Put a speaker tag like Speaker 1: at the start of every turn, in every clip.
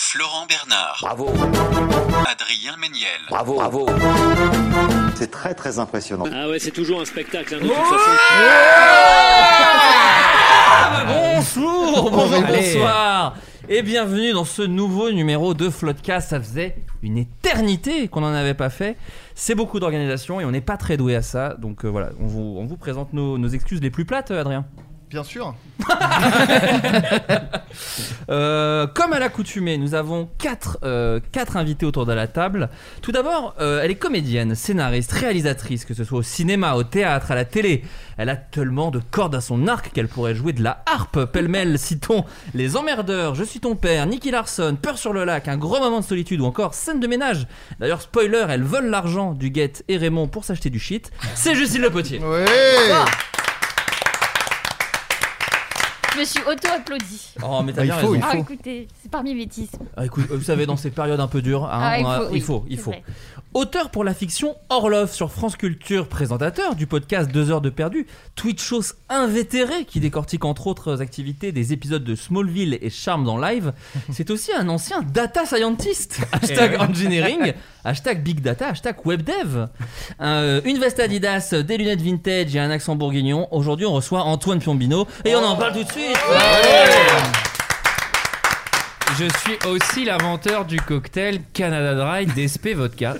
Speaker 1: Florent Bernard. Bravo. Adrien Méniel.
Speaker 2: Bravo, bravo.
Speaker 3: C'est très très impressionnant.
Speaker 4: Ah ouais, c'est toujours un spectacle, hein, de toute façon.
Speaker 5: Bonjour, bonjour, bonsoir et bienvenue dans ce nouveau numéro de Floodcast. Ça faisait une éternité qu'on n'en avait pas fait. C'est beaucoup d'organisation et on n'est pas très doué à ça. Donc euh, voilà, on vous, on vous présente nos, nos excuses les plus plates, euh, Adrien.
Speaker 6: Bien sûr.
Speaker 5: Euh, comme à l'accoutumée, nous avons quatre, euh, quatre invités autour de la table. Tout d'abord, euh, elle est comédienne, scénariste, réalisatrice, que ce soit au cinéma, au théâtre, à la télé. Elle a tellement de cordes à son arc qu'elle pourrait jouer de la harpe. Pêle-mêle, citons Les Emmerdeurs, Je suis ton père, Nicky Larson, Peur sur le lac, Un gros moment de solitude ou encore Scène de ménage. D'ailleurs, spoiler, elle vole l'argent du Guette et Raymond pour s'acheter du shit. C'est Justine Le Potier.
Speaker 6: Ouais.
Speaker 7: Je me suis auto-applaudi.
Speaker 5: Oh, mais t'as
Speaker 6: Ah, il
Speaker 5: bien
Speaker 6: faut, Hein,
Speaker 5: raison.
Speaker 6: il
Speaker 7: Ah, écoutez, c'est par mimétisme.
Speaker 5: Ah, écoute, vous savez, dans ces périodes un peu dures, hein,
Speaker 7: Ah, il
Speaker 5: on a-
Speaker 7: faut, oui,
Speaker 5: il faut. il
Speaker 7: c'est
Speaker 5: faut.
Speaker 7: vrai.
Speaker 5: Auteur pour la fiction Orlov sur France Culture, présentateur du podcast 2 heures de perdu, Twitchos invétéré qui décortique entre autres activités des épisodes de Smallville et Charmed en live. C'est aussi un ancien data scientist,
Speaker 4: Eh
Speaker 5: hashtag engineering, hashtag big data, hashtag webdev. Euh, une veste Adidas, des lunettes vintage et un accent bourguignon. Aujourd'hui, on reçoit Antoine Piombino et on en parle tout de suite. Ah
Speaker 4: Je suis aussi l'inventeur du cocktail Canada Dry DSP Vodka.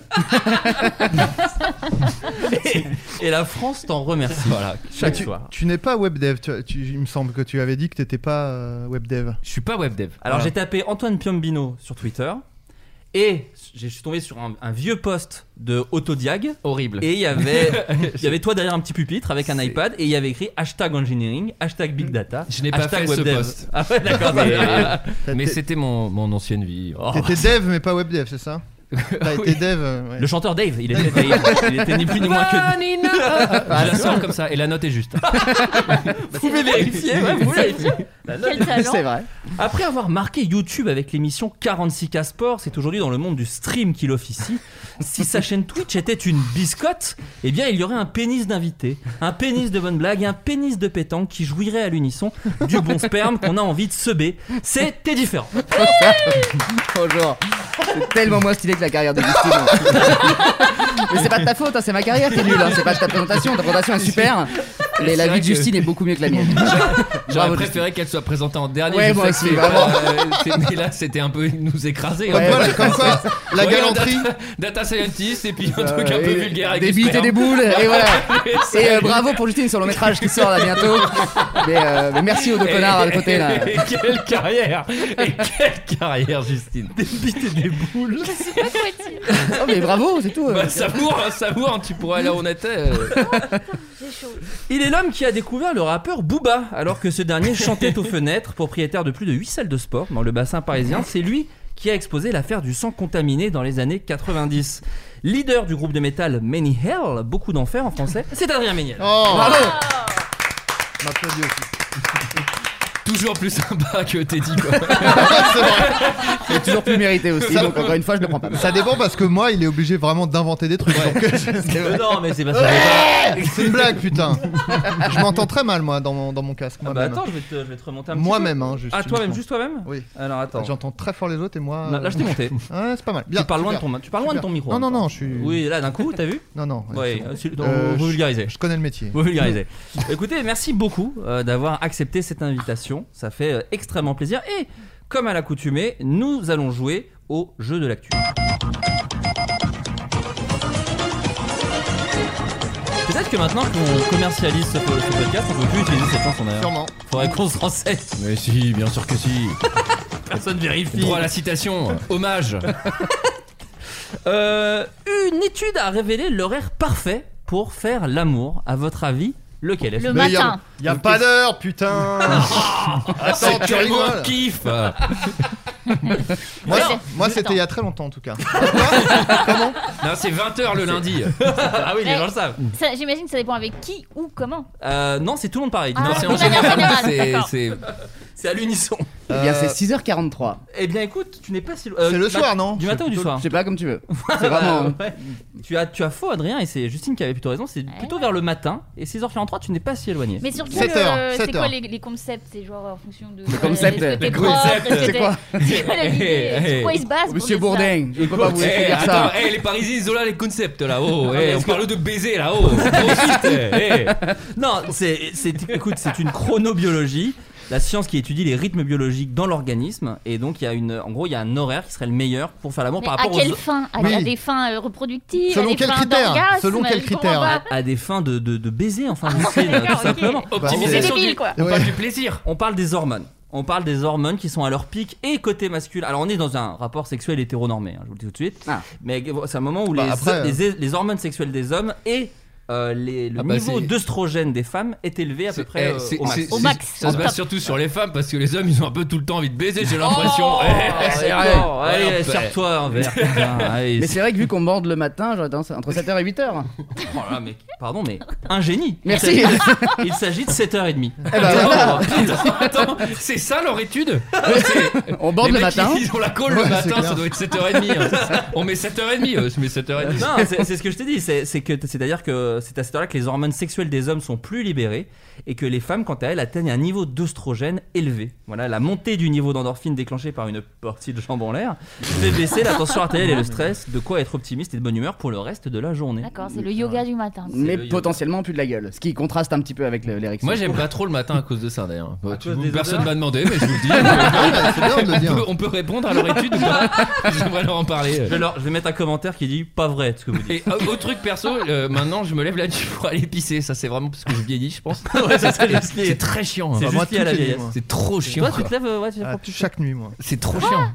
Speaker 5: Et la France t'en remercie. Voilà,
Speaker 6: Mais
Speaker 5: chaque
Speaker 6: tu,
Speaker 5: soir.
Speaker 6: tu n'es pas webdev. Tu, tu- il me semble que tu avais dit que tu n'étais pas euh, webdev.
Speaker 4: Je suis pas webdev.
Speaker 5: Alors j'ai tapé Antoine Piombino sur Twitter et je suis tombé sur un, un vieux post de Autodiag
Speaker 4: Horrible.
Speaker 5: et il y avait il y avait toi derrière un petit pupitre avec un iPad et il y avait écrit hashtag engineering, hashtag big data.
Speaker 4: Je n'ai pas
Speaker 5: hashtag
Speaker 4: fait ce
Speaker 5: webdev.
Speaker 4: post.
Speaker 5: Ah ouais, d'accord.
Speaker 4: Mais, mais
Speaker 6: T'étais-
Speaker 4: c'était mon, mon ancienne vie. Oh.
Speaker 6: T'étais dev, mais pas webdev, c'est ça T'as
Speaker 4: Oui.
Speaker 6: été dev. euh, ouais.
Speaker 5: Le chanteur Dave, il était, Dave. il était ni plus ni moins que
Speaker 4: Ah, je la sors comme ça et la note est juste.
Speaker 5: Vous pouvez vérifier, ouais, vous pouvez vérifier. La note
Speaker 7: Quel talent.
Speaker 6: vrai.
Speaker 5: Après avoir marqué YouTube avec l'émission 46K Sport, c'est aujourd'hui dans le monde du stream qu'il officie. Si sa chaîne Twitch était une biscotte, eh bien il y aurait un pénis d'invité, un pénis de bonne blague, un pénis de pétanque qui jouirait à l'unisson du bon sperme qu'on a envie de seber. C'est t'es différent.
Speaker 8: Bonjour. Oh, C'est tellement moins stylé que la carrière de Justine. hein. Mais c'est pas de ta faute, hein, c'est ma carrière qui est nulle. hein, C'est pas de ta présentation. Ta présentation est super. Mais la
Speaker 4: vrai
Speaker 8: vie de
Speaker 4: que-
Speaker 8: Justine est beaucoup mieux que la mienne.
Speaker 4: J'aurais
Speaker 8: Bravo,
Speaker 4: préféré qu'elle soit présentée en dernier.
Speaker 8: Ouais,
Speaker 4: je
Speaker 8: moi
Speaker 4: sais
Speaker 8: aussi,
Speaker 4: que c'est
Speaker 8: vraiment.
Speaker 4: pas- euh, c'est- mais là, c'était un peu nous écraser. hein.
Speaker 6: Comme,
Speaker 8: Ouais,
Speaker 6: quoi,
Speaker 8: ouais,
Speaker 6: comme quoi, la
Speaker 4: Regarde,
Speaker 6: galanterie.
Speaker 4: Data, data scientist et puis un
Speaker 8: Euh,
Speaker 4: truc un peu
Speaker 8: et-
Speaker 4: vulgaire hein. avec
Speaker 8: Des
Speaker 4: du
Speaker 8: bites et
Speaker 4: sperme.
Speaker 8: des boules. Et voilà. Et euh, bravo pour Justine sur le long métrage qui sort là bientôt. Mais, euh, mais merci aux deux connards à côté là.
Speaker 4: Et quelle carrière Et quelle carrière, Justine
Speaker 5: Des bites et des boules.
Speaker 7: Pas poétique.
Speaker 8: Oh, mais bravo, c'est tout. euh.
Speaker 4: Bah, savoure, hein, savoure, hein, tu pourrais là où on était. euh.
Speaker 7: Oh, J'ai chaud.
Speaker 5: Il est l'homme qui a découvert le rappeur Booba, alors que ce dernier chantait aux fenêtres, propriétaire de plus de 8 salles de sport dans le bassin parisien. C'est lui qui a exposé l'affaire du sang contaminé dans les années 90. Leader du groupe de métal Many Hell, beaucoup d'enfer en français, c'est Adrien Méniel.
Speaker 6: Oh,
Speaker 8: Bravo.
Speaker 6: on m'applaudit aussi.
Speaker 5: Toujours plus sympa que Teddy, quoi.
Speaker 2: Il est toujours plus mérité aussi, donc encore une fois, je le prends pas.
Speaker 6: Ça dépend parce que moi, il est obligé vraiment d'inventer des trucs. donc-
Speaker 5: Mais Euh, non, mais c'est pas ça.
Speaker 6: Ouais C'est une blague, putain. je m'entends très mal, moi, dans mon, dans mon casque.
Speaker 5: Bah
Speaker 6: moi-même.
Speaker 5: attends, je vais te, je vais te remonter un petit
Speaker 6: Moi-même,
Speaker 5: peu.
Speaker 6: hein, juste.
Speaker 5: Ah,
Speaker 6: tu
Speaker 5: toi-même,
Speaker 6: m'entends.
Speaker 5: juste toi-même
Speaker 6: Oui.
Speaker 5: Alors attends.
Speaker 6: J'entends très fort les autres et moi.
Speaker 5: Non, là, je t'ai
Speaker 6: euh,
Speaker 5: monté.
Speaker 6: Ouais, c'est pas mal. Bien,
Speaker 5: tu parles loin de
Speaker 6: super.
Speaker 5: ton, tu parles loin de ton
Speaker 6: Super.
Speaker 5: micro.
Speaker 6: Non, non,
Speaker 5: encore.
Speaker 6: non, je suis.
Speaker 5: Oui, là, d'un coup, t'as vu
Speaker 6: Non, non. ouais,
Speaker 5: Ouais,
Speaker 6: c'est bon.
Speaker 5: euh, c'est-
Speaker 6: Euh,
Speaker 5: vous
Speaker 6: je-
Speaker 5: vulgarisez.
Speaker 6: Je connais le métier.
Speaker 5: Vous vulgarisez. Écoutez, merci beaucoup euh, d'avoir accepté cette invitation. Ça fait euh, extrêmement plaisir. Et comme à l'accoutumée, nous allons jouer au jeu de l'actu. Peut-être que maintenant qu'on commercialise ce, po- ce podcast, on peut plus utiliser cette chanson d'ailleurs.
Speaker 6: Sûrement.
Speaker 5: Faudrait qu'on se renseigne.
Speaker 4: Mais si, bien sûr que si.
Speaker 5: Personne vérifie.
Speaker 4: Droit à la citation, hommage.
Speaker 5: Euh, une étude a révélé l'horaire parfait pour faire l'amour. À votre avis, lequel est-ce
Speaker 7: Le Mais y a- matin.
Speaker 6: y a pas d'heure, putain. Attends,
Speaker 5: C'est
Speaker 6: tu
Speaker 5: que mon
Speaker 6: rigoles.
Speaker 5: kiff.
Speaker 6: Moi,
Speaker 7: Ouais,
Speaker 6: c'est- moi,
Speaker 7: le
Speaker 6: c'était
Speaker 7: temps.
Speaker 6: il y a très longtemps en tout cas.
Speaker 5: Non, c'est 20h le lundi. ah oui, les
Speaker 7: Ouais.
Speaker 5: gens le savent.
Speaker 7: Ça, J'imagine que ça dépend avec qui ou comment.
Speaker 5: Euh, non, c'est tout le monde pareil.
Speaker 7: Ah,
Speaker 5: Non,
Speaker 7: de manière générale, d'accord.
Speaker 5: c'est- c'est à l'unisson.
Speaker 2: Eh bien,
Speaker 5: Euh,
Speaker 2: c'est 6h43.
Speaker 5: Eh bien, écoute, tu n'es pas si loin.
Speaker 2: C'est le soir, non
Speaker 5: Du matin ou du soir
Speaker 2: Je sais pas, comme tu veux.
Speaker 5: Bah,
Speaker 2: C'est
Speaker 8: euh,
Speaker 2: vraiment.
Speaker 5: ouais. tu, as, tu as faux, Adrien, et c'est Justine qui avait plutôt raison. C'est plutôt vers le matin. Et 6h43, tu n'es pas si éloigné.
Speaker 7: Mais surtout,
Speaker 6: Sept
Speaker 7: le-
Speaker 6: heures,
Speaker 7: c'est
Speaker 6: sept
Speaker 7: quoi
Speaker 6: heures.
Speaker 7: les, les concepts C'est genre en fonction de.
Speaker 2: Le concept,
Speaker 7: Est-ce que t'es
Speaker 2: le
Speaker 7: propre,
Speaker 2: concept,
Speaker 7: est-ce que
Speaker 2: c'est
Speaker 7: t'es-
Speaker 2: quoi
Speaker 7: C'est quoi la
Speaker 5: Eh,
Speaker 7: vidéo
Speaker 5: eh.
Speaker 7: Sur quoi ils se basent pour
Speaker 2: Monsieur
Speaker 7: dire ça
Speaker 2: Bourdin, je peux pas vous laisser
Speaker 5: Eh,
Speaker 2: dire
Speaker 5: attends,
Speaker 2: ça.
Speaker 5: eh, les Parisiens, ils ont là les concepts là-haut.
Speaker 2: Ah, mais est-ce
Speaker 5: on
Speaker 2: que-
Speaker 5: parle de baiser là-haut. Ensuite, eh, eh. Non, c'est, c'est, écoute, c'est une chronobiologie, la science qui étudie les rythmes biologiques dans l'organisme. Et donc, il y a une, en gros, il y a un horaire qui serait le meilleur pour faire l'amour
Speaker 7: Mais
Speaker 5: par
Speaker 7: à
Speaker 5: rapport
Speaker 7: quelle
Speaker 5: aux,
Speaker 7: fin à,
Speaker 6: Oui.
Speaker 7: à des fins euh, reproductives
Speaker 6: Selon
Speaker 7: à des
Speaker 6: quels
Speaker 7: fins
Speaker 6: critères
Speaker 7: d'orgasme,
Speaker 6: Selon quels
Speaker 7: je comprends
Speaker 6: critères
Speaker 7: pas.
Speaker 5: à des fins de, de, de baiser, enfin, Justine,
Speaker 7: Ah, d'accord,
Speaker 5: bah, tout
Speaker 7: ok.
Speaker 5: simplement.
Speaker 7: Bah, C'est
Speaker 6: Optimisation
Speaker 7: débile quoi.
Speaker 6: Ouais.
Speaker 4: du plaisir.
Speaker 5: On parle des hormones. On parle des hormones qui sont à leur pic et côté masculin. Alors on est dans un rapport sexuel hétéronormé, hein, je vous le dis tout de suite.
Speaker 2: Ah. euh.
Speaker 5: Mais c'est un moment où
Speaker 6: Bah,
Speaker 5: les,
Speaker 6: après,
Speaker 5: les, les hormones sexuelles des hommes et euh, les- le
Speaker 4: Ah bah,
Speaker 5: niveau
Speaker 4: c'est-
Speaker 5: d'œstrogène des femmes est élevé à peu
Speaker 4: eh,
Speaker 5: près
Speaker 2: eh,
Speaker 5: euh, au max.
Speaker 7: Au max,
Speaker 4: Ça se
Speaker 7: au
Speaker 4: base
Speaker 7: top.
Speaker 4: surtout sur les femmes parce que les hommes ils ont un peu tout le temps envie de baiser, j'ai l'impression.
Speaker 5: Oh,
Speaker 4: Eh,
Speaker 5: c'est
Speaker 4: eh,
Speaker 5: vrai.
Speaker 4: eh,
Speaker 5: Allez,
Speaker 4: ouais,
Speaker 5: serre-toi un verre. putain. Allez,
Speaker 2: Oh, Mais c'est vrai que vu qu'on bande le matin, j'aurais tendance à- entre 7h et 8h.
Speaker 5: Oh là, mais- pardon, mais un génie.
Speaker 2: Merci. Eh ben,
Speaker 5: Il s'agit- Il s'agit de 7h30. Oh,
Speaker 4: Attends, c'est ça leur étude
Speaker 2: On bande
Speaker 4: Les
Speaker 2: le
Speaker 4: mecs,
Speaker 2: matin.
Speaker 4: Ils, ils ont la colle
Speaker 6: Ouais,
Speaker 4: le
Speaker 6: c'est
Speaker 4: matin,
Speaker 6: clair.
Speaker 4: ça doit être 7h30. hein. On met 7h30, euh, je mets 7h30.
Speaker 5: Non, c'est c'est ce que je t'ai dit. C'est c'est que c'est à dire que c'est à cette heure-là que les hormones sexuelles des hommes sont plus libérées et que les femmes, quant à elles, atteignent un niveau d'oestrogène élevé. Voilà, la montée du niveau d'endorphine déclenchée par une partie de jambes en l'air fait baisser la tension artérielle et le stress. De quoi être optimiste et de bonne humeur pour le reste de la journée. Euh,
Speaker 7: D'accord, c'est le yoga du matin. quoi.
Speaker 2: Mais
Speaker 4: le yoga.
Speaker 2: potentiellement plus de la gueule. Ce qui contraste un petit peu avec le- l'érection.
Speaker 4: Moi j'aime pas trop le matin à cause de ça d'ailleurs. Bah, tu-
Speaker 5: cause des
Speaker 4: personne
Speaker 5: odeurs
Speaker 4: m'a demandé, mais je vous le dis.
Speaker 6: c'est bien de le
Speaker 4: on, peut,
Speaker 6: dire.
Speaker 4: on peut répondre à leur étude ou pas J'aimerais leur en parler.
Speaker 5: Je vais, leur- je vais mettre un commentaire qui dit pas vrai ce que vous dites.
Speaker 4: Et euh, autre truc perso, euh, maintenant je me lève la nuit pour aller pisser, ça c'est vraiment parce que je vieillis, je pense.
Speaker 5: c'est ce que j'ai expliqué.
Speaker 4: c'est très chiant. hein.
Speaker 5: C'est
Speaker 6: Bah, moi,
Speaker 5: juste lié à la
Speaker 6: tout est dit,
Speaker 5: vieillesse.
Speaker 6: moi.
Speaker 4: C'est trop chiant.
Speaker 5: Toi, tu
Speaker 4: quoi.
Speaker 5: te lèves, euh, ouais, tu te
Speaker 6: Ah,
Speaker 5: prends plus
Speaker 6: chaque nuit, moi.
Speaker 4: C'est trop chiant.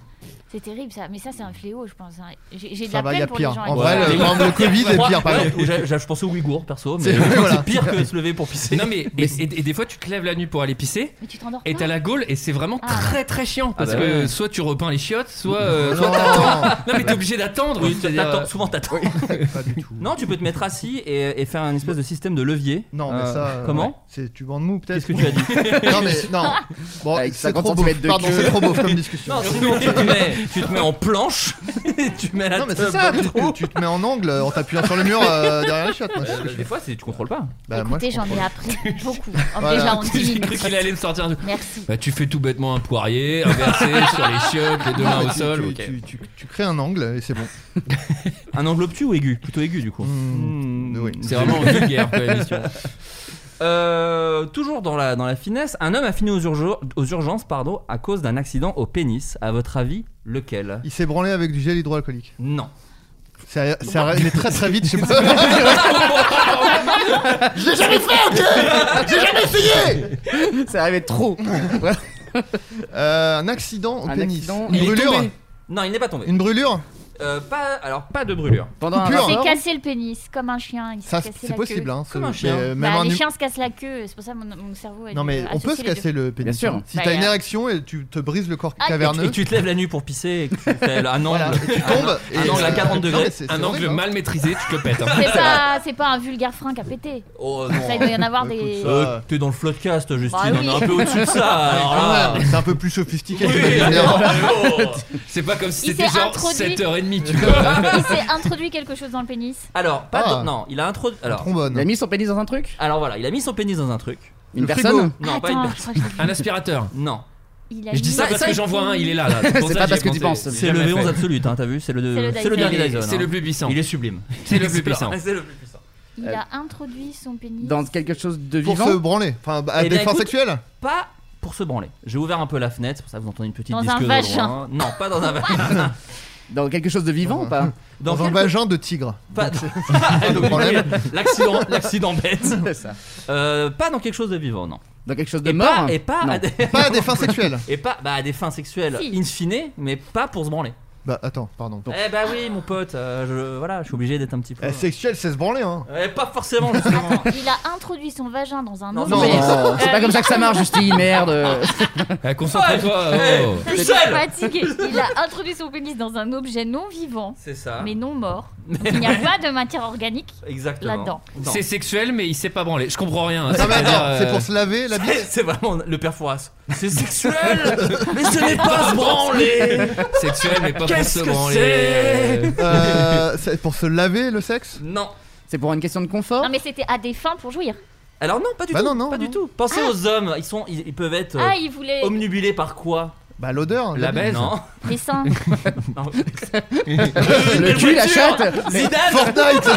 Speaker 7: C'est terrible ça, mais ça c'est un fléau je pense. hein. J'ai j'ai de
Speaker 6: Ça
Speaker 7: la
Speaker 6: va, y
Speaker 7: peine
Speaker 6: a
Speaker 7: pour les
Speaker 6: pire.
Speaker 7: gens.
Speaker 6: En
Speaker 7: avec
Speaker 6: vrai,
Speaker 7: ça.
Speaker 6: le, par exemple, le Covid est pire, par
Speaker 5: Ouais,
Speaker 6: exemple.
Speaker 5: ou j'ai- j'ai- je pensais aux Ouïghours perso, mais
Speaker 6: C'est-
Speaker 5: c'est
Speaker 6: voilà.
Speaker 5: pire que se lever pour pisser.
Speaker 4: Non mais et, et- et des fois tu te lèves la nuit pour aller pisser
Speaker 7: Mais tu t'endors pas.
Speaker 4: et t'as la gaule et c'est vraiment
Speaker 7: Ah.
Speaker 4: très très chiant parce
Speaker 5: bah
Speaker 4: que
Speaker 5: ouais.
Speaker 4: soit tu repeins les chiottes, soit euh,
Speaker 6: Non,
Speaker 4: soit
Speaker 6: pas
Speaker 4: non mais t'es obligé d'attendre.
Speaker 5: Oui,
Speaker 4: c'est-à-dire,
Speaker 5: t'attends-
Speaker 4: euh,
Speaker 5: souvent t'attends.
Speaker 6: du tout.
Speaker 5: Non, tu peux te mettre assis et, et faire un espèce de système de levier.
Speaker 6: Non, mais
Speaker 5: Euh,
Speaker 6: ça. euh,
Speaker 5: comment
Speaker 6: ouais. C'est tu bandes mou, peut-être.
Speaker 5: Qu'est-ce que tu as dit
Speaker 6: Non, mais non. Bon,
Speaker 2: Avec
Speaker 6: c'est
Speaker 2: 50
Speaker 6: trop beau.
Speaker 2: centimètres de
Speaker 6: Pardon,
Speaker 2: queue.
Speaker 6: c'est trop beau comme discussion.
Speaker 5: Non, sinon tu te mets, tu te mets en planche et tu mets la
Speaker 6: Non, mais c'est
Speaker 5: tête
Speaker 6: ça,
Speaker 5: dans le
Speaker 6: tu
Speaker 5: trou.
Speaker 6: te, tu te mets en angle en t'appuyant sur le mur euh, derrière les chiottes. Moi, c'est ce que je
Speaker 5: Des
Speaker 6: fais.
Speaker 5: fois, c'est- tu contrôles pas.
Speaker 6: Bah, moi,
Speaker 7: Écoutez,
Speaker 6: je
Speaker 7: j'en ai
Speaker 6: comprends.
Speaker 7: appris beaucoup. En
Speaker 6: Voilà.
Speaker 7: Déjà en 10
Speaker 4: J'ai cru
Speaker 7: minutes.
Speaker 4: qu'il allait me sortir. un truc.
Speaker 7: Merci.
Speaker 4: Bah tu fais tout bêtement un poirier inversé sur les chiottes, les deux mains au
Speaker 6: Ah, Tu-
Speaker 4: sol.
Speaker 6: tu,
Speaker 4: ok.
Speaker 6: tu- tu- tu crées un angle et c'est bon.
Speaker 5: Un angle obtus ou aigu Plutôt aigu du coup.
Speaker 6: Hmm,
Speaker 5: Hmm.
Speaker 6: oui.
Speaker 4: C'est vraiment vulgaire quoi, l'émission.
Speaker 5: Euh, toujours dans la, dans la finesse, un homme a fini aux, urge- aux urgences pardon, à cause d'un accident au pénis. À votre avis, lequel
Speaker 6: Il s'est branlé avec du gel hydroalcoolique.
Speaker 5: Non.
Speaker 6: C'est c'est arrivé très très vite, je sais pas. je l'ai jamais fait, ok J'ai jamais essayé
Speaker 2: Ça arrivait trop. Ouais.
Speaker 6: Euh, Un accident au
Speaker 2: Un
Speaker 6: pénis.
Speaker 2: accident.
Speaker 6: Une
Speaker 2: Il est
Speaker 6: brûlure
Speaker 2: tombé.
Speaker 5: Non, il n'est pas tombé.
Speaker 6: Une brûlure
Speaker 5: Euh, pas, alors pas de brûlure.
Speaker 2: Pendant
Speaker 7: Il s'est cassé le pénis, comme un chien. Il s'est
Speaker 6: hein. Ça,
Speaker 7: cassé
Speaker 6: c'est
Speaker 7: la
Speaker 6: possible,
Speaker 7: queue.
Speaker 6: hein,
Speaker 7: Comme un
Speaker 6: ce-
Speaker 7: chien.
Speaker 6: mais, euh, même
Speaker 7: Bah,
Speaker 6: un
Speaker 7: les
Speaker 6: hum-
Speaker 7: chiens se cassent la queue, c'est pour ça que mon, mon cerveau. a
Speaker 6: Non
Speaker 7: dû
Speaker 6: mais on peut
Speaker 7: associer
Speaker 6: se
Speaker 7: les
Speaker 6: casser
Speaker 7: deux.
Speaker 6: le pénis.
Speaker 7: sûr.
Speaker 6: Si
Speaker 7: Bah,
Speaker 6: t'as une
Speaker 7: euh,
Speaker 6: érection et tu te brises le corps
Speaker 7: Ah, et-
Speaker 6: caverneux.
Speaker 5: Et tu te lèves la nuit pour pisser et que tu fais un angle,
Speaker 6: Voilà, et tu tombes,
Speaker 5: un
Speaker 6: et-
Speaker 5: angle à 40
Speaker 6: Non,
Speaker 5: degrés,
Speaker 6: mais c'est-
Speaker 5: un
Speaker 6: c'est
Speaker 5: angle
Speaker 6: horrible, hein.
Speaker 5: mal maîtrisé, tu te le pètes. hein.
Speaker 7: C'est pas, c'est pas un vulgaire frein qui a pété.
Speaker 5: Oh
Speaker 7: Ça, il doit y en avoir des.
Speaker 5: Euh, T'es dans le floodcast, Justine,
Speaker 7: Bah oui.
Speaker 5: on est un peu au-dessus de ça. alors là.
Speaker 6: C'est un peu plus sophistiqué.
Speaker 5: Ah. Oui,
Speaker 6: que-
Speaker 5: alors,
Speaker 4: C'est pas comme si
Speaker 7: Il
Speaker 4: c'était
Speaker 7: s'est
Speaker 4: genre
Speaker 7: introduit.
Speaker 4: 7h30, tu
Speaker 7: Il s'est introduit quelque chose dans le pénis.
Speaker 5: Alors, pas
Speaker 2: Ah.
Speaker 5: de- non, il a introduit. Alors,
Speaker 2: Il a mis son pénis dans un truc
Speaker 5: alors voilà, il a mis son pénis dans un truc.
Speaker 2: Une Le personne frigo.
Speaker 5: Non,
Speaker 7: Attends,
Speaker 5: pas une
Speaker 7: je
Speaker 5: personne.
Speaker 7: crois que je l'ai vu.
Speaker 4: Un aspirateur
Speaker 5: Non.
Speaker 7: Il a
Speaker 4: Je dis
Speaker 7: mis-
Speaker 4: ça parce que j'en vois un, il est là. là. pour
Speaker 2: C'est
Speaker 4: ça
Speaker 2: pas
Speaker 4: j'y ai
Speaker 2: parce que tu
Speaker 4: pensé.
Speaker 2: penses.
Speaker 5: C'est le
Speaker 4: Jamais
Speaker 5: V11
Speaker 4: fait.
Speaker 5: absolu, hein, t'as vu C'est le, de-
Speaker 7: C'est le
Speaker 5: c'est le
Speaker 7: Dyson.
Speaker 5: dernier Dyson.
Speaker 4: C'est
Speaker 5: hein.
Speaker 4: le plus puissant.
Speaker 5: Il est sublime.
Speaker 4: C'est le plus puissant.
Speaker 5: C'est le plus puissant.
Speaker 7: Il a introduit son pénis.
Speaker 2: Dans quelque chose de
Speaker 6: Pour
Speaker 2: vivant
Speaker 6: se branler, enfin à
Speaker 5: Eh
Speaker 6: des
Speaker 5: ben,
Speaker 6: fins
Speaker 5: écoute,
Speaker 6: sexuelles.
Speaker 5: Pas pour se branler. J'ai ouvert un peu la fenêtre, c'est pour ça que vous entendez une petite
Speaker 7: Dans un
Speaker 5: disque de
Speaker 7: vagin.
Speaker 5: loin. Non, pas dans un vagin.
Speaker 2: Dans quelque chose de vivant ou pas
Speaker 6: Dans, un
Speaker 5: quelque-
Speaker 6: vagin de tigre.
Speaker 5: Pas dans-
Speaker 6: de problème.
Speaker 5: L'accident, l'accident bête.
Speaker 2: C'est ça.
Speaker 5: Euh, pas dans quelque chose de vivant, non.
Speaker 2: Dans quelque chose de
Speaker 5: et
Speaker 2: mort
Speaker 5: pas, et pas,
Speaker 2: Non.
Speaker 5: à des,
Speaker 6: Pas à des fins sexuelles.
Speaker 5: et pas bah, à des fins sexuelles
Speaker 7: Si.
Speaker 5: in fine, mais pas pour se branler.
Speaker 6: Bah attends, pardon.
Speaker 5: Eh bah oui, mon pote, euh, je, voilà, je suis obligé d'être un petit peu.
Speaker 6: Eh, sexuel, c'est se branler hein.
Speaker 5: Eh, pas forcément, justement.
Speaker 7: Il a introduit son vagin dans un
Speaker 5: Non,
Speaker 7: autre
Speaker 6: non,
Speaker 2: Mais
Speaker 7: pénis.
Speaker 2: non, c'est pas
Speaker 7: Euh,
Speaker 2: comme ça que ça marche, Justine, merde.
Speaker 4: Eh, Concentre-toi.
Speaker 5: Eh,
Speaker 4: oh.
Speaker 7: Ça, je suis
Speaker 5: Pucelle
Speaker 7: fatiguée. Il a introduit son pénis dans un objet non vivant,
Speaker 5: C'est ça.
Speaker 7: mais non mort. Il n'y a pas de matière organique.
Speaker 5: Exactement.
Speaker 7: là-dedans.
Speaker 5: Non.
Speaker 4: C'est sexuel, mais il s'est pas branlé. Je comprends rien. hein,
Speaker 6: Non mais
Speaker 4: c'est-à-dire,
Speaker 6: attends, Ah, c'est
Speaker 4: euh,
Speaker 6: pour se laver la bite.
Speaker 5: C'est vraiment le perforas. C'est sexuel, mais ce n'est pas se branler.
Speaker 4: Sexuel, mais pas pour
Speaker 5: Qu'est-ce
Speaker 4: se
Speaker 5: que
Speaker 4: branler.
Speaker 6: Euh, c'est pour se laver le sexe.
Speaker 5: Non.
Speaker 2: C'est pour une question de confort
Speaker 7: Non, mais c'était à des fins pour jouir.
Speaker 5: Alors non, pas du
Speaker 6: Bah
Speaker 5: tout.
Speaker 6: non, non,
Speaker 5: pas du
Speaker 6: non.
Speaker 5: tout. Pensez aux hommes, ils sont, ils, ils peuvent être euh,
Speaker 7: Ah, il voulait
Speaker 5: omnubilés par quoi
Speaker 6: Bah l'odeur.
Speaker 4: La
Speaker 6: bite.
Speaker 4: baise.
Speaker 5: Non.
Speaker 7: des seins.
Speaker 5: Non.
Speaker 2: Le cul, la chatte
Speaker 5: Zidane.
Speaker 6: Fortnite.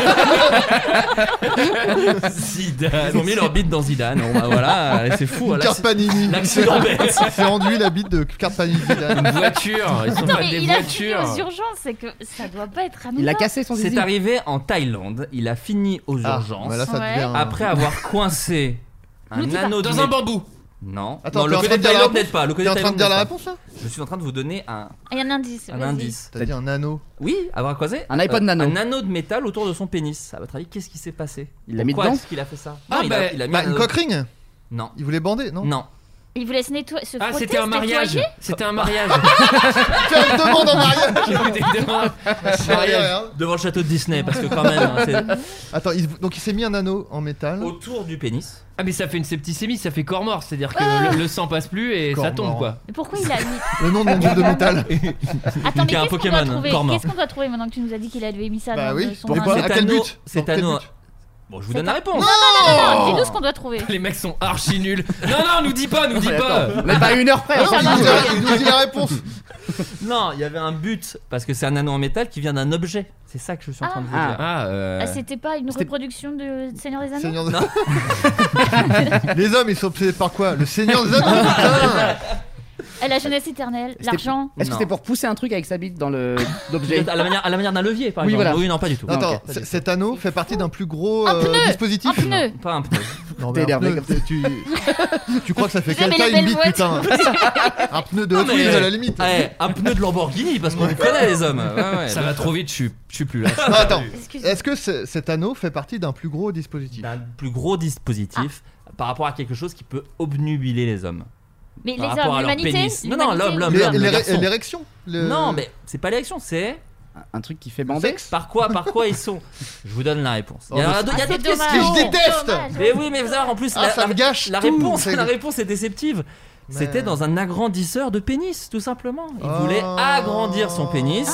Speaker 5: Zidane. Ils ont mis leur bite dans Zidane. Bon, bah voilà, euh, c'est fou. là,
Speaker 6: Carte
Speaker 5: c'est-
Speaker 6: Panini.
Speaker 5: L'accident bête.
Speaker 6: C'est enduit la bite de carte Panini. Zidane.
Speaker 4: Une voiture. Ils ont
Speaker 7: Attends,
Speaker 4: pas
Speaker 7: mais
Speaker 4: des
Speaker 7: il a fini
Speaker 4: voitures.
Speaker 7: aux urgences, c'est que ça doit pas être anodin. Ah,
Speaker 2: Il a cassé son zizi.
Speaker 5: C'est arrivé en Thaïlande. Il a fini aux
Speaker 6: Ah,
Speaker 5: urgences
Speaker 6: bah là, ça
Speaker 7: Ouais.
Speaker 6: devient un-
Speaker 5: après avoir coincé
Speaker 7: Nous
Speaker 5: un
Speaker 7: dis pas.
Speaker 5: anneau de
Speaker 4: Dans un
Speaker 5: métal-
Speaker 4: bambou. Ah,
Speaker 5: Non.
Speaker 6: Attends, t'es
Speaker 5: Non, le
Speaker 6: en train
Speaker 5: côté
Speaker 6: de dire la
Speaker 5: Thaïlande
Speaker 6: réponse
Speaker 5: n'aide pas. Le
Speaker 6: T'es
Speaker 5: côté
Speaker 6: en train de dire la
Speaker 5: Thaïlande
Speaker 6: réponse là
Speaker 5: n'aide pas. Je suis en train de vous donner un,
Speaker 7: Il y a un indice.
Speaker 5: un
Speaker 7: vas-y.
Speaker 5: indice.
Speaker 6: T'as dit un anneau.
Speaker 5: Oui, avoir croisé euh,
Speaker 2: Un iPod nano.
Speaker 5: Un anneau de métal autour de son pénis. À votre avis, qu'est-ce qui s'est passé
Speaker 2: Il l'a mis
Speaker 5: Pourquoi
Speaker 2: dedans
Speaker 5: est-ce qu'il a fait ça
Speaker 4: Ah,
Speaker 5: Non, il, a,
Speaker 4: bah,
Speaker 5: il a mis
Speaker 6: Bah
Speaker 5: un
Speaker 6: une
Speaker 5: anneau-
Speaker 6: coquering.
Speaker 5: Non.
Speaker 6: Il voulait bander, non
Speaker 5: Non.
Speaker 7: Il voulait se nettoyer. Se
Speaker 4: Ah,
Speaker 7: frotter,
Speaker 4: c'était
Speaker 7: se
Speaker 4: un mariage.
Speaker 7: nettoyer.
Speaker 4: C'était un mariage.
Speaker 6: Faire une demande en mariage.
Speaker 5: Mariage Devant le château de Disney, parce que quand même, hein, c'est
Speaker 6: Attends, il- donc il s'est mis un anneau en métal.
Speaker 5: autour du pénis.
Speaker 4: Ah, mais ça fait une septicémie, ça fait corps mort. C'est-à-dire que
Speaker 7: Ah.
Speaker 4: le, le sang passe plus et
Speaker 6: Corps
Speaker 4: ça tombe,
Speaker 6: mort.
Speaker 4: quoi.
Speaker 7: Mais Pourquoi il a mis
Speaker 6: Le nom de mon groupe de métal.
Speaker 7: Attends, mais
Speaker 5: Il y a un
Speaker 7: qu'est-ce qu'on doit
Speaker 5: Pokémon,
Speaker 7: trouver
Speaker 5: corps mort.
Speaker 7: Qu'est-ce qu'on doit trouver maintenant que tu nous as dit qu'il avait mis ça
Speaker 6: Bah
Speaker 7: dans
Speaker 6: oui.
Speaker 7: euh, son
Speaker 6: Pourquoi
Speaker 7: indice
Speaker 6: À quel
Speaker 5: anneau-
Speaker 6: but
Speaker 5: Cet
Speaker 6: Dans quel
Speaker 5: anneau.
Speaker 6: but
Speaker 5: Bon, je vous donne la réponse.
Speaker 7: Non, Dis-nous ce qu'on doit trouver.
Speaker 4: Les mecs sont archi nuls. Non, non, nous dis pas, nous dis pas.
Speaker 2: On est pas à une heure près.
Speaker 6: Ah non, il nous dit- il nous dit la réponse.
Speaker 5: Non, il y avait un but, parce que c'est un anneau en métal qui vient d'un objet. C'est ça que je suis en train de vous
Speaker 2: Ah.
Speaker 5: dire.
Speaker 4: Ah, euh.
Speaker 7: Ah, c'était pas une
Speaker 2: C'était-
Speaker 7: reproduction de Seigneur des Anneaux
Speaker 6: Seigneur des Les hommes, ils sont obsédés par quoi Le Seigneur des Anneaux, putain
Speaker 7: Ah, La jeunesse éternelle, l'argent.
Speaker 2: Est-ce que
Speaker 5: Non.
Speaker 2: c'était pour pousser un truc avec sa bite dans le l'objet
Speaker 5: Peut-être À la manière, à la manière d'un levier, par
Speaker 2: Oui,
Speaker 5: exemple.
Speaker 2: voilà.
Speaker 5: Oui, non, pas du tout.
Speaker 6: Attends,
Speaker 5: Non, ok, pas
Speaker 6: c-
Speaker 5: du
Speaker 6: cet anneau fait partie d'un plus gros
Speaker 7: Un
Speaker 6: euh,
Speaker 7: pneu
Speaker 6: dispositif
Speaker 7: Un pneu.
Speaker 5: tout. Pas un peu.
Speaker 6: Non,
Speaker 2: T'es
Speaker 6: mais un
Speaker 2: énervé
Speaker 6: pneu,
Speaker 2: comme ça.
Speaker 6: tu... tu crois que ça fait quelle
Speaker 7: J'aime les
Speaker 6: taille
Speaker 7: belles
Speaker 6: une bite,
Speaker 7: boîtes.
Speaker 6: putain Un pneu de Hot Wheels, à la limite
Speaker 5: Eh, un pneu de Lamborghini, parce qu'on les connaît, les hommes. Ouais, ouais.
Speaker 4: Ça va trop vite, je suis- je suis plus là.
Speaker 6: Non, attends,
Speaker 7: Excuse-
Speaker 6: est-ce que ce- cet anneau fait partie d'un plus gros dispositif
Speaker 5: d'un plus gros dispositif par rapport à quelque chose qui peut obnubiler les hommes.
Speaker 7: Mais les
Speaker 5: par rapport
Speaker 7: hommes,
Speaker 5: à leur
Speaker 7: l'humanité
Speaker 5: pénis. Non, non,
Speaker 7: l'humanité.
Speaker 5: l'homme,
Speaker 6: Les-
Speaker 5: l'homme, le
Speaker 6: l'éré-
Speaker 5: garçon.
Speaker 6: L'érection le-
Speaker 5: Non, mais c'est pas l'érection, c'est
Speaker 2: Un truc qui fait bander
Speaker 5: par quoi, par quoi ils sont. Je vous donne la réponse. Il y
Speaker 6: Oh,
Speaker 5: a,
Speaker 6: mais-
Speaker 5: d'autres- il y a
Speaker 7: Ah, c'est
Speaker 5: d'autres
Speaker 7: dommage.
Speaker 5: questions.
Speaker 6: Je déteste.
Speaker 7: Dommage.
Speaker 5: Mais oui, mais vous savez, en plus,
Speaker 6: Ah,
Speaker 5: la,
Speaker 6: ça
Speaker 5: la-
Speaker 6: me gâche
Speaker 5: la
Speaker 6: tout,
Speaker 5: réponse,
Speaker 6: c'est-
Speaker 5: la réponse est déceptive. C'était dans un agrandisseur de pénis, tout simplement. Il
Speaker 6: Oh.
Speaker 5: voulait agrandir son pénis.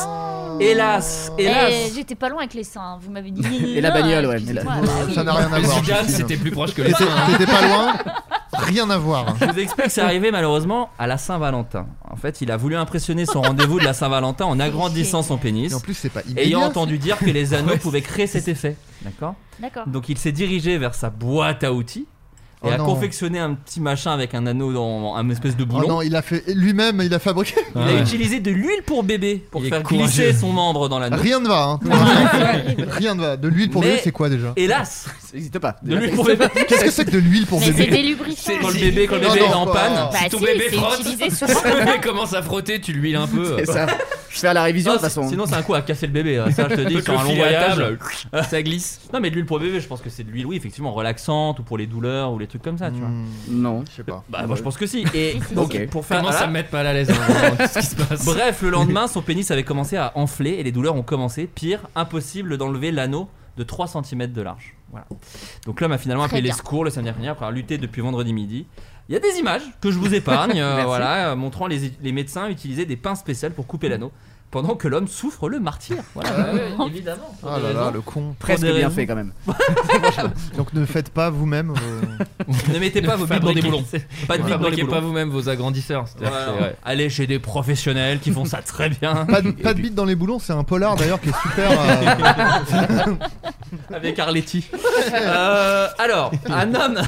Speaker 5: Hélas, hélas.
Speaker 7: Eh, J'étais pas loin avec les seins, hein, vous m'avez dit. bah
Speaker 2: Et la
Speaker 7: Non,
Speaker 2: bagnole, ouais.
Speaker 7: excuse-moi.
Speaker 2: mais
Speaker 6: Euh, Ça n'a rien à
Speaker 4: Le
Speaker 6: voir.
Speaker 4: Zidane,
Speaker 6: Justine.
Speaker 4: c'était plus proche que les
Speaker 6: T'étais
Speaker 4: seins. hein.
Speaker 6: t'étais pas loin Rien à voir.
Speaker 5: Je vous explique, c'est arrivé malheureusement à la Saint-Valentin. En fait, il a voulu impressionner son rendez-vous de la Saint-Valentin en agrandissant son pénis.
Speaker 6: Et en plus, c'est pas
Speaker 5: ayant
Speaker 6: immédiat.
Speaker 5: entendu dire que les anneaux pouvaient créer cet effet. D'accord
Speaker 7: D'accord.
Speaker 5: Donc il s'est dirigé vers sa boîte à outils et
Speaker 6: Oh
Speaker 5: a
Speaker 6: non.
Speaker 5: confectionné un petit machin avec un anneau dans un espèce de
Speaker 6: Oh
Speaker 5: boulon.
Speaker 6: non, il a fait lui-même, il a fabriqué.
Speaker 5: il a utilisé de l'huile pour bébé pour
Speaker 4: Il est
Speaker 5: faire
Speaker 4: courageux.
Speaker 5: glisser son membre dans l'anneau.
Speaker 6: Rien ne va. hein. Rien ne va. De l'huile pour
Speaker 5: Mais-
Speaker 6: bébé, c'est quoi déjà
Speaker 5: Hélas,
Speaker 2: Ça n'existe pas.
Speaker 5: de l'huile pour bébé.
Speaker 6: Qu'est-ce que c'est que de l'huile pour
Speaker 7: Mais c'est
Speaker 6: bébé
Speaker 7: des lubrifiants.
Speaker 5: Quand le bébé, quand le bébé
Speaker 6: Non,
Speaker 5: est
Speaker 6: non,
Speaker 5: en
Speaker 6: pas-
Speaker 5: panne.
Speaker 7: Bah
Speaker 4: Ton
Speaker 7: si,
Speaker 4: bébé
Speaker 7: c'est
Speaker 4: frotte.
Speaker 7: utilisé
Speaker 4: Ton
Speaker 7: souvent.
Speaker 4: bébé commence à frotter, tu l'huiles un peu.
Speaker 2: C'est ça. Je vais faire la révision de toute façon.
Speaker 5: Ah, Sinon, Oh, c'est un coup à casser le bébé. euh, Ça, je te dis,
Speaker 2: Le
Speaker 5: sur un long
Speaker 2: fil à
Speaker 5: voyage,
Speaker 2: table,
Speaker 5: euh, ça glisse. Non, mais de l'huile pour bébé, je pense que c'est de l'huile, oui, effectivement, relaxante ou pour les douleurs ou les trucs comme ça, tu vois.
Speaker 2: Hmm. Non, je sais pas.
Speaker 5: Bah, moi, je pense que si. Et donc,
Speaker 2: Ok.
Speaker 5: pour faire
Speaker 4: Commence à me mettre mal à l'aise, hein, vraiment, qu'est-ce qui se passe
Speaker 5: Bref, le lendemain, son pénis avait commencé à enfler et les douleurs ont commencé. Pire, impossible d'enlever l'anneau de 3 cm de large. Voilà. Donc l'homme a finalement
Speaker 4: Très
Speaker 5: appelé les
Speaker 4: bien.
Speaker 5: secours le samedi dernier après avoir lutté depuis vendredi midi. Il y a des images que je vous épargne, euh,
Speaker 4: Merci.
Speaker 5: voilà, euh, montrant les, les médecins utiliser des pinces spéciales pour couper l'anneau pendant que l'homme souffre le martyr. Voilà, Ah ouais, évidemment. pour
Speaker 6: Ah
Speaker 5: des
Speaker 6: là là,
Speaker 5: raisons-
Speaker 6: le con.
Speaker 5: pour des raisons-
Speaker 6: Donc ne faites pas vous-même. euh,
Speaker 5: Ne mettez pas vos bites dans des boulons. Pas de
Speaker 6: Ouais.
Speaker 5: bites dans les
Speaker 6: Fabriquez
Speaker 5: boulons.
Speaker 6: pas
Speaker 5: vous-même vos agrandisseurs.
Speaker 6: c'est-à-dire que c'est- ouais.
Speaker 5: Allez chez des professionnels qui font ça très bien.
Speaker 6: Pas de, pas de bite dans les boulons, c'est un polar d'ailleurs qui est super. euh,
Speaker 5: Avec Arletty. Euh, alors, un homme,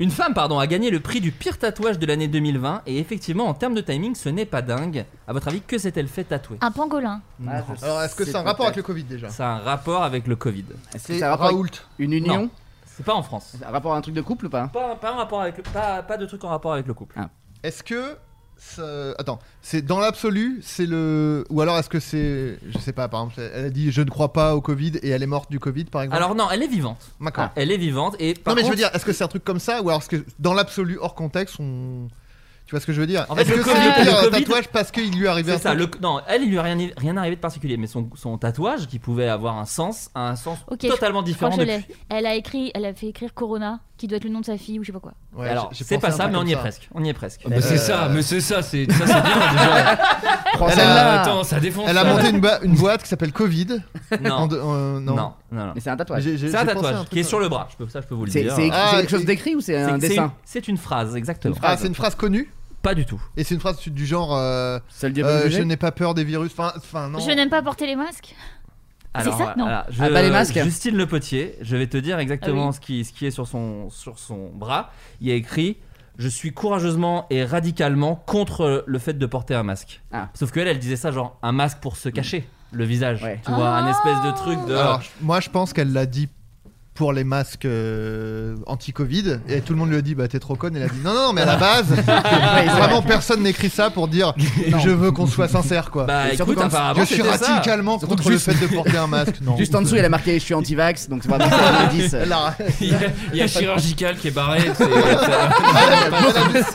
Speaker 5: une femme, pardon, a gagné le prix du pire tatouage de l'année 2020. Et effectivement, en termes de timing, ce n'est pas dingue. À votre avis, que s'est-elle fait tatouer
Speaker 7: Un pangolin.
Speaker 5: Non.
Speaker 6: Alors est-ce que c'est un rapport avec le Covid déjà
Speaker 5: Ça a un rapport avec le Covid.
Speaker 2: que ça a un rapport avec Une union
Speaker 5: Non. C'est pas en France.
Speaker 2: Un rapport à un truc de couple ou pas
Speaker 5: Pas, pas un rapport avec le- pas, pas de truc en rapport avec le couple.
Speaker 6: Ah. Est-ce que. ça- Attends, c'est dans l'absolu, c'est le. Ou alors est-ce que c'est. Je sais pas, par exemple, elle a dit je ne crois pas au Covid et elle est morte du Covid par exemple
Speaker 5: Alors ah, non, elle est vivante.
Speaker 6: D'accord.
Speaker 5: Elle est vivante et par
Speaker 6: Ah. non, mais je veux
Speaker 5: contre-
Speaker 6: dire, est-ce que c'est un truc comme ça ou alors est-ce que dans l'absolu, hors contexte, on. Tu vois ce que je veux dire
Speaker 5: En fait,
Speaker 6: Est-ce
Speaker 5: le
Speaker 6: que c'est
Speaker 5: Covid-
Speaker 6: le pire
Speaker 5: le Covid-
Speaker 6: tatouage parce qu'il lui est arrivé un
Speaker 5: C'est ça.
Speaker 6: truc
Speaker 5: le- non, elle, il lui a rien, rien arrivé de particulier, mais son, son tatouage qui pouvait avoir un sens, a un sens
Speaker 7: Ok.
Speaker 5: totalement
Speaker 7: je- je
Speaker 5: différent.
Speaker 7: crois que je
Speaker 5: depuis.
Speaker 7: l'ai. Elle a écrit, elle a fait écrire Corona, qui doit être le nom de sa fille ou je sais pas quoi.
Speaker 6: Ouais,
Speaker 5: Alors,
Speaker 6: j'ai- j'ai
Speaker 5: c'est
Speaker 6: pensé
Speaker 5: pas
Speaker 6: à un
Speaker 5: ça,
Speaker 6: truc
Speaker 5: mais on y est
Speaker 6: comme ça. Euh,
Speaker 5: presque. On y est presque.
Speaker 4: Ah bah c'est ça, mais c'est ça, c'est ça, c'est bien déjà.
Speaker 5: Eh
Speaker 6: Prends
Speaker 5: ben,
Speaker 4: Elle
Speaker 6: celle-là.
Speaker 4: a- attends, ça défonce.
Speaker 6: Elle a
Speaker 4: ça.
Speaker 6: monté une, ba- une boîte qui s'appelle Covid.
Speaker 5: Non.
Speaker 6: En deux- euh, non.
Speaker 5: Non, non, non.
Speaker 2: Mais c'est un tatouage.
Speaker 6: J'ai- j'ai-
Speaker 5: C'est un
Speaker 6: j'ai pensé à un
Speaker 5: tatouage
Speaker 6: truc
Speaker 5: qui est
Speaker 6: comme
Speaker 5: sur le bras. Je peux, ça, je peux vous le
Speaker 2: C'est-
Speaker 5: dire.
Speaker 2: c'est-
Speaker 6: Ah,
Speaker 2: c'est quelque
Speaker 6: et-
Speaker 2: chose d'écrit ou c'est
Speaker 5: C'est-
Speaker 2: un
Speaker 5: c'est
Speaker 2: dessin
Speaker 5: une- C'est une phrase, exactement.
Speaker 6: Ah, c'est une phrase connue
Speaker 5: Pas du tout.
Speaker 6: Et c'est une phrase du genre euh,
Speaker 2: le diable
Speaker 6: euh,
Speaker 2: me jugeait
Speaker 6: Je n'ai pas peur des virus. Enfin, enfin non.
Speaker 7: Je n'aime pas porter les masques.
Speaker 5: Alors, euh,
Speaker 7: c'est ça Non.
Speaker 5: alors, je-
Speaker 2: Ah, pas les masques
Speaker 5: Justine Le Potier, je vais te dire exactement
Speaker 7: Ah oui.
Speaker 5: ce, qui, ce qui est sur son, sur son bras. Il y a écrit Je suis courageusement et radicalement contre le fait de porter un masque. Sauf qu'elle, elle disait ça genre un masque pour se cacher le visage. Tu vois, un espèce de truc de.
Speaker 6: Alors, je- moi, je pense qu'elle l'a dit pour les masques euh, anti-Covid et tout le monde lui a dit bah t'es trop conne. Elle a dit non non mais à la base vraiment personne n'écrit ça pour dire je veux qu'on soit sincère quoi.
Speaker 5: Bah,
Speaker 6: Et surtout
Speaker 5: écoute,
Speaker 6: quand-
Speaker 5: apparemment,
Speaker 6: je suis
Speaker 5: c'était ça.
Speaker 6: radicalement
Speaker 5: Surtout
Speaker 6: contre
Speaker 5: que
Speaker 6: le
Speaker 5: juste-
Speaker 6: fait de porter un masque. Non.
Speaker 2: Juste en dessous, il a marqué Je suis anti-vax, donc c'est vraiment un indice.
Speaker 6: Là.
Speaker 4: Il y a chirurgical qui est barré. c'est-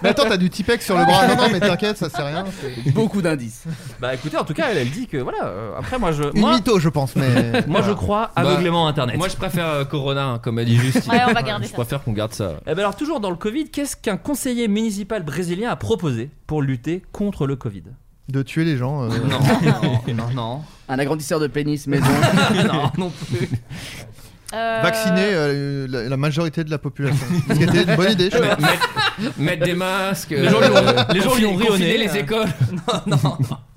Speaker 6: Mais attends t'as du Tipex sur le bras. Non non mais t'inquiète ça c'est rien. c'est-
Speaker 2: Beaucoup d'indices.
Speaker 5: Bah écoutez, en tout cas, elle, elle dit que voilà. euh, après, moi, je.
Speaker 6: Une
Speaker 5: moi,
Speaker 6: mytho je pense mais.
Speaker 5: moi, je crois aveuglément à Internet.
Speaker 4: bah, Moi, je préfère euh, Corona, hein, comme a dit Justine.
Speaker 7: Ouais, on va garder
Speaker 4: Je
Speaker 7: ça.
Speaker 4: préfère qu'on garde ça.
Speaker 5: Eh ben alors toujours dans le Covid, qu'est-ce qu'un conseiller municipal brésilien a proposé pour lutter contre le Covid
Speaker 6: De tuer les gens. euh,
Speaker 5: Non, non, non, non,
Speaker 2: Un agrandisseur de pénis maison.
Speaker 4: Ah,
Speaker 5: non, non plus.
Speaker 7: Euh,
Speaker 6: Vacciner euh, la, la majorité de la population. Ce qui était une bonne idée, je pense.
Speaker 4: Mettre des masques.
Speaker 5: Les gens lui ont- les gens lui ont ri au
Speaker 4: confiner
Speaker 5: nez,
Speaker 4: les
Speaker 5: euh.
Speaker 4: écoles.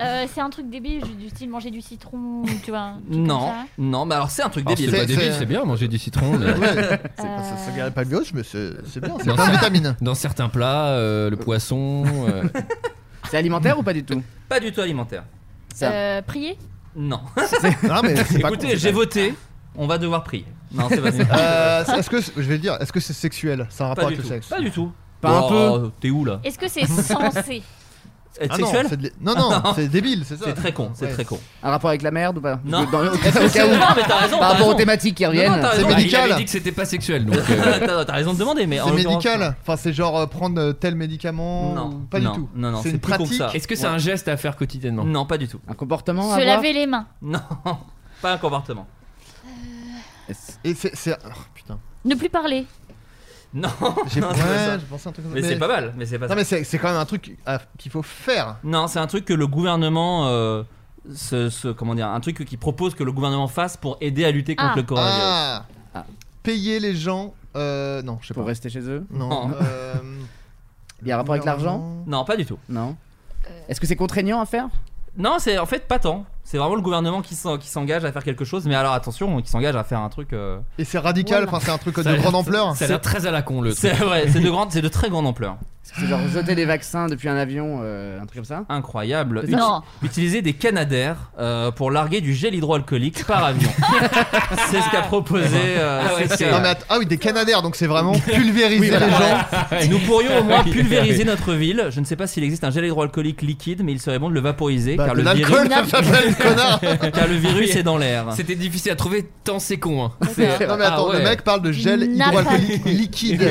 Speaker 7: euh, c'est un truc débile du du style manger du citron, tu vois. un truc comme
Speaker 5: Non,
Speaker 7: ça.
Speaker 5: non, mais alors c'est un truc
Speaker 6: Alors,
Speaker 5: débile.
Speaker 6: c'est-
Speaker 4: Pas débile,
Speaker 6: c'est-
Speaker 4: c'est bien manger du citron. mais-
Speaker 6: C'est pas- ça, ça garde pas le virus, mais c'est c'est bien, c'est
Speaker 4: Non,
Speaker 6: plein de
Speaker 4: c'est-
Speaker 6: vitamines.
Speaker 4: Dans certains plats, euh, le poisson. euh,
Speaker 2: C'est alimentaire ou pas du tout
Speaker 5: Pas du tout alimentaire.
Speaker 2: Ça.
Speaker 7: Euh, prier
Speaker 5: Non.
Speaker 6: Non, mais c'est pas con,
Speaker 5: Écoutez,
Speaker 6: c'est
Speaker 5: j'ai
Speaker 6: pas-
Speaker 5: voté, on va devoir prier. Non, c'est pas ça.
Speaker 6: Euh, c'est- est-ce que c'est- je vais le dire, est-ce que c'est sexuel Ça a un
Speaker 5: pas
Speaker 6: rapport
Speaker 5: du
Speaker 6: avec le
Speaker 5: tout.
Speaker 6: sexe
Speaker 5: Pas du tout.
Speaker 2: Pas un
Speaker 5: Oh, T'es où là
Speaker 7: Est-ce que c'est censé
Speaker 5: Être
Speaker 6: Ah non,
Speaker 5: sexuel
Speaker 6: c'est de- non, non, c'est débile, c'est ça.
Speaker 5: C'est très con, c'est
Speaker 6: Ouais.
Speaker 5: très con.
Speaker 2: Un rapport avec la merde ou pas
Speaker 5: Non.
Speaker 2: Dans- au cas- au cas où.
Speaker 5: Non, mais t'as raison.
Speaker 2: Ah, Par
Speaker 5: t'as
Speaker 2: rapport aux
Speaker 5: raison.
Speaker 2: thématiques qui
Speaker 5: Non,
Speaker 2: reviennent.
Speaker 5: non, t'as
Speaker 6: C'est
Speaker 5: raison.
Speaker 4: Bah, il
Speaker 6: médical.
Speaker 4: avait dit que c'était pas sexuel, donc. euh,
Speaker 5: T'as t'as raison de demander, mais en
Speaker 6: C'est
Speaker 5: l'occurrence-
Speaker 6: médical Enfin, c'est genre euh, prendre euh, tel médicament
Speaker 5: Non,
Speaker 6: Pas
Speaker 5: non,
Speaker 6: du tout.
Speaker 5: non, non,
Speaker 6: c'est
Speaker 5: c'est
Speaker 6: une
Speaker 5: plus con que
Speaker 6: pratique.
Speaker 5: ça.
Speaker 4: Est-ce que c'est un geste à faire quotidiennement
Speaker 5: Non, pas du tout.
Speaker 2: Un comportement à
Speaker 7: Se
Speaker 2: avoir
Speaker 7: laver les mains
Speaker 5: Non, pas un comportement.
Speaker 6: Et c'est. c'est- oh, putain.
Speaker 7: Ne plus parler
Speaker 5: Non.
Speaker 6: J'ai
Speaker 5: non, c'est pas ça.
Speaker 6: ouais, j'ai pensé à un truc comme
Speaker 5: Mais
Speaker 6: ça.
Speaker 5: c'est pas mal, mais c'est pas ça.
Speaker 6: Non, mais c'est c'est quand même un truc à- qu'il faut faire.
Speaker 5: Non, c'est un truc que le gouvernement. euh, se- se- comment dire Un truc qui propose que le gouvernement fasse pour aider à lutter contre
Speaker 7: Ah.
Speaker 5: le coronavirus.
Speaker 6: Ah.
Speaker 2: Ah.
Speaker 6: Payer les gens. euh, non, je sais pas.
Speaker 2: Pour rester chez eux
Speaker 6: Non.
Speaker 5: Non.
Speaker 6: euh,
Speaker 2: Il y a un rapport avec l'argent
Speaker 5: Non, pas du tout.
Speaker 2: Non. Est-ce que c'est contraignant à faire
Speaker 5: Non, c'est en fait pas tant. C'est vraiment le gouvernement qui s'en- qui s'engage à faire quelque chose, mais alors attention, qui s'engage à faire un truc. euh,
Speaker 6: Et c'est radical, enfin c'est un truc
Speaker 4: Ça a
Speaker 6: de
Speaker 4: l'air-
Speaker 6: grande ampleur.
Speaker 4: Ça a l'air très à la con, le truc.
Speaker 5: C'est ouais, c'est de grande, c'est de très grande ampleur.
Speaker 2: Est-ce C'est genre jeter des vaccins depuis un avion, euh, un truc comme ça.
Speaker 5: Incroyable.
Speaker 2: C'est ça
Speaker 5: Uti-
Speaker 2: Non.
Speaker 5: Utiliser des canadaires euh, pour larguer du gel hydroalcoolique par avion. c'est ce qu'a proposé. euh,
Speaker 6: Ah, ouais,
Speaker 5: c'est-
Speaker 6: non, mais attends- ah oui, des Canadaires, donc c'est vraiment pulvériser
Speaker 5: Oui, voilà.
Speaker 6: les gens.
Speaker 5: Ouais. Nous pourrions au moins pulvériser notre ville. Je ne sais pas s'il existe un gel hydroalcoolique liquide, mais il serait bon de le vaporiser
Speaker 6: Bah,
Speaker 5: car,
Speaker 6: de
Speaker 5: le virus...
Speaker 6: l'alcool, ça s'appelle, connard.
Speaker 5: car le virus est dans l'air.
Speaker 4: C'était difficile à trouver tant c'est con. hein.
Speaker 6: Non, mais attends,
Speaker 4: Ah ouais.
Speaker 6: le mec parle de gel
Speaker 2: Une alpha-
Speaker 6: hydroalcoolique liquide.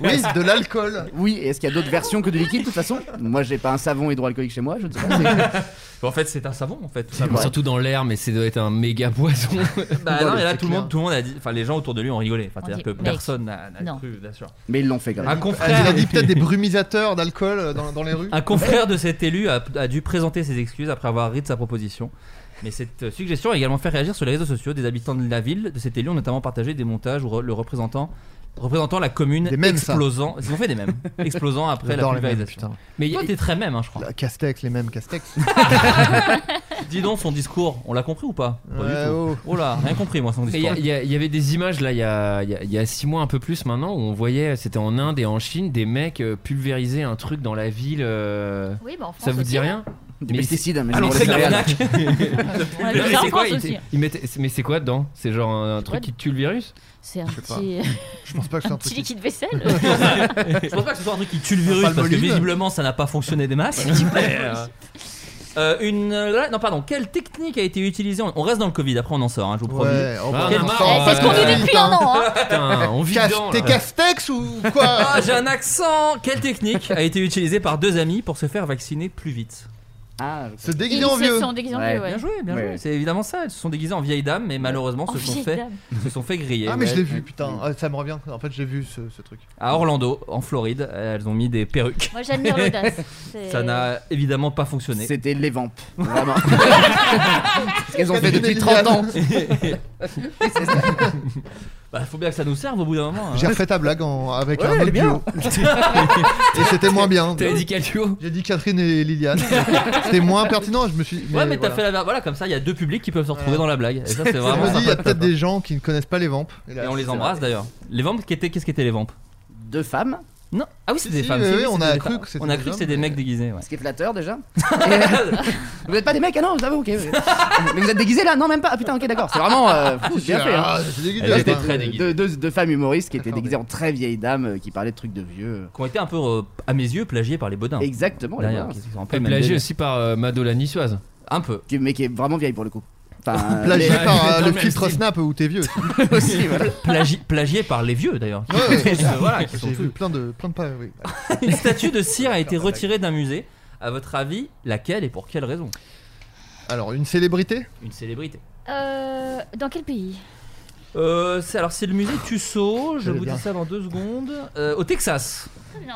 Speaker 6: Oui, de l'alcool.
Speaker 2: Oui, et est-ce qu'il y a d'autres versions que du liquide de toute façon Moi, j'ai pas un savon hydroalcoolique chez moi, je ne sais pas.
Speaker 5: en fait, c'est un savon en fait.
Speaker 4: C'est Surtout dans l'air, mais c'est doit être un méga poison.
Speaker 5: Bah non, mais là tout le monde, tout le monde a dit, enfin les gens autour de lui ont rigolé. Enfin, c'est-à-dire que
Speaker 4: dit, mec,
Speaker 5: personne n'a n'a
Speaker 4: non.
Speaker 5: cru, bien sûr.
Speaker 2: Mais ils l'ont fait quand
Speaker 5: Un
Speaker 6: Elle dit-
Speaker 5: confrère-
Speaker 6: Elle a dit peut-être des brumisateurs d'alcool euh, dans, dans les rues.
Speaker 5: Un confrère de cet élu a, a dû présenter ses excuses après avoir ri de sa proposition. Mais cette euh, suggestion a également fait réagir sur les réseaux sociaux. Des habitants de la ville de cet élu ont notamment partagé des montages où re- le représentant représentant la commune
Speaker 6: Des mèmes, ça.
Speaker 5: explosant. Ils ont fait des mêmes explosant après la
Speaker 6: J'adore les mèmes,
Speaker 5: pulvérisation.
Speaker 6: putain.
Speaker 5: Mais toi t'es très même, hein, je crois.
Speaker 6: La Castex, les mêmes Castex.
Speaker 5: Dis donc son discours, on l'a compris ou pas Pas
Speaker 6: Ouais,
Speaker 5: du tout.
Speaker 6: oh.
Speaker 5: Oh là, rien compris moi son
Speaker 4: Mais Il y,
Speaker 5: discours.
Speaker 4: a- il y a- il y avait des images là, il y a, il y a- il y a six mois, un peu plus maintenant, où on voyait, c'était en Inde et en Chine, des mecs euh, pulvériser un truc dans la ville. euh,
Speaker 7: Oui, bah, en France
Speaker 4: Ça vous dit
Speaker 7: aussi,
Speaker 4: rien
Speaker 7: hein.
Speaker 2: Des pesticides, mais
Speaker 4: à
Speaker 2: c'est
Speaker 4: l'entrée de
Speaker 2: pour
Speaker 4: la
Speaker 2: les
Speaker 4: Fnac.
Speaker 2: céréales. Ah,
Speaker 7: On l'avait fait en
Speaker 4: c'est quoi,
Speaker 7: France
Speaker 4: ils-
Speaker 7: aussi.
Speaker 4: ils mettaient- Mais c'est quoi dedans C'est genre un, un
Speaker 7: sais
Speaker 4: truc
Speaker 7: pas.
Speaker 4: qui tue le virus
Speaker 7: C'est un
Speaker 4: Je sais pas.
Speaker 7: petit.
Speaker 6: Je pense pas que
Speaker 7: un petit liquide vaisselle. Je
Speaker 5: Je pense pas que ce soit un truc qui tue le virus parce que
Speaker 4: Palmoline.
Speaker 5: visiblement ça n'a pas fonctionné des masses. Mais, euh, euh, une euh, là- non pardon quelle technique a été utilisée on, on reste dans le Covid après on en sort hein, je vous promets
Speaker 6: Ouais, oh, on
Speaker 5: Quelle-
Speaker 6: en a
Speaker 7: Eh,
Speaker 6: marre, C'est ce qu'on dit euh, depuis un an, hein. Putain, on vit Cas- dedans, là. t'es Castex ou quoi
Speaker 5: Ah, j'ai un accent quelle technique a été utilisée par deux amis pour se faire vacciner plus vite
Speaker 2: ah,
Speaker 6: se
Speaker 7: déguiser Ils en se vieux. sont déguisés en vieux, ouais.
Speaker 5: Bien joué, bien
Speaker 7: Ouais,
Speaker 5: joué.
Speaker 7: ouais.
Speaker 5: C'est évidemment ça. Elles se sont déguisées en vieilles dames, mais malheureusement,
Speaker 7: En
Speaker 4: hein,
Speaker 5: se sont
Speaker 7: vieilles
Speaker 5: fait,
Speaker 7: dames.
Speaker 5: se sont fait griller.
Speaker 6: Ah, mais je l'ai
Speaker 5: Ouais.
Speaker 6: vu, putain. Ah, ça me revient. En fait, j'ai vu ce, ce truc.
Speaker 5: À Orlando, en Floride, elles ont mis des perruques.
Speaker 7: Moi, j'admire l'audace.
Speaker 5: Ça n'a évidemment pas fonctionné.
Speaker 2: C'était les vampes, vraiment. Ce qu'elles ont fait depuis 30 ans. C'est ça.
Speaker 5: Bah, faut bien que ça nous serve au bout d'un moment. hein.
Speaker 6: J'ai refait ta blague en- avec
Speaker 5: Ouais,
Speaker 6: un
Speaker 5: elle
Speaker 6: autre
Speaker 5: est bien.
Speaker 6: duo. et c'était moins bien.
Speaker 5: T'avais dit quel duo
Speaker 6: J'ai dit Catherine et Liliane. c'était moins pertinent. Je me suis.
Speaker 5: ouais,
Speaker 6: voilà.
Speaker 5: mais t'as fait la. Ah, bah, Voilà, comme ça, il y a deux publics qui peuvent se retrouver dans la blague. Et ça, c'est
Speaker 6: Je
Speaker 5: vraiment.
Speaker 6: me dis, il y a
Speaker 5: sympa.
Speaker 6: peut-être des gens qui ne connaissent pas les vampes.
Speaker 5: Et on les embrasse d'ailleurs. Les vampes, qu'étaient- qu'est-ce qu'étaient les vampes
Speaker 2: Deux femmes.
Speaker 5: Non. Ah oui, c'était
Speaker 2: Si,
Speaker 5: des
Speaker 2: si,
Speaker 5: femmes.
Speaker 2: oui,
Speaker 5: si,
Speaker 2: oui,
Speaker 5: oui,
Speaker 2: on
Speaker 5: c'était
Speaker 2: a
Speaker 5: des
Speaker 2: cru
Speaker 5: femmes.
Speaker 2: que c'était
Speaker 5: On a
Speaker 2: des
Speaker 5: cru que
Speaker 2: hommes,
Speaker 5: c'était des mecs déguisés. ouais.
Speaker 2: Ce qui est flatteur déjà. Et- euh, vous êtes pas des mecs Ah non, ça va, ok. Mais vous êtes déguisés là Non, même pas. Ah putain, ok, d'accord. C'est vraiment euh, fou, c'est bien fait.
Speaker 6: Ah,
Speaker 2: Hein.
Speaker 6: c'est dégueulasse,
Speaker 2: Deux-
Speaker 6: Elles étaient
Speaker 2: deux-
Speaker 6: très déguisées.
Speaker 2: deux- deux- deux femmes humoristes qui étaient déguisées en très vieilles dames euh, qui parlaient de trucs de vieux.
Speaker 5: Qui ont été un peu, euh, à mes yeux, plagiés par les Baudins.
Speaker 2: Exactement, les
Speaker 5: D'ailleurs,
Speaker 2: Baudins.
Speaker 5: qui sont un peu
Speaker 4: Et
Speaker 5: le même
Speaker 4: plagié
Speaker 5: délire.
Speaker 4: aussi par euh, Mado la niçoise.
Speaker 5: Un peu.
Speaker 2: Mais qui est vraiment vieille pour le coup. Enfin, euh,
Speaker 6: Plagié
Speaker 2: les-
Speaker 6: par euh,
Speaker 2: dans
Speaker 6: le
Speaker 2: même
Speaker 6: filtre
Speaker 2: style.
Speaker 6: Snap où t'es vieux.
Speaker 2: aussi, voilà.
Speaker 5: Plagi- plagiés par les vieux d'ailleurs.
Speaker 6: Ouais, ouais.
Speaker 4: Ah
Speaker 5: Tous, euh, voilà, qui sont
Speaker 6: J'ai vu
Speaker 5: tous-
Speaker 6: plein de plein de pas. oui.
Speaker 5: Une statue de cire a été retirée d'un musée. À votre avis, laquelle et pour quelle raison
Speaker 6: Alors une célébrité.
Speaker 5: Une célébrité.
Speaker 7: Euh, dans quel pays
Speaker 5: Euh, c'est- alors c'est le musée Tussaud, je
Speaker 6: J'allais
Speaker 5: vous
Speaker 6: bien.
Speaker 5: dis ça dans deux secondes. Euh, au Texas.
Speaker 7: Non.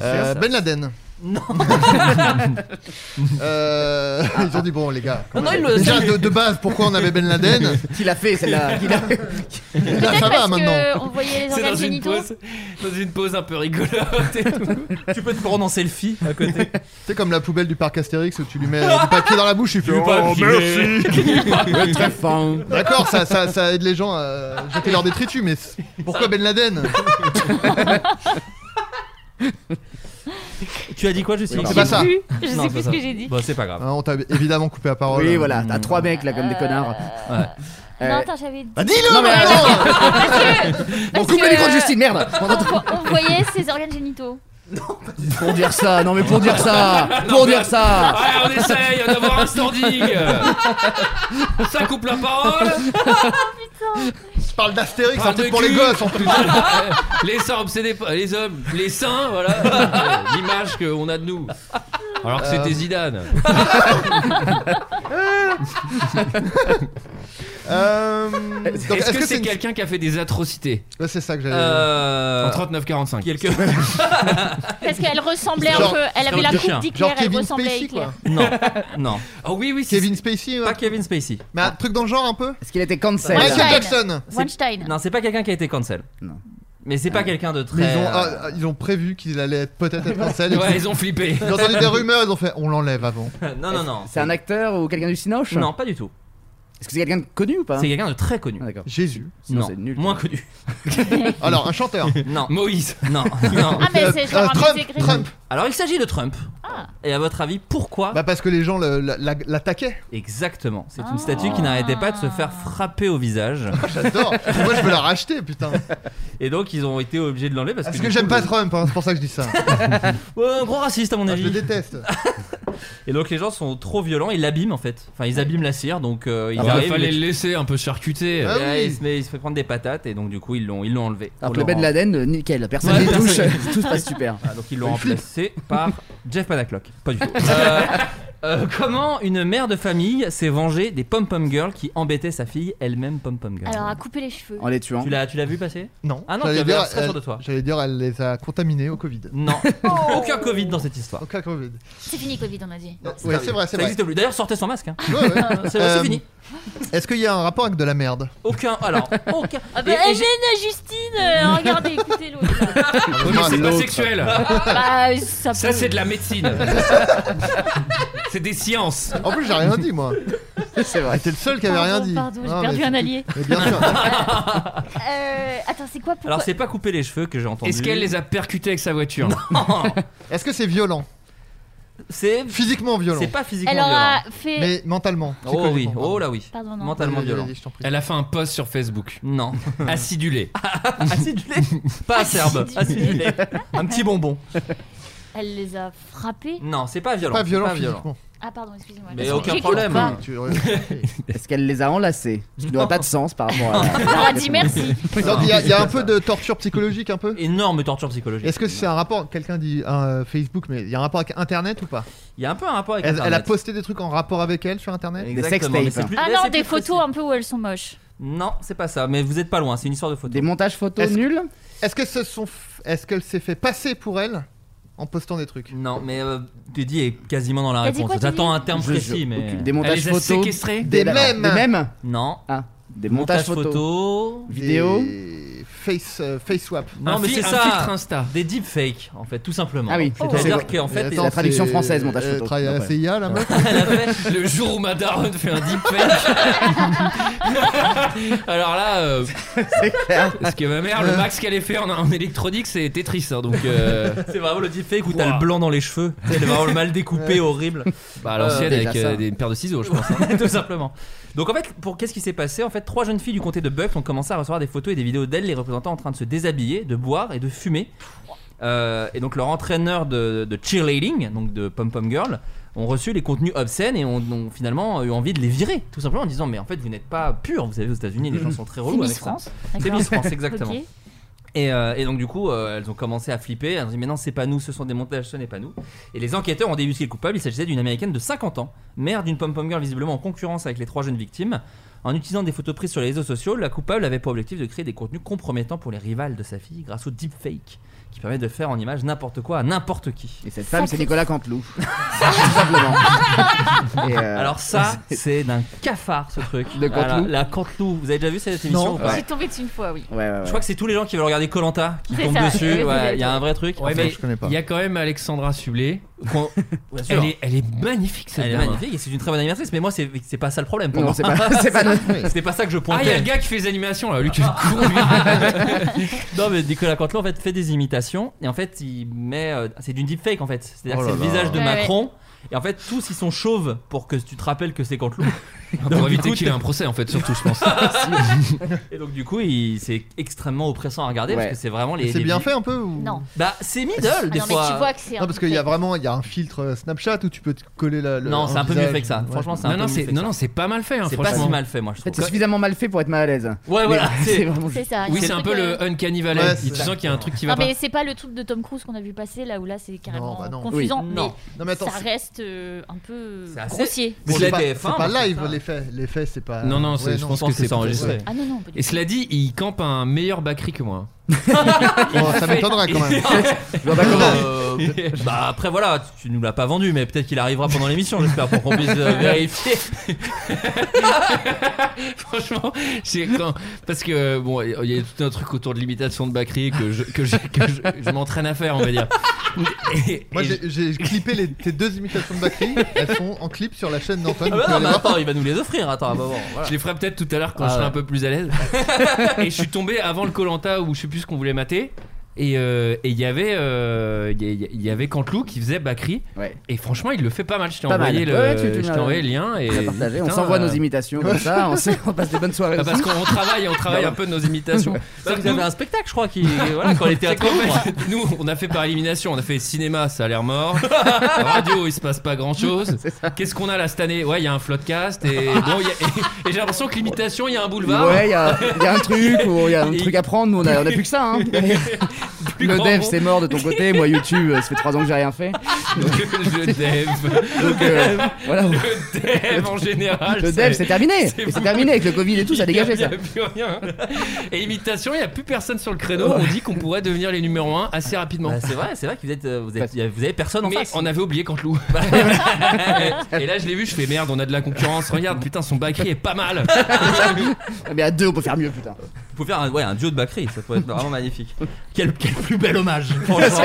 Speaker 6: Euh, ben Laden.
Speaker 5: Non.
Speaker 6: Euh, ils ont dit bon les gars.
Speaker 5: Non, non, ils le-
Speaker 6: Déjà de, de base pourquoi on avait Ben Laden
Speaker 2: Qui l'a fait celle-là Qui l'a
Speaker 6: Là ça va
Speaker 7: parce que
Speaker 6: maintenant.
Speaker 7: on voyait les
Speaker 4: C'est
Speaker 7: organes
Speaker 4: dans une,
Speaker 7: génitaux.
Speaker 4: pause, dans une pause un peu rigolote et tout.
Speaker 5: tu peux te prendre en selfie à côté.
Speaker 6: C'est comme la poubelle du parc Astérix où tu lui mets euh, du papier dans la bouche, il fait
Speaker 5: Du
Speaker 6: oh
Speaker 5: papier.
Speaker 6: merci.
Speaker 2: Très fin.
Speaker 6: D'accord, ça, ça, ça aide les gens à jeter leur détritus, mais c- pourquoi Ben Laden
Speaker 5: Tu as dit quoi, Justine
Speaker 6: Oui, C'est pas ça.
Speaker 7: Plus, je
Speaker 5: Non,
Speaker 7: sais
Speaker 5: c'est
Speaker 7: plus ce
Speaker 5: ça.
Speaker 7: que j'ai dit.
Speaker 5: Bon, c'est pas grave.
Speaker 6: Ah, On t'a évidemment coupé la parole.
Speaker 2: Oui, voilà, t'as trois mecs là comme des connards.
Speaker 7: Euh, Non,
Speaker 2: Euh,
Speaker 7: attends, j'avais dit.
Speaker 6: Bah dis-le
Speaker 2: Non, mais attends. Bon,
Speaker 7: Parce
Speaker 2: coupe
Speaker 7: que-
Speaker 2: le micro de Justine, merde
Speaker 7: On, on voyait ses organes génitaux.
Speaker 2: Pour dire ça, non mais pour dire ça Pour dire ça
Speaker 4: Allez, Ah, on essaye d'avoir un standing Ça coupe la parole
Speaker 7: Oh,
Speaker 6: Je parle d'Astérix, c'est un
Speaker 4: Parle
Speaker 6: truc
Speaker 4: de
Speaker 6: pour
Speaker 4: cul.
Speaker 6: les gosses en plus.
Speaker 4: Les seins obsédés par les hommes, les seins, voilà euh, L'image qu'on a de nous Alors que c'était Zidane
Speaker 6: Euh, donc,
Speaker 4: Est-ce que, c'est
Speaker 6: une-
Speaker 4: quelqu'un qui a fait des atrocités
Speaker 6: Ouais, C'est ça que j'avais.
Speaker 5: Euh,
Speaker 4: En 39-45
Speaker 5: Quelqu'un.
Speaker 7: Parce qu'elle ressemblait un
Speaker 6: Genre-
Speaker 7: peu. Elle avait la
Speaker 5: genre
Speaker 7: coupe
Speaker 5: Kevin
Speaker 7: d'Hitler, elle
Speaker 6: Spacey,
Speaker 7: ressemblait à Hitler.
Speaker 6: quoi.
Speaker 5: Non, non.
Speaker 4: Oh oui, oui, c'est
Speaker 6: Kevin Spacey,
Speaker 4: Bah,
Speaker 6: ouais.
Speaker 5: Pas Kevin Spacey.
Speaker 6: mais un truc dans le genre un peu.
Speaker 2: Est-ce qu'il était cancel
Speaker 6: Michael
Speaker 7: Einstein.
Speaker 6: Jackson.
Speaker 7: Weinstein.
Speaker 5: Non, Hein, c'est pas quelqu'un qui a été cancel.
Speaker 2: Non.
Speaker 5: Mais c'est pas quelqu'un de
Speaker 6: Mais
Speaker 5: très.
Speaker 6: ils ont,
Speaker 5: euh,
Speaker 6: ah, ils ont prévu qu'il allait être- peut-être être cancel. et
Speaker 4: Ouais,
Speaker 6: puis-
Speaker 4: ils ont flippé
Speaker 6: J'ai entendu des rumeurs, ils ont fait on l'enlève avant.
Speaker 5: Non, non, non.
Speaker 2: C'est un acteur ou quelqu'un du Cinoche
Speaker 5: Non, pas du tout.
Speaker 2: Est-ce que c'est quelqu'un de connu ou pas Ah,
Speaker 5: C'est quelqu'un de très connu.
Speaker 6: Jésus.
Speaker 2: Sinon,
Speaker 5: non,
Speaker 2: c'est nul.
Speaker 5: moins connu.
Speaker 6: Alors, un chanteur
Speaker 5: Non. Moïse Non, non.
Speaker 7: Ah, mais c'est genre un
Speaker 6: Euh, Trump,
Speaker 7: musée gris.
Speaker 6: Trump.
Speaker 5: Alors il s'agit de Trump. Et à votre avis, pourquoi
Speaker 6: Bah parce que les gens le- la- la- l'attaquaient.
Speaker 5: Exactement. C'est une statue qui n'arrêtait pas de se faire frapper au visage.
Speaker 6: J'adore. Moi je veux la racheter, putain.
Speaker 5: Et donc ils ont été obligés de l'enlever parce
Speaker 6: Parce
Speaker 5: que,
Speaker 6: que
Speaker 5: du
Speaker 6: j'aime
Speaker 5: coup,
Speaker 6: pas
Speaker 5: le-
Speaker 6: Trump, hein, c'est pour ça que je dis ça.
Speaker 5: Ouais, un gros raciste à mon avis.
Speaker 6: Je le déteste.
Speaker 5: Et donc les gens sont trop violents, ils l'abîment en fait. Enfin, ils abîment la cire, donc euh, ils
Speaker 4: Ah bah,
Speaker 5: arrivent,
Speaker 4: fallait
Speaker 5: ils-
Speaker 4: le laisser un peu charcuter.
Speaker 5: Ouais, il, se met, il se fait prendre des patates et donc du coup ils l'ont ils l'ont enlevé.
Speaker 2: Alors
Speaker 5: Pour
Speaker 2: que le Ben
Speaker 5: rendre-
Speaker 2: Laden, euh, nickel, personne ne les touche, tout se passe super.
Speaker 5: Voilà, Ah, donc ils l'ont
Speaker 2: Il flippe.
Speaker 5: remplacé par Jeff Panaclock. Pas du tout. Euh, euh, comment une mère de famille s'est vengée des pom-pom girls qui embêtaient sa fille elle-même pom-pom girl
Speaker 7: Alors, à couper les cheveux.
Speaker 2: En les hein. tuant.
Speaker 5: Tu l'as tu l'as vu passer
Speaker 6: Non.
Speaker 5: Ah non,
Speaker 6: J'allais
Speaker 5: tu avais
Speaker 6: dire,
Speaker 5: l'air très sûr
Speaker 6: elle-
Speaker 5: de toi.
Speaker 6: J'allais dire, elle les a contaminés au Covid.
Speaker 5: Non, aucun Covid dans cette histoire.
Speaker 6: Aucun Covid.
Speaker 7: C'est fini, Covid, on a dit.
Speaker 6: Ouais, c'est vrai, c'est
Speaker 5: Ça
Speaker 6: vrai.
Speaker 5: n'existe plus. D'ailleurs, sortez sans masque. hein.
Speaker 6: Ouais, ouais.
Speaker 5: C'est vrai, c'est
Speaker 6: Euh,
Speaker 5: fini.
Speaker 6: Est-ce qu'il y a un rapport avec de la merde
Speaker 5: Aucun. Alors, aucun.
Speaker 7: Ah
Speaker 5: Et-
Speaker 7: bah,
Speaker 5: et
Speaker 7: elle
Speaker 5: j'ai-
Speaker 7: mène à Justine, euh, regardez, écoutez l'autre.
Speaker 4: Oui, mais c'est pas
Speaker 6: L'autre.
Speaker 4: sexuel.
Speaker 7: Bah, ça
Speaker 4: Ça, c'est de la médecine. c'est des sciences.
Speaker 6: En plus, j'ai rien dit, moi.
Speaker 2: C'est vrai.
Speaker 6: Ah, T'es le seul qui avait
Speaker 7: Pardon,
Speaker 6: rien dit.
Speaker 7: pardon, j'ai
Speaker 6: Non,
Speaker 7: perdu
Speaker 6: mais
Speaker 7: un
Speaker 6: c'est-
Speaker 7: allié.
Speaker 6: Mais bien sûr.
Speaker 7: Euh, attends, c'est quoi pourquoi
Speaker 5: Alors, c'est pas couper les cheveux que j'ai entendu.
Speaker 4: Est-ce qu'elle les a percutés avec sa voiture
Speaker 6: Est-ce que c'est violent
Speaker 5: C'est
Speaker 6: Physiquement violent.
Speaker 5: c'est pas physiquement
Speaker 7: Elle
Speaker 5: violent.
Speaker 7: aura fait.
Speaker 6: Mais mentalement.
Speaker 5: Oh oui,
Speaker 6: psychologiquement,
Speaker 5: oh là oui.
Speaker 7: Pardon, non.
Speaker 5: Mentalement
Speaker 6: Vas-y, vas-y,
Speaker 5: violent.
Speaker 6: vas-y, je t'en prie.
Speaker 4: Elle a fait un post sur Facebook.
Speaker 5: Non.
Speaker 4: Acidulé.
Speaker 5: Acidulé Pas acerbe. Acidulé. Un petit bonbon.
Speaker 7: Elle les a frappés.
Speaker 5: Non, c'est pas violent.
Speaker 6: Pas
Speaker 5: c'est
Speaker 6: violent
Speaker 5: pas violent. Bah.
Speaker 6: physiquement.
Speaker 7: Ah, pardon, excusez-moi.
Speaker 5: Mm. Mais
Speaker 7: J'ai
Speaker 5: aucun
Speaker 7: cru
Speaker 5: problème.
Speaker 7: ou pas
Speaker 6: Tu-
Speaker 2: Est-ce qu'elle les a enlacés Ce qui n'aurait pas de sens par rapport à.
Speaker 7: Elle leur a dit merci.
Speaker 6: Donc, Il y, a- il y a un peu de torture psychologique, un peu
Speaker 5: Énorme torture psychologique.
Speaker 6: Est-ce que c'est un rapport Quelqu'un dit euh, Facebook, mais il y a un rapport avec Internet ou pas
Speaker 5: Il y a un peu un rapport avec
Speaker 6: elle, elle a
Speaker 5: Internet.
Speaker 6: posté des trucs en rapport avec elle sur Internet
Speaker 2: Des
Speaker 5: Exactement, mais
Speaker 2: sextapes.
Speaker 5: c'est plus-
Speaker 7: Ah
Speaker 5: mais
Speaker 7: non,
Speaker 5: c'est
Speaker 7: des
Speaker 5: plus précis.
Speaker 7: photos un peu où elles sont moches.
Speaker 5: Non, c'est pas ça, mais vous êtes pas loin, c'est une histoire de photo.
Speaker 2: Des montages photos
Speaker 6: Est-ce-
Speaker 2: nuls
Speaker 6: Est-ce que ce sont f- Est-ce qu'elle s'est fait passer pour elle en postant des trucs
Speaker 5: Non, mais euh, Teddy est quasiment dans la
Speaker 7: T'as dit
Speaker 5: réponse.
Speaker 7: quoi, Teddy
Speaker 5: Ah, J'attends un terme
Speaker 2: Je
Speaker 5: précis,
Speaker 2: jure,
Speaker 5: mais.
Speaker 2: aucune- Des
Speaker 4: Elle
Speaker 2: montages
Speaker 4: les a
Speaker 2: photos.
Speaker 4: séquestrés.
Speaker 6: Des
Speaker 2: alors,
Speaker 6: mèmes.
Speaker 2: Des mêmes
Speaker 5: Non.
Speaker 2: Ah, des montages photos.
Speaker 5: photo.
Speaker 2: Vidéo
Speaker 6: Des Face euh, face swap.
Speaker 5: Non,
Speaker 4: Un
Speaker 5: mais
Speaker 4: fi-
Speaker 5: c'est
Speaker 4: un
Speaker 5: ça.
Speaker 4: filtre Insta.
Speaker 5: Des deepfakes, en fait, tout simplement.
Speaker 2: Ah oui,
Speaker 5: C'est-à-dire
Speaker 2: c'est-
Speaker 5: qu'en fait,
Speaker 6: Mais
Speaker 5: ils-
Speaker 6: attends,
Speaker 2: la traduction
Speaker 6: c'est- euh,
Speaker 2: française, montage
Speaker 6: elle
Speaker 2: photo.
Speaker 6: travaille à la
Speaker 2: Après.
Speaker 6: CIA la meuf
Speaker 5: elle a fait-
Speaker 4: Le jour où ma daronne fait un deepfake. Alors là, euh,
Speaker 2: C'est clair.
Speaker 4: parce que ma mère,
Speaker 2: Euh.
Speaker 4: le max qu'elle ait fait en, en électronique, c'est Tetris. hein, donc, euh,
Speaker 5: C'est vraiment le deepfake où t'as
Speaker 4: Ouah.
Speaker 5: le blanc dans les cheveux. C'est vraiment le mal découpé, horrible.
Speaker 4: bah, à l'ancienne,
Speaker 2: Euh,
Speaker 4: avec
Speaker 2: déjà
Speaker 4: euh,
Speaker 2: ça.
Speaker 4: des, une paire de ciseaux, je pense. hein.
Speaker 5: Tout simplement. Donc en fait, pour qu'est-ce qui s'est passé En fait, trois jeunes filles du comté de Bucks ont commencé à recevoir des photos et des vidéos d'elles les représentant en train de se déshabiller, de boire et de fumer. Euh, et donc leur entraîneur de, de cheerleading, donc de Pom Pom Girl, ont reçu les contenus obscènes et ont, ont finalement eu envie de les virer, tout simplement en disant mais en fait vous n'êtes pas pur. Vous savez aux États-Unis les gens
Speaker 4: Mm.
Speaker 5: sont très
Speaker 7: C'est
Speaker 5: relous avec
Speaker 7: Miss
Speaker 5: ça.
Speaker 7: France.
Speaker 5: C'est
Speaker 7: d'accord.
Speaker 5: Miss France exactement.
Speaker 7: Ok.
Speaker 5: Et, euh, et donc du coup, euh, elles ont commencé à flipper. Elles ont dit mais non, c'est pas nous, ce sont des montages, ce n'est pas nous. Et les enquêteurs ont débusqué le coupable. Il s'agissait d'une américaine de 50 ans, mère d'une pom-pom girl visiblement en concurrence avec les trois jeunes victimes. En utilisant des photos prises sur les réseaux sociaux, la coupable avait pour objectif de créer des contenus compromettants pour les rivales de sa fille grâce au deepfake, qui permet de faire en image n'importe quoi à n'importe qui.
Speaker 2: Et cette femme, c'est
Speaker 7: Sacré-
Speaker 2: Nicolas Canteloup. Tout simplement. Et, euh,
Speaker 5: Alors ça, c'est d'un cafard ce truc.
Speaker 2: Le Canteloup.
Speaker 5: La Canteloup. Vous avez déjà vu cette émission
Speaker 6: Non.
Speaker 5: ou pas
Speaker 2: Ouais.
Speaker 7: J'ai tombé dessus une fois, oui.
Speaker 2: Ouais, ouais, ouais.
Speaker 5: Je crois que c'est tous les gens qui veulent regarder Colanta qui
Speaker 7: C'est
Speaker 5: tombent
Speaker 7: ça.
Speaker 5: dessus. Ouais, Il
Speaker 7: Oui,
Speaker 5: y a un vrai truc.
Speaker 4: Ouais,
Speaker 6: Non,
Speaker 4: mais
Speaker 6: je connais pas.
Speaker 4: il y a quand même Alexandra Sublet.
Speaker 5: Qu'on- Bien sûr.
Speaker 4: Elle est, elle est magnifique, cette
Speaker 5: Elle est
Speaker 4: dame.
Speaker 5: magnifique et c'est une très bonne animatrice, mais moi c'est c'est pas ça le problème pour
Speaker 2: Non,
Speaker 5: moi.
Speaker 2: c'est pas- c'est pas notre-
Speaker 5: C'était pas ça que je
Speaker 4: Ah, il y a le
Speaker 5: pointais.
Speaker 4: gars qui fait les animations là, lui qui est con, lui.
Speaker 5: non mais Nicolas Cantelou en fait fait des imitations et en fait il met euh, c'est d'une deepfake en fait. C'est-à-dire
Speaker 6: Oh
Speaker 5: que c'est
Speaker 6: là
Speaker 5: le
Speaker 6: là.
Speaker 5: visage de
Speaker 7: Ouais,
Speaker 5: Macron et en fait tous ils sont chauves pour que tu te rappelles que c'est Cantelou.
Speaker 4: Pour
Speaker 5: du
Speaker 4: éviter
Speaker 5: coup,
Speaker 4: qu'il ait un procès en fait, surtout, je pense.
Speaker 5: Et donc du coup il- c'est extrêmement oppressant à regarder
Speaker 2: Ouais.
Speaker 5: parce que c'est vraiment les
Speaker 6: C'est
Speaker 5: les
Speaker 6: bien
Speaker 5: vi-
Speaker 6: fait un peu ou...
Speaker 7: Non.
Speaker 5: Bah c'est middle
Speaker 7: Ah
Speaker 5: des
Speaker 7: non, mais
Speaker 5: fois.
Speaker 7: tu vois que c'est.
Speaker 6: Non, parce qu'il y a vraiment il y a un filtre euh, Snapchat où tu peux te coller la, le-
Speaker 5: Non, c'est un peu
Speaker 6: visage.
Speaker 5: mieux fait que ça.
Speaker 6: Ouais.
Speaker 5: Franchement c'est un
Speaker 4: Non,
Speaker 5: peu
Speaker 4: Ah non,
Speaker 5: mieux fait
Speaker 4: c'est,
Speaker 5: que
Speaker 4: non,
Speaker 5: ça.
Speaker 4: non, c'est pas mal fait, hein,
Speaker 5: c'est pas si
Speaker 4: franchement.
Speaker 5: mal fait moi je
Speaker 2: En fait,
Speaker 5: trouve.
Speaker 2: c'est suffisamment mal fait pour être mal à l'aise.
Speaker 5: Ouais voilà,
Speaker 2: Mais
Speaker 5: Ah, c'est-
Speaker 2: C'est vraiment
Speaker 7: C'est
Speaker 2: juste.
Speaker 7: ça. il y a
Speaker 4: Oui, c'est un
Speaker 7: truc,
Speaker 4: peu
Speaker 7: euh,
Speaker 4: le Uncanny Valley.
Speaker 6: Ouais,
Speaker 4: tu
Speaker 6: c'est-
Speaker 4: sens qu'il y a un truc qui va
Speaker 7: Non,
Speaker 4: pas.
Speaker 7: mais c'est pas le truc de Tom Cruise qu'on a vu passer là où là c'est carrément
Speaker 6: bah non.
Speaker 7: confusant,
Speaker 5: Oui.
Speaker 7: mais
Speaker 5: Non.
Speaker 6: Non, mais attends,
Speaker 7: ça
Speaker 6: c'est-
Speaker 7: reste euh, un peu
Speaker 5: C'est assez-
Speaker 7: grossier.
Speaker 5: Mais
Speaker 6: c'est
Speaker 5: c'est la
Speaker 6: pas-
Speaker 5: TF1,
Speaker 6: c'est pas
Speaker 5: moi, je
Speaker 6: live
Speaker 5: trouve ça.
Speaker 6: les faits, les faits c'est pas.
Speaker 4: Non, non, c'est-
Speaker 6: Ouais,
Speaker 4: je pense
Speaker 5: Euh, je pense
Speaker 4: que c'est pas enregistré.
Speaker 5: ouais.
Speaker 7: Ah non, non, pas du
Speaker 4: Et cela dit, il campe un meilleur Bakri que moi.
Speaker 6: Oh, ça m'étonnerait quand même.
Speaker 2: Je vois pas comment.
Speaker 5: Euh, bah après voilà, tu- tu nous l'as pas vendu, mais peut-être qu'il arrivera pendant l'émission, j'espère, pour qu'on puisse euh, vérifier.
Speaker 4: Franchement, j'ai quand- parce que bon, il y a tout un truc autour de l'imitation de Bakri que je, que je, que je, je m'entraîne à faire, on va dire.
Speaker 6: Moi, j'ai- j'ai clippé les- tes deux imitations de Bakri. Elles sont en clip sur la chaîne d'Antoine.
Speaker 5: Ah
Speaker 6: vous
Speaker 5: bah
Speaker 6: pouvez
Speaker 5: non,
Speaker 6: aller
Speaker 5: mais
Speaker 6: voir.
Speaker 5: attends, il va nous les offrir. Attends, un moment. voilà.
Speaker 4: Je les ferai peut-être tout à l'heure quand
Speaker 5: Ah
Speaker 4: je serai
Speaker 5: ouais.
Speaker 4: un peu plus à l'aise. et je suis tombé avant le Colanta où je sais plus ce qu'on voulait mater. Et euh, et il y avait euh, il y, il y avait Cantelou qui faisait Bakri. Et franchement, il le fait pas mal. Je t'ai
Speaker 2: Pas mal.
Speaker 4: envoyé le
Speaker 2: Ouais, tu- tu
Speaker 4: je
Speaker 2: m'as-
Speaker 4: t'ai envoyé le lien et
Speaker 2: tu m'as partagé. On
Speaker 4: putain,
Speaker 2: s'envoie
Speaker 4: euh,
Speaker 2: nos imitations comme ça, on, sait- on passe des bonnes soirées.
Speaker 4: Ah, parce
Speaker 2: aussi.
Speaker 4: qu'on travaille, on travaille un peu nos imitations.
Speaker 5: Parce que vous avez un spectacle, je crois, qui.
Speaker 4: Voilà, quand on était à
Speaker 5: Théâtre Libre.
Speaker 4: nous, on a fait par élimination, on a fait cinéma, ça a l'air mort. Radio, il se passe pas grand chose. Qu'est-ce qu'on a là cette année Ouais, il y a un floodcast et bon, il y a- et- et j'ai l'impression que l'imitation, il y a un
Speaker 5: Bah
Speaker 4: boulevard.
Speaker 2: Ouais, il y, a il y a un truc, où il y a un truc à prendre, nous on a, on a plus que ça. Hein. le
Speaker 4: grand
Speaker 2: dev
Speaker 4: monde.
Speaker 2: c'est mort de ton côté, moi YouTube, euh, ça fait 3 ans que j'ai rien fait.
Speaker 4: le dev.
Speaker 2: Donc, euh, voilà.
Speaker 4: Le dev en général.
Speaker 2: Le dev c'est terminé, Et c'est terminé avec le Covid et tout, ça a dégagé
Speaker 4: Il n'y
Speaker 2: ça.
Speaker 4: a plus rien. Et imitation, il n'y a plus personne sur le créneau. On dit qu'on pourrait devenir les numéros 1 assez rapidement.
Speaker 5: Bah, c'est vrai, c'est vrai que vous êtes, euh, vous êtes- vous avez personne en
Speaker 4: Mais
Speaker 5: face.
Speaker 4: on avait oublié Cantelou. et là, je l'ai vu, je fais merde, on a de la concurrence. Regarde, putain, son Bakri est pas mal.
Speaker 2: Mais à deux on peut faire mieux putain.
Speaker 5: Vous pouvez faire un, ouais, un duo de Bakri, ça pourrait être vraiment magnifique. Quel, quel plus bel hommage, franchement.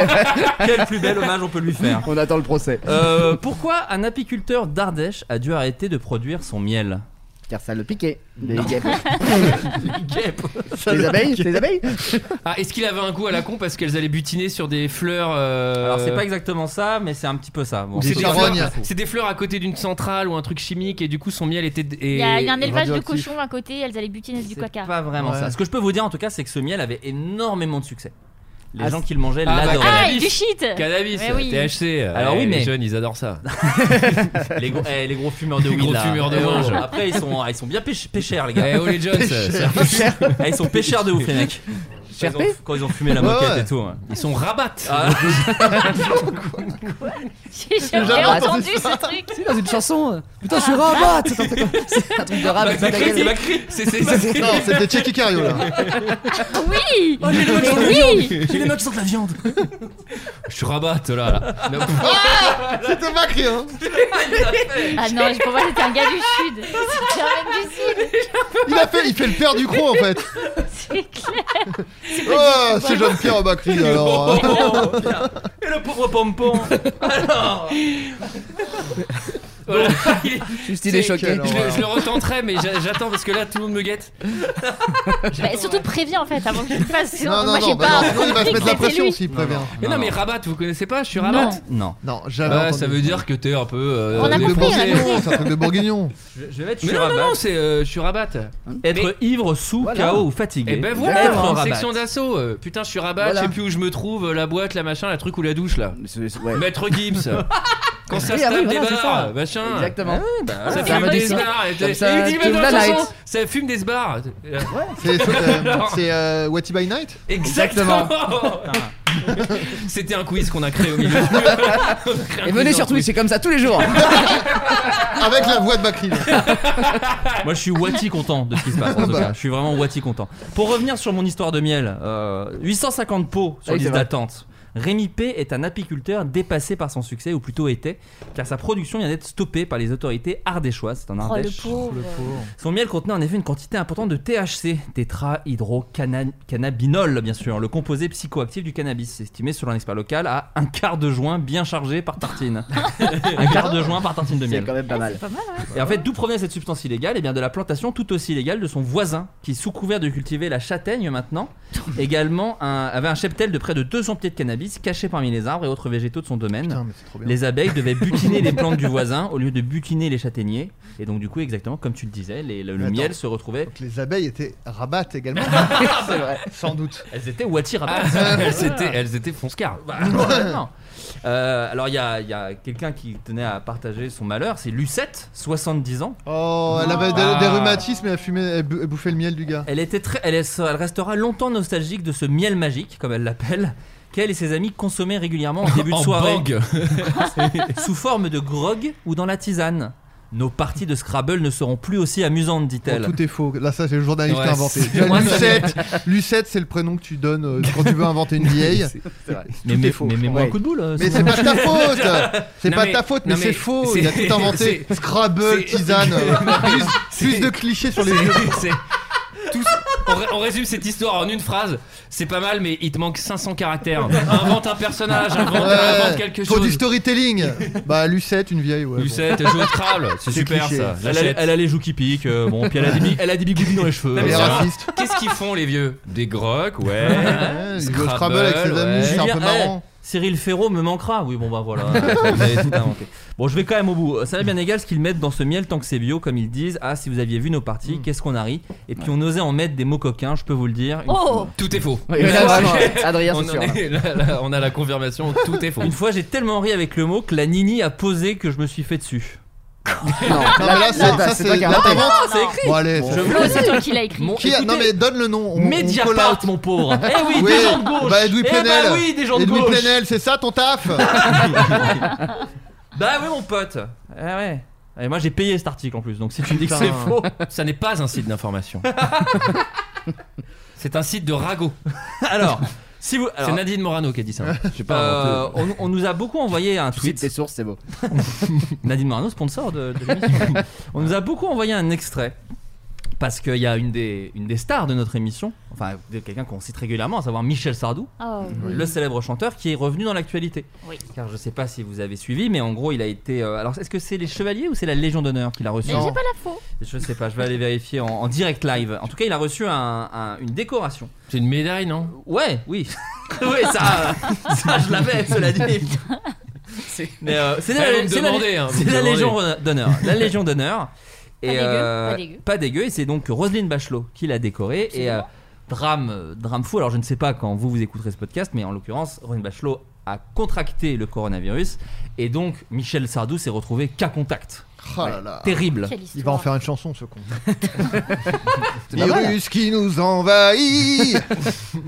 Speaker 5: quel plus bel hommage on peut lui faire.
Speaker 2: On attend le procès.
Speaker 5: Euh, pourquoi un apiculteur d'Ardèche a dû arrêter de produire son miel
Speaker 2: Car ça le piquait, les guêpes.
Speaker 4: Ça
Speaker 2: les
Speaker 4: le
Speaker 2: abeilles,
Speaker 4: piquait.
Speaker 2: les abeilles
Speaker 4: Ah, est-ce qu'il avait un goût à la con parce qu'elles allaient butiner sur des fleurs euh,
Speaker 5: Alors c'est pas exactement ça, mais c'est un petit peu ça. Bon,
Speaker 4: ou c'est
Speaker 5: c'est
Speaker 4: des
Speaker 5: pas-
Speaker 4: fleurs- C'est des fleurs à côté d'une centrale ou un truc chimique et du coup son miel était.
Speaker 7: Il y, a il y a un élevage de cochons à côté, elles allaient butiner du caca.
Speaker 5: Pas vraiment
Speaker 4: Ouais.
Speaker 5: ça. Ce que je peux vous dire en tout cas, c'est que ce miel avait énormément de succès. Les
Speaker 4: Ah,
Speaker 5: gens
Speaker 4: c'est-
Speaker 5: qui le mangeaient
Speaker 4: Ah, bah,
Speaker 5: l'adoraient.
Speaker 7: Ah, et du shit
Speaker 4: Cannabis,
Speaker 7: Mais oui.
Speaker 4: THC.
Speaker 5: Alors
Speaker 4: eh,
Speaker 5: oui, mais-
Speaker 4: les jeunes, ils adorent ça.
Speaker 5: les, gros, eh, les gros fumeurs de
Speaker 4: Les
Speaker 5: weed
Speaker 4: gros
Speaker 5: là.
Speaker 4: fumeurs de
Speaker 5: Eh oh,
Speaker 4: linge.
Speaker 5: Après ils sont, ah, ils sont bien pêche- pêcheurs les gars.
Speaker 4: Eh, oh, les Jones, Pêcheurs. c'est un peu-
Speaker 5: Ah, ils sont pêcheurs de ouf les mecs. Quand ils, ont, quand ils ont fumé la
Speaker 4: Ouais,
Speaker 5: moquette
Speaker 4: ouais.
Speaker 5: et tout. ouais.
Speaker 4: Ils sont rabattes.
Speaker 5: Ah.
Speaker 7: J'ai
Speaker 2: jamais
Speaker 7: jamais
Speaker 2: entendu
Speaker 7: entendu
Speaker 2: ça.
Speaker 7: ce truc.
Speaker 2: C'est dans une chanson. euh, Putain, je suis rabat C'est un truc- c'est un truc de
Speaker 4: bah,
Speaker 2: rabat.
Speaker 6: Bakri, c'est Bakri. Non, c'est des Checky Cario, là.
Speaker 7: Oui
Speaker 5: Oh, j'ai les notes sur la
Speaker 7: Oui
Speaker 5: viande J'ai les notes sur la viande
Speaker 4: Je suis rabatte oh là. là. Non,
Speaker 6: C'était Bakri, hein
Speaker 7: Ah non, je- pour moi c'était un gars du sud. C'est un mec du sud.
Speaker 6: Il a fait, il fait le père du croc en fait.
Speaker 7: C'est clair.
Speaker 6: Ah, c'est Jean-Pierre Bakri
Speaker 4: Oh,
Speaker 6: alors. hein.
Speaker 5: Et le pauvre pompon Alors
Speaker 4: Voilà.
Speaker 2: Juste, il est
Speaker 4: C'est-
Speaker 2: choqué.
Speaker 4: Je, le- je le retenterai, mais j'a- j'attends parce que là, tout le monde me guette.
Speaker 7: Bah, surtout préviens en fait avant que je le fasse. sinon,
Speaker 6: Non, non,
Speaker 7: moi,
Speaker 6: non,
Speaker 7: j'ai
Speaker 6: bah
Speaker 7: pas
Speaker 6: non, sinon, il va se
Speaker 7: compris
Speaker 6: mettre la
Speaker 7: que c'était
Speaker 6: pression
Speaker 7: lui.
Speaker 6: s'il prévient.
Speaker 4: Mais non, mais Rabat, vous connaissez pas Je suis Rabat.
Speaker 5: Non.
Speaker 6: Non, jamais.
Speaker 4: Bah,
Speaker 6: Ah, entendu.
Speaker 4: ça veut dire que t'es un peu. euh,
Speaker 7: On a
Speaker 6: De
Speaker 4: défoncé.
Speaker 7: compris, on a
Speaker 6: Bourguignon, c'est un truc de Bourguignon.
Speaker 5: Je, je vais être
Speaker 4: Mais
Speaker 5: sur
Speaker 4: non,
Speaker 5: un
Speaker 4: non,
Speaker 5: bac.
Speaker 4: non, c'est euh, je suis rabat.
Speaker 5: Être
Speaker 4: Mais-
Speaker 5: ivre, sous,
Speaker 4: Voilà.
Speaker 5: KO ou fatigué.
Speaker 4: Et ben voilà,
Speaker 5: Être en rabat.
Speaker 4: section d'assaut. euh, Putain, je suis rabat,
Speaker 5: Voilà.
Speaker 4: je sais plus où je me trouve, euh, la boîte, la machin, la truc ou la douche là. Maître Gibbs. Quand ça
Speaker 2: Oui,
Speaker 4: se
Speaker 2: ah oui,
Speaker 4: tape
Speaker 2: voilà,
Speaker 4: des
Speaker 2: c'est
Speaker 4: barres,
Speaker 2: ça.
Speaker 4: machin.
Speaker 2: Exactement.
Speaker 4: Ah ouais, bah,
Speaker 2: Ça
Speaker 4: ça
Speaker 2: fait un
Speaker 4: fume
Speaker 2: bon
Speaker 4: des
Speaker 2: dessin.
Speaker 4: bars. et
Speaker 2: Comme
Speaker 4: t'es-
Speaker 2: ça,
Speaker 4: et il dit,
Speaker 2: tu
Speaker 4: mais
Speaker 2: ouvres
Speaker 4: dans
Speaker 2: la
Speaker 4: le
Speaker 2: light.
Speaker 4: sens, Ça fume des bars.
Speaker 6: C'est euh,
Speaker 4: Alors-
Speaker 6: c'est, euh, Watty by Night
Speaker 4: Exactement. C'était un quiz qu'on a créé au milieu.
Speaker 2: Et venez sur Twitch, c'est comme ça tous les jours.
Speaker 6: Avec la voix de Bakri.
Speaker 5: Moi, je suis Wati content de ce qui se passe. En tout
Speaker 6: Bah.
Speaker 5: cas. Je suis vraiment Wati content. Pour revenir sur mon histoire de miel, euh, 850 pots sur
Speaker 2: Oui, c'est
Speaker 5: liste
Speaker 2: vrai.
Speaker 5: d'attente. Rémi P est un apiculteur dépassé par son succès, ou plutôt était, car sa production vient d'être stoppée par les autorités ardéchoises. C'est en
Speaker 7: Oh le
Speaker 5: Ardèche.
Speaker 7: pauvre.
Speaker 5: Son miel contenait en effet une quantité importante de THC, tétrahydrocannabinol, bien sûr, le composé psychoactif du cannabis, estimé selon un expert local à un quart de joint bien chargé par tartine. un quart de joint par tartine de
Speaker 2: C'est
Speaker 5: miel.
Speaker 2: quand même pas mal.
Speaker 5: Et en fait, d'où provenait cette substance illégale Eh bien, de la plantation tout aussi illégale de son voisin, qui, sous couvert de cultiver la châtaigne maintenant, également un- avait un cheptel de près de 200 pieds de cannabis caché parmi les arbres et autres végétaux de son domaine.
Speaker 6: Putain, mais c'est trop bien.
Speaker 5: les abeilles devaient butiner les plantes du voisin au lieu de butiner les châtaigniers. Et donc, du coup, exactement comme tu le disais, les- le, le
Speaker 6: Attends.
Speaker 5: miel se retrouvait.
Speaker 6: Donc les abeilles étaient rabattes également.
Speaker 2: C'est vrai.
Speaker 6: Sans doute.
Speaker 5: Elles étaient Wati Rabat.
Speaker 4: elles étaient, elles étaient fonce-car.
Speaker 5: Bah, complètement. Euh, alors il y a, il y a quelqu'un qui tenait à partager son malheur, c'est Lucette, 70 ans.
Speaker 6: Oh, elle avait des,
Speaker 5: Ah.
Speaker 6: des rhumatismes et elle, fumait, elle bou- elle bouffait le miel du gars.
Speaker 5: Elle, était très, elle, est- elle restera longtemps nostalgique de ce miel magique, comme elle l'appelle, qu'elle et ses amis consommaient régulièrement en début de
Speaker 4: En
Speaker 5: soirée.
Speaker 4: bang.
Speaker 5: sous forme de grog ou dans la tisane. Nos parties de Scrabble ne seront plus aussi amusantes,
Speaker 6: Oh,
Speaker 5: dit-elle.
Speaker 6: tout est faux. Là, ça, c'est le journaliste
Speaker 5: Ouais,
Speaker 6: qui a inventé.
Speaker 5: c'est- moi, ça
Speaker 6: Lucette, Lucette, c'est le prénom que tu donnes euh, quand tu veux inventer une vieille.
Speaker 5: C'est- c'est vrai.
Speaker 6: Tout
Speaker 5: Mais-
Speaker 6: est
Speaker 5: mais-
Speaker 6: faux.
Speaker 5: mais-
Speaker 6: je
Speaker 5: mais
Speaker 6: crois.
Speaker 5: moi, un coup de boule, euh,
Speaker 6: Mais
Speaker 5: c'est
Speaker 6: c'est
Speaker 5: bon.
Speaker 6: pas ta faute. C'est
Speaker 4: Non,
Speaker 6: pas
Speaker 4: mais-
Speaker 6: ta faute, mais
Speaker 4: non,
Speaker 6: c'est
Speaker 4: mais
Speaker 6: faux.
Speaker 4: c'est-
Speaker 6: Il a tout inventé.
Speaker 4: c'est-
Speaker 6: Scrabble,
Speaker 4: c'est-
Speaker 6: tisane. euh, plus- Plus de clichés sur les yeux.
Speaker 4: C'est- tout, on, ré- on résume cette histoire en une phrase. C'est pas mal, mais il te manque 500 caractères. Invente un personnage, invente,
Speaker 6: Ouais.
Speaker 4: invente quelque
Speaker 6: Faut du
Speaker 4: chose.
Speaker 6: storytelling. bah, Lucette, une vieille, ouais.
Speaker 4: Lucette, elle joue au Scrabble. C'est super, ça. La
Speaker 5: Elle a,
Speaker 4: Lucette.
Speaker 5: elle a les joues qui piquent, euh, bon, puis elle a des, bi- elle a des bigoudis dans les cheveux.
Speaker 4: Non, mais
Speaker 5: euh,
Speaker 4: c'est vrai.
Speaker 5: voilà.
Speaker 4: Qu'est-ce qu'ils font les vieux Des grocs, ouais.
Speaker 5: Ouais,
Speaker 4: Eh, Scrabble,
Speaker 5: Julien,
Speaker 4: ouais.
Speaker 5: eh, Cyril Ferraud me manquera. Oui, bon, bah voilà. Vous avez tout inventé. Bon, je vais quand même au bout. Ça va bien égal ce qu'ils mettent dans ce miel tant que c'est bio, comme ils disent. Ah, si vous aviez vu nos parties, qu'est-ce qu'on a ri Et puis on osait en mettre des mots coquins, je peux vous le dire.
Speaker 7: Oh.
Speaker 5: Une fois-
Speaker 4: Tout est faux.
Speaker 5: Une fois, j'ai-
Speaker 4: on, en est- là, là, on a la confirmation, tout est faux.
Speaker 5: Une fois, j'ai tellement ri avec le mot que la Nini a posé que je me suis fait dessus.
Speaker 2: Non,
Speaker 6: Non, mais là, c'est- ça, c'est la
Speaker 5: Non,
Speaker 6: t'inventes.
Speaker 5: c'est écrit.
Speaker 6: Bon, allez,
Speaker 5: Bon.
Speaker 6: c'est-
Speaker 7: Non, c'est toi qui l'as écrit.
Speaker 6: Qui a- Non, mais donne le nom. on- on
Speaker 5: Mediapart,
Speaker 6: call out.
Speaker 5: mon pauvre. Eh oui, des gens de gauche.
Speaker 6: Bah, Edoui
Speaker 5: Eh
Speaker 6: Plenel.
Speaker 5: bah oui, des gens de
Speaker 6: Edoui
Speaker 5: gauche.
Speaker 6: Plenel, c'est ça ton taf
Speaker 5: Bah oui, mon pote. Eh ouais. Et moi, j'ai payé cet article en plus, donc si tu me dis que c'est faux.
Speaker 4: ça n'est pas un site d'information. c'est un site de ragot.
Speaker 5: Alors, si vous.
Speaker 4: c'est
Speaker 5: alors-
Speaker 4: Nadine Morano qui a dit ça. J'ai pas
Speaker 5: Euh,
Speaker 4: inventé.
Speaker 5: on, on nous a beaucoup envoyé un tweet.
Speaker 2: tes sources, c'est beau.
Speaker 5: Nadine Morano, sponsor de, de l'émission. on nous a beaucoup envoyé un extrait. Parce qu'il y a une des, une des stars de notre émission, enfin de quelqu'un qu'on cite régulièrement, à savoir Michel Sardou,
Speaker 7: Oh, oui.
Speaker 5: le célèbre chanteur qui est revenu dans l'actualité.
Speaker 7: Oui.
Speaker 5: Car je sais pas si vous avez suivi, mais en gros il a été. euh, alors est-ce que c'est les Chevaliers ou c'est la Légion d'honneur qu'il a reçu
Speaker 7: Mais j'ai pas la faux.
Speaker 5: Je sais pas, je vais aller vérifier en, en direct live. En tout cas, il a reçu un- un- une décoration.
Speaker 4: C'est une médaille, non
Speaker 5: Ouais, oui. oui, ça, ça je l'avais, cela dit. Mais euh, c'est
Speaker 4: Allez, vous
Speaker 5: la,
Speaker 4: euh, me
Speaker 5: c'est la-
Speaker 4: demandez, hein, vous
Speaker 5: c'est
Speaker 4: me
Speaker 5: la
Speaker 4: demandez.
Speaker 5: Légion d'honneur. La Légion d'honneur. Et,
Speaker 7: dégueu,
Speaker 5: euh,
Speaker 7: pas dégueu.
Speaker 5: pas dégueu. Et c'est donc Roselyne Bachelot qui l'a décoré. Et euh, drame, euh, drame fou. Alors je ne sais pas quand vous vous écouterez ce podcast, mais en l'occurrence, Roselyne Bachelot a contracté le coronavirus. Et donc Michel Sardou s'est retrouvé cas contact.
Speaker 6: Oh là
Speaker 7: Ah.
Speaker 6: là.
Speaker 5: Terrible.
Speaker 6: Il va en faire une chanson, ce con.
Speaker 5: pas mal.
Speaker 6: Virus qui nous envahit.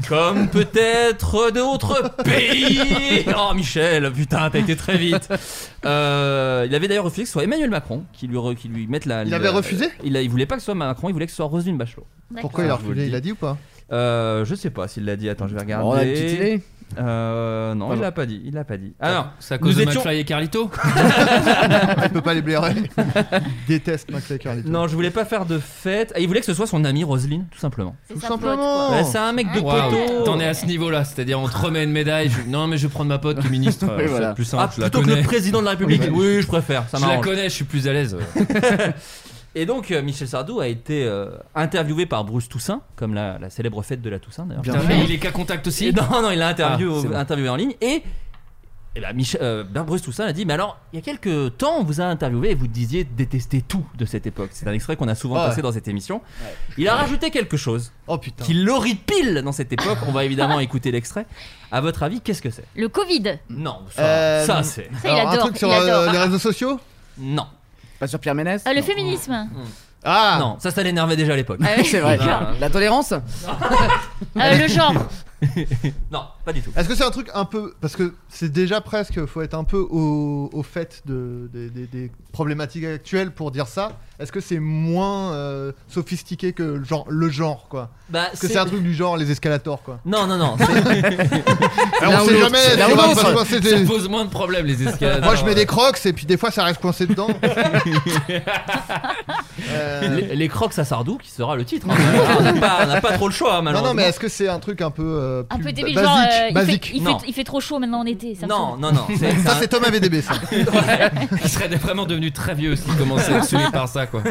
Speaker 5: Comme peut-être d'autres pays. Oh Michel, putain, t'as été très vite. Euh, il avait d'ailleurs refusé que ce soit Emmanuel Macron qui lui, re- qui lui mette la.
Speaker 6: Il
Speaker 5: la-
Speaker 6: avait refusé
Speaker 5: il, a- il voulait pas que ce soit Macron, il voulait que ce soit Roselyne Bachelot.
Speaker 6: Pourquoi il a refusé Il a dit ou pas
Speaker 5: Euh, je sais pas s'il l'a dit. Attends, je vais regarder.
Speaker 2: Oh, la petite idée.
Speaker 5: Euh, non, il l'a pas dit. Il l'a pas dit. Alors,
Speaker 4: Ah C'est à cause
Speaker 5: nous
Speaker 4: de
Speaker 5: étions-
Speaker 4: McFly et Carlito
Speaker 6: Il peut pas les blairer. Il Déteste McFly Carlito.
Speaker 5: Non, je voulais pas faire de fête. Ah, il voulait que ce soit son amie Roselyne, tout simplement.
Speaker 6: Tout simplement.
Speaker 5: Ouais, c'est un mec de
Speaker 4: Oh. Waouh,
Speaker 5: poteau.
Speaker 4: T'en es à ce niveau-là, c'est-à-dire on te remet une médaille. je- Non, mais je vais prendre ma pote qui est ministre. euh,
Speaker 2: Oui,
Speaker 4: c'est
Speaker 2: voilà.
Speaker 4: plus simple,
Speaker 5: Ah,
Speaker 4: je la
Speaker 5: plutôt que
Speaker 4: connais.
Speaker 5: le président de la République. Oui, je préfère. Ça
Speaker 4: je la
Speaker 5: m'arrange.
Speaker 4: connais, je suis plus à l'aise.
Speaker 5: Et donc euh, Michel Sardou a été euh, interviewé par Bruce Toussaint, comme la, la célèbre fête de la Toussaint d'ailleurs.
Speaker 6: Bien
Speaker 4: Putain,
Speaker 6: fait.
Speaker 4: mais il est cas contact
Speaker 5: Et
Speaker 4: aussi.
Speaker 5: non, non, il l'a interviewé,
Speaker 4: Ah, c'est bon.
Speaker 5: interviewé en ligne et, et ben, Mich- euh, ben, Bruce Toussaint a dit mais alors il y a quelques temps on vous a interviewé et vous disiez détester tout de cette époque. C'est un extrait qu'on a souvent
Speaker 6: Ah ouais.
Speaker 5: passé dans cette émission. Il a rajouté quelque chose
Speaker 6: Oh putain.
Speaker 5: qui l'horripile dans cette époque. On va évidemment écouter l'extrait. À votre avis, qu'est-ce que c'est
Speaker 7: Le Covid.
Speaker 5: Non, ça,
Speaker 6: Euh,
Speaker 5: ça, c'est
Speaker 7: Ça, il
Speaker 6: Alors,
Speaker 7: adore.
Speaker 6: un truc sur
Speaker 7: il adore.
Speaker 6: euh, les réseaux sociaux
Speaker 5: non,
Speaker 2: Pas sur Pierre Ménès
Speaker 7: Euh, le féminisme.
Speaker 6: Ah
Speaker 5: non, ça ça l'énervait déjà à l'époque.
Speaker 7: Ah oui.
Speaker 2: C'est vrai.
Speaker 5: D'accord.
Speaker 2: La tolérance
Speaker 7: Euh, le genre.
Speaker 5: Non, pas du tout.
Speaker 6: Est-ce que c'est un truc un peu. Parce que c'est déjà presque. Faut être un peu au, au fait de, des- des- des problématiques actuelles pour dire ça. Est-ce que c'est moins euh, sophistiqué que le genre, le genre quoi
Speaker 5: Bah,
Speaker 6: Est-ce que c'est un truc du genre les escalators quoi
Speaker 5: Non, non, non. c'est-
Speaker 6: Alors,
Speaker 2: l'un
Speaker 6: On
Speaker 2: ou
Speaker 6: sait
Speaker 2: l'autre,
Speaker 6: jamais.
Speaker 2: c'est l'un
Speaker 6: on
Speaker 2: ou
Speaker 6: va
Speaker 2: l'autre.
Speaker 6: pas se coincer
Speaker 4: Ça
Speaker 6: des-
Speaker 4: pose moins de problèmes les escalades.
Speaker 6: Moi je mets des crocs et puis des fois ça reste coincé dedans. Euh,
Speaker 5: Les, les crocs à Sardou qui sera le titre. hein. on n'a pas, on n'a pas trop le choix, hein,
Speaker 6: Non,
Speaker 5: malheureusement.
Speaker 6: non, mais est-ce que c'est un truc un peu. euh,
Speaker 7: Un
Speaker 6: plus
Speaker 7: peu débile,
Speaker 6: ba-
Speaker 7: genre.
Speaker 6: basique,
Speaker 7: euh, il,
Speaker 6: basique.
Speaker 7: Fait, il,
Speaker 5: Non.
Speaker 7: fait, il fait trop chaud maintenant en été. Ça me
Speaker 5: Non,
Speaker 7: saoule.
Speaker 5: non, non. c'est- c'est
Speaker 6: Ça,
Speaker 5: un-
Speaker 6: c'est Thomas VDB, ça.
Speaker 4: Il serait vraiment devenu très vieux s'il commençait à être saoulé par ça, quoi.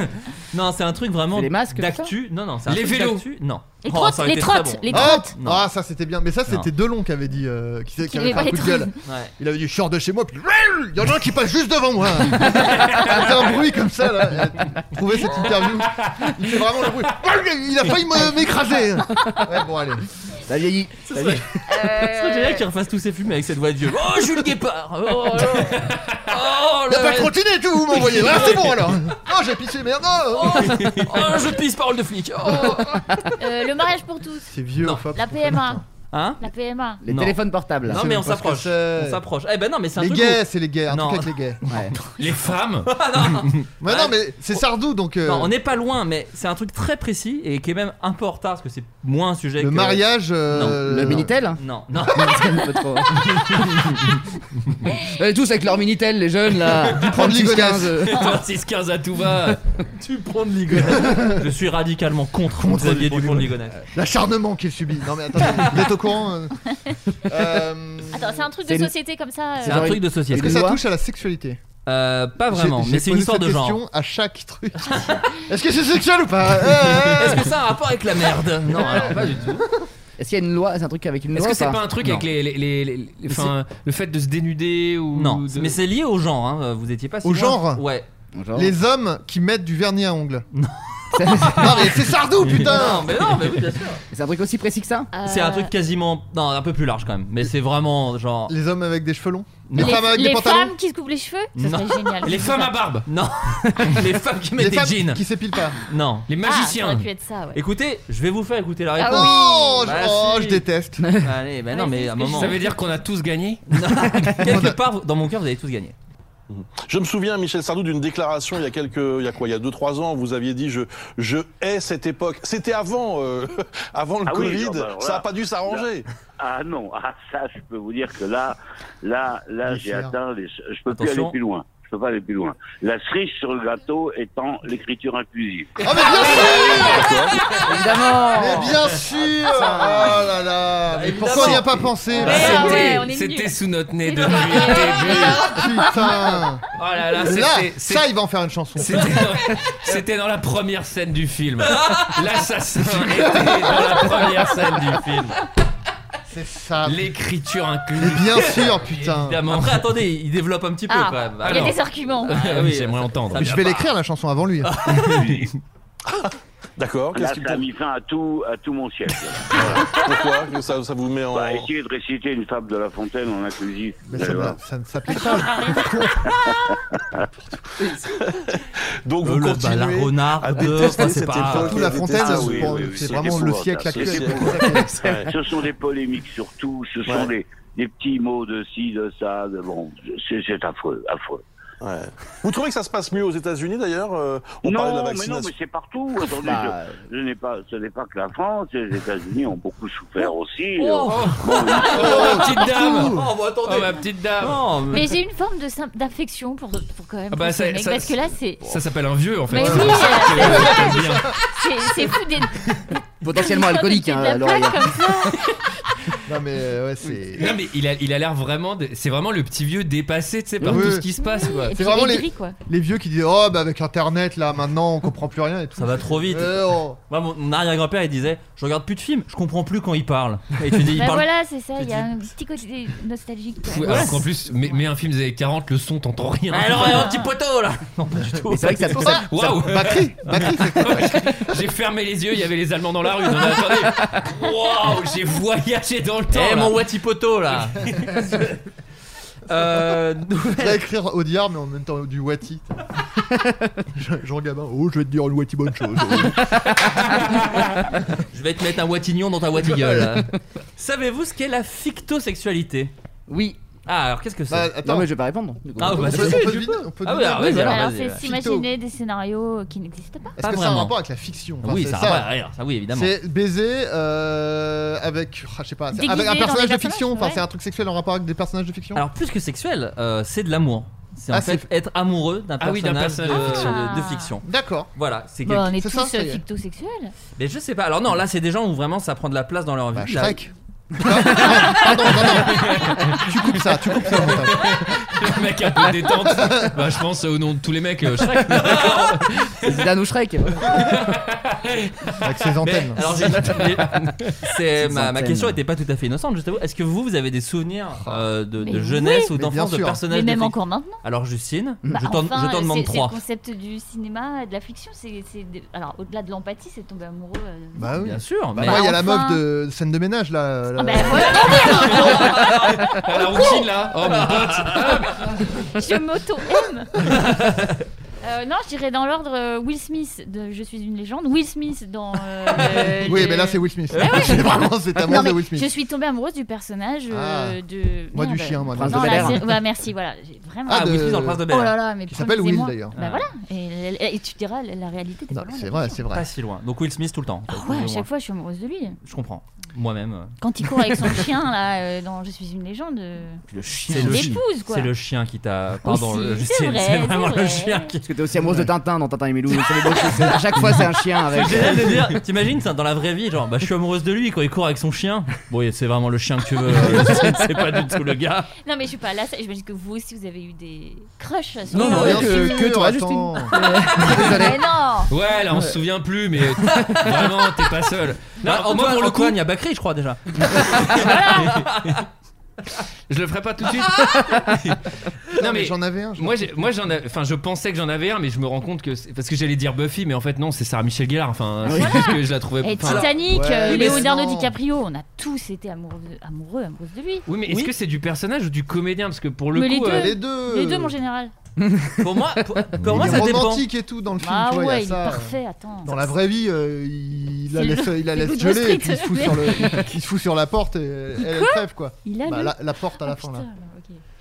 Speaker 5: Non, c'est un truc vraiment
Speaker 2: C'est les masques,
Speaker 5: d'actu. Non, non, c'est un
Speaker 4: Les
Speaker 5: truc
Speaker 4: vélos.
Speaker 5: d'actu. Non.
Speaker 7: Les
Speaker 5: Oh,
Speaker 7: trottes,
Speaker 5: ça aurait
Speaker 7: les
Speaker 5: été très
Speaker 7: trottes,
Speaker 5: bon.
Speaker 7: les
Speaker 6: Ah,
Speaker 7: trottes.
Speaker 6: non. Ah, ça c'était bien. Mais ça, c'était Delon qui avait dit. euh, qui, qui
Speaker 7: Qu'il
Speaker 6: avait fait
Speaker 7: aimait
Speaker 6: un
Speaker 7: pas
Speaker 6: coup de
Speaker 7: les
Speaker 6: gueule.
Speaker 5: Ouais.
Speaker 6: Il avait dit Je sors de chez moi, puis. Il y en a un qui passe juste devant moi. Il fait un bruit comme ça, là. Trouvez cette interview. Il fait vraiment le bruit. Il a failli me- m'écraser. Ouais, bon, allez.
Speaker 2: Ça vieillit.
Speaker 5: Ce serait ce serait génial qu'il refasse tous ses films avec cette voix de vieux. Oh, Jules Guépard Oh, oh, oh,
Speaker 6: Il a
Speaker 5: le-
Speaker 6: pas trottinette que vous m'envoyez. Ah, c'est bon alors. Oh, j'ai pissé, merde. Oh.
Speaker 5: oh, oh, je pisse parole de flic. Oh.
Speaker 7: Euh, le mariage pour tous.
Speaker 6: C'est vieux,
Speaker 5: Non.
Speaker 6: enfin.
Speaker 7: La PMA.
Speaker 5: Hein
Speaker 7: La PMA.
Speaker 2: Les téléphones portables.
Speaker 5: Non, mais on s'approche. On s'approche. Eh ben non, mais c'est un
Speaker 6: Les
Speaker 5: truc
Speaker 6: gays,
Speaker 5: où-
Speaker 6: c'est les gays, un
Speaker 5: Non.
Speaker 6: truc avec les gays.
Speaker 5: Les femmes
Speaker 6: Mais non, mais c'est Sardou donc. euh,
Speaker 5: Ah, Non, on n'est pas loin, mais c'est un truc très précis et qui est même un peu en retard parce que c'est moins un sujet
Speaker 6: Le
Speaker 5: que-
Speaker 6: mariage, euh,
Speaker 5: Non.
Speaker 6: Le
Speaker 4: Ah.
Speaker 2: Minitel
Speaker 5: Non, non.
Speaker 2: Allez, tous avec leur Minitel, les jeunes là.
Speaker 5: Du prendre
Speaker 2: 36,
Speaker 5: l'igonesse.
Speaker 2: 15, euh.
Speaker 4: 36-15 à tout va.
Speaker 5: tu prends de Ligonnès. Je suis radicalement contre,
Speaker 6: Contre
Speaker 5: Xavier
Speaker 6: Dupont de
Speaker 5: Dupont de Ligonnès.
Speaker 6: L'acharnement qu'il subit. Non, mais attendez, vous êtes au courant euh
Speaker 7: Attends, c'est un truc
Speaker 6: C'est
Speaker 7: de
Speaker 6: une-
Speaker 7: société comme ça.
Speaker 5: C'est un truc de société.
Speaker 6: Est-ce que ça touche à la sexualité
Speaker 5: Euh, pas vraiment,
Speaker 6: Euh, J'ai- j'ai
Speaker 5: mais c'est une
Speaker 6: posé
Speaker 5: histoire
Speaker 6: cette
Speaker 5: de genre.
Speaker 6: question à chaque truc. Est-ce que c'est sexuel ou pas Euh,
Speaker 5: Est-ce que ça a un rapport avec la merde Non, alors pas du tout.
Speaker 2: Est-ce qu'il y a une loi C'est un truc avec une loi
Speaker 4: Est-ce que
Speaker 2: ou
Speaker 4: c'est pas un truc
Speaker 2: Non.
Speaker 4: avec les, les, les- les- les- enfin, le fait de se dénuder ou
Speaker 5: Non,
Speaker 4: de-
Speaker 5: mais c'est lié au genre, hein, vous étiez pas si
Speaker 6: Au
Speaker 5: loin.
Speaker 6: genre
Speaker 5: Ouais.
Speaker 6: Les hommes qui mettent du vernis à ongles. non, mais c'est Sardou, putain
Speaker 5: Non, mais non, mais oui, bien sûr.
Speaker 2: C'est un truc aussi précis que ça
Speaker 7: euh,
Speaker 5: C'est un truc quasiment. Non, un peu plus large quand même, mais c'est vraiment genre.
Speaker 6: Les hommes avec des cheveux longs
Speaker 5: Non.
Speaker 6: Les femmes avec des
Speaker 7: les
Speaker 6: pantalons
Speaker 7: femmes qui se coupent les cheveux Ça serait
Speaker 5: Non.
Speaker 7: génial. Ah,
Speaker 5: Les femmes à
Speaker 4: barbe
Speaker 5: Non Les femmes qui mettent
Speaker 6: Les
Speaker 5: des
Speaker 6: femmes
Speaker 5: jeans
Speaker 6: qui s'épilent pas.
Speaker 5: Non Les
Speaker 7: Ah, ça aurait pu être ça, ouais.
Speaker 5: Écoutez, je vais vous faire écouter la
Speaker 7: Ah
Speaker 5: réponse.
Speaker 6: Oh, je-
Speaker 5: Bah,
Speaker 6: oh,
Speaker 5: si.
Speaker 6: je déteste.
Speaker 5: Allez, bah non, mais à un moment.
Speaker 4: Ça veut dire qu'on a tous gagné
Speaker 5: Quelque part, dans mon cœur, vous avez tous gagné.
Speaker 9: Je me souviens, Michel Sardou, d'une déclaration il y a quelques, il y a quoi, il y a deux trois ans, vous aviez dit je je hais cette époque. C'était avant euh, avant le
Speaker 1: Ah oui,
Speaker 9: Covid.
Speaker 1: non, bah, voilà.
Speaker 9: Ça n'a pas dû s'arranger.
Speaker 1: Là- Ah non, ah, ça, je peux vous dire que là, là, là, j'ai atteint les. Je peux plus
Speaker 9: Attention.
Speaker 1: aller plus loin. Je peux pas aller plus loin. La cerise sur le gâteau étant l'écriture inclusive.
Speaker 6: Ah,
Speaker 2: Évidemment
Speaker 6: Mais bien sûr Oh là là Mais pourquoi on n'y a pas pensé
Speaker 4: Bah,
Speaker 6: Ah
Speaker 4: c'était-
Speaker 6: ouais, on est
Speaker 4: C'était
Speaker 6: nuls.
Speaker 4: sous notre nez depuis
Speaker 6: Ah,
Speaker 4: le début.
Speaker 6: Putain
Speaker 4: Oh là là, c'était-
Speaker 6: Là,
Speaker 4: c'est-
Speaker 6: ça, il va en faire une chanson.
Speaker 4: C'était dans- C'était dans, la première scène du film. L'assassin était dans la première scène du film.
Speaker 6: C'est ça.
Speaker 4: L'écriture incluse.
Speaker 6: Mais bien sûr, putain.
Speaker 4: Évidemment.
Speaker 5: Après, attendez, il développe un petit peu
Speaker 7: Ah,
Speaker 5: quand même.
Speaker 7: il y a
Speaker 5: Alors.
Speaker 7: des arguments.
Speaker 5: Ah, oui,
Speaker 4: J'aimerais entendre.
Speaker 6: Mais je vais l'écrire la chanson avant lui. hein.
Speaker 4: Ah.
Speaker 9: D'accord.
Speaker 1: Là,
Speaker 9: Qu'est-ce qui
Speaker 1: ça a mis fin à tout, à tout mon siècle.
Speaker 9: pourquoi que ça, ça vous met en
Speaker 1: Bah, essayez de réciter une fable de La Fontaine en inclusif.
Speaker 6: Mais
Speaker 1: Vous
Speaker 6: ça
Speaker 1: allez voir.
Speaker 6: me- ça ne s'applique pas.
Speaker 9: Donc
Speaker 5: Euh,
Speaker 9: vous
Speaker 5: le
Speaker 9: continuez
Speaker 5: bah, la renarde,
Speaker 9: à détester
Speaker 5: enfin, c'est
Speaker 9: cette
Speaker 5: pas-
Speaker 9: époque.
Speaker 6: Tout la
Speaker 9: à
Speaker 6: Fontaine,
Speaker 9: détester-
Speaker 6: c'est pour- c'est vraiment le
Speaker 1: épouvantable,
Speaker 6: siècle
Speaker 1: ça,
Speaker 6: actuel.
Speaker 1: c'est
Speaker 6: épouvantable.
Speaker 1: épouvantable. Ce sont des polémiques surtout, ce sont des, des petits mots de ci, de ça, de bon, c'est c'est affreux, affreux.
Speaker 9: Ouais. Vous trouvez que ça se passe mieux aux États-Unis d'ailleurs euh, On parlait de la
Speaker 1: Non, mais non,
Speaker 9: vaccination.
Speaker 1: mais c'est partout. Attendez,
Speaker 9: Bah,
Speaker 1: je, je n'ai pas, ce n'est pas que la France, les États-Unis ont beaucoup souffert aussi.
Speaker 5: Oh.
Speaker 1: Bon, ils-
Speaker 4: Oh, petite dame
Speaker 5: Oh, bah, attendez.
Speaker 4: Oh, ma petite dame
Speaker 5: Non,
Speaker 7: Mais j'ai une forme de sym- d'affection pour, pour quand même.
Speaker 4: Ah bah,
Speaker 7: pour ce
Speaker 4: ça-
Speaker 7: mec,
Speaker 4: ça-
Speaker 7: parce que là, c'est.
Speaker 4: Ça s'appelle un vieux en fait.
Speaker 7: Mais
Speaker 4: C'est
Speaker 7: oui, euh,
Speaker 4: pour ça que-
Speaker 7: c'est
Speaker 4: bien.
Speaker 7: C'est c'est fou des.
Speaker 2: Potentiellement
Speaker 7: des gens
Speaker 2: alcoolique,
Speaker 7: qui
Speaker 2: hein,
Speaker 7: te la
Speaker 2: Laurel.
Speaker 7: plaquent comme ça.
Speaker 6: Non, mais euh, ouais, c'est.
Speaker 4: Non mais il a il a l'air vraiment de- c'est vraiment le petit vieux dépassé tu sais par
Speaker 6: Oui.
Speaker 4: tout ce qui se passe quoi.
Speaker 7: Et
Speaker 6: C'est
Speaker 7: puis
Speaker 6: vraiment
Speaker 7: il est
Speaker 6: les,
Speaker 7: gris, quoi.
Speaker 6: les vieux qui disent Oh, bah avec internet là, maintenant on comprend plus rien et tout.
Speaker 5: Ça va trop vite.
Speaker 6: Euh, oh.
Speaker 5: Moi, mon mon arrière-grand-père, il disait Je regarde plus de films, je comprends plus quand il parle. Et tu dis Il
Speaker 7: Bah
Speaker 5: parle.
Speaker 7: voilà, c'est ça,
Speaker 5: tu
Speaker 7: il y a un petit côté nostalgique. quand
Speaker 4: Ouais,
Speaker 7: même.
Speaker 4: Alors qu'en plus mais, mais un film des années 40 le son t'entends rien.
Speaker 5: Ah, Alors, un petit poteau là Non, pas du tout.
Speaker 2: Mais c'est vrai que ça- ça-
Speaker 4: Waouh
Speaker 6: Batterie Batterie
Speaker 4: J'ai fermé les yeux, il y avait les Allemands dans la rue. Non, mais attendez. Waouh, j'ai voyagé dans le temps.
Speaker 5: Eh,
Speaker 4: là.
Speaker 5: mon Wati poteau là Euh.
Speaker 6: On va écrire Audiard, mais en même temps du Wati. Jean- Jean Gabin, oh, je vais te dire le Wati bonne chose.
Speaker 5: Je vais te mettre un Watignon dans ta Watigueule. Savez-vous ce qu'est la fictosexualité
Speaker 2: Oui.
Speaker 5: Ah, alors qu'est-ce que c'est
Speaker 6: Bah, attends.
Speaker 2: Non, mais je vais pas répondre. du coup.
Speaker 5: Ah, bah,
Speaker 6: on
Speaker 5: si,
Speaker 6: peut-
Speaker 5: si,
Speaker 6: on peut
Speaker 5: tu
Speaker 6: deviner,
Speaker 5: peux.
Speaker 6: on peut
Speaker 5: Ah,
Speaker 6: deviner.
Speaker 5: ouais, alors, vas-y, alors,
Speaker 7: Alors,
Speaker 5: vas-y.
Speaker 7: c'est s'imaginer des scénarios qui n'existent pas.
Speaker 6: Est-ce
Speaker 5: pas
Speaker 6: que ça a un
Speaker 5: vraiment.
Speaker 6: rapport avec la fiction
Speaker 5: Ah Oui,
Speaker 6: Enfin,
Speaker 5: ça,
Speaker 6: c'est
Speaker 5: a un rapport- ça, oui, évidemment.
Speaker 6: C'est baiser euh, avec, ah, je sais pas, c'est-
Speaker 7: Déguisé
Speaker 6: avec un
Speaker 7: dans
Speaker 6: personnage
Speaker 7: des
Speaker 6: de fiction.
Speaker 7: personnages,
Speaker 6: Enfin,
Speaker 7: ouais.
Speaker 6: c'est un truc sexuel en rapport avec des personnages de fiction.
Speaker 5: Alors, plus que sexuel, euh, c'est de l'amour. C'est
Speaker 6: Ah,
Speaker 5: en fait
Speaker 6: c'est-
Speaker 5: être amoureux d'un
Speaker 4: Ah oui, d'un
Speaker 5: personnage, euh, de,
Speaker 7: personnage de
Speaker 5: de fiction.
Speaker 6: D'accord.
Speaker 5: Voilà, c'est
Speaker 7: Bon, on
Speaker 5: quelque-
Speaker 7: est
Speaker 6: c'est ça,
Speaker 7: tous
Speaker 6: ça y est.
Speaker 7: euh, fictosexuels.
Speaker 5: Mais je sais pas. Alors, non, là, c'est des gens où vraiment ça prend de la place dans leur vie.
Speaker 6: Bah,
Speaker 5: Là-
Speaker 6: Shrek. Pardon, pardon. tu coupes ça, tu coupes ça. au montage.
Speaker 4: Le mec un peu détente. Bah, je pense euh, au nom de tous les mecs. euh, Shrek.
Speaker 2: C'est Zidane ou Shrek.
Speaker 6: Avec ses antennes.
Speaker 5: Alors, j'ai- j'ai- c'est ma, ma
Speaker 2: antennes.
Speaker 5: question était pas tout à fait innocente. Je t'avoue. Est-ce que vous, vous avez des souvenirs euh, de, de
Speaker 7: Mais
Speaker 5: jeunesse
Speaker 7: oui.
Speaker 5: ou
Speaker 6: Oh. Mais bien
Speaker 5: d'enfance de
Speaker 6: sûr.
Speaker 5: personnages
Speaker 7: Mais
Speaker 5: de
Speaker 7: même
Speaker 5: fic-
Speaker 7: encore maintenant.
Speaker 5: Alors, Justine,
Speaker 7: Bah,
Speaker 5: je t'en
Speaker 7: enfin,
Speaker 5: je t'en demande
Speaker 7: c'est-
Speaker 5: trois.
Speaker 7: C'est le concept du cinéma, de la fiction. c'est c'est des- Alors, au-delà de l'empathie, c'est de tomber amoureux. euh,
Speaker 6: Bah oui.
Speaker 5: Bien sûr,
Speaker 6: Bah,
Speaker 5: mais
Speaker 6: moi, il y a la meuf
Speaker 7: enfin.
Speaker 6: de de scène de ménage là. là.
Speaker 7: Ah bah
Speaker 2: euh,
Speaker 7: voilà,
Speaker 4: Ah, la routine là. Oh mon pote.
Speaker 7: je m'auto-aime. Euh, non, je dirais dans l'ordre euh, Will Smith de Je suis une légende. Will Smith dans. euh,
Speaker 6: Oui,
Speaker 7: de-
Speaker 6: mais là, c'est Will Smith.
Speaker 7: Ah ouais.
Speaker 6: C'est vraiment cet amour
Speaker 7: Non,
Speaker 6: de
Speaker 7: mais
Speaker 6: Will Smith.
Speaker 7: Je suis tombée amoureuse du personnage euh,
Speaker 6: Ah.
Speaker 7: de.
Speaker 6: Moi,
Speaker 7: non,
Speaker 6: du
Speaker 7: bah,
Speaker 6: chien, moi,
Speaker 7: non,
Speaker 6: du Prince de
Speaker 7: la
Speaker 6: Bel-Air.
Speaker 7: série- Ouais, merci, voilà. j'ai Vraiment.
Speaker 6: Ah, Ah, de- Will Smith dans le Prince de Bel-Air.
Speaker 7: Oh là là, mais
Speaker 6: Qui s'appelle
Speaker 7: promisez-moi.
Speaker 6: Will, d'ailleurs.
Speaker 7: Bah voilà. Et, et- et tu te diras, la, la réalité, t'es pas loin. Ah
Speaker 5: C'est
Speaker 6: vrai, c'est vrai.
Speaker 5: Pas si loin. Donc Will Smith tout le temps. en fait,
Speaker 7: Ouais,
Speaker 5: plus
Speaker 7: à
Speaker 5: ou moins.
Speaker 7: chaque fois, je suis amoureuse de lui.
Speaker 5: Je comprends. Moi-même. euh,
Speaker 7: Quand il court avec son chien, là, euh, dans Je suis une légende. euh,
Speaker 5: puis le chien.
Speaker 7: C'est
Speaker 5: le
Speaker 7: l'épouse,
Speaker 5: chien-
Speaker 7: quoi.
Speaker 5: C'est le chien qui t'a. Pardon.
Speaker 7: Aussi,
Speaker 5: le-
Speaker 7: c'est
Speaker 5: c'est
Speaker 7: vrai,
Speaker 5: c'est vraiment
Speaker 7: c'est
Speaker 5: le
Speaker 7: vrai.
Speaker 5: chien qui.
Speaker 2: Parce que t'es aussi amoureuse de Tintin dans Tintin et Milou. donc c'est les deux choses. C'est- À chaque fois, c'est un chien avec.
Speaker 5: C'est génial de dire, t'imagines ça dans la vraie vie, genre bah je suis amoureuse de lui quand il court avec son chien. Bon, c'est vraiment le chien que tu veux, euh, c'est c'est pas du tout le gars.
Speaker 7: Non, mais je suis pas là. J'imagine que vous aussi, vous avez eu des crushs sur
Speaker 5: Non,
Speaker 7: le-
Speaker 5: non,
Speaker 7: le
Speaker 5: que-
Speaker 7: film.
Speaker 5: que toi,
Speaker 6: Attends.
Speaker 7: Mais non
Speaker 4: Ouais, là on se souvient plus, mais vraiment t'es pas seul. Non,
Speaker 5: Bah,
Speaker 4: moi
Speaker 5: Antoine-
Speaker 4: pour le coup,
Speaker 5: Antoine, il y a Bacri, je crois déjà.
Speaker 4: je le ferai pas tout de suite. non mais
Speaker 6: j'en avais un.
Speaker 4: Moi, j'ai- moi j'en avais- enfin je pensais que j'en avais un, mais je me rends compte que c'est- parce que j'allais dire Buffy, mais en fait non, c'est Sarah Michel Gellar. Enfin,
Speaker 5: Ah
Speaker 4: c'est
Speaker 7: Voilà.
Speaker 4: juste que je la trouvais.
Speaker 7: Et
Speaker 4: enfin,
Speaker 7: Titanic, euh,
Speaker 4: Oui, mais
Speaker 7: Leonardo
Speaker 4: sinon-
Speaker 7: DiCaprio, on a tous été amoureux, amoureux amoureuses de lui.
Speaker 4: Oui, mais est-ce que c'est du personnage ou du comédien Parce que pour le
Speaker 7: Mais
Speaker 4: coup,
Speaker 7: les, deux,
Speaker 4: euh,
Speaker 7: les deux, mon général.
Speaker 5: Pour moi, pour, pour
Speaker 6: Il
Speaker 5: moi
Speaker 6: est
Speaker 5: ça dépend.
Speaker 6: romantique et tout dans le film.
Speaker 7: Ah
Speaker 6: tu vois, il y a
Speaker 7: ouais, il est
Speaker 6: ça, euh,
Speaker 7: parfait, attends.
Speaker 6: Dans la vraie vie, euh, il il la
Speaker 7: C'est
Speaker 6: laisse,
Speaker 7: le-
Speaker 6: il la
Speaker 7: c'est
Speaker 6: laisse
Speaker 7: Good Will
Speaker 6: geler et
Speaker 7: Street.
Speaker 6: puis il se fout sur, le, il se fout sur la porte et elle, elle crève quoi.
Speaker 7: Il a
Speaker 6: Bah,
Speaker 7: le- Ah,
Speaker 6: la, la porte à
Speaker 7: Oh,
Speaker 6: la fin là.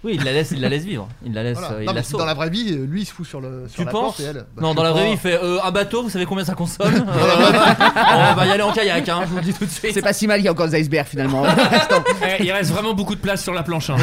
Speaker 5: Oui, il la laisse, il la laisse vivre. Il la laisse,
Speaker 6: Voilà.
Speaker 5: euh, il
Speaker 6: Non,
Speaker 5: la
Speaker 6: mais
Speaker 5: sauve.
Speaker 6: dans la vraie vie, euh, lui il se fout sur, le, sur
Speaker 5: tu
Speaker 6: la
Speaker 5: penses
Speaker 6: porte et elle. bah,
Speaker 5: Non,
Speaker 6: je
Speaker 5: dans la
Speaker 6: sais
Speaker 5: vraie
Speaker 6: pas.
Speaker 5: vie, il fait euh, un bateau, vous savez combien ça consomme Euh, On va y aller en kayak, hein, je vous le dis tout de suite.
Speaker 2: C'est pas si mal, il y a encore des icebergs finalement.
Speaker 4: eh, il reste vraiment beaucoup de place sur la planche. hein.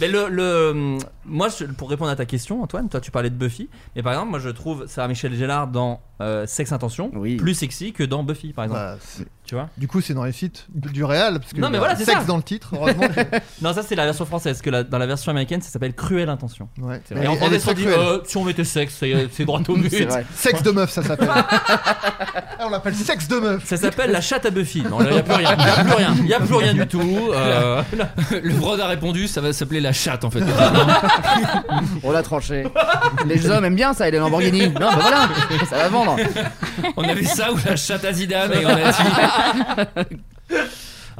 Speaker 5: Mais le, le- moi, je- pour répondre à ta question, Antoine, toi tu parlais de Buffy, mais par exemple, moi je trouve Sarah Michel Gellar dans euh, Sex Intention plus sexy que dans Buffy, par exemple.
Speaker 6: Bah, c'est-
Speaker 5: tu vois
Speaker 6: Du coup, c'est dans les sites du réel parce que
Speaker 5: Non, mais voilà, c'est
Speaker 6: sexe
Speaker 5: ça.
Speaker 6: dans le titre. Heureusement. que-
Speaker 5: Non, ça c'est la version française, que la- dans la version américaine ça s'appelle Cruelle Intention.
Speaker 6: Ouais.
Speaker 5: C'est vrai.
Speaker 6: Mais
Speaker 5: Et en
Speaker 6: elle
Speaker 5: français,
Speaker 6: est
Speaker 5: on
Speaker 6: très
Speaker 5: dit
Speaker 6: cruelle.
Speaker 5: euh, si on mettait sexe, c'est euh, c'est droit au but.
Speaker 6: C'est vrai. Sexe de meuf, ça s'appelle. Ah, on l'appelle sexe de meuf.
Speaker 5: Ça s'appelle la chatte à Buffy. Non, là, y a plus rien. Y a plus rien. Y a plus rien du tout. euh,
Speaker 4: le Brod a répondu, ça va s'appeler la chatte en fait.
Speaker 2: On l'a tranché. Les hommes aiment bien ça et les Lamborghini. Non, bah voilà, ça va vendre.
Speaker 4: on avait ça ou la chatte à Zidane et on a dit.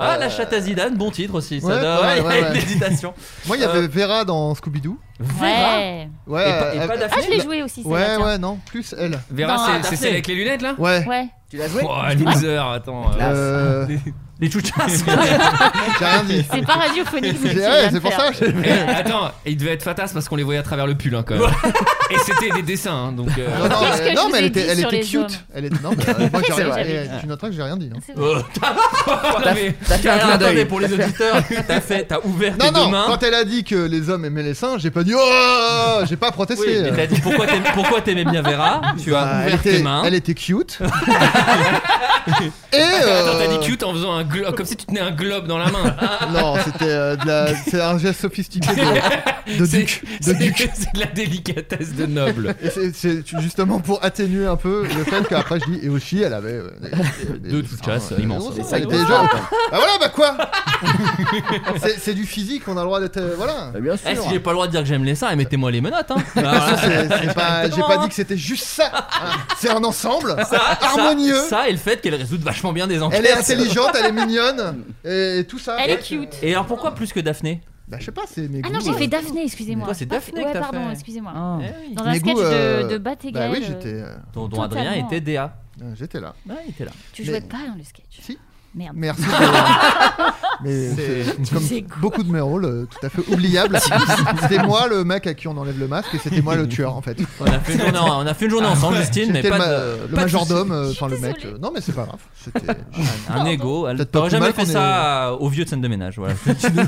Speaker 5: Ah, la chatte à Zidane, bon titre aussi. Ça
Speaker 6: Ouais,
Speaker 5: doit-
Speaker 6: ouais, ouais,
Speaker 5: y a une
Speaker 6: ouais.
Speaker 5: hésitation.
Speaker 6: Moi, il y avait Vera dans Scooby-Doo.
Speaker 7: Ouais.
Speaker 6: Ouais,
Speaker 5: Et pas- et
Speaker 6: euh,
Speaker 5: pas
Speaker 6: euh,
Speaker 5: Daphné
Speaker 7: Ah, je l'ai joué aussi,
Speaker 6: Ouais,
Speaker 7: celle-là,
Speaker 6: ouais, non, plus elle.
Speaker 4: Vera,
Speaker 7: Dans-
Speaker 4: c'est- c'est
Speaker 7: Daphné.
Speaker 4: celle avec les lunettes là
Speaker 6: Ouais.
Speaker 7: Ouais.
Speaker 2: Tu l'as joué
Speaker 4: Oh, loser, attends. euh,
Speaker 6: Euh,
Speaker 5: Les chouchas.
Speaker 6: J'ai rien dit.
Speaker 7: C'est pas radiophonique. ce que
Speaker 6: J'ai-
Speaker 7: tu
Speaker 6: ouais,
Speaker 7: viens de
Speaker 6: c'est pour ça.
Speaker 7: faire.
Speaker 6: j'ai-
Speaker 4: Eh, attends, il devait être fatasse parce qu'on les voyait à travers le pull hein, quand même. Et c'était des dessins, hein, donc. euh,
Speaker 6: Non, non,
Speaker 7: Qu'est-ce
Speaker 6: mais-
Speaker 7: que
Speaker 6: non,
Speaker 7: je vous
Speaker 6: mais
Speaker 7: ai
Speaker 6: elle
Speaker 7: dit
Speaker 6: était, elle
Speaker 7: sur
Speaker 6: était
Speaker 7: les hommes
Speaker 6: cute. Elle était, non, mais euh, moi, j'ai
Speaker 2: C'est
Speaker 6: rien-
Speaker 2: vrai.
Speaker 6: eh, tu noteras que j'ai rien dit. hein.
Speaker 7: C'est vrai.
Speaker 5: Euh, t'as-
Speaker 2: T'as
Speaker 5: mais-
Speaker 2: t'as fait un clin
Speaker 5: Attendez,
Speaker 2: d'œil.
Speaker 5: pour les auditeurs, t'as fait, t'as ouvert tes
Speaker 6: Non,
Speaker 5: deux
Speaker 6: non,
Speaker 5: mains.
Speaker 6: quand elle a dit que les hommes aimaient les singes, j'ai pas dit oh, j'ai pas
Speaker 5: Oui,
Speaker 6: protesté.
Speaker 5: mais t'as dit pourquoi t'aimais, pourquoi t'aimais bien Vera. Tu as
Speaker 6: Ah, elle,
Speaker 5: ouvert
Speaker 6: était,
Speaker 5: tes mains.
Speaker 6: elle était cute. Et euh,
Speaker 4: Attends, t'as dit cute en faisant un globe, comme si tu tenais un globe dans la main.
Speaker 6: Non, c'était euh, de la- c'est un geste sophistiqué de, de
Speaker 4: C'est-
Speaker 6: duc. De
Speaker 4: c'est-
Speaker 6: duc.
Speaker 4: C'est de la délicatesse de noble.
Speaker 6: Et c'est- c'est justement pour atténuer un peu le fait qu'après je dis et aussi elle avait euh, des- des-
Speaker 5: Deux
Speaker 6: des-
Speaker 5: touchas
Speaker 6: euh,
Speaker 5: immenses.
Speaker 6: des- elle était jeune. Bah voilà, bah quoi C'est c'est du physique, on a le droit d'être euh, voilà.
Speaker 2: Bah, Bien
Speaker 5: Eh, si
Speaker 2: sûr.
Speaker 5: j'ai pas le droit de dire que j'aime les seins, et mettez-moi les menottes. Hein.
Speaker 6: Ça,
Speaker 5: Voilà.
Speaker 6: c'est- c'est pas- J'ai
Speaker 5: Exactement,
Speaker 6: pas
Speaker 5: hein.
Speaker 6: dit que c'était juste ça. hein. C'est un ensemble
Speaker 5: Ça,
Speaker 6: harmonieux.
Speaker 5: Ça, ça et le fait qu'elle résout vachement bien des enquêtes.
Speaker 6: Elle est intelligente, elle est mignonne et, et tout ça.
Speaker 7: Elle est
Speaker 6: Ouais,
Speaker 7: cute.
Speaker 6: c'est-
Speaker 5: Et alors pourquoi plus que Daphné
Speaker 6: Bah je sais pas, c'est mes
Speaker 7: Ah
Speaker 6: goûts.
Speaker 7: non, j'ai
Speaker 6: euh,
Speaker 7: fait Daphné, excusez-moi.
Speaker 5: Toi, c'est
Speaker 7: Pas-
Speaker 5: Daphné que
Speaker 7: Ouais,
Speaker 5: t'as
Speaker 7: pardon,
Speaker 5: fait.
Speaker 7: excusez-moi.
Speaker 5: Eh
Speaker 2: Ah.
Speaker 7: Dans un
Speaker 6: mes
Speaker 7: sketch
Speaker 6: goûts, euh,
Speaker 7: de, de Bat et
Speaker 6: Bah
Speaker 7: Gaël,
Speaker 6: oui,
Speaker 7: euh,
Speaker 6: j'étais euh,
Speaker 5: Dont, dont Adrien
Speaker 7: Totalement.
Speaker 5: était DA.
Speaker 6: euh, j'étais là.
Speaker 5: Ouais, Bah, il était là.
Speaker 7: Tu
Speaker 6: mais-
Speaker 7: jouais pas dans le sketch.
Speaker 6: Si.
Speaker 7: Merde.
Speaker 6: Merci. de- Mais
Speaker 5: C'est-
Speaker 6: c'est- comme beaucoup de mes rôles, euh, tout à fait oubliables. c'était moi le mec à qui on enlève le masque et c'était moi le tueur en fait.
Speaker 5: On a fait une journée, on a fait une journée ensemble, Justine, mais
Speaker 6: J'étais
Speaker 5: pas
Speaker 6: Ah, le, ma-
Speaker 5: de,
Speaker 6: le
Speaker 5: pas de
Speaker 6: majordome,
Speaker 5: soucis. Euh,
Speaker 6: euh, enfin le mec. euh, non mais c'est pas grave. C'était.
Speaker 5: Un ego. Elle
Speaker 6: Peut-être pas
Speaker 5: t'aurais
Speaker 6: plus
Speaker 5: jamais
Speaker 6: mal
Speaker 5: fait
Speaker 6: qu'on
Speaker 5: ça au vieux de scène de ménage. Voilà.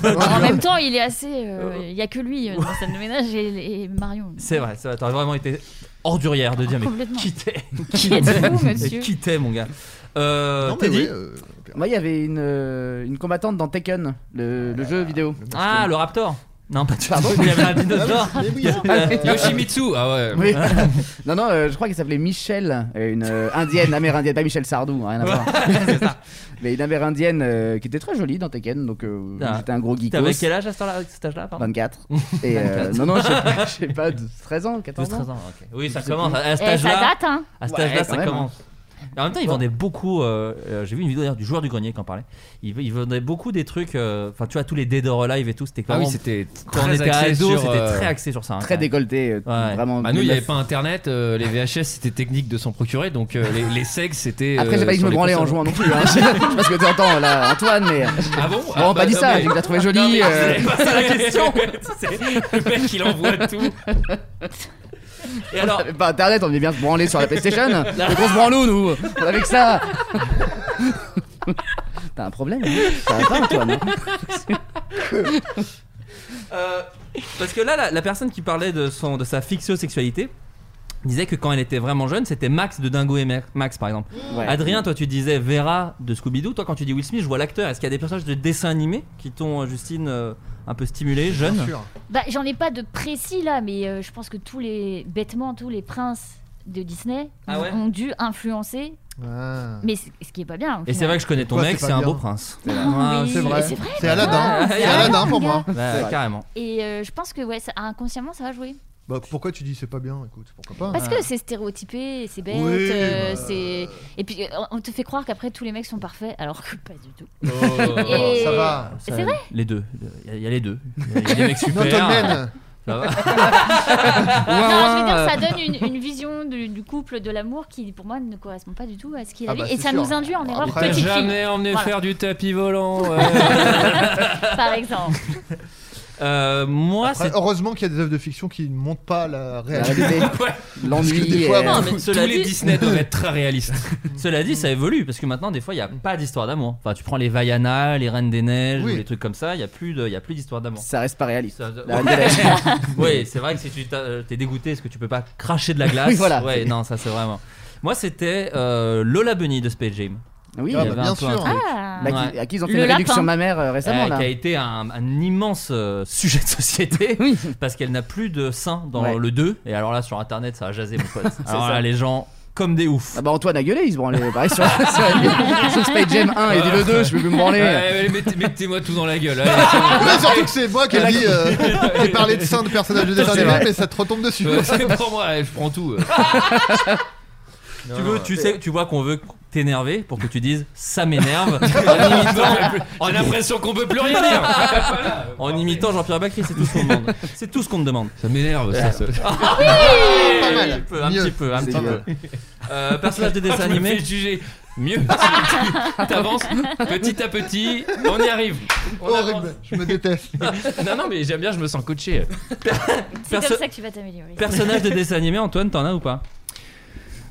Speaker 6: Bah,
Speaker 7: En même temps, il est assez. euh, Il y a que lui euh, dans la scène de ménage et, et Marion.
Speaker 5: C'est vrai, c'est vrai, t'aurais vraiment été ordurière de dire, mais
Speaker 7: Complètement.
Speaker 5: qui t'es
Speaker 7: Ah, Qui êtes-vous, monsieur
Speaker 5: Mais Qui t'es, mon gars euh,
Speaker 6: Non, mais
Speaker 5: Teddy
Speaker 6: oui, euh,
Speaker 2: Moi, il y avait une, euh, une combattante dans Tekken, le, le jeu vidéo.
Speaker 5: Ah, le Raptor Non, pas du tout.
Speaker 2: Pardon
Speaker 5: Il y avait un dinosaure.
Speaker 6: mais oui, hein.
Speaker 4: Yoshimitsu, ah ouais.
Speaker 2: Oui. non, non, euh, je crois qu'elle s'appelait Michelle, euh, une euh, indienne, amérindienne, pas Michel Sardou, hein, rien à voir. Mais une amérindienne euh, qui était très jolie dans Tekken, donc euh,
Speaker 5: Ah.
Speaker 2: j'étais un gros geek.
Speaker 5: T'avais quel âge à cet âge-là-
Speaker 4: Ah
Speaker 5: cet âge-là pardon
Speaker 2: 24. Et euh,
Speaker 5: 24.
Speaker 2: non, non, je sais pas, je sais pas, 12, 13 ans, 14
Speaker 5: 12, 13
Speaker 2: ans.
Speaker 5: ans, ok. Oui, ça
Speaker 2: Je sais
Speaker 5: commence.
Speaker 2: plus.
Speaker 5: À à cet
Speaker 7: Eh, ça
Speaker 5: âge-là,
Speaker 7: date, hein
Speaker 5: à cet
Speaker 2: Ouais,
Speaker 5: âge-là,
Speaker 2: quand
Speaker 5: ça
Speaker 2: même,
Speaker 5: commence. En même temps, ils vendaient beaucoup. euh, euh, J'ai vu une vidéo d'ailleurs du joueur du grenier qui en parlait. Ils, ils vendaient beaucoup des trucs. euh, Enfin, tu vois, tous les Dead or Alive et tout, c'était
Speaker 4: Ah oui,
Speaker 5: vraiment-
Speaker 4: c'était
Speaker 5: Quand on
Speaker 4: très
Speaker 5: était
Speaker 4: axé
Speaker 5: ado,
Speaker 4: sur,
Speaker 5: c'était
Speaker 4: euh,
Speaker 5: très axé sur ça. hein,
Speaker 2: Très
Speaker 5: quand même.
Speaker 2: décolleté, euh,
Speaker 5: Ouais.
Speaker 2: vraiment.
Speaker 4: Bah nous, il n'y avait pas internet, euh, les VHS c'était technique de s'en procurer, donc euh, les, les segs c'était.
Speaker 2: Après, j'ai
Speaker 4: euh,
Speaker 2: pas dit que je
Speaker 4: sur
Speaker 2: me
Speaker 4: les
Speaker 2: branlais en
Speaker 4: consoles.
Speaker 2: jouant non plus. hein. Je sais pas ce que t'entends là, Antoine, mais. euh.
Speaker 4: Ah bon
Speaker 2: Bon,
Speaker 4: Ah
Speaker 2: on
Speaker 4: bah,
Speaker 2: pas dit
Speaker 4: non,
Speaker 2: ça,
Speaker 4: mais-
Speaker 2: j'ai que t'as trouvé
Speaker 4: Non,
Speaker 2: joli.
Speaker 4: mais
Speaker 2: euh,
Speaker 4: c'est pas ça la question. Tu sais, le mec il envoie tout.
Speaker 2: Et alors Pas internet, on devait bien se branler sur la PlayStation. Les grosses branlous, nous On avait que ça T'as un problème hein T'as un problème, Antoine hein
Speaker 5: Euh, parce que là, la, la personne qui parlait de, son, de sa fixio-sexualité disait que quand elle était vraiment jeune, c'était Max de Dingo et Ma- Max, par exemple.
Speaker 2: Ouais.
Speaker 5: Adrien, toi, tu disais Vera de Scooby-Doo. Toi, quand tu dis Will Smith, je vois l'acteur. Est-ce qu'il y a des personnages de dessins animés qui t'ont, euh, Justine, euh, un peu stimulé, jeune
Speaker 7: Bah, j'en ai pas de précis là, mais euh, je pense que tous les, bêtement, tous les princes de Disney
Speaker 5: Ah ouais
Speaker 7: ont dû influencer.
Speaker 6: Bah,
Speaker 7: Mais c- ce qui est pas bien. au
Speaker 5: Et c'est
Speaker 7: final.
Speaker 5: vrai que je connais ton
Speaker 6: Toi,
Speaker 5: mec,
Speaker 6: c'est pas
Speaker 5: c'est un
Speaker 6: bien.
Speaker 5: beau prince.
Speaker 6: C'est vrai.
Speaker 5: Ah,
Speaker 6: Oui, C'est vrai. c'est vrai, C'est bah, Aladdin.
Speaker 5: Ouais,
Speaker 6: C'est Aladdin pour moi.
Speaker 5: Ouais,
Speaker 6: C'est vrai.
Speaker 5: carrément.
Speaker 7: Et euh, je pense que ouais, ça- inconsciemment, ça va jouer.
Speaker 6: Bah, pourquoi tu dis c'est pas bien Écoute, pourquoi pas hein.
Speaker 7: Parce que c'est stéréotypé, c'est bête,
Speaker 6: Oui,
Speaker 7: euh,
Speaker 6: bah.
Speaker 7: c'est. Et puis euh, on te fait croire qu'après tous les mecs sont parfaits, alors que pas du tout.
Speaker 5: Oh,
Speaker 7: Et-
Speaker 5: ça va.
Speaker 7: C'est
Speaker 5: Ça-
Speaker 7: vrai
Speaker 5: Les deux. Il y a- il y, a les deux. Il y a des mecs super.
Speaker 6: Not all men.
Speaker 5: Ça va.
Speaker 7: Ah, non, je veux dire,
Speaker 5: Ouin,
Speaker 7: ça
Speaker 5: ouin.
Speaker 7: donne une, une vision du, du couple, de l'amour qui, pour moi, ne correspond pas du tout à ce qu'il
Speaker 4: Ah
Speaker 7: a vu.
Speaker 4: bah,
Speaker 7: Et
Speaker 4: c'est
Speaker 7: ça
Speaker 4: sûr.
Speaker 7: nous induit en erreur.
Speaker 4: T'as
Speaker 7: petite fille.
Speaker 4: jamais emmené
Speaker 7: Voilà.
Speaker 4: faire du tapis volant. ouais.
Speaker 7: Par exemple.
Speaker 5: Euh,
Speaker 7: Ah,
Speaker 5: moi,
Speaker 6: Après, heureusement qu'il y a des œuvres de fiction qui ne montrent pas la réalité.
Speaker 4: Ah,
Speaker 5: réalité.
Speaker 6: Parce que des fois, bon,
Speaker 5: Cela dit-
Speaker 4: très réalistes.
Speaker 5: Cela dit, ça évolue parce que maintenant, des fois, il n'y a pas d'histoire d'amour. Enfin, tu prends les Vaiana, les Reines des Neiges,
Speaker 2: Oui.
Speaker 5: ou les trucs comme ça, il n'y a plus de- il y a plus d'histoire d'amour.
Speaker 2: Ça reste pas réaliste.
Speaker 5: Ça-
Speaker 2: La Reine des Neiges.
Speaker 5: oui, c'est vrai que si tu t'as- euh, t'es dégoûté, est-ce que tu peux pas cracher de la glace
Speaker 2: Oui, voilà.
Speaker 5: Ouais, non, ça c'est vraiment. Moi, c'était euh, Lola Bunny de Space Jam.
Speaker 2: Oui,
Speaker 5: Il y
Speaker 2: ah,
Speaker 5: avait
Speaker 2: bah,
Speaker 5: un
Speaker 2: bien
Speaker 5: peu un
Speaker 2: sûr.
Speaker 5: truc.
Speaker 2: Ah. Bah, qui- à qui ils ont fait
Speaker 5: Le
Speaker 2: une réduction
Speaker 5: lapin. Eh,
Speaker 2: mammaire, euh, récemment, là.
Speaker 5: Qui a été un, un immense euh, sujet de société parce qu'elle n'a plus de sein dans
Speaker 2: Ouais.
Speaker 5: le 2. Et alors là, sur internet, ça a jasé, mon pote.
Speaker 2: C'est
Speaker 5: Alors
Speaker 2: ça.
Speaker 5: là, les gens, comme des oufs.
Speaker 2: Ah bah Antoine a gueulé, il se branlait pareil sur, sur, sur Space Jam 1, il dit le 2, je peux plus me branler.
Speaker 4: Ouais, ouais, mettez- Mettez-moi tout dans la gueule. allez.
Speaker 6: Mais surtout que c'est moi qui ai dit. euh, J'ai parlé de ça de personnages de dessin
Speaker 4: Ah, C'est
Speaker 6: animé,
Speaker 4: vrai.
Speaker 6: mais ça te retombe dessus.
Speaker 4: Ouais, c'est- Prends-moi, je prends tout. euh.
Speaker 5: Tu,
Speaker 4: Non,
Speaker 5: veux,
Speaker 4: non,
Speaker 5: Ah, tu,
Speaker 4: c'est-
Speaker 5: sais, tu vois qu'on veut t'énerver pour que tu dises ça m'énerve.
Speaker 4: On a l'impression qu'on peut plus rien dire.
Speaker 5: En imitant Jean-Pierre Bacri, c'est tout ce qu'on demande. C'est tout ce qu'on me demande.
Speaker 4: Ça m'énerve, ça. ça.
Speaker 5: Ah oui
Speaker 4: Pas mal.
Speaker 5: Un petit peu, un
Speaker 4: Mieux.
Speaker 5: petit peu, un
Speaker 4: C'est
Speaker 5: petit
Speaker 4: mieux.
Speaker 5: peu. Euh, personnage de dessin
Speaker 4: Je me
Speaker 5: animé.
Speaker 4: fais juger. Mieux. T'avances petit à petit, on y arrive.
Speaker 6: Horrible, je me déteste.
Speaker 4: Non, non, mais j'aime bien, je me sens coaché.
Speaker 7: C'est
Speaker 5: Perso-
Speaker 7: comme ça que tu vas t'améliorer.
Speaker 5: Personnage de dessin animé, Antoine, t'en as ou pas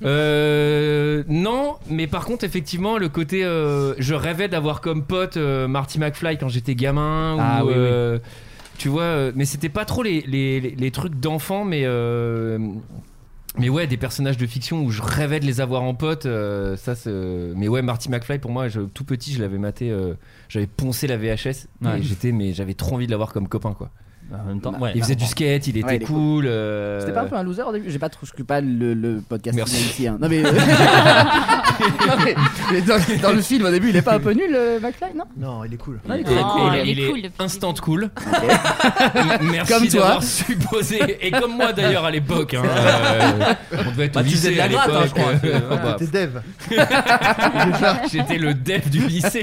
Speaker 4: Euh, non, mais par contre, effectivement, le côté. euh, je rêvais d'avoir comme pote euh, Marty McFly quand j'étais gamin. ou,
Speaker 5: Ah oui, oui.
Speaker 4: euh, Tu vois, euh, mais c'était pas trop les, les, les- les trucs d'enfant, mais. euh, mais ouais, des personnages de fiction où je rêvais de les avoir en pote, euh, ça c'est... Mais ouais, Marty McFly, pour moi, je- tout petit, je l'avais maté, euh, j'avais poncé la VHS,
Speaker 5: Ouais. Bah,
Speaker 4: et j'étais, mais j'avais trop envie de l'avoir comme copain, quoi. Bah,
Speaker 5: En même temps,
Speaker 4: il faisait du skate, il était
Speaker 2: Ouais, il est
Speaker 4: cool. euh,
Speaker 2: C'était pas un peu un loser au début J'ai pas trop, je suis pas le, le podcast
Speaker 4: Merci.
Speaker 2: qu'il y a ici. hein. Non mais, Non, mais- mais dans, dans le film au début, il est pas un peu nul, le McFly, non
Speaker 6: Non, il est cool.
Speaker 2: Non, il est
Speaker 4: Il est,
Speaker 2: cool.
Speaker 5: Oh,
Speaker 4: il est- il est instant cool. Merci
Speaker 2: Comme toi.
Speaker 4: d'avoir supposé et comme moi d'ailleurs à l'époque. hein, euh, on devait être
Speaker 5: Bah,
Speaker 4: au
Speaker 5: tu
Speaker 4: lycée
Speaker 5: faisais de la
Speaker 4: à
Speaker 5: gratte, hein, bah. je
Speaker 4: l'époque,
Speaker 5: crois.
Speaker 4: euh,
Speaker 5: Ouais,
Speaker 4: bah,
Speaker 6: T'es dev.
Speaker 4: J'étais le dev du lycée.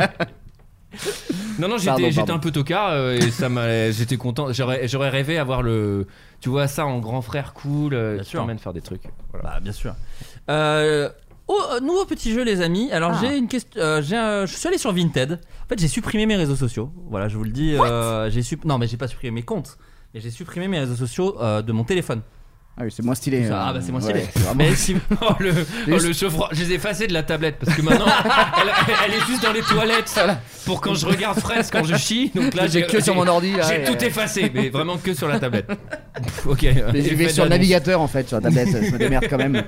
Speaker 4: Non non
Speaker 5: Pardon,
Speaker 4: j'étais j'étais
Speaker 5: pardon.
Speaker 4: un peu tocard euh, et ça m'a j'étais content j'aurais j'aurais rêvé avoir le tu vois ça en grand frère cool euh, qui
Speaker 5: sûr.
Speaker 4: t'emmène faire des trucs voilà.
Speaker 5: bien sûr Euh, oh, euh, nouveau petit jeu, les amis. Alors,
Speaker 4: Ah.
Speaker 5: j'ai une question. euh, j'ai un- je suis allé sur Vinted. En fait, j'ai supprimé mes réseaux sociaux. Voilà, je vous le dis. euh, j'ai sup- Non, mais j'ai pas supprimé mes comptes. Mais j'ai supprimé mes réseaux sociaux euh, de mon téléphone.
Speaker 2: Ah oui, c'est moins stylé.
Speaker 5: Ça, ah bah c'est moins stylé.
Speaker 2: Ouais, c'est vraiment-
Speaker 5: Mais si-
Speaker 4: oh le oh, le chauffeur je les ai effacés de la tablette parce que maintenant elle, elle est juste dans les toilettes pour quand je regarde Fraise quand je chie donc là
Speaker 2: J'ai que sur mon ordi, là,
Speaker 4: j'ai
Speaker 2: ouais,
Speaker 4: tout
Speaker 2: ouais.
Speaker 4: effacé mais vraiment que sur la tablette ok euh,
Speaker 2: Mais je vais
Speaker 4: Effet
Speaker 2: sur le
Speaker 4: d'annonce.
Speaker 2: navigateur en fait, sur la tablette, je me démerde quand même.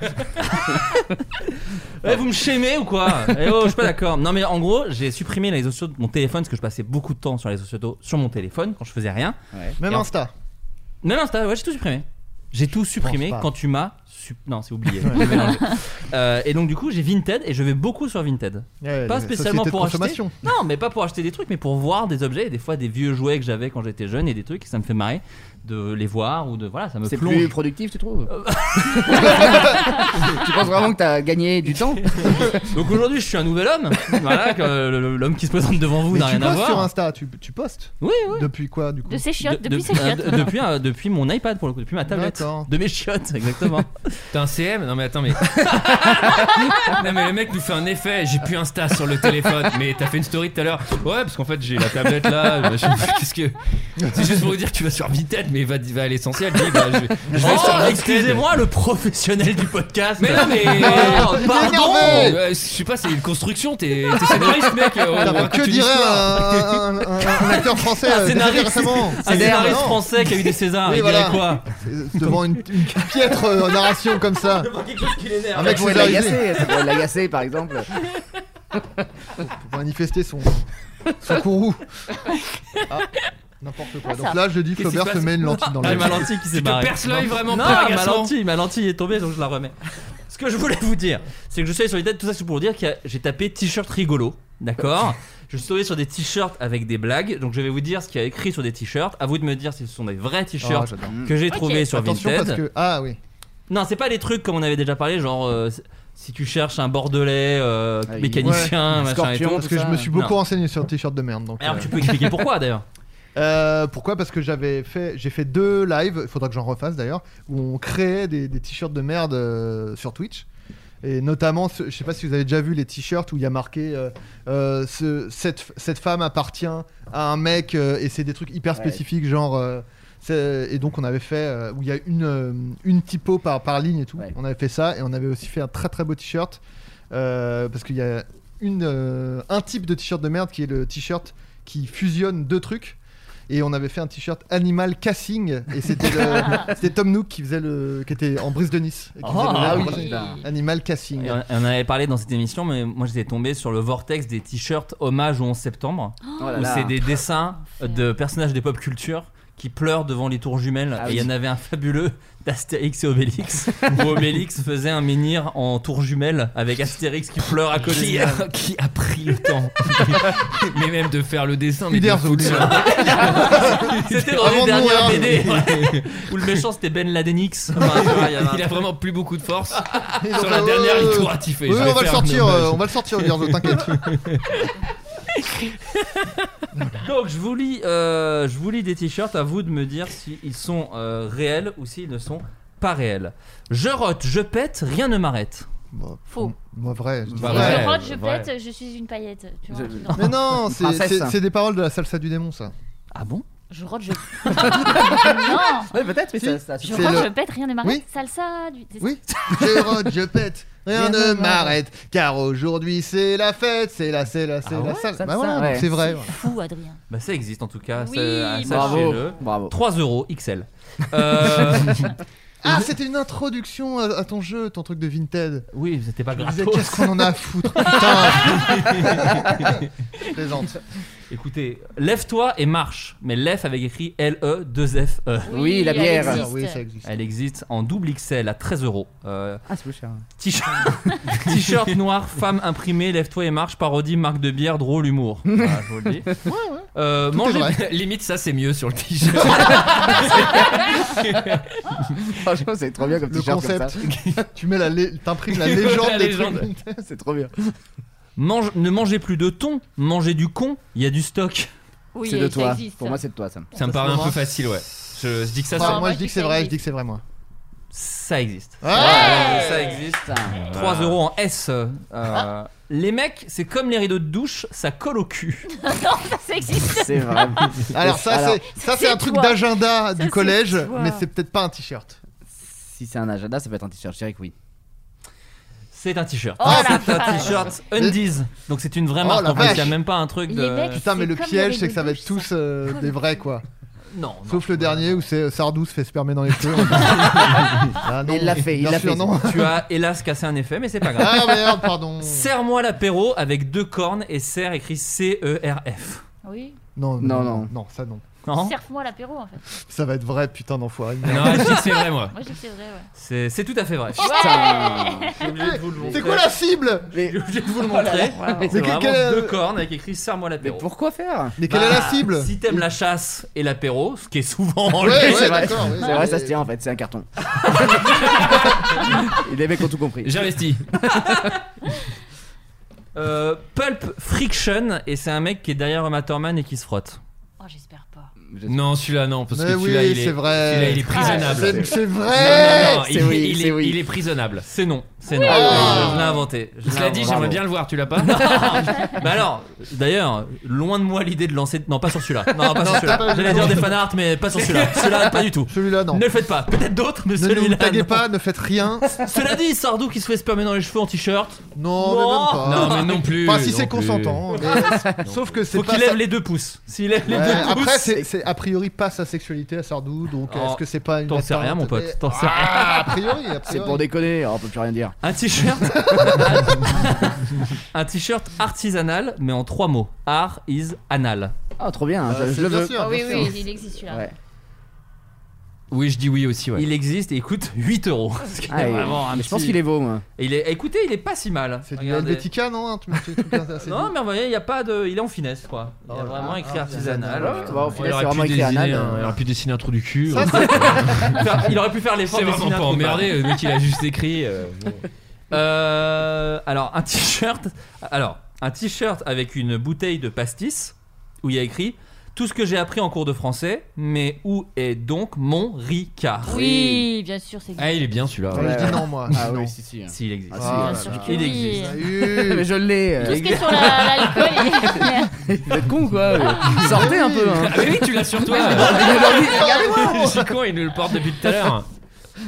Speaker 5: Eh, vous me chémez ou quoi Eh oh, je suis pas d'accord. Non, mais en gros, j'ai supprimé les réseaux sociaux de mon téléphone parce que je passais beaucoup de temps sur les réseaux sociaux sur mon téléphone quand je faisais rien.
Speaker 6: Même
Speaker 5: Et en-
Speaker 6: Insta.
Speaker 5: Même Insta, ouais, j'ai tout supprimé. J'ai tout supprimé
Speaker 4: Je pense pas.
Speaker 5: quand tu m'as. sup- Non, c'est oublié.
Speaker 4: Ouais.
Speaker 5: J'ai mélangé. Euh, et donc, du coup, j'ai Vinted et je vais beaucoup sur Vinted.
Speaker 6: Ouais,
Speaker 5: pas
Speaker 6: les sociétés
Speaker 5: spécialement
Speaker 6: de
Speaker 5: pour acheter.
Speaker 6: consommation.
Speaker 5: Non, mais pas pour acheter des trucs, mais pour voir des objets et des fois des vieux jouets que j'avais quand j'étais jeune et des trucs. Et ça me fait marrer de les voir ou de. Voilà, ça me
Speaker 2: C'est
Speaker 5: plonge.
Speaker 2: plus productif, tu trouves Tu penses vraiment que t'as gagné du temps
Speaker 5: Donc aujourd'hui, je suis un nouvel homme. Voilà, que, euh, le- le- l'homme qui se présente devant vous
Speaker 6: Mais
Speaker 5: n'a
Speaker 6: tu
Speaker 5: rien à
Speaker 6: postes
Speaker 5: voir.
Speaker 6: sur Insta, tu, tu postes
Speaker 5: Oui, oui.
Speaker 6: Depuis quoi du coup
Speaker 7: De ses chiottes,
Speaker 5: De-
Speaker 7: depuis ses
Speaker 5: de-
Speaker 7: chiottes.
Speaker 5: euh, de- depuis, euh, depuis mon iPad pour le coup, depuis ma tablette.
Speaker 6: D'accord.
Speaker 5: De mes chiottes, exactement.
Speaker 4: T'as un CM Non mais attends mais. non mais le mec nous fait un effet, j'ai plus Insta sur le téléphone, mais t'as fait une story tout à l'heure. Ouais parce qu'en fait j'ai la tablette là, je- qu'est-ce que. C'est juste pour vous dire que tu vas sur Vinted mais va, va à l'essentiel, dis, bah, je, je vais
Speaker 5: Oh,
Speaker 4: sur Vinted.
Speaker 5: excusez-moi, le professionnel du podcast.
Speaker 4: Mais non mais. Pardon
Speaker 5: Non, pardon.
Speaker 4: Euh, Je sais pas, c'est une construction, t'es t'es scénariste mec euh, on
Speaker 6: Putain, mais
Speaker 4: raconte
Speaker 6: Ah, que
Speaker 4: une
Speaker 6: dirait
Speaker 4: histoire.
Speaker 6: un, un- un- un acteur français
Speaker 5: Un
Speaker 6: euh,
Speaker 5: scénariste,
Speaker 6: récemment
Speaker 5: un scénariste français qui a eu des Césars,
Speaker 6: Oui,
Speaker 5: il
Speaker 6: voilà.
Speaker 5: dirait quoi
Speaker 6: C'est- Devant une, une piètre euh, narration comme ça. Un
Speaker 2: Ça
Speaker 6: mec
Speaker 2: pourrait
Speaker 6: vous a
Speaker 2: l'agacer,
Speaker 6: réglé.
Speaker 2: ça pourrait l'agacer par
Speaker 5: Oh
Speaker 2: exemple.
Speaker 6: pour manifester son, son courroux. Ah, n'importe quoi.
Speaker 5: Ah,
Speaker 6: Donc
Speaker 5: ça.
Speaker 6: là, je dis,
Speaker 5: Qu'est-ce qui
Speaker 6: Flaubert
Speaker 5: se
Speaker 6: se
Speaker 5: passe
Speaker 6: met une lentille dans
Speaker 5: Ah,
Speaker 6: la
Speaker 5: ma lentille qui s'est
Speaker 4: Tu te
Speaker 5: barrée.
Speaker 4: perces l'œil vraiment
Speaker 5: non,
Speaker 6: Ah,
Speaker 4: pas,
Speaker 5: ma
Speaker 4: Gaston
Speaker 5: lentille, ma lentille est tombée donc je la remets. Ce que je voulais vous dire, c'est que je suis allé sur les têtes, tout ça c'est pour vous dire que j'ai tapé t-shirt rigolo, d'accord Je suis tombé sur des t-shirts avec des blagues, donc je vais vous dire ce qu'il y a écrit sur des t-shirts. À vous de me dire si ce sont des vrais t-shirts
Speaker 6: Oh, j'adore.
Speaker 5: que j'ai
Speaker 6: Ok.
Speaker 5: trouvé sur
Speaker 6: Attention,
Speaker 5: Vinted.
Speaker 6: parce que- ah oui.
Speaker 5: Non, c'est pas les trucs comme on avait déjà parlé, genre euh, si tu cherches un bordelais euh,
Speaker 6: Ah,
Speaker 5: mécanicien, machin et tout.
Speaker 6: Parce que je me suis beaucoup renseigné sur le t-shirt de merde. Donc,
Speaker 5: Alors, tu peux expliquer pourquoi, d'ailleurs
Speaker 6: Euh, pourquoi Parce que j'avais fait, j'ai fait deux lives. Il faudra que j'en refasse d'ailleurs, où on créait des, des t-shirts de merde euh, sur Twitch. Et notamment, ce- je sais pas si vous avez déjà vu les t-shirts où il y a marqué euh, euh, ce- cette, cette femme appartient à un mec euh, et c'est des trucs hyper
Speaker 2: Ouais.
Speaker 6: spécifiques genre. euh, c'est- et donc on avait fait euh, où il y a une euh, une typo par par ligne et tout. On avait fait ça et on avait aussi fait un très très beau t-shirt euh, parce qu'il y a une euh, un type de t-shirt de merde qui est le t-shirt qui fusionne deux trucs. Et on avait fait un t-shirt animal casting et c'était le- c'était Tom Nook qui faisait le qui était en brise de Nice. et qui faisait
Speaker 5: Oh,
Speaker 6: le-
Speaker 5: ah oui,
Speaker 6: le-
Speaker 5: putain.
Speaker 6: animal casting.
Speaker 5: Et on, et on en avait parlé dans cette émission, mais moi j'étais tombé sur le vortex des t-shirts hommage au 11 septembre,
Speaker 2: Oh là
Speaker 5: où
Speaker 2: là.
Speaker 5: c'est des dessins euh, de personnages des pop culture qui pleurent devant les tours jumelles.
Speaker 2: Ah
Speaker 5: et il y
Speaker 2: oui.
Speaker 5: en avait un fabuleux d'Astérix et Obélix, où Obélix faisait un menhir en tour jumelle avec Astérix qui pleure à côté.
Speaker 4: Qui a- qui a pris le temps Mais même de faire le dessin, mais de
Speaker 5: Uderzo,
Speaker 4: foutre sur-
Speaker 5: C'était dans
Speaker 4: Avant de
Speaker 5: les
Speaker 6: hein.
Speaker 5: dernières
Speaker 4: mourir.
Speaker 5: BD ouais, où le méchant c'était Ben Ladenix. Enfin, tu vois, il y avait un
Speaker 4: Il a vraiment plus beaucoup de force.
Speaker 6: Et
Speaker 4: Sur
Speaker 6: donc,
Speaker 4: la
Speaker 6: euh,
Speaker 4: dernière,
Speaker 6: euh,
Speaker 4: il tout ratiffé.
Speaker 6: oui,
Speaker 4: Je vais
Speaker 6: on va le
Speaker 4: faire
Speaker 6: sortir,
Speaker 4: un hommage.
Speaker 6: euh, on va le sortir, Uderzo, t'inquiète.
Speaker 5: Donc je vous lis, euh, je vous lis des t-shirts. À vous de me dire s'ils sont euh, réels ou s'ils ne sont pas réels. Je rote, je pète, rien ne m'arrête.
Speaker 7: Faux.
Speaker 6: Moi vrai. je dis
Speaker 5: Bah,
Speaker 6: vrai.
Speaker 5: ouais.
Speaker 7: Je rote, je
Speaker 5: ouais.
Speaker 7: pète, je suis une paillette. Tu vois,
Speaker 5: Je-
Speaker 7: tu vois.
Speaker 6: Mais non, c'est-
Speaker 2: Princesse.
Speaker 6: c'est c'est des paroles de la salsa du démon ça.
Speaker 5: Ah bon
Speaker 7: Je rote, je. non
Speaker 2: Ouais, peut-être, mais ça- ça-
Speaker 7: Je
Speaker 6: C'est
Speaker 7: rote,
Speaker 6: le-
Speaker 7: je pète, rien ne m'arrête.
Speaker 6: Oui.
Speaker 7: Salsa, du.
Speaker 6: Oui. Je rote, je pète. Rien ne m'arrête, car aujourd'hui c'est la fête, c'est la, c'est la, c'est la
Speaker 5: Ah ouais,
Speaker 6: salsa.
Speaker 5: salsa,
Speaker 6: Bah voilà,
Speaker 5: ouais.
Speaker 6: donc c'est vrai.
Speaker 7: C'est fou, Adrien.
Speaker 5: Bah ça existe en tout cas.
Speaker 7: Oui,
Speaker 5: ça- euh,
Speaker 7: bravo.
Speaker 5: sachez-le. 3 euros XL. Euh,
Speaker 6: Ah, c'était une introduction à, à ton jeu, ton truc de Vinted.
Speaker 5: Oui, c'était pas
Speaker 6: Je me disais,
Speaker 5: gratos.
Speaker 6: Qu'est-ce qu'on en a à foutre Putain Je Plaisante.
Speaker 5: Écoutez, lève-toi et marche, mais lève avec écrit L E 2 F E.
Speaker 2: Oui, Oui, la elle bière. existe.
Speaker 6: Ah Oui, ça existe.
Speaker 5: Elle existe en double XL à 13 euros. Euh,
Speaker 2: Ah, c'est plus cher.
Speaker 5: T-shirt t-shirt noir, femme imprimée, lève-toi et marche, parodie, marque de bière, drôle, humour. Voilà, je vous le dis. Euh,
Speaker 4: Tout
Speaker 5: manger-
Speaker 4: est vrai. Limite, ça c'est mieux sur le t-shirt.
Speaker 2: Franchement, c'est trop bien comme
Speaker 6: Le
Speaker 2: t-shirt comme ça.
Speaker 6: concept. tu mets la, lé- t'imprimes la légende.
Speaker 5: La
Speaker 6: des
Speaker 5: légende.
Speaker 6: trucs.
Speaker 2: C'est trop bien.
Speaker 5: Mange- ne mangez plus de thon, mangez du con, il y a du stock.
Speaker 7: Oui,
Speaker 2: C'est de
Speaker 7: ça
Speaker 2: toi.
Speaker 7: existe.
Speaker 2: Pour moi, c'est de toi, ça.
Speaker 4: Ça me paraît un peu facile, ouais. Je, je dis que ça,
Speaker 6: Enfin,
Speaker 4: c'est-
Speaker 6: moi, je dis que c'est vrai, je dis que c'est vrai, moi.
Speaker 5: Ça existe.
Speaker 6: Ouais.
Speaker 5: ça existe. 3
Speaker 4: Voilà.
Speaker 5: euros en S. euh, Les mecs, c'est comme les rideaux de douche, ça colle au cul.
Speaker 7: Non, ça, ça existe.
Speaker 2: C'est vrai.
Speaker 6: Alors, ça,
Speaker 2: Alors-
Speaker 6: c'est, ça, c'est un truc d'agenda du collège, mais c'est peut-être pas un t-shirt.
Speaker 2: Si c'est un agenda, ça peut être un t-shirt. Je dirais que oui.
Speaker 5: C'est un t-shirt.
Speaker 6: Oh la
Speaker 5: c'est un
Speaker 6: vache. Oh
Speaker 5: t-shirt Undies. Donc c'est une vraie marque.
Speaker 6: la
Speaker 5: en plus, il n'y a
Speaker 6: vache.
Speaker 5: même pas un truc de.
Speaker 6: Putain, mais le piège, c'est que ça va être tous euh, des vrais, quoi.
Speaker 5: Non.
Speaker 6: Sauf le dernier où c'est euh, Sardou se fait spermer dans les cheveux. Ah non,
Speaker 2: Il l'a fait, il
Speaker 6: bien
Speaker 2: l'a
Speaker 6: sûr,
Speaker 2: fait.
Speaker 6: non.
Speaker 5: Tu as hélas cassé un effet, mais c'est pas grave.
Speaker 6: Ah merde, pardon.
Speaker 5: Serre-moi l'apéro avec deux cornes et serre écrit C-E-R-F.
Speaker 7: Oui.
Speaker 6: Non,
Speaker 2: Non,
Speaker 6: non,
Speaker 2: non.
Speaker 6: non, ça non.
Speaker 5: Non.
Speaker 7: Serve-moi l'apéro en fait.
Speaker 6: Ça va être vrai, putain d'enfoiré.
Speaker 5: Non, je dis que c'est vrai, moi.
Speaker 7: Moi je dis que c'est vrai, ouais.
Speaker 5: C'est c'est tout à fait vrai.
Speaker 7: Ouais.
Speaker 5: Je suis obligé de vous le montrer.
Speaker 6: C'est quoi la cible
Speaker 5: Je suis obligé de vous le montrer.
Speaker 6: Mais
Speaker 5: C'est
Speaker 6: que-
Speaker 5: vraiment
Speaker 6: quelle-
Speaker 5: deux cornes avec écrit serre-moi l'apéro. Mais
Speaker 2: pourquoi faire
Speaker 6: Mais quelle est la cible
Speaker 5: Si t'aimes la chasse et l'apéro, ce qui est souvent en
Speaker 2: Ouais,
Speaker 5: lien,
Speaker 2: c'est vrai, c'est vrai, ça se tient en fait, c'est un carton. Et les mecs ont tout compris.
Speaker 5: J'investis. Euh, Pulp Friction, et c'est un mec qui est derrière Uma Thurman et qui se frotte.
Speaker 7: Oh, j'espère pas.
Speaker 5: Non, celui-là non, parce
Speaker 6: Mais
Speaker 5: que celui-là
Speaker 6: oui,
Speaker 5: il est,
Speaker 6: c'est vrai.
Speaker 5: celui-là, il est prisonnable.
Speaker 6: C'est-
Speaker 2: Eh,
Speaker 6: c'est
Speaker 5: Non,
Speaker 6: vrai.
Speaker 5: non, non,
Speaker 6: C'est
Speaker 5: il,
Speaker 6: oui,
Speaker 5: il
Speaker 6: c'est
Speaker 5: est,
Speaker 6: oui.
Speaker 5: il est prisonnable. C'est non, c'est
Speaker 6: Oui.
Speaker 5: non.
Speaker 6: Ah.
Speaker 5: Je l'ai inventé. Je
Speaker 4: Cela dit, j'aimerais bien le voir, tu l'as pas
Speaker 5: Bah alors, d'ailleurs, loin de moi l'idée de lancer. Non, pas sur celui-là. Non, pas
Speaker 6: Non,
Speaker 5: sur
Speaker 6: t'as pas
Speaker 5: celui-là.
Speaker 6: vu.
Speaker 5: J'allais dire des fanarts, mais pas sur celui-là. Celui-là, pas du tout.
Speaker 6: Celui-là, non.
Speaker 5: Ne le faites pas. Peut-être d'autres, mais
Speaker 6: Ne
Speaker 5: celui-là.
Speaker 6: nous taguez
Speaker 5: non.
Speaker 6: pas, ne faites rien.
Speaker 5: Cela dit, Sardou qui se fait spammer dans les cheveux en t-shirt. Oh
Speaker 6: Non, mais même pas.
Speaker 5: Non, mais non plus.
Speaker 6: Enfin, si c'est
Speaker 5: non plus.
Speaker 6: consentant. mais- Sauf que c'est
Speaker 5: euh, Faut
Speaker 6: pas.
Speaker 5: qu'il lève
Speaker 6: sa-
Speaker 5: les deux pouces. S'il lève les
Speaker 6: Ouais,
Speaker 5: deux pouces.
Speaker 6: après, c'est c'est a priori pas sa sexualité à Sardou, donc
Speaker 5: Oh,
Speaker 6: est-ce que c'est pas une.
Speaker 5: t'en sais rien,
Speaker 6: attente
Speaker 5: mon pote,
Speaker 6: Mais-
Speaker 5: t'en sais
Speaker 6: Ah, A priori, a priori.
Speaker 2: C'est pour déconner, oh, on peut plus rien dire.
Speaker 5: Un t-shirt. un t-shirt artisanal, mais en trois mots. Art is anal.
Speaker 2: Ah, trop bien,
Speaker 6: Euh,
Speaker 2: je-
Speaker 6: c'est
Speaker 2: je le
Speaker 6: bien
Speaker 2: veux.
Speaker 6: sûr,
Speaker 7: Ah oui,
Speaker 6: bien
Speaker 7: oui,
Speaker 6: sûr.
Speaker 7: il existe celui-là.
Speaker 2: Ouais.
Speaker 4: Oui, je dis oui aussi, ouais.
Speaker 5: Il existe et il coûte 8 euros. Ce qui est
Speaker 2: Ah, et-
Speaker 5: vraiment
Speaker 2: mais
Speaker 5: un
Speaker 2: je
Speaker 5: petit-
Speaker 2: pense qu'il est beau, moi.
Speaker 5: Et il est- Écoutez, il est pas si mal.
Speaker 6: C'est du
Speaker 5: Regardez.
Speaker 6: Helvetica, non hein, tu me- tu- tu- c'est-
Speaker 5: Non, mais vous voyez, il y a pas de. Il est en finesse, quoi. Il y a vraiment écrit artisanal.
Speaker 2: Ouais,
Speaker 5: Putain.
Speaker 2: bah, au
Speaker 4: Il
Speaker 2: final, c'est
Speaker 4: aurait pu
Speaker 2: vraiment écrit
Speaker 4: dessiner
Speaker 2: anal.
Speaker 4: un- il aurait pu dessiner un trou du cul.
Speaker 6: hein. Ça,
Speaker 4: euh,
Speaker 6: c'est-
Speaker 5: Faire- Il aurait pu faire l'effort
Speaker 4: C'est
Speaker 5: de
Speaker 4: vraiment
Speaker 5: dessiner un
Speaker 4: pas
Speaker 5: truc,
Speaker 4: emmerdé,
Speaker 5: hein.
Speaker 4: le mec il a juste écrit. euh, bon.
Speaker 5: Euh, alors, un t-shirt. Alors, un t-shirt avec une bouteille de pastis où il y a écrit Tout ce que j'ai appris en cours de français, mais où est donc mon Ricard
Speaker 7: Oui, bien sûr, c'est
Speaker 4: Ah, il est bien celui-là.
Speaker 6: Ah,
Speaker 4: ouais.
Speaker 6: Je dis non, moi.
Speaker 2: Ah
Speaker 6: Non.
Speaker 2: oui, si, si.
Speaker 5: S'il existe.
Speaker 2: Ah, si.
Speaker 6: Ah,
Speaker 7: Bien sûr
Speaker 6: là, Ah,
Speaker 7: que
Speaker 5: Il
Speaker 7: oui.
Speaker 5: existe.
Speaker 6: là. Eu.
Speaker 2: Mais je l'ai.
Speaker 7: Tout ce
Speaker 2: euh,
Speaker 7: qui est sur la- l'alcool
Speaker 2: Vous êtes con quoi euh. Sortez un peu. Hein.
Speaker 4: Ah, mais oui, tu l'as sur toi.
Speaker 2: Regardez-moi.
Speaker 4: Chico, il nous le porte depuis tout à l'heure.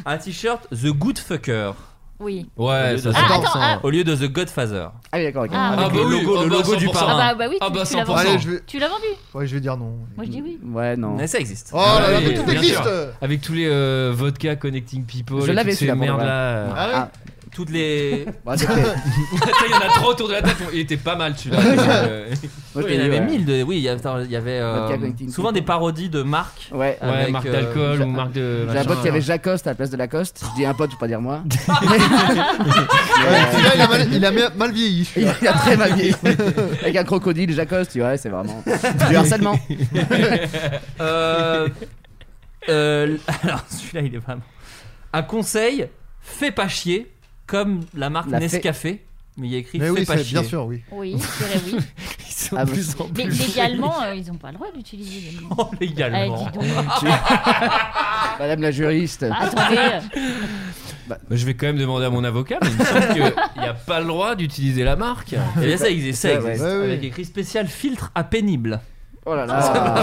Speaker 5: Un t-shirt The Good Fucker
Speaker 7: et. Oui.
Speaker 4: Ouais, ça
Speaker 7: Ah,
Speaker 4: c'est
Speaker 7: attends, ah,
Speaker 5: au lieu de The Godfather.
Speaker 2: Ah oui, d'accord. ok.
Speaker 7: Ah.
Speaker 5: Avec
Speaker 4: bah
Speaker 5: le logo,
Speaker 4: oh,
Speaker 5: le logo du
Speaker 7: ah
Speaker 5: parrain.
Speaker 7: bah, bah oui,
Speaker 4: Ah
Speaker 7: tu,
Speaker 4: bah,
Speaker 7: tu l'as
Speaker 4: 100%.
Speaker 7: vendu.
Speaker 6: Allez, je vais.
Speaker 7: Tu l'as vendu
Speaker 6: Ouais, je vais dire non.
Speaker 7: Moi je dis oui.
Speaker 2: Ouais, non.
Speaker 5: Mais ça existe.
Speaker 6: Oh là là,
Speaker 4: oui,
Speaker 6: mais tout
Speaker 4: bien
Speaker 6: existe
Speaker 4: sûr. Avec tous les euh, vodka connecting people.
Speaker 2: Je
Speaker 4: et
Speaker 2: l'avais
Speaker 4: toutes ces
Speaker 2: celui-là, pour le
Speaker 4: merdes
Speaker 2: vrai.
Speaker 4: là.
Speaker 6: Ah ouais
Speaker 5: Euh, Toutes les.
Speaker 2: Bah, c'était-
Speaker 4: Il y en a trop autour de la tête. Il était pas mal celui-là. Euh,
Speaker 2: Moi, je
Speaker 5: Oui,
Speaker 2: l'ai
Speaker 5: il y en
Speaker 2: dit,
Speaker 5: avait
Speaker 2: ouais.
Speaker 5: mille de. Oui, il y avait, attends, il y avait, euh,
Speaker 2: Vodka Connecting
Speaker 5: souvent
Speaker 2: People.
Speaker 5: des parodies de marques.
Speaker 2: Ouais.
Speaker 4: Ouais,
Speaker 5: Avec,
Speaker 4: marque
Speaker 5: euh,
Speaker 4: d'alcool
Speaker 2: j'ai-
Speaker 4: ou marque de.
Speaker 2: J'ai un
Speaker 4: machin, hein.
Speaker 2: pote qui avait
Speaker 4: alors.
Speaker 2: Jacoste à la place de Lacoste. Je dis un pote, faut pas dire moi.
Speaker 6: Ouais, celui-là, il a mal- Il a mal- mal vieilli.
Speaker 2: Il a très mal vieilli. Avec un crocodile, Jacoste. Ouais, c'est vraiment. Du harcèlement.
Speaker 5: Euh, euh, alors celui-là, il est vraiment. Un conseil fais pas chier, comme la marque
Speaker 2: La fée-
Speaker 5: Nescafé. Mais il y a écrit
Speaker 6: Mais
Speaker 5: fais
Speaker 6: oui,
Speaker 5: pas
Speaker 6: c'est
Speaker 5: chier.
Speaker 6: bien sûr, oui.
Speaker 7: Oui, je dirais oui.
Speaker 5: Ils sont
Speaker 2: Ah
Speaker 5: de
Speaker 2: bah.
Speaker 5: plus en
Speaker 7: Mais
Speaker 5: plus.
Speaker 7: légalement, euh, ils ont pas le droit d'utiliser les mots.
Speaker 5: Oh,
Speaker 7: Eh,
Speaker 5: légalement.
Speaker 7: dis donc.
Speaker 2: Madame la juriste.
Speaker 7: Attendez. euh,
Speaker 4: Bah, Je vais quand même demander à mon avocat, mais il me semble qu'il n'y a pas le droit d'utiliser la marque.
Speaker 5: Eh bien, ça existe, ça
Speaker 2: Ouais,
Speaker 5: existe.
Speaker 6: ouais. Ouais,
Speaker 5: Avec
Speaker 6: ouais.
Speaker 5: écrit spécial filtre à pénible.
Speaker 2: Oh là là.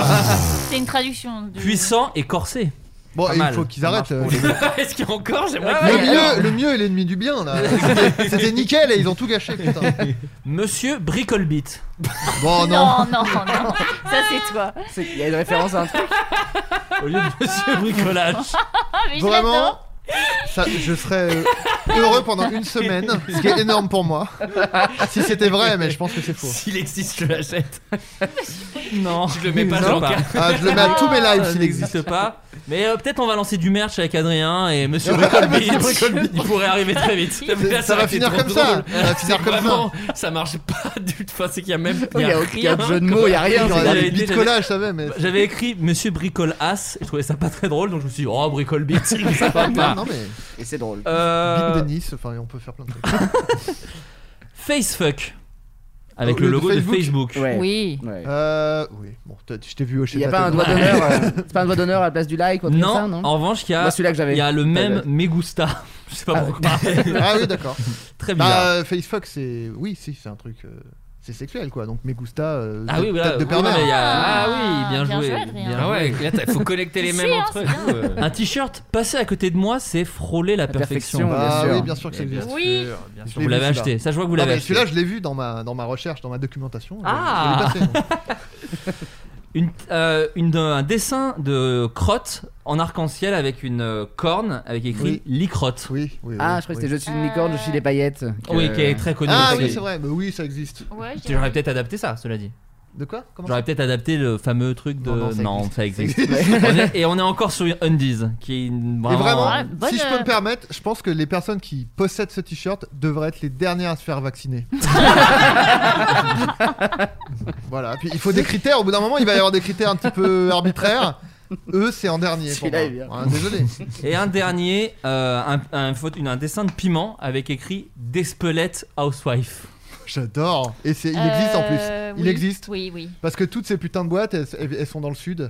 Speaker 7: C'est une traduction. de-
Speaker 5: Puissant et corsé.
Speaker 6: Bon,
Speaker 5: Pas
Speaker 6: et il
Speaker 5: mal.
Speaker 6: faut qu'ils
Speaker 5: Ça
Speaker 6: arrêtent.
Speaker 5: marche pour
Speaker 6: euh,
Speaker 4: Est-ce qu'il y a encore J'aimerais
Speaker 5: Ah
Speaker 4: que-
Speaker 6: Le
Speaker 5: ouais, alors.
Speaker 6: mieux, le mieux est l'ennemi du bien là. C'était- C'était nickel et ils ont tout gâché putain.
Speaker 5: Monsieur Bricolbeat.
Speaker 6: Bon non.
Speaker 7: Non, non, non, non. Ça, c'est toi.
Speaker 2: C'est- Il y a une référence à un truc.
Speaker 5: Au lieu de Monsieur Bricolage.
Speaker 7: Ah, mais je
Speaker 6: Vraiment
Speaker 7: l'adore.
Speaker 6: ça, je serais euh, heureux pendant une semaine, ce qui est énorme pour moi. Si c'était vrai, mais je pense que c'est faux.
Speaker 4: S'il existe, je l'achète.
Speaker 5: non.
Speaker 4: Je le mets pas
Speaker 5: Non,
Speaker 4: dans le
Speaker 5: pas.
Speaker 4: cas.
Speaker 6: Ah, je le mets à tous mes lives
Speaker 5: Ça
Speaker 6: s'il existe.
Speaker 5: n'existe pas. Mais euh, peut-être on va lancer du merch avec Adrien et Monsieur Bricolbeat. Il pourrait arriver très vite.
Speaker 6: C'est- Ça va finir comme ça. Ça va finir comme ça.
Speaker 4: Vraiment, ça marche pas du tout. Enfin, c'est qu'il y a même.
Speaker 2: Oh, Il y a
Speaker 4: rien.
Speaker 2: aucun jeu de mots, il y a rien.
Speaker 6: J'aurais
Speaker 5: j'avais
Speaker 6: des
Speaker 5: dit,
Speaker 6: bits de collage, ça va, mais.
Speaker 5: J'avais écrit Monsieur Bricole As. Je trouvais ça pas très drôle donc je me suis dit oh Bricole Beat. ça va
Speaker 6: Non,
Speaker 5: pas.
Speaker 6: non, mais.
Speaker 2: Et c'est drôle.
Speaker 5: Euh,
Speaker 6: Bit de Nice, enfin, on peut faire plein de trucs.
Speaker 5: Facefuck. Avec
Speaker 6: Oh,
Speaker 5: le
Speaker 6: le
Speaker 5: logo
Speaker 6: de
Speaker 5: de
Speaker 6: Facebook.
Speaker 5: Facebook.
Speaker 2: Ouais.
Speaker 7: Oui.
Speaker 2: Ouais.
Speaker 6: Euh. Oui, bon, peut-être, je t'ai vu au
Speaker 2: Il y a pas un doigt d'honneur. euh, C'est pas un doigt d'honneur à la place du like ou un truc
Speaker 5: Non, Ah.
Speaker 2: comme ça, non
Speaker 5: en revanche, il y a,
Speaker 2: Moi, celui-là que j'avais.
Speaker 5: il y a le même
Speaker 2: bête.
Speaker 5: Megusta. je sais pas
Speaker 2: Ah.
Speaker 5: pourquoi.
Speaker 6: Ah oui, d'accord.
Speaker 5: très bizarre.
Speaker 6: Bah, Facebook, c'est. Oui, si, c'est un truc. euh, C'est sexuel quoi, donc Megusta, euh,
Speaker 5: ah oui, voilà.
Speaker 6: tête de
Speaker 5: oui, non, mais il
Speaker 6: pervers.
Speaker 5: y a-
Speaker 7: Ah,
Speaker 5: Ah oui, bien
Speaker 7: bien
Speaker 5: joué.
Speaker 7: joué, Adrien.
Speaker 5: bien
Speaker 4: Ah ouais,
Speaker 5: joué.
Speaker 4: là, t'as- faut connecter les
Speaker 7: Si,
Speaker 4: mêmes
Speaker 7: hein,
Speaker 4: entre
Speaker 7: c'est
Speaker 4: eux.
Speaker 7: bien.
Speaker 4: euh.
Speaker 5: Un t-shirt passé à côté de moi, c'est frôler la,
Speaker 2: La
Speaker 5: perfection.
Speaker 2: perfection.
Speaker 6: Ah
Speaker 2: bien sûr.
Speaker 6: oui, bien sûr que ça
Speaker 5: Eh bien
Speaker 6: existe.
Speaker 7: Oui.
Speaker 6: Je l'ai
Speaker 5: Vous
Speaker 6: vu,
Speaker 5: l'avez
Speaker 6: celui-là.
Speaker 5: acheté. Ça, je vois que vous
Speaker 6: Non,
Speaker 5: l'avez
Speaker 6: mais
Speaker 5: acheté.
Speaker 6: celui-là, bah, je l'ai vu dans ma, dans ma recherche, dans ma documentation. je-
Speaker 5: Ah.
Speaker 6: je l'ai passé.
Speaker 5: Une, euh, une- un dessin de crotte en arc-en-ciel avec une euh, corne avec écrit
Speaker 6: Oui.
Speaker 5: Licrotte.
Speaker 6: Oui, oui, oui.
Speaker 2: Ah, je crois que c'était
Speaker 6: oui.
Speaker 2: Je suis une licorne, je suis des paillettes.
Speaker 5: Euh. Oui,
Speaker 2: Que-
Speaker 5: qui est très connu.
Speaker 6: Ah
Speaker 5: Parce
Speaker 6: oui,
Speaker 5: que-
Speaker 6: c'est vrai, mais oui, ça existe.
Speaker 7: Ouais, je dirais
Speaker 5: J'aurais peut-être adapté ça, cela dit.
Speaker 6: De quoi Comment
Speaker 5: J'aurais
Speaker 6: ça
Speaker 5: peut-être adapté le fameux truc de.
Speaker 6: Non, non, ça
Speaker 5: existe.
Speaker 6: Ça existe.
Speaker 5: On est- et on est encore sur Undies, qui est une-
Speaker 6: Et
Speaker 5: vraiment.
Speaker 6: vraiment, si je
Speaker 2: euh,
Speaker 6: peux me permettre, je pense que les personnes qui possèdent ce t-shirt devraient être les dernières à se faire vacciner. voilà, puis il faut des critères, au bout d'un moment il va y avoir des critères un petit peu arbitraires. Eux, c'est en dernier. Pour moi. Ah, désolé.
Speaker 5: Et un dernier, euh, un, un photo- une- un dessin de piment avec écrit Despelette Housewife.
Speaker 6: J'adore. Et c'est, il existe en
Speaker 7: Euh,
Speaker 6: plus. Il
Speaker 7: oui,
Speaker 6: existe.
Speaker 7: oui, oui.
Speaker 6: Parce que toutes ces putains de boîtes, elles, elles- elles sont dans le sud.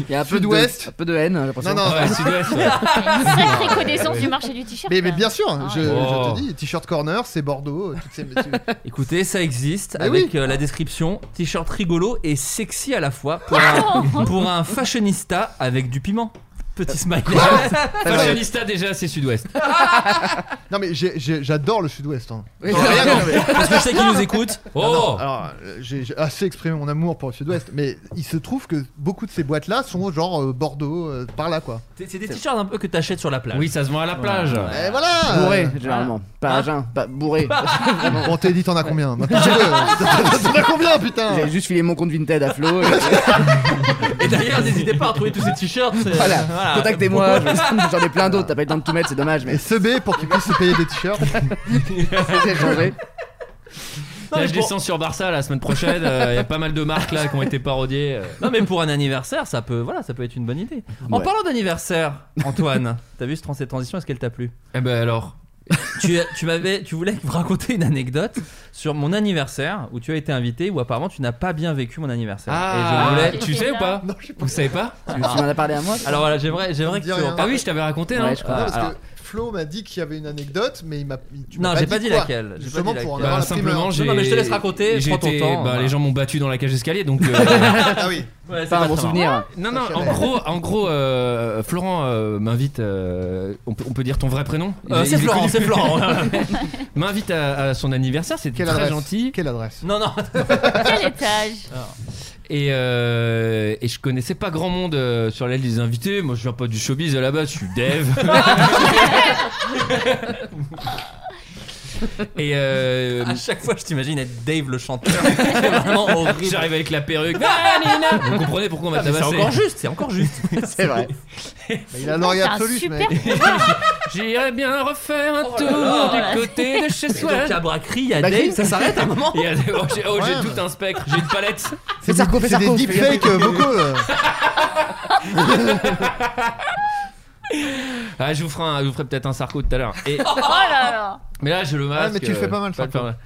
Speaker 2: Il y a un peu de-
Speaker 6: Sud-ouest.
Speaker 2: un peu de haine, j'ai l'impression.
Speaker 6: Non, non,
Speaker 2: Ouais, sud-ouest, ouais.
Speaker 7: Une
Speaker 5: Ah,
Speaker 7: sacrée connaissance
Speaker 6: Ouais.
Speaker 7: du marché du t-shirt.
Speaker 6: Mais, mais bien sûr, je, je
Speaker 5: Oh.
Speaker 6: te dis, T-shirt Corner, c'est Bordeaux. euh, toutes ces-
Speaker 5: Écoutez, ça existe
Speaker 6: Mais
Speaker 5: avec
Speaker 6: oui.
Speaker 5: euh, la description t-shirt rigolo et sexy à la fois pour un, pour un fashionista avec du piment.
Speaker 4: Euh,
Speaker 5: Petit smiley.
Speaker 4: Fashionista déjà, c'est sud-ouest.
Speaker 6: non, mais j'ai- j'ai- j'adore le sud-ouest. hein.
Speaker 4: Oui,
Speaker 6: Non,
Speaker 4: non,
Speaker 6: rien
Speaker 4: non,
Speaker 6: contre.
Speaker 4: mais- parce que je sais qu'ils nous écoutent.
Speaker 6: Non,
Speaker 4: Oh.
Speaker 6: non, alors, euh, j'ai j'ai assez exprimé mon amour pour le sud-ouest, mais il se trouve que beaucoup de ces boîtes-là sont genre euh, Bordeaux, euh, par là quoi.
Speaker 5: C'est c'est des t-shirts un peu que t'achètes sur la plage.
Speaker 4: Oui, ça se vend à la plage.
Speaker 5: Ah.
Speaker 6: Et voilà
Speaker 2: Bourré, généralement. Pas à jeun, pas bourré. Vraiment.
Speaker 6: Bon, t'es dit, t'en as combien Maintenant, tu veux. T'en as combien, putain
Speaker 2: J'avais juste filé mon compte Vinted à Flo. et-
Speaker 5: Et d'ailleurs, n'hésitez pas à retrouver tous ces t-shirts. c'est-
Speaker 2: Voilà,
Speaker 5: voilà.
Speaker 2: contactez-moi, je- j'en ai plein d'autres, t'as pas eu le temps de tout mettre, c'est dommage, mais
Speaker 6: Et ce B pour qu'il puisse se payer des t-shirts.
Speaker 5: Ah,
Speaker 2: c'est changé.
Speaker 5: Non, mais
Speaker 4: Là, je
Speaker 5: pour-
Speaker 4: descends sur Barça la semaine prochaine. euh, Il y a pas mal de marques là qui ont été parodiées. euh.
Speaker 5: Non mais pour un anniversaire, ça peut, voilà, ça peut être une bonne idée. En
Speaker 4: Ouais.
Speaker 5: parlant d'anniversaire, Antoine, t'as vu ce trans- cette transition Est-ce qu'elle t'a plu
Speaker 4: Eh ben alors.
Speaker 5: tu, tu m'avais, tu voulais me raconter une anecdote sur mon anniversaire où tu as été invité où apparemment tu n'as pas bien vécu mon anniversaire.
Speaker 4: Ah,
Speaker 5: Et je voulais-
Speaker 4: tu sais ou pas Vous savez pas
Speaker 2: Tu m'en as parlé à moi
Speaker 5: Alors voilà, j'aimerais, j'aimerais que
Speaker 6: Dis
Speaker 5: tu
Speaker 6: rien.
Speaker 4: Ah oui, je t'avais raconté. non
Speaker 2: Ouais, je crois.
Speaker 6: Non, parce
Speaker 5: alors-
Speaker 6: que Flo m'a dit qu'il y avait une anecdote, mais il m'a. il- tu
Speaker 5: Non,
Speaker 6: m'as
Speaker 5: j'ai pas dit
Speaker 6: quoi.
Speaker 5: laquelle, j'ai pas
Speaker 6: Justement
Speaker 5: dit
Speaker 6: pour en
Speaker 5: laquelle.
Speaker 6: avoir
Speaker 4: Bah,
Speaker 6: la primeur.
Speaker 4: simplement, j'ai.
Speaker 5: Non, non, mais je te laisse raconter,
Speaker 4: j'ai
Speaker 5: prends ton
Speaker 4: été-
Speaker 5: temps, hein.
Speaker 4: bah,
Speaker 5: voilà.
Speaker 4: Les gens m'ont battu dans la cage d'escalier, donc. euh,
Speaker 6: Ah oui.
Speaker 5: Ouais, c'est hein.
Speaker 2: Pas un bon
Speaker 5: très
Speaker 2: souvenir.
Speaker 4: Non, non,
Speaker 6: Ça,
Speaker 4: en
Speaker 6: j'avais.
Speaker 4: gros, en gros euh, Florent euh, m'invite. euh, on, peut, on peut dire ton vrai prénom
Speaker 5: Euh,
Speaker 4: Il-
Speaker 5: c'est
Speaker 4: il est
Speaker 5: Florent,
Speaker 4: connu.
Speaker 5: c'est Florent.
Speaker 4: M'invite à, à son anniversaire, c'est très
Speaker 6: Quelle adresse
Speaker 4: gentil.
Speaker 6: Quelle adresse
Speaker 5: Non non.
Speaker 7: Quel étage
Speaker 4: Et, euh, et je connaissais pas grand monde euh, sur l'aile des invités. Moi, je viens pas du showbiz à la base, je suis dev. et euh,
Speaker 5: À chaque fois, Ah, je t'imagine être Dave le chanteur. c'est vraiment horrible.
Speaker 4: j'arrive avec la perruque. Ah, Nina Vous comprenez pourquoi on m'a
Speaker 5: Ah, mais c'est
Speaker 4: tabassé
Speaker 5: encore juste, c'est encore juste.
Speaker 2: C'est vrai.
Speaker 6: Bah, Il a l'oreille
Speaker 7: C'est un
Speaker 6: absolue, ce
Speaker 7: super
Speaker 6: mec.
Speaker 4: J'irais bien refaire un
Speaker 5: Oh là
Speaker 4: tour
Speaker 5: là.
Speaker 4: du côté de chez
Speaker 5: Donc
Speaker 4: soi.
Speaker 5: à Bracry, Bah, il y a
Speaker 2: Bracry
Speaker 5: Dave, ça s'arrête à un moment.
Speaker 4: Il y a- oh, j'ai oh, j'ai
Speaker 6: Ouais,
Speaker 4: tout un spectre, j'ai une palette.
Speaker 2: Fais Sarko, fais
Speaker 6: C'est des
Speaker 2: Sarko.
Speaker 6: deepfakes euh, vocaux. là.
Speaker 4: Ah, je vous ferai, un- je vous ferai peut-être un sarco tout à l'heure. Et-
Speaker 7: Oh là là
Speaker 4: Mais là, j'ai le masque. euh,
Speaker 6: mais tu le fais pas mal,
Speaker 4: le faire mal.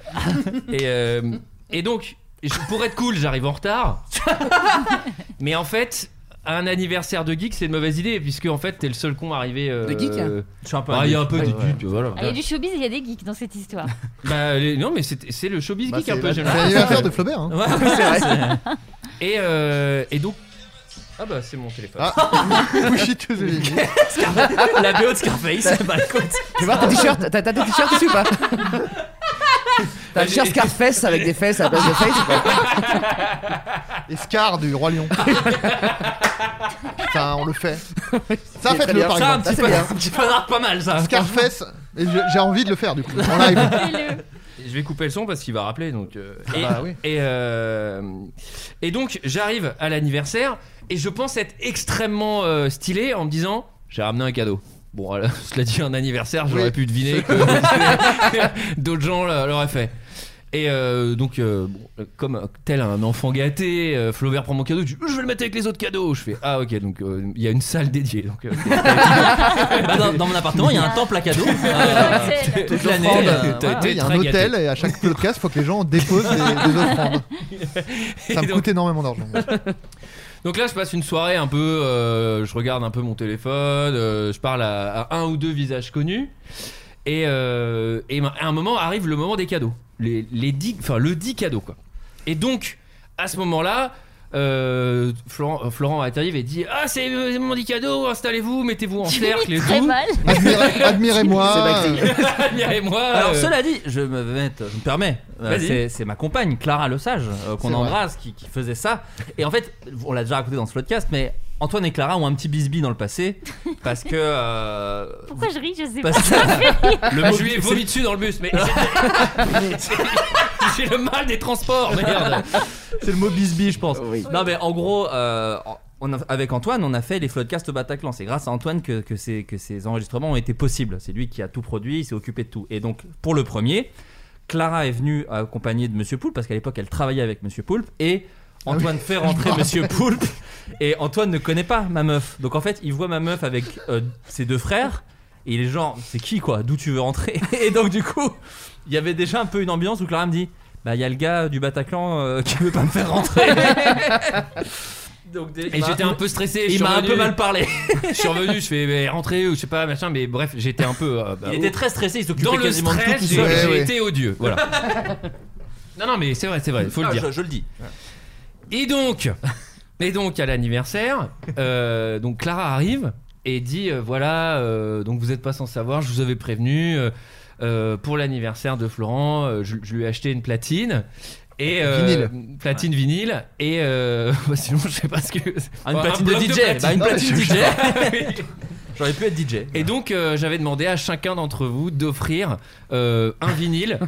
Speaker 4: et, euh, et donc, je- pour être cool, j'arrive en retard. mais en fait, un anniversaire de geek, c'est une mauvaise idée, puisque en fait, t'es le seul con arrivé. euh,
Speaker 2: De geek hein.
Speaker 5: Je suis un peu.
Speaker 4: bah, il y a un peu
Speaker 5: Ouais,
Speaker 4: du
Speaker 5: ouais.
Speaker 4: geek, voilà.
Speaker 7: Ah, Il y a du showbiz, il y a des geeks dans cette histoire.
Speaker 4: Bah, les- non, mais c'est c'est le showbiz
Speaker 6: Bah,
Speaker 4: geek
Speaker 6: c'est
Speaker 4: un peu,
Speaker 6: c'est
Speaker 4: j'aime bien.
Speaker 6: l'anniversaire de Flaubert. hein.
Speaker 5: Ouais, ouais, c'est vrai.
Speaker 4: Et, euh, et donc. Ah bah, c'est mon téléphone.
Speaker 6: Ah, Wish it to the limit.
Speaker 5: La BO de Scarface, bah écoute.
Speaker 2: Je vais voir ton t-shirt, t'as t'as des t-shirts ici ou pas T'as un t-shirt Scarface avec des fesses à la place de face ou pas
Speaker 6: Et Scar du Roi Lion. Putain, on le fait. Ça,
Speaker 2: C'est très
Speaker 6: faites-le
Speaker 2: bien.
Speaker 6: par
Speaker 5: Ça, un
Speaker 6: exemple.
Speaker 5: petit
Speaker 2: c'est
Speaker 5: peu,
Speaker 2: bien.
Speaker 5: un petit peu hein, rare, pas mal ça.
Speaker 6: Scarface, et je- j'ai envie de le faire du coup. En live.
Speaker 7: Fais-le.
Speaker 4: Je vais couper le son parce qu'il va rappeler. Donc, euh,
Speaker 6: Ah
Speaker 4: et,
Speaker 6: bah oui.
Speaker 4: et, euh, et donc, j'arrive à l'anniversaire et je pense être extrêmement euh, stylé en me disant J'ai ramené un cadeau. Bon, alors, cela dit, un anniversaire, j'aurais
Speaker 6: Oui.
Speaker 4: pu deviner que d'autres gens l'a- l'auraient fait. Et euh, donc, euh, bon, euh, comme euh, tel un enfant gâté, euh, Flaubert prend mon cadeau, je, dis, je vais le mettre avec les autres cadeaux. Je fais Ah, ok, donc euh, il y a une salle dédiée. Donc, euh,
Speaker 5: Bah, dans, dans mon appartement, il y a un temple à cadeaux. Euh,
Speaker 7: Hôtel.
Speaker 5: toute
Speaker 4: Les
Speaker 5: l'année.
Speaker 4: offrandes.
Speaker 5: euh,
Speaker 4: T'as-
Speaker 5: voilà.
Speaker 6: Oui, Il y a un
Speaker 4: très gâté.
Speaker 6: hôtel et à chaque podcast, faut que les gens déposent des, des offrandes. Ça
Speaker 4: Et
Speaker 6: me
Speaker 4: donc-
Speaker 6: coûte énormément d'argent.
Speaker 4: Donc là, je passe une soirée un peu. euh, je regarde un peu mon téléphone, euh, je parle à, à un ou deux visages connus. Et, euh, et ma- à un moment arrive le moment des cadeaux. Les, les dix, enfin, le 10 cadeau, quoi. Et donc, à ce moment-là. euh, Florent, euh, Florent arrive et dit Ah, c'est euh, c'est mon 10 cadeau, installez-vous, mettez-vous en
Speaker 7: Tu
Speaker 4: cercle et
Speaker 7: m'imites très
Speaker 4: tout.
Speaker 7: mal.
Speaker 6: Admirez- Admirez-moi.
Speaker 2: C'est
Speaker 6: euh,
Speaker 4: et moi,
Speaker 5: Alors
Speaker 4: euh,
Speaker 5: cela dit, je me vais mettre- je me permets, euh,
Speaker 4: Vas-y.
Speaker 5: c'est- c'est ma compagne Clara Le Sage euh, qu'on
Speaker 6: C'est vrai.
Speaker 5: embrasse qui, qui faisait ça. Et en fait, on l'a déjà raconté dans ce podcast, mais Antoine et Clara ont un petit bisbis dans le passé parce que euh,
Speaker 7: Pourquoi je ris Je sais pas.
Speaker 5: parce que-
Speaker 4: le mot, je lui ai vomi dessus dans le bus, mais
Speaker 5: J'ai le mal des transports, merde. C'est le mot Bisbee, je pense. Non, mais en gros, euh, on a- avec Antoine, on a fait les Floodcasts au Bataclan. C'est grâce à Antoine que, que ces, que ces enregistrements ont été possibles. C'est lui qui a tout produit, il s'est occupé de tout. Et donc, pour le premier, Clara est venue accompagnée de Monsieur Poulpe, parce qu'à l'époque, elle travaillait avec Monsieur Poulpe. Et
Speaker 4: Ah
Speaker 5: Antoine fait rentrer Monsieur Poulpe. Et Antoine ne connaît pas ma meuf. Donc, en fait, il voit ma meuf avec euh, ses deux frères. Et il est genre, c'est qui quoi D'où tu veux rentrer Et donc du coup, il y avait déjà un peu une ambiance où Clara me dit, bah il y a le gars du Bataclan euh, qui veut pas me faire rentrer. Donc,
Speaker 4: Et j'étais un peu stressé. je
Speaker 5: Il
Speaker 4: suis
Speaker 5: m'a un
Speaker 4: revenu.
Speaker 5: peu mal parlé.
Speaker 4: je suis revenu, je fais mais rentrez ou je sais pas machin, mais bref, j'étais un peu. euh, bah,
Speaker 5: Il était
Speaker 4: oh.
Speaker 5: très stressé, il s'occupait
Speaker 4: Dans le
Speaker 5: quasiment de tout
Speaker 4: stress,
Speaker 5: tout
Speaker 4: j'ai-
Speaker 5: seul.
Speaker 4: j'ai
Speaker 5: Ouais, ouais.
Speaker 4: été odieux. Voilà. non, non, mais c'est vrai, c'est vrai, faut
Speaker 5: Ah,
Speaker 4: le dire.
Speaker 5: je- je le dis.
Speaker 4: Et donc, et donc à l'anniversaire, euh, donc Clara arrive et dit euh, voilà, euh, donc vous n'êtes pas sans savoir, je vous avais prévenu euh, euh, pour l'anniversaire de Florent, euh, je, je lui ai acheté une platine. Et euh,
Speaker 5: Vinyle.
Speaker 4: platine vinyle et euh, bah, sinon je sais pas ce que
Speaker 5: Ah,
Speaker 4: Enfin,
Speaker 5: une
Speaker 4: un
Speaker 5: platine de
Speaker 4: bloc
Speaker 5: DJ, bah, une
Speaker 4: Non, mais
Speaker 5: platine
Speaker 4: je-
Speaker 5: DJ.
Speaker 4: Oui.
Speaker 5: J'aurais pu être DJ.
Speaker 4: Et donc euh, j'avais demandé à chacun d'entre vous d'offrir euh, un vinyle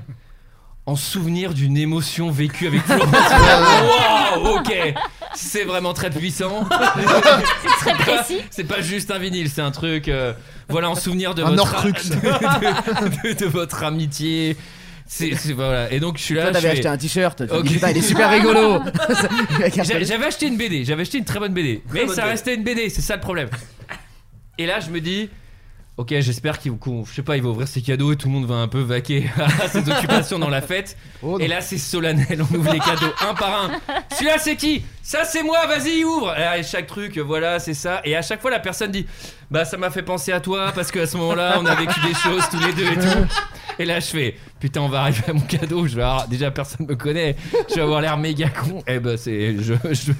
Speaker 4: en souvenir d'une émotion vécue avec Florence. Waouh, ok, c'est vraiment très puissant. c'est pas, c'est pas juste un vinyle, c'est un truc. euh, voilà, en souvenir de
Speaker 6: Un
Speaker 4: votre
Speaker 6: Horcrux.
Speaker 4: de, de- de votre amitié. C'est, c'est- voilà. Et donc je suis là.
Speaker 2: Toi,
Speaker 4: je
Speaker 2: t'avais acheté
Speaker 4: fais-
Speaker 2: un t-shirt. tu
Speaker 4: Ok.
Speaker 2: dis, Putain, il est super rigolo.
Speaker 4: J'a- J'avais acheté une BD, j'avais acheté une très bonne BD, mais
Speaker 2: bonne
Speaker 4: ça
Speaker 2: BD.
Speaker 4: restait une BD, c'est ça le problème. Et là, je me dis, ok, j'espère qu'il, qu'on- je sais pas, il va ouvrir ses cadeaux et tout le monde va un peu vaquer à ses occupations dans la fête. et là, c'est solennel, on ouvre les cadeaux un par un. Celui-là, c'est qui Ça, c'est moi. Vas-y, ouvre. Et là, chaque truc, voilà, c'est ça. Et à chaque fois, la personne dit, bah, ça m'a fait penser à toi parce qu'à ce moment-là, on a vécu des choses tous les deux et tout. Et là, je fais, putain, on va arriver à mon cadeau. Je vais avoir- déjà, personne me connaît. Je vais avoir l'air méga con. Et bah, c'est. Je, je-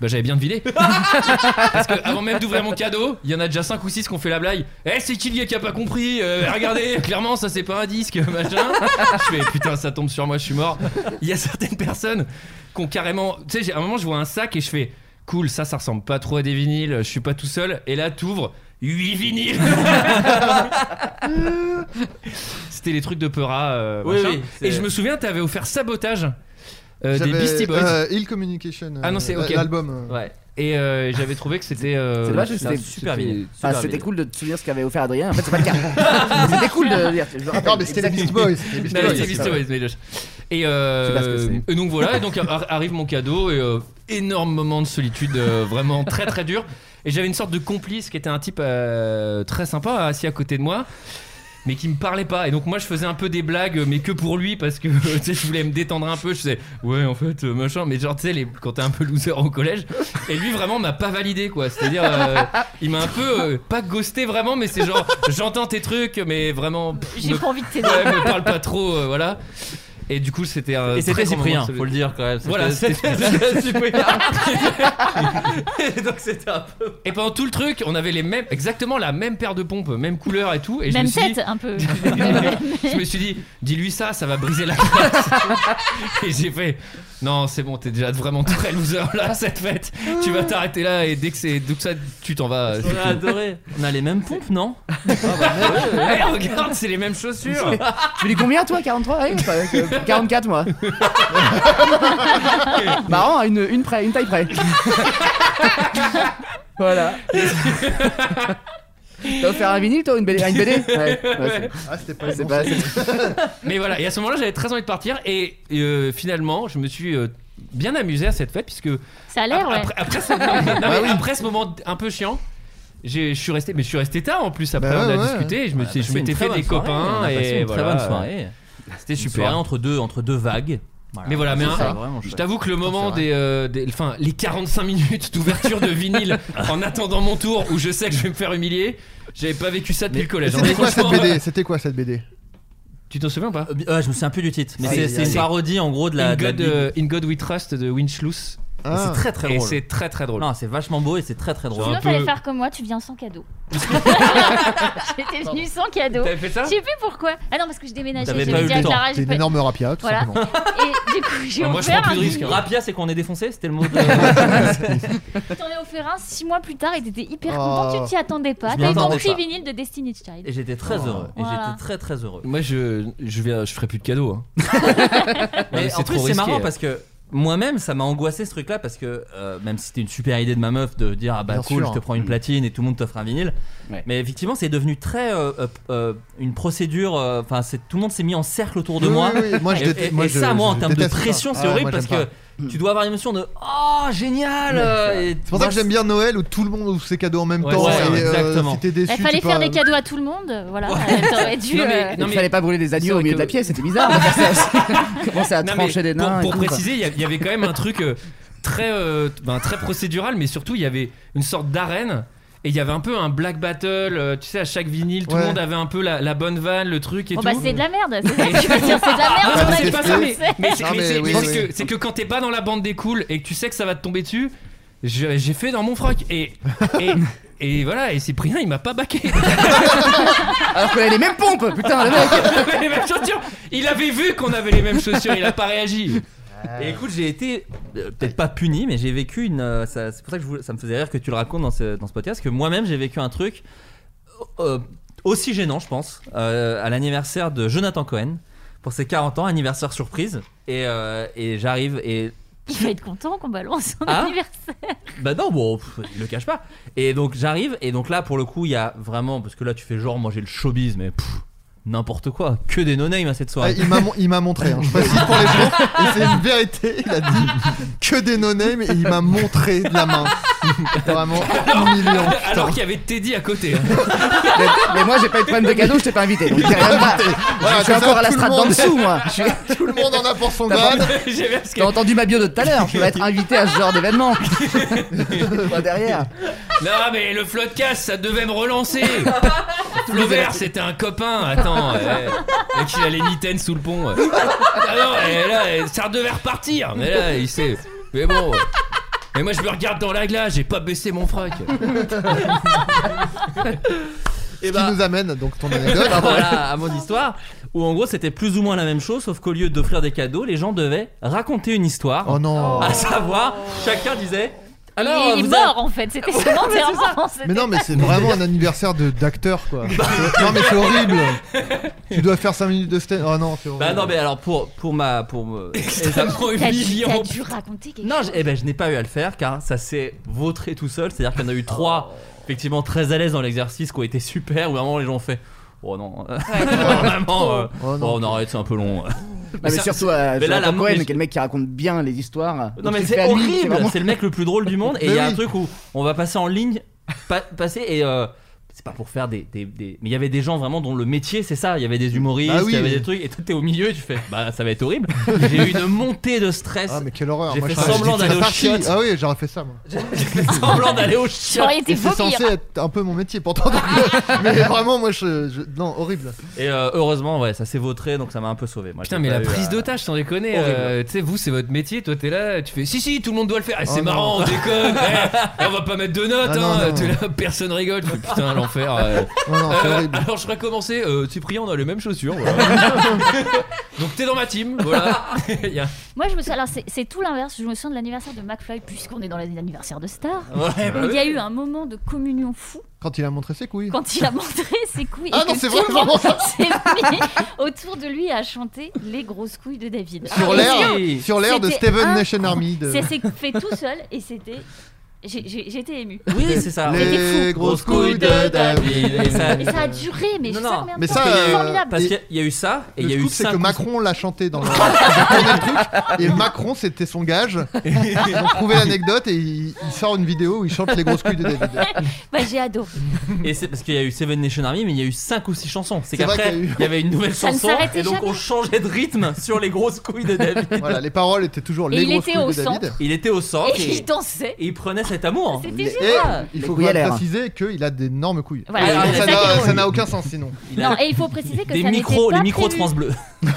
Speaker 4: bah, j'avais bien deviné. Parce que avant même d'ouvrir mon cadeau, il y en a déjà 5 ou 6 qui ont fait la blague. Eh, c'est qui le gars qui a pas compris Euh, Regardez, clairement, ça c'est pas un disque, machin. Je fais, putain, ça tombe sur moi, je suis mort. Il y a certaines personnes qui ont carrément. Tu sais, j'ai- à un moment, je vois un sac et je fais, cool, ça, ça ressemble pas trop à des vinyles, je suis pas tout seul. Et là, t'ouvres 8 vinyles. C'était les trucs de Peura. euh,
Speaker 6: Oui,
Speaker 4: machin.
Speaker 6: oui, c'est-
Speaker 4: et je me souviens, t'avais offert Sabotage euh, des
Speaker 6: J'avais,
Speaker 4: Beastie Boys.
Speaker 6: euh, Hill Communication. euh,
Speaker 4: ah non, c'est ok.
Speaker 6: L'album. euh.
Speaker 4: Et euh, j'avais trouvé que c'était. euh,
Speaker 2: C'est dommage, c'était Enfin, c'était cool de te souvenir ce qu'avait offert Adrien. En fait, c'est pas le cas. c'était cool de dire. je me rappelle
Speaker 6: Non, Ah, mais c'était les Beast
Speaker 2: exactement.
Speaker 6: Boys. c'était les Beast
Speaker 4: Non,
Speaker 6: Boys.
Speaker 4: c'était Beastie Boys, mais le- Et, euh,
Speaker 6: Je sais pas ce que
Speaker 4: et donc voilà, et donc ar- arrive mon cadeau et euh, énorme moment de solitude, euh, vraiment très très dur. Et j'avais une sorte de complice qui était un type euh, très sympa assis à côté de moi. Mais qui me parlait pas, et donc moi je faisais un peu des blagues, mais que pour lui, parce que tu sais, je voulais me détendre un peu. Je faisais ouais, en fait, euh, machin, mais genre, tu sais, les- quand t'es un peu loser au collège, et lui vraiment m'a pas validé quoi. C'est-à-dire, euh, il m'a un peu euh, pas ghosté vraiment, mais c'est genre, j'entends tes trucs, mais vraiment. pff,
Speaker 7: J'ai
Speaker 4: me-
Speaker 7: pas envie de t'aider.
Speaker 4: Ouais, me parle pas trop, euh, voilà. Et du coup, c'était un.
Speaker 5: Et c'était
Speaker 4: Euh, très grand
Speaker 5: Cyprien,
Speaker 4: moment, celui-
Speaker 5: faut le dire quand même.
Speaker 4: Voilà,
Speaker 5: C'était-
Speaker 4: c'était
Speaker 5: c'était Cyprien.
Speaker 4: et donc c'était un peu. Et pendant tout le truc, on avait les mêmes, exactement la même paire de pompes, même couleur et tout. Et
Speaker 7: Même
Speaker 4: je me suis dit-
Speaker 7: tête, un peu.
Speaker 4: je me suis dit, dis-lui ça, ça va briser la glace. et j'ai fait, non, c'est bon, t'es déjà vraiment très loser là, cette fête. Tu vas t'arrêter là et dès que c'est. Donc ça, tu t'en vas. c'est
Speaker 5: On a
Speaker 4: tout.
Speaker 5: adoré. On a les mêmes pompes, non
Speaker 4: Eh, regarde, c'est les mêmes chaussures.
Speaker 2: Tu dis combien toi 43 Ouais, enfin, euh, 44 moi. Marrant, à une, une, près, une taille près. voilà. T'as offert un vinyle toi ou une BD, Ah, une BD Ouais, ouais, c'est-
Speaker 6: Ah, c'était pas
Speaker 2: Ouais,
Speaker 6: le
Speaker 2: c'est
Speaker 6: bon
Speaker 2: pas-
Speaker 6: son.
Speaker 4: Mais voilà, et à ce moment-là, j'avais très envie de partir. Et euh, finalement, je me suis euh, bien amusé à cette fête, puisque.
Speaker 7: Ça a l'air, ouais.
Speaker 4: Après, après ce... non, mais
Speaker 5: Bah
Speaker 4: après ce moment un peu chiant. j'ai- Je suis resté, mais je suis resté tard en plus. Après,
Speaker 5: Bah
Speaker 4: on a
Speaker 5: ouais, ouais.
Speaker 4: discuté. Je me
Speaker 5: On a
Speaker 4: suis- je
Speaker 5: passé une
Speaker 4: m'étais
Speaker 5: très
Speaker 4: fait
Speaker 5: bonne
Speaker 4: des
Speaker 5: soirée, on
Speaker 4: copains
Speaker 5: a passé
Speaker 4: et
Speaker 5: une
Speaker 4: voilà.
Speaker 5: très bonne soirée.
Speaker 4: C'était
Speaker 5: Une
Speaker 4: super.
Speaker 5: soirée entre deux, entre deux vagues. Voilà,
Speaker 4: mais voilà, mais
Speaker 5: c'est
Speaker 4: un-
Speaker 5: ça, vraiment
Speaker 4: je
Speaker 5: chouette.
Speaker 4: t'avoue que le moment
Speaker 5: C'est vrai.
Speaker 4: des, euh, des- enfin les 45 minutes d'ouverture de vinyle en attendant mon tour où je sais que je vais me faire humilier, j'avais pas vécu ça depuis le collège.
Speaker 6: C'était
Speaker 4: hein.
Speaker 6: quoi cette
Speaker 4: Franchement,
Speaker 6: BD C'était quoi cette BD
Speaker 4: Tu t'en souviens ou pas
Speaker 5: Euh, je me souviens plus du titre, mais c'est- c'est une parodie en gros de la.
Speaker 4: In
Speaker 5: de la
Speaker 4: God,
Speaker 5: Bible.
Speaker 4: euh, In God We Trust de Winchlus
Speaker 5: Et
Speaker 6: Hein
Speaker 5: c'est très très
Speaker 4: Et
Speaker 5: drôle.
Speaker 4: c'est très très drôle.
Speaker 5: Non, c'est vachement beau et c'est très très drôle.
Speaker 7: Sinon, fallait faire comme moi, tu viens sans cadeau. J'étais venue sans cadeau.
Speaker 5: T'avais fait ça
Speaker 7: Je sais plus pourquoi. Ah non, parce que je déménageais.
Speaker 5: T'avais
Speaker 7: j'ai
Speaker 5: pas eu
Speaker 7: dit
Speaker 5: le
Speaker 7: à
Speaker 5: temps.
Speaker 7: Clara,
Speaker 5: T'es
Speaker 7: j'ai
Speaker 5: une
Speaker 7: pas-
Speaker 5: énorme rapiat, tout
Speaker 7: Voilà.
Speaker 5: simplement.
Speaker 7: Et du coup, j'ai
Speaker 5: Moi, je
Speaker 7: offert
Speaker 5: prends plus
Speaker 7: un
Speaker 5: de risques.
Speaker 7: livre.
Speaker 5: Rapia, c'est qu'on est défoncé, c'était le mot de. hein.
Speaker 7: Je t'en ai offert un six mois plus tard et t'étais hyper
Speaker 5: Oh.
Speaker 7: content. Tu t'y attendais pas.
Speaker 5: Je
Speaker 7: T'as eu ton
Speaker 5: m'attendais
Speaker 7: petit
Speaker 5: pas.
Speaker 7: vinyle de Destiny's Child.
Speaker 5: Et j'étais très heureux. Et
Speaker 7: Voilà.
Speaker 5: j'étais très très heureux.
Speaker 4: Moi, je, je, vais, je ferai plus de cadeaux. hein. Non,
Speaker 5: Mais en plus,
Speaker 4: trop
Speaker 5: c'est marrant
Speaker 6: hein.
Speaker 4: risqué.
Speaker 5: parce que. Moi-même, ça m'a angoissé ce truc-là parce que euh, même si c'était une super idée de ma meuf de dire ah bah
Speaker 4: Bien
Speaker 5: cool,
Speaker 4: sûr.
Speaker 5: je te
Speaker 6: Mm.
Speaker 5: prends une platine et tout le monde t'offre un vinyle, mais effectivement c'est devenu très euh, euh, euh, une procédure. euh, Enfin, c'est tout le monde s'est mis en cercle autour de
Speaker 6: Oui,
Speaker 5: moi.
Speaker 6: oui, oui. Moi, je
Speaker 5: et,
Speaker 6: déteste-
Speaker 5: et-
Speaker 6: moi,
Speaker 5: et
Speaker 6: je-
Speaker 5: ça, moi, en
Speaker 6: je
Speaker 5: termes de
Speaker 6: déteste ça.
Speaker 5: pression, c'est
Speaker 6: Ah,
Speaker 5: horrible
Speaker 6: moi,
Speaker 5: parce
Speaker 6: j'aime
Speaker 5: que tu dois avoir l'émotion de oh génial. euh, et-
Speaker 6: C'est pour ça que j'aime bien Noël où tout le monde ouvre ses cadeaux en même
Speaker 5: Ouais,
Speaker 6: temps.
Speaker 5: ouais,
Speaker 6: et, euh,
Speaker 5: exactement.
Speaker 6: si t'es déçu,
Speaker 7: Il fallait
Speaker 6: tu
Speaker 7: faire
Speaker 6: peux-
Speaker 7: des
Speaker 5: euh,
Speaker 7: cadeaux à tout le monde. Voilà, t'aurais dû. euh,
Speaker 2: Il fallait pas brûler des agneaux au milieu de la pièce, c'était bizarre. Commencer à
Speaker 4: Non, mais
Speaker 2: trancher des
Speaker 4: pour-
Speaker 2: nains. et
Speaker 4: Pour,
Speaker 2: tout, quoi.
Speaker 4: préciser, il y a- il y avait quand même un truc euh, très, euh, ben, très procédural, mais surtout il y avait une sorte d'arène. Et il y avait un peu un black battle, euh, tu sais, à chaque vinyle, tout le
Speaker 7: Ouais.
Speaker 4: monde avait un peu la, la bonne vanne, le truc et
Speaker 5: Oh,
Speaker 7: Bon
Speaker 4: tout.
Speaker 7: bah c'est de la merde, c'est ça que tu vas dire, c'est de la merde.
Speaker 4: Non,
Speaker 7: on a
Speaker 4: c'est
Speaker 7: dit
Speaker 4: pas
Speaker 7: que
Speaker 4: ça, mais,
Speaker 7: c'est-
Speaker 4: mais c'est
Speaker 7: Non,
Speaker 4: mais
Speaker 7: mais
Speaker 4: c'est-
Speaker 7: oui,
Speaker 4: mais
Speaker 7: oui.
Speaker 4: c'est que, c'est que quand t'es pas dans la bande des cools et que tu sais que ça va te tomber dessus, je- j'ai fait dans mon froc. Et, et, et voilà, et Cyprien, il m'a pas baqué.
Speaker 2: Alors qu'on avait les mêmes pompes, putain, le mec.
Speaker 4: On avait les mêmes chaussures. Il avait vu qu'on avait les mêmes chaussures, il a pas réagi.
Speaker 5: Et écoute, j'ai été euh, peut-être pas puni, mais j'ai vécu une. euh, ça- c'est pour ça que je voulais- ça me faisait rire que tu le racontes dans ce, dans ce podcast, que moi-même j'ai vécu un truc euh, aussi gênant, je pense, euh, à l'anniversaire de Jonathan Cohen pour ses 40 ans, anniversaire surprise. Et, euh, et j'arrive et.
Speaker 7: Il va être content qu'on balance son
Speaker 5: Ah.
Speaker 7: anniversaire.
Speaker 5: Bah non, bon, pff, il le cache pas. Et donc j'arrive, et donc là pour le coup, il y a vraiment. Parce que là tu fais genre, moi j'ai le showbiz, mais pff, n'importe quoi, que des no-names à cette
Speaker 6: Ah,
Speaker 2: Euh,
Speaker 5: soirée.
Speaker 6: il m'a mon- il m'a montré, hein. je précise pour les gens, et c'est une vérité, il a dit que des no-names et il m'a montré de la main. Vraiment humiliant.
Speaker 4: Alors qu'il y avait Teddy à côté. hein.
Speaker 2: mais, mais moi j'ai pas eu de problème de cadeau, je t'ai pas invité. Donc,
Speaker 4: Il t'a pas
Speaker 2: carrément pas.
Speaker 4: invité.
Speaker 6: Voilà,
Speaker 2: je suis
Speaker 6: c'est
Speaker 2: encore
Speaker 6: ça,
Speaker 2: à la
Speaker 6: tout le
Speaker 2: strate d'en
Speaker 6: monde-
Speaker 2: dessous, moi. Je suis-
Speaker 6: Tout le monde en a pour son
Speaker 2: T'as
Speaker 6: grade.
Speaker 2: pas- T'as entendu ma bio de tout à l'heure, je vais être invité à ce genre d'événement.
Speaker 5: Eh
Speaker 2: Pas derrière.
Speaker 4: Non, mais le floodcast, ça devait me relancer. Flaubert, c'était un copain. Attends, euh, et qu'il a les mitaines sous le pont. euh. Ah non, et là, euh, ça devait repartir. Mais là, il sait. Mais bon. Mais moi, je me regarde dans la glace, j'ai pas baissé mon frac.
Speaker 6: Ce qui nous amène donc ton anecdote.
Speaker 5: Bah voilà à mon histoire où en gros c'était plus ou moins la même chose sauf qu'au lieu d'offrir des cadeaux les gens devaient raconter une histoire oh
Speaker 6: non
Speaker 5: à savoir chacun disait alors
Speaker 7: il est
Speaker 5: vous
Speaker 7: mort
Speaker 5: avez-
Speaker 7: en fait, c'était son
Speaker 5: Ouais, mais c'est
Speaker 7: enterrement.
Speaker 6: Mais non, mais c'est vraiment un anniversaire de- d'acteur quoi.
Speaker 5: Bah.
Speaker 6: non, mais c'est horrible. Tu dois faire 5 minutes de stand. Oh non, c'est horrible.
Speaker 5: bah non mais alors pour pour ma pour me-
Speaker 4: extrêmement
Speaker 7: T'as dû, t'as dû raconter quelque
Speaker 5: non
Speaker 7: chose.
Speaker 5: je- eh ben je n'ai pas eu à le faire car Ah, ça s'est vautré tout seul c'est à dire qu'il y en a eu trois effectivement très à l'aise dans l'exercice qui ont été super où vraiment les gens ont fait oh non vraiment euh,
Speaker 2: Oh non.
Speaker 5: bon, on arrête c'est un peu
Speaker 2: Non,
Speaker 5: long
Speaker 2: mais
Speaker 5: ça-
Speaker 2: surtout euh, à
Speaker 5: mais là, la-
Speaker 2: Jonathan Cohen,
Speaker 5: mais-
Speaker 2: qui est le mec qui raconte bien les histoires.
Speaker 5: Non
Speaker 2: Donc, tu
Speaker 5: mais
Speaker 2: le
Speaker 5: c'est
Speaker 2: fais à lui,
Speaker 5: horrible, c'est
Speaker 2: vraiment-
Speaker 5: le mec le plus drôle du monde et il y a
Speaker 2: Mais
Speaker 5: un
Speaker 2: oui.
Speaker 5: truc où on va passer en ligne, pa- passer et euh, c'est pas pour faire des, des- des- mais il y avait des gens vraiment dont le métier c'est ça, il y avait des humoristes,
Speaker 6: Bah
Speaker 5: il
Speaker 6: oui.
Speaker 5: y avait des trucs et toi t'es au milieu et tu fais bah ça va être horrible. J'ai eu une montée de stress.
Speaker 6: Ah, mais quelle horreur.
Speaker 5: J'ai
Speaker 6: Moi,
Speaker 5: fait
Speaker 6: je serais-
Speaker 5: semblant
Speaker 6: je serais
Speaker 5: d'aller aux
Speaker 6: parti.
Speaker 5: chiottes.
Speaker 6: Ah oui, j'aurais fait ça moi.
Speaker 5: J'ai fait semblant d'aller aux chiottes.
Speaker 6: Et C'est censé être un peu mon métier pourtant. donc, mais vraiment, moi, je, je- non, horrible.
Speaker 5: Et euh, heureusement ouais, ça s'est vautré donc ça m'a un peu sauvé. Moi,
Speaker 4: Putain,
Speaker 5: j'ai
Speaker 4: mais
Speaker 5: pas
Speaker 4: la
Speaker 5: eu
Speaker 4: prise
Speaker 5: à-
Speaker 4: d'otage, sans déconner.
Speaker 5: Horrible.
Speaker 4: euh, tu sais, vous, c'est votre métier. Toi, t'es là, tu fais si, si, tout le monde doit le faire. Ah, c'est
Speaker 5: Oh
Speaker 4: marrant,
Speaker 5: non.
Speaker 4: on déconne. Eh, on va pas mettre de notes.
Speaker 5: Ah non,
Speaker 4: hein.
Speaker 5: non.
Speaker 4: T'es là, personne rigole. Tu fais, putain, l'enfer. euh.
Speaker 5: Non, non, c'est
Speaker 4: Euh,
Speaker 5: horrible.
Speaker 4: alors, je recommençais. Euh, Cyprien, on a les mêmes chaussures. voilà. Donc, t'es dans ma team. Voilà. Il y a-
Speaker 7: Moi je me souviens, alors c'est- c'est tout l'inverse, je me souviens de l'anniversaire de McFly puisqu'on est dans l'anniversaire de Star.
Speaker 4: Ah
Speaker 6: Ouais.
Speaker 7: où Il y a eu un moment de communion fou
Speaker 6: Quand il a montré ses couilles.
Speaker 7: quand il a montré ses couilles
Speaker 6: Ah
Speaker 7: et
Speaker 6: non,
Speaker 7: que
Speaker 6: c'est
Speaker 7: tout le
Speaker 6: vraiment
Speaker 7: monde
Speaker 6: ça.
Speaker 7: s'est mis autour de lui à chanter les grosses couilles de David. Ah,
Speaker 6: Sur
Speaker 7: Et
Speaker 6: l'air-
Speaker 7: c'est-
Speaker 6: sur l'air de
Speaker 7: c'était
Speaker 6: Steven
Speaker 7: un-
Speaker 6: Nation Army de-
Speaker 7: Ça s'est fait tout seul et c'était. j'ai- j'ai- J'étais ému.
Speaker 5: Oui, c'est ça.
Speaker 6: Les grosses couilles de David.
Speaker 5: Et ça-
Speaker 7: Et ça a duré, mais je sais pas combien de
Speaker 6: Mais
Speaker 7: temps.
Speaker 6: ça,
Speaker 7: C'était
Speaker 6: euh,
Speaker 7: formidable.
Speaker 5: Parce qu'il y a eu ça et il
Speaker 6: Le
Speaker 5: y a eu
Speaker 6: scoop, c'est
Speaker 5: cinq
Speaker 6: que Macron l'a chanté dans le, ils ont tourné le truc et Macron c'était son gage. Ils ont trouvé l'anecdote et il, il sort une vidéo où il chante les grosses couilles de David.
Speaker 7: Bah, j'ai adoré.
Speaker 5: Et c'est parce qu'il y a eu Seven Nation Army, mais il y a eu 5 ou 6 chansons. C'est
Speaker 6: C'est vrai
Speaker 5: qu'après,
Speaker 6: qu'il y a eu-
Speaker 5: il y avait une nouvelle
Speaker 7: Ça ne
Speaker 5: chanson,
Speaker 7: s'arrêtait
Speaker 5: et donc
Speaker 7: jamais.
Speaker 5: on changeait de rythme sur les grosses couilles de David.
Speaker 6: Voilà, les paroles étaient toujours
Speaker 7: Et
Speaker 6: les
Speaker 7: il
Speaker 6: grosses
Speaker 7: était
Speaker 6: couilles
Speaker 7: au
Speaker 6: de David.
Speaker 7: centre.
Speaker 5: Il était au centre.
Speaker 7: Et il dansait.
Speaker 5: et il prenait cet amour.
Speaker 7: C'était
Speaker 6: Et
Speaker 7: génial.
Speaker 6: il
Speaker 7: Les
Speaker 6: faut
Speaker 4: couilles
Speaker 6: bien
Speaker 4: à l'air.
Speaker 6: préciser qu'il a d'énormes couilles.
Speaker 7: Voilà,
Speaker 6: Et
Speaker 7: c'est
Speaker 6: ça
Speaker 7: ça qui est
Speaker 6: n'a-
Speaker 7: drôle.
Speaker 6: ça n'a aucun sens sinon.
Speaker 7: Non, et il faut préciser que
Speaker 5: Des
Speaker 7: ça
Speaker 5: micros,
Speaker 7: n'était pas
Speaker 5: les micros de
Speaker 7: prévu.
Speaker 5: France Bleu.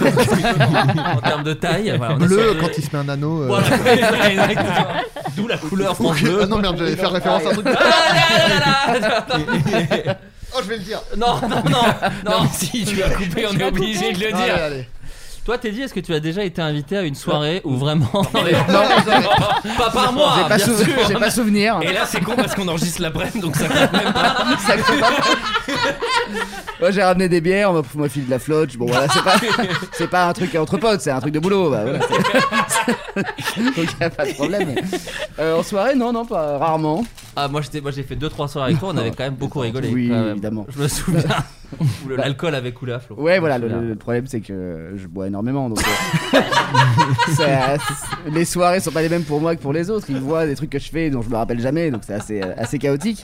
Speaker 5: en termes de taille, voilà, on est
Speaker 6: Bleu
Speaker 5: sur-
Speaker 6: quand il se met un anneau. euh,
Speaker 5: Voilà, exactement. D'où la couleur France
Speaker 6: Ok,
Speaker 5: Bleu. Ah,
Speaker 6: ah non merde, j'allais faire référence à un truc. Oh, je vais le dire.
Speaker 5: Non, non, non, non.
Speaker 6: Non, si, tu l'as coupé, on est obligé de le Allez, dire. allez.
Speaker 5: Toi, Teddy, est-ce que tu as déjà été invité à une soirée où vraiment. Non,
Speaker 4: Non,
Speaker 5: pas par moi,
Speaker 4: J'ai pas,
Speaker 5: bien
Speaker 4: souve-
Speaker 5: sûr.
Speaker 4: j'ai pas souvenir.
Speaker 5: Et là,
Speaker 1: C'est con parce qu'on enregistre l'après, donc ça compte même pas.
Speaker 4: Ça compte pas. Moi j'ai ramené des bières, on m'a- on m'a filé de la flotte. Bon voilà, c'est pas, c'est pas un truc entre potes, c'est un truc de boulot. bah, voilà. Donc y a pas de problème. Euh, en soirée, non, non, pas rarement.
Speaker 5: Ah, moi, j'étais- moi, j'ai fait 2-3 soirées avec toi, on avait quand même beaucoup rigolé.
Speaker 4: Oui,
Speaker 5: quand même.
Speaker 4: évidemment.
Speaker 5: Je me souviens. Où le- L'alcool avait coulé à flot.
Speaker 4: Ouais, voilà,
Speaker 5: Je euh, me
Speaker 4: le,
Speaker 5: souviens.
Speaker 4: le problème c'est que je bois énormément. Donc, euh, c'est, euh, c'est- les soirées sont pas les mêmes pour moi que pour les autres. Ils voient des trucs que je fais dont je me rappelle jamais, donc c'est assez, euh, assez chaotique.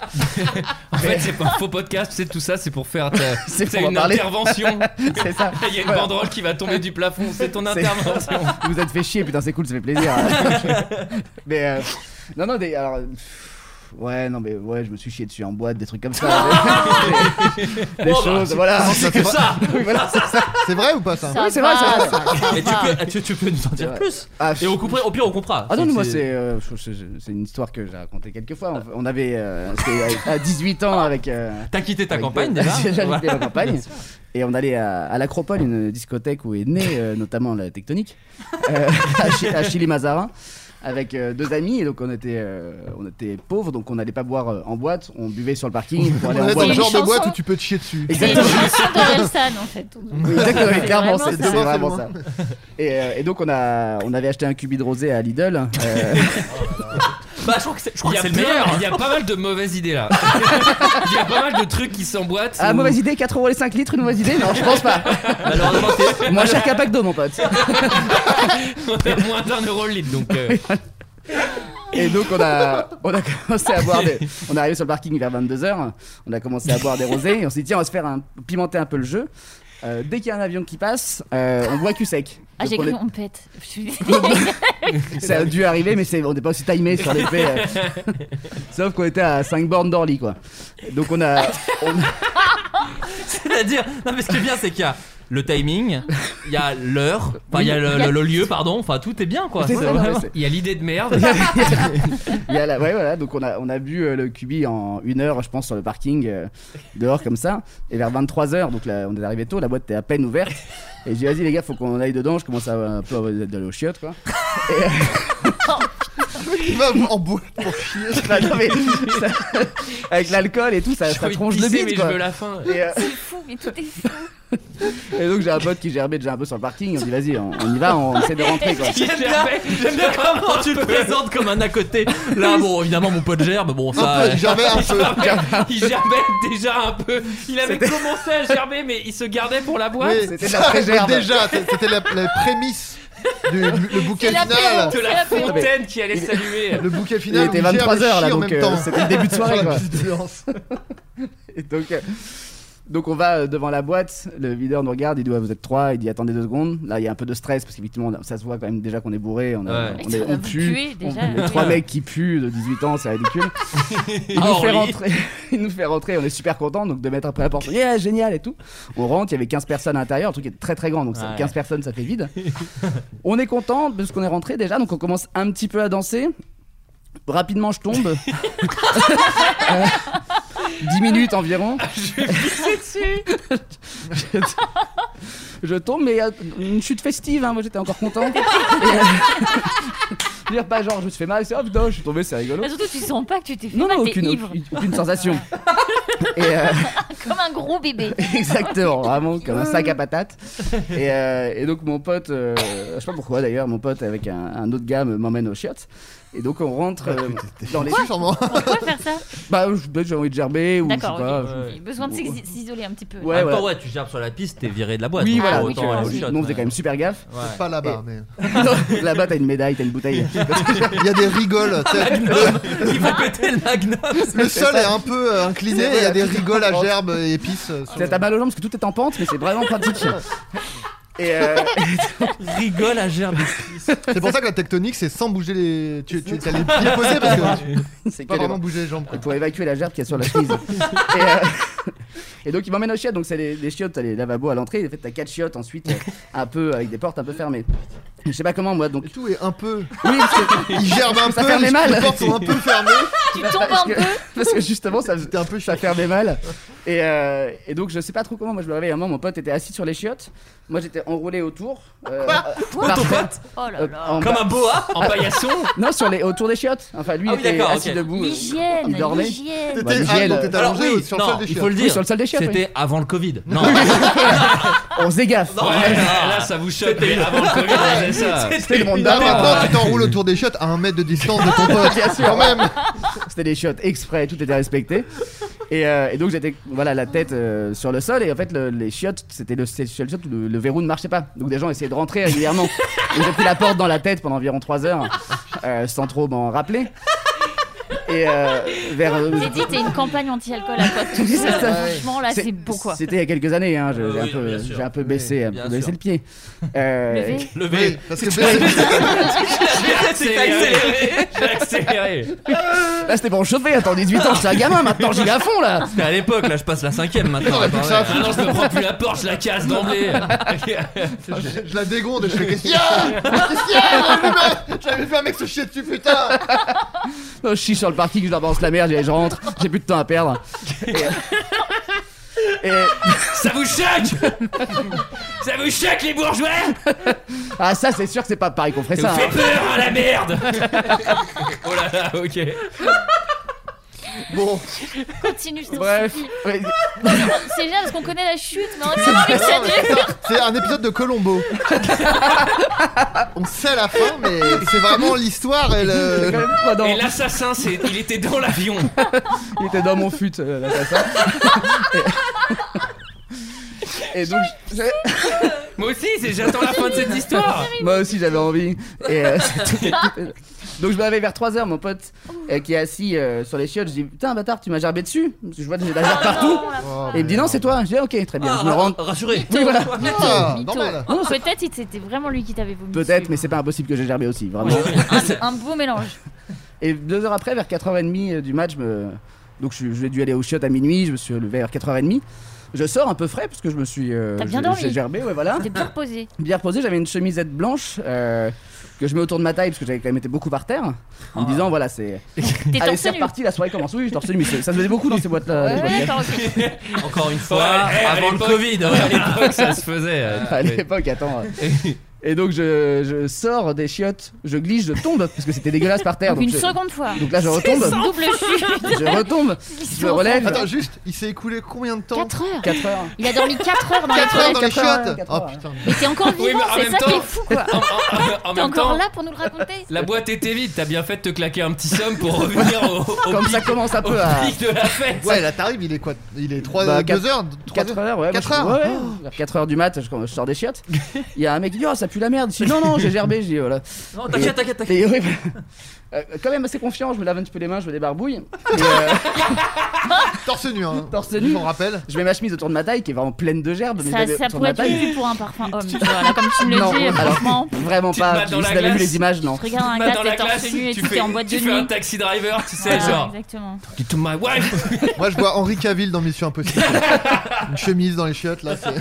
Speaker 1: En fait, c'est pas un faux podcast, c'est tout ça, c'est pour faire ta-
Speaker 4: C'est
Speaker 1: c'est
Speaker 4: pour en
Speaker 1: une
Speaker 4: parler.
Speaker 1: intervention.
Speaker 4: c'est ça.
Speaker 1: Il y a une
Speaker 4: Voilà.
Speaker 1: banderole qui va tomber du plafond, c'est ton
Speaker 4: C'est-
Speaker 1: intervention.
Speaker 4: Vous vous êtes fait chier, putain, c'est cool, ça fait plaisir. mais euh, non, non, des, alors. pff, Ouais, non, mais ouais, je me suis chié dessus en boîte, des trucs comme ça. des
Speaker 1: Oh,
Speaker 4: des
Speaker 5: Bon, bah,
Speaker 4: choses,
Speaker 5: c'est-
Speaker 4: voilà.
Speaker 5: c'est que ça.
Speaker 4: Oui, voilà, c'est ça.
Speaker 6: C'est vrai ou pas ça
Speaker 4: Oui, c'est vrai, c'est vrai.
Speaker 5: Et tu peux, tu, tu peux nous en dire plus
Speaker 4: Ah,
Speaker 5: Et on coupera, au pire, on comprendra.
Speaker 4: Ah non,
Speaker 5: Si
Speaker 4: non, moi
Speaker 5: tu-
Speaker 4: c'est euh, je- je- je- c'est une histoire que j'ai racontée quelques fois. On- On avait euh, c'était à à 18 ans avec. euh,
Speaker 5: T'as quitté ta
Speaker 4: avec
Speaker 5: campagne,
Speaker 4: deux-
Speaker 5: déjà
Speaker 4: J'ai
Speaker 5: Ouais.
Speaker 4: quitté ma campagne.
Speaker 5: Ah, Bien sûr.
Speaker 4: Et on allait à, à l'Acropole, une discothèque où est née euh, notamment la tectonique, euh, à, Chi- à Chili Mazarin, avec euh, deux amis. Et donc on était, euh, on était pauvres, donc on n'allait pas boire euh, en boîte. On buvait sur le parking pour aller
Speaker 6: On est
Speaker 4: en
Speaker 6: dans
Speaker 4: boîte.
Speaker 6: le genre de boîte où tu peux te chier dessus.
Speaker 7: C'est une chanson d'Orelsan en fait.
Speaker 4: Oui, exactement, oui, clairement, c'est c'est
Speaker 6: vraiment
Speaker 4: vraiment
Speaker 6: ça.
Speaker 4: ça. Et, euh, et donc, on, a, on avait acheté un cubi de rosé à Lidl. euh,
Speaker 5: Bah, je crois que c'est je crois
Speaker 1: Il y
Speaker 5: que
Speaker 1: a
Speaker 5: c'est
Speaker 1: plein-
Speaker 5: le meilleur.
Speaker 1: Il y a pas mal de mauvaises idées là. Il y a pas mal de trucs qui s'emboîtent.
Speaker 4: Ah,
Speaker 1: ou-
Speaker 4: mauvaise idée, 4 euros les 5 litres, une mauvaise idée Non, je pense pas. Moins cher qu'un pack d'eau, mon pote.
Speaker 1: On a moins d'un euro le litre donc. euh,
Speaker 4: Et donc, on a, on a commencé à boire des. On est arrivé sur le parking vers 22h. On a commencé à boire des rosés. Et on s'est dit, tiens, on va se faire un, pimenter un peu le jeu. Euh, dès qu'il y a un avion qui passe, euh, on boit cul sec.
Speaker 7: Ah,
Speaker 4: Donc
Speaker 7: j'ai
Speaker 4: on
Speaker 7: cru
Speaker 4: est-
Speaker 7: on pète. Je suis-
Speaker 4: Ça a dû arriver, mais c'est- on n'est pas aussi timé sur les faits. euh. Sauf qu'on était à 5 bornes d'Orly, quoi. Donc on a. on-
Speaker 5: C'est-à-dire, non mais ce qui est bien, c'est qu'il y a le timing, il y a l'heure, enfin il y a le, le- le lieu, pardon, enfin tout est bien quoi.
Speaker 4: C'est
Speaker 5: C'est
Speaker 4: ça,
Speaker 5: vraiment-
Speaker 4: ouais, c'est-
Speaker 1: Il y a l'idée de merde.
Speaker 4: Il y a la- ouais, voilà, donc on a, on a bu euh, le cubi en une heure, je pense, sur le parking, euh, dehors comme ça. Et vers 23h, donc là, on est arrivé tôt, la boîte était à peine ouverte. Et j'ai dit, vas-y les gars, faut qu'on aille dedans, je commence à euh, un peu avoir d'aller aux chiottes, quoi.
Speaker 6: Il va en boîte pour chier.
Speaker 4: Bah, non, mais ça- avec l'alcool et tout, ça,
Speaker 1: Bah, J'ai
Speaker 4: ça
Speaker 1: envie de
Speaker 4: tronche de
Speaker 1: pisser,
Speaker 4: bite,
Speaker 1: mais
Speaker 4: quoi.
Speaker 1: je veux la fin.
Speaker 4: Et, euh,
Speaker 7: C'est fou, mais tout est fou.
Speaker 4: et donc j'ai un pote qui germait déjà un peu sur le parking, on dit, vas-y, on, on y va, on essaie de rentrer, quoi.
Speaker 5: J'aime bien, j'aime bien comment tu le présentes comme un à côté. Là, bon, évidemment, mon pote gerbe, bon, ça.
Speaker 6: peu, gerber un peu.
Speaker 1: Il gerbait déjà un peu. Il avait commencé à gerber, mais il se gardait pour la boîte.
Speaker 6: Oui,
Speaker 4: c'était de la
Speaker 6: ça,
Speaker 4: prégerbe.
Speaker 6: Déjà, c'est- c'était la, la prémisse du le, le bouquet
Speaker 7: C'est la
Speaker 6: final.
Speaker 7: prémisse.
Speaker 1: De la
Speaker 7: C'est la
Speaker 1: fontaine qui allait s'allumer.
Speaker 6: Le bouquet
Speaker 4: Il
Speaker 6: final.
Speaker 4: était
Speaker 6: où Gérard
Speaker 4: 23h là,
Speaker 6: chie en
Speaker 4: donc
Speaker 6: même
Speaker 4: euh,
Speaker 6: temps.
Speaker 4: c'était le début de soirée,
Speaker 6: Sur la
Speaker 4: quoi.
Speaker 6: piste de danse.
Speaker 4: Et donc, euh, donc on va euh, devant la boîte, le videur nous regarde, il dit ouais, vous êtes trois, il dit attendez deux secondes. Là il y a un peu de stress parce qu'effectivement on a- ça se voit quand même déjà qu'on est bourré, on, a-
Speaker 5: Ouais.
Speaker 4: on, est-
Speaker 7: Ça va
Speaker 4: on
Speaker 7: vous
Speaker 4: pue,
Speaker 7: puer, déjà.
Speaker 4: on- les trois mecs qui puent de 18 ans, c'est ridicule. Il
Speaker 5: Ah,
Speaker 4: nous, fait
Speaker 5: Henri.
Speaker 4: rentrer, il nous fait rentrer, on est super content donc de mettre après la porte, yeah, génial et tout. On rentre, il y avait 15 personnes à l'intérieur, un truc qui est très très grand donc ça-
Speaker 5: Ouais.
Speaker 4: 15 personnes ça fait vide. on est content parce qu'on est rentré déjà donc on commence un petit peu à danser. Rapidement je tombe. 10 minutes environ.
Speaker 5: Ah,
Speaker 4: je, je tombe, mais euh, une chute festive, hein, moi j'étais encore content. Et, euh, je veux dire, pas genre je me suis fait mal, c'est oh putain, je suis tombé, c'est rigolo.
Speaker 7: Mais surtout, tu sens pas que tu t'es fait
Speaker 4: Non,
Speaker 7: mal,
Speaker 4: non,
Speaker 7: t'es
Speaker 4: aucune,
Speaker 7: ivre.
Speaker 4: aucune, aucune sensation. Et euh,
Speaker 7: Comme un gros bébé.
Speaker 4: exactement, vraiment comme un sac à patates. Et, euh, et donc mon pote, euh, je sais pas pourquoi d'ailleurs, mon pote avec un, un autre gars me- m'emmène aux chiottes. Et donc on rentre euh, dans les.
Speaker 6: Sûrement.
Speaker 7: Pourquoi faire ça
Speaker 4: Bah, je- peut-être j'ai envie de gerber ou je sais
Speaker 7: D'accord,
Speaker 4: pas.
Speaker 7: ok.
Speaker 4: je- Ah,
Speaker 7: Il y a Besoin de s'is- s'isoler un petit peu.
Speaker 4: Ouais,
Speaker 5: Ouais,
Speaker 4: voilà.
Speaker 5: ouais, tu gerbes sur la piste, t'es viré de la boîte.
Speaker 4: Oui,
Speaker 5: donc
Speaker 4: voilà,
Speaker 5: autant
Speaker 4: donc,
Speaker 5: aller
Speaker 4: euh,
Speaker 5: au shot, hein.
Speaker 4: nous on
Speaker 5: ouais.
Speaker 4: faisait quand même super gaffe.
Speaker 5: Ouais.
Speaker 6: Pas là-bas, mais.
Speaker 4: Là-bas, t'as une médaille, t'as une bouteille.
Speaker 6: Il y a des rigoles. tu sais.
Speaker 5: Magnum, il va péter le magnum.
Speaker 6: Le sol est un peu euh, incliné et il y a des rigoles à gerbe et épices. euh, sur-
Speaker 4: T'as t'as mal aux jambes parce que tout est en pente, mais c'est vraiment pratique. Et euh,
Speaker 5: Rigole à gerbe.
Speaker 6: C'est pour ça que la tectonique, c'est sans bouger les. Tu, tu as les pieds posés parce que tu- tu
Speaker 4: C'est
Speaker 6: peux pas
Speaker 4: quel-
Speaker 6: vraiment bouger les jambes.
Speaker 4: Pour évacuer la gerbe qui est sur la frise. et, euh, et donc il m'emmène aux chiottes. Donc c'est les, les chiottes, t'as les lavabos à l'entrée. En fait, t'as quatre chiottes ensuite, euh, un peu avec des portes un peu fermées. Je sais pas comment moi donc.
Speaker 6: tout est un peu.
Speaker 4: Oui, parce que
Speaker 6: Il gerbe un
Speaker 4: ça
Speaker 6: peu,
Speaker 4: fermait
Speaker 6: les
Speaker 4: mal. Bah,
Speaker 6: portes sont un peu fermées.
Speaker 4: Tu
Speaker 6: tombes un peu.
Speaker 4: Parce que justement, ça faisait un peu ça fermait mal. Et, euh, et donc je sais pas trop comment. Moi je me réveille à un moment, mon pote était assis sur les chiottes. Moi j'étais enroulé autour. euh,
Speaker 5: Ah, Quoi
Speaker 4: par
Speaker 5: Ton
Speaker 4: terre.
Speaker 5: pote
Speaker 7: Oh là
Speaker 4: Euh,
Speaker 7: là.
Speaker 4: en
Speaker 5: Comme
Speaker 4: bas.
Speaker 5: un boa En paillasson
Speaker 4: Non, sur les, autour des chiottes. Enfin, lui
Speaker 5: Ah oui,
Speaker 4: était
Speaker 5: d'accord,
Speaker 4: assis
Speaker 5: ok.
Speaker 4: debout. euh,
Speaker 7: L'hygiène,
Speaker 4: Il dormait.
Speaker 7: l'hygiène.
Speaker 4: Bah, l'hygiène, euh,
Speaker 5: Alors
Speaker 4: alors oui,
Speaker 5: oui,
Speaker 4: non,
Speaker 5: non, il faut le dire.
Speaker 4: Oui, sur le sol des chiottes.
Speaker 5: C'était
Speaker 4: oui.
Speaker 5: avant le Covid. Non.
Speaker 4: On se dégaffe.
Speaker 5: Non, ouais, là,
Speaker 10: ça vous choque, mais avant le Covid, on faisait ça.
Speaker 5: C'était le monde
Speaker 6: Là,
Speaker 4: d'avant. hein.
Speaker 6: maintenant, tu t'enroules autour des chiottes à un mètre de distance de ton pote.
Speaker 4: Bien sûr.
Speaker 6: Quand même.
Speaker 4: C'était des chiottes exprès, tout était respecté. Et, euh, et donc j'étais voilà la tête euh, sur le sol et en fait le- les chiottes c'était le c'est le seul chiotte où le, le verrou ne marchait pas donc des gens essayaient de rentrer régulièrement et j'ai pris la porte dans la tête pendant environ 3 heures euh, sans trop m'en rappeler et euh, vers euh,
Speaker 7: J'ai dit, t'es une campagne anti-alcool à toi tout
Speaker 4: Oui, c'est
Speaker 7: seul.
Speaker 4: ça.
Speaker 7: Franchement, là,
Speaker 4: C'est-
Speaker 7: c'est beau quoi.
Speaker 4: c'était il y a quelques années hein, je- j'ai un
Speaker 5: oui, bien
Speaker 4: peu
Speaker 5: sûr.
Speaker 4: j'ai un peu baissé, un peu
Speaker 5: bien
Speaker 4: baissé
Speaker 5: sûr.
Speaker 4: le pied Euh,
Speaker 7: Levé.
Speaker 5: Levé.
Speaker 6: Parce que c'est-
Speaker 5: J'ai accéléré.
Speaker 10: J'ai accéléré.
Speaker 4: là c'était pour me chauffer attends 18 ans c'est un gamin maintenant j'y vais à fond là
Speaker 5: C'était à l'époque, là je passe la cinquième maintenant.
Speaker 6: J'aurais pu que ça.
Speaker 10: Ah non, je me prends plus la porte, je la casse d'emblée.
Speaker 6: Je, je la dégonde et je fais Christian Christian J'avais vu un mec se chier dessus, putain
Speaker 4: Non, je chie sur le parking, je leur balance la merde, et je rentre, j'ai plus de temps à perdre. Et, et-
Speaker 10: Ça vous choque Ça vous choque, les bourgeois
Speaker 4: ah ça c'est sûr que c'est pas pareil qu'on ferait
Speaker 10: Ça
Speaker 4: ça.
Speaker 10: vous fait
Speaker 4: hein.
Speaker 10: peur, hein, la merde Oh là là, ok.
Speaker 4: Bon,
Speaker 7: Continue, je t'en
Speaker 4: bref.
Speaker 7: supplie.
Speaker 4: Ouais,
Speaker 7: C'est génial parce qu'on connaît la chute, mais on a pas envie que ça dure.
Speaker 6: Ah C'est un épisode de Colombo. On sait la fin, mais c'est vraiment l'histoire et
Speaker 4: quand
Speaker 6: le.
Speaker 4: même trois dents.
Speaker 10: Et l'assassin, c'est- il était dans l'avion.
Speaker 4: Il était dans mon fut, euh, l'assassin. Et, et donc, j'ai-
Speaker 10: Moi aussi, c'est- j'attends la fin de cette histoire.
Speaker 4: moi aussi j'avais envie. Et, euh, c'était- donc je me réveille vers 3h, mon pote euh, qui est assis euh, sur les chiottes. Je dis Putain, bâtard, tu m'as gerbé dessus. Parce que Je vois des la
Speaker 7: Oh
Speaker 4: gerbe partout.
Speaker 6: Oh,
Speaker 4: Et il me dit Non, c'est toi. Je dis Ah, Ok, très bien.
Speaker 5: Ah,
Speaker 4: Je me rends.
Speaker 5: Rassuré.
Speaker 4: Oui, voilà.
Speaker 6: Ah,
Speaker 7: Mytho.
Speaker 6: normal.
Speaker 4: Non, c'est-
Speaker 7: Peut-être il- c'était vraiment lui qui t'avait vomi.
Speaker 4: Peut-être, mais c'est pas impossible que j'ai gerbé aussi, vraiment.
Speaker 7: Un, un beau mélange.
Speaker 4: Et deux heures après, vers 4h30 euh, du match, je me- donc je, je vais dû aller au shot à minuit, je me suis levé vers 4h30. Je sors un peu frais parce que je me suis. euh,
Speaker 7: T'as bien
Speaker 4: j'ai-
Speaker 7: dormi.
Speaker 4: J'ai gerbé, ouais, voilà.
Speaker 7: T'es bien reposé.
Speaker 4: Bien reposé, j'avais une chemisette blanche euh, que je mets autour de ma taille parce que j'avais quand même été beaucoup par terre. En me disant, voilà, c'est.
Speaker 7: T'es
Speaker 4: Allez,
Speaker 7: torse
Speaker 4: c'est
Speaker 7: nu.
Speaker 4: reparti, la soirée commence. Oui, torse nu, mais c'est- ça se faisait beaucoup dans ces boîtes-là. à
Speaker 7: Ouais,
Speaker 4: l'époque.
Speaker 7: d'accord, ok.
Speaker 5: Encore une
Speaker 10: Ouais,
Speaker 5: fois,
Speaker 10: eh, à
Speaker 5: avant le
Speaker 10: l'époque-
Speaker 5: Covid.
Speaker 10: ouais, à l'époque, ça se faisait.
Speaker 4: à
Speaker 10: euh,
Speaker 4: l'époque, attends. Ah, Et donc je, je sors des chiottes, je glisse, je tombe parce que c'était dégueulasse par terre.
Speaker 7: Donc
Speaker 4: Donc,
Speaker 7: une
Speaker 4: je-
Speaker 7: seconde fois.
Speaker 4: donc là, je retombe,
Speaker 7: Double chute.
Speaker 4: je retombe, je me relève.
Speaker 6: Attends, juste, il s'est écoulé combien de temps
Speaker 7: 4 heures.
Speaker 4: 4 heures.
Speaker 7: Il a dormi 4 heures dans les
Speaker 6: 4 heures dans
Speaker 7: toilettes.
Speaker 6: les
Speaker 4: quatre heures,
Speaker 6: chiottes
Speaker 4: quatre
Speaker 6: Oh
Speaker 4: heures.
Speaker 6: putain.
Speaker 7: Mais t'es encore
Speaker 10: Oui,
Speaker 7: vivant,
Speaker 10: mais en
Speaker 7: c'est
Speaker 10: même
Speaker 7: ça qui
Speaker 10: temps-
Speaker 7: est fou quoi.
Speaker 10: En, en- en
Speaker 7: T'es
Speaker 10: même
Speaker 7: encore
Speaker 10: temps,
Speaker 7: là pour nous le raconter
Speaker 10: la boîte était vide. T'as bien fait de te claquer un petit somme pour revenir au, au
Speaker 4: Comme
Speaker 10: pic,
Speaker 4: ça commence un
Speaker 10: au
Speaker 4: peu à.
Speaker 10: pic de la fête.
Speaker 6: Ouais, là t'arrives, il est quoi Il est 3
Speaker 4: Bah,
Speaker 6: 2
Speaker 4: quatre-
Speaker 6: heures
Speaker 4: 4 heures, ouais.
Speaker 6: 4
Speaker 4: moi, je-
Speaker 6: heures
Speaker 4: ouais, ouais. Vers 4 heures du mat, je, quand je sors des chiottes. Il y a un mec qui dit Oh, ça pue la merde. Je dis Non, non, j'ai gerbé. Je dis Voilà.
Speaker 5: Non, t'inquiète, t'inquiète, t'inquiète.
Speaker 4: Et ouais, euh, quand même assez confiant, je me lave un petit peu les mains, je me débarbouille. Et, euh,
Speaker 6: Torse nu, hein.
Speaker 4: torse
Speaker 6: Je
Speaker 4: nu.
Speaker 6: m'en rappelle.
Speaker 4: Je mets ma chemise autour de ma taille qui est vraiment pleine de gerbes. mais je
Speaker 7: Ça,
Speaker 4: l'avais
Speaker 7: ça
Speaker 4: autour de ma
Speaker 7: pourrait être
Speaker 4: taille.
Speaker 7: vu pour un parfum homme, tu vois, là, comme tu me le
Speaker 4: Non,
Speaker 7: dis,
Speaker 4: alors-
Speaker 7: franchement.
Speaker 4: Vraiment
Speaker 10: Tu te
Speaker 4: pas.
Speaker 10: mates
Speaker 4: Si
Speaker 10: dans
Speaker 4: vous
Speaker 10: la
Speaker 4: avez vu
Speaker 10: glace.
Speaker 4: les images, non.
Speaker 7: Tu regardes un
Speaker 10: Bah,
Speaker 7: gars,
Speaker 10: dans
Speaker 7: t'es
Speaker 10: la
Speaker 7: torse
Speaker 10: classe,
Speaker 7: nu et
Speaker 10: tu
Speaker 7: tu t'es
Speaker 10: fais,
Speaker 7: en boîte de
Speaker 10: tu fais un
Speaker 7: nuit.
Speaker 10: taxi driver, tu sais,
Speaker 7: Voilà,
Speaker 10: genre.
Speaker 7: Exactement.
Speaker 10: Talking to my wife.
Speaker 6: Moi je vois Henri Cavill dans Mission Impossible. Une chemise dans les chiottes là, c'est.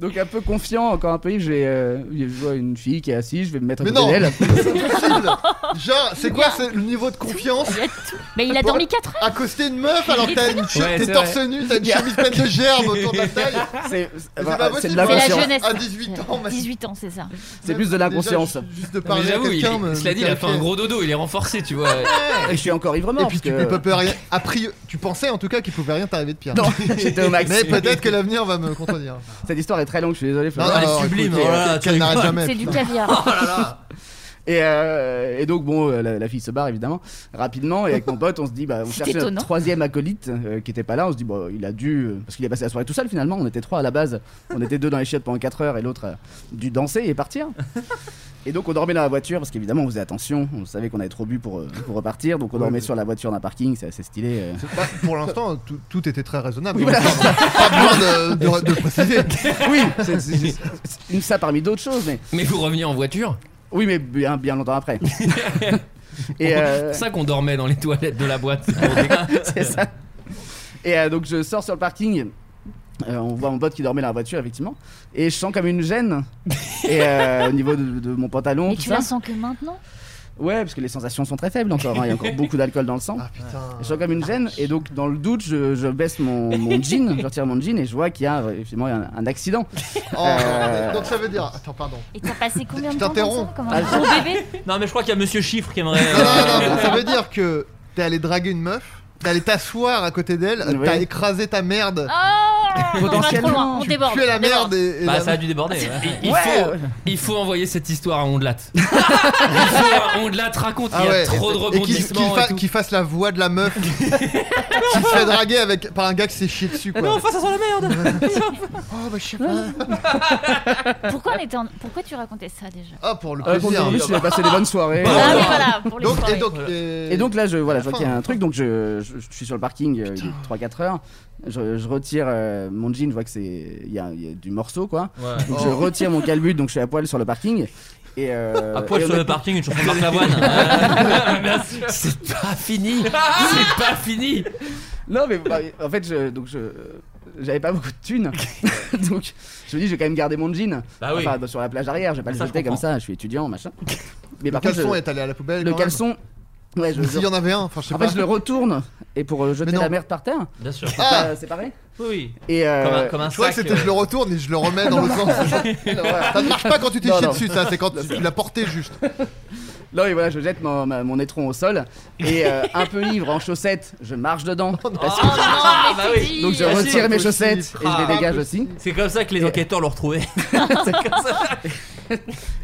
Speaker 4: Donc un peu confiant, encore un peu ivre, je, vais, euh, je vois une fille qui est assise, je vais me mettre à
Speaker 6: Mais
Speaker 4: côté
Speaker 6: non
Speaker 4: d'elle.
Speaker 6: C'est impossible Genre, c'est quoi c'est le niveau de confiance
Speaker 7: Il y a tout. Mais il a dormi 4 heures.
Speaker 6: Accoster une meuf alors que t'as une che-
Speaker 10: Ouais,
Speaker 6: t'es
Speaker 10: c'est
Speaker 6: torse
Speaker 10: vrai.
Speaker 6: nu, t'as une chemise pleine de gerbes autour de la taille.
Speaker 4: C'est
Speaker 6: Mais
Speaker 4: bah,
Speaker 6: c'est pas
Speaker 4: c'est
Speaker 6: possible.
Speaker 4: de
Speaker 7: C'est la
Speaker 6: Attention,
Speaker 4: l'inconscience.
Speaker 7: jeunesse.
Speaker 6: à 18 ans, mais-
Speaker 7: 18 ans, c'est ça.
Speaker 4: C'est plus de
Speaker 6: Déjà,
Speaker 4: l'inconscience.
Speaker 6: ju- Juste de
Speaker 10: Mais
Speaker 6: parler à
Speaker 10: j'avoue, il,
Speaker 6: quelqu'un. me-
Speaker 10: il se l'a
Speaker 6: me
Speaker 10: dit, il a fait un
Speaker 6: terrifie.
Speaker 10: gros dodo, il est renforcé, tu vois.
Speaker 4: Et je suis encore ivre
Speaker 6: Et
Speaker 4: mort.
Speaker 6: puis tu
Speaker 4: parce
Speaker 6: peux
Speaker 4: que-
Speaker 6: pas rien. A priori, tu pensais en tout cas qu'il pouvait rien t'arriver de pire.
Speaker 4: Non, j'étais au max.
Speaker 6: Mais peut-être que l'avenir va me contredire.
Speaker 4: Cette histoire est très longue, je suis désolé. Florent.
Speaker 6: Non,
Speaker 5: Elle
Speaker 6: non,
Speaker 5: est sublime.
Speaker 6: écoutez,
Speaker 5: Oh là là,
Speaker 6: qu'elle
Speaker 5: tu rigoles.
Speaker 6: n'arrête jamais.
Speaker 7: C'est du
Speaker 6: putain.
Speaker 7: caviar.
Speaker 5: Oh là là.
Speaker 4: Et, euh, et donc, bon, euh, la, la fille se barre évidemment, rapidement. Et avec mon pote, on se dit, bah, on
Speaker 7: C'est
Speaker 4: cherchait
Speaker 7: étonnant.
Speaker 4: notre troisième acolyte euh, qui était pas là. On se dit, bon, il a dû. euh, Parce qu'il est passé la soirée tout seul finalement. On était trois à la base. On était deux dans les chiottes pendant 4 heures et l'autre a dû danser et partir. Et donc on dormait dans la voiture parce qu'évidemment on faisait attention, on savait qu'on avait trop bu pour, euh, pour repartir, donc on dormait sur la voiture d'un parking, c'est assez stylé. euh.
Speaker 6: Bah, pour l'instant, tout, tout était très raisonnable. Donc, Pas besoin de, de- de préciser.
Speaker 4: oui, c'est- c'est juste- c'est une ça parmi d'autres choses, mais.
Speaker 11: Mais vous reveniez en voiture
Speaker 4: Oui, mais bien, bien longtemps après.
Speaker 11: C'est
Speaker 4: Et, euh,
Speaker 11: ça qu'on dormait dans les toilettes de la boîte. c'est pour
Speaker 4: c'est ça. Et euh, donc je sors sur le parking. euh, on voit mon pote qui dormait dans la voiture, effectivement. Et je sens comme une gêne. Et euh, au niveau de, de mon pantalon.
Speaker 7: Mais
Speaker 4: tout
Speaker 7: tu
Speaker 4: ça.
Speaker 7: la sens que maintenant
Speaker 4: Ouais, parce que les sensations sont très faibles encore. hein. Il y a encore beaucoup d'alcool dans le sang.
Speaker 6: ah, putain.
Speaker 1: Euh.
Speaker 4: Je sens comme une gêne. Et donc, dans le doute, je, je baisse mon, mon jean, je retire mon jean et je vois qu'il y a euh, effectivement un, un accident.
Speaker 6: Oh,
Speaker 4: Euh,
Speaker 6: Donc ça veut dire. Attends, pardon.
Speaker 7: Et t'as passé combien
Speaker 6: Je
Speaker 7: de temps
Speaker 6: t'interromps.
Speaker 7: comme ça Comme un gros bébé
Speaker 5: Non, mais je crois qu'il y a Monsieur Chiffre qui aimerait.
Speaker 6: Non,
Speaker 11: Ah,
Speaker 6: non, non, ça veut dire que t'es allé draguer une meuf, t'es allé t'asseoir à côté d'elle,
Speaker 5: Oui.
Speaker 6: t'as écrasé ta merde.
Speaker 7: Oh On va trop
Speaker 6: Potentiellement,
Speaker 7: loin, on
Speaker 6: tu
Speaker 7: déborde.
Speaker 6: tuais la
Speaker 7: on
Speaker 6: merde
Speaker 7: déborde.
Speaker 6: et. et
Speaker 5: Bah,
Speaker 6: la-
Speaker 5: ça a dû déborder. ouais.
Speaker 11: Il,
Speaker 6: Ouais.
Speaker 11: faut, il faut envoyer cette histoire à Ondelat. il faut, Ondelat raconte,
Speaker 6: Ah
Speaker 11: il y a
Speaker 6: ouais,
Speaker 11: trop
Speaker 6: et-
Speaker 11: de
Speaker 6: et qu'il- qu'il
Speaker 11: rebondissements.
Speaker 6: fa-
Speaker 11: et tout.
Speaker 6: qu'il fasse la voix de la meuf qui se fait draguer avec, par un gars qui s'est chié dessus quoi.
Speaker 5: Non, enfin, ça sent la merde.
Speaker 6: oh, bah, je sais pas.
Speaker 7: Pourquoi, on était en- Pourquoi tu racontais ça déjà
Speaker 6: Ah, pour le
Speaker 4: Euh,
Speaker 6: plaisir.
Speaker 4: en plus, j'ai passé des bonnes soirées.
Speaker 7: Ah oui, voilà, pour les
Speaker 6: Donc,
Speaker 7: soirées.
Speaker 6: et donc, euh,
Speaker 4: Et donc là, je, voilà,
Speaker 6: à
Speaker 4: je
Speaker 6: la
Speaker 4: vois qu'il y
Speaker 6: fin.
Speaker 4: a un truc, donc je, je, je suis sur le parking, euh, il est 3-4 heures. Je, je retire euh, mon jean, je vois que c'est il y, a- il y a du morceau quoi.
Speaker 5: Ouais.
Speaker 4: Donc je
Speaker 5: Oh.
Speaker 4: retire mon calbut, donc je suis à poil sur le parking. Et euh,
Speaker 5: À poil
Speaker 4: et
Speaker 5: sur
Speaker 4: on
Speaker 5: le
Speaker 4: est-
Speaker 5: parking, une chanson de Marc Lavoine. Bien sûr.
Speaker 11: C'est pas fini. C'est pas fini.
Speaker 4: Non mais bah, en fait je donc je j'avais pas beaucoup de thunes donc je me dis je vais quand même garder mon jean
Speaker 5: Bah
Speaker 11: Ah
Speaker 5: oui.
Speaker 4: Enfin, sur la plage arrière je vais pas
Speaker 5: Ça,
Speaker 4: le
Speaker 5: je
Speaker 4: jeter comme
Speaker 5: comprends.
Speaker 4: ça je suis étudiant machin mais
Speaker 6: le
Speaker 4: par contre,
Speaker 6: caleçon
Speaker 4: je-
Speaker 6: est allé à la poubelle.
Speaker 4: le
Speaker 6: quand même.
Speaker 4: caleçon ouais je,
Speaker 6: Mais S'il y en avait un, enfin je sais
Speaker 4: en
Speaker 6: pas.
Speaker 4: fait je le retourne et pour euh, jeter
Speaker 6: non.
Speaker 4: la merde par terre
Speaker 5: Bien sûr.
Speaker 4: c'est
Speaker 6: Ah.
Speaker 4: pas séparé
Speaker 5: Oui, oui.
Speaker 4: et euh,
Speaker 5: Comme un, comme un
Speaker 6: Je crois
Speaker 5: sac.
Speaker 6: que c'était je le retourne et je le remets dans
Speaker 4: Non,
Speaker 6: le
Speaker 4: non.
Speaker 6: sens. Ça ne marche pas quand tu t'es
Speaker 4: Non,
Speaker 6: chié
Speaker 4: non.
Speaker 6: dessus, ça, c'est quand tu l'as porté juste.
Speaker 4: là oui, voilà je jette mon, ma- mon étron au sol et euh, un peu ivre en chaussettes je marche dedans
Speaker 11: Oh
Speaker 4: parce que-
Speaker 5: Ah, bah oui.
Speaker 4: donc je
Speaker 5: Ah, si,
Speaker 4: retire mes
Speaker 6: possible.
Speaker 4: chaussettes et je
Speaker 5: Ah,
Speaker 4: les dégage aussi
Speaker 5: C'est comme ça que les enquêteurs l'ont retrouvé.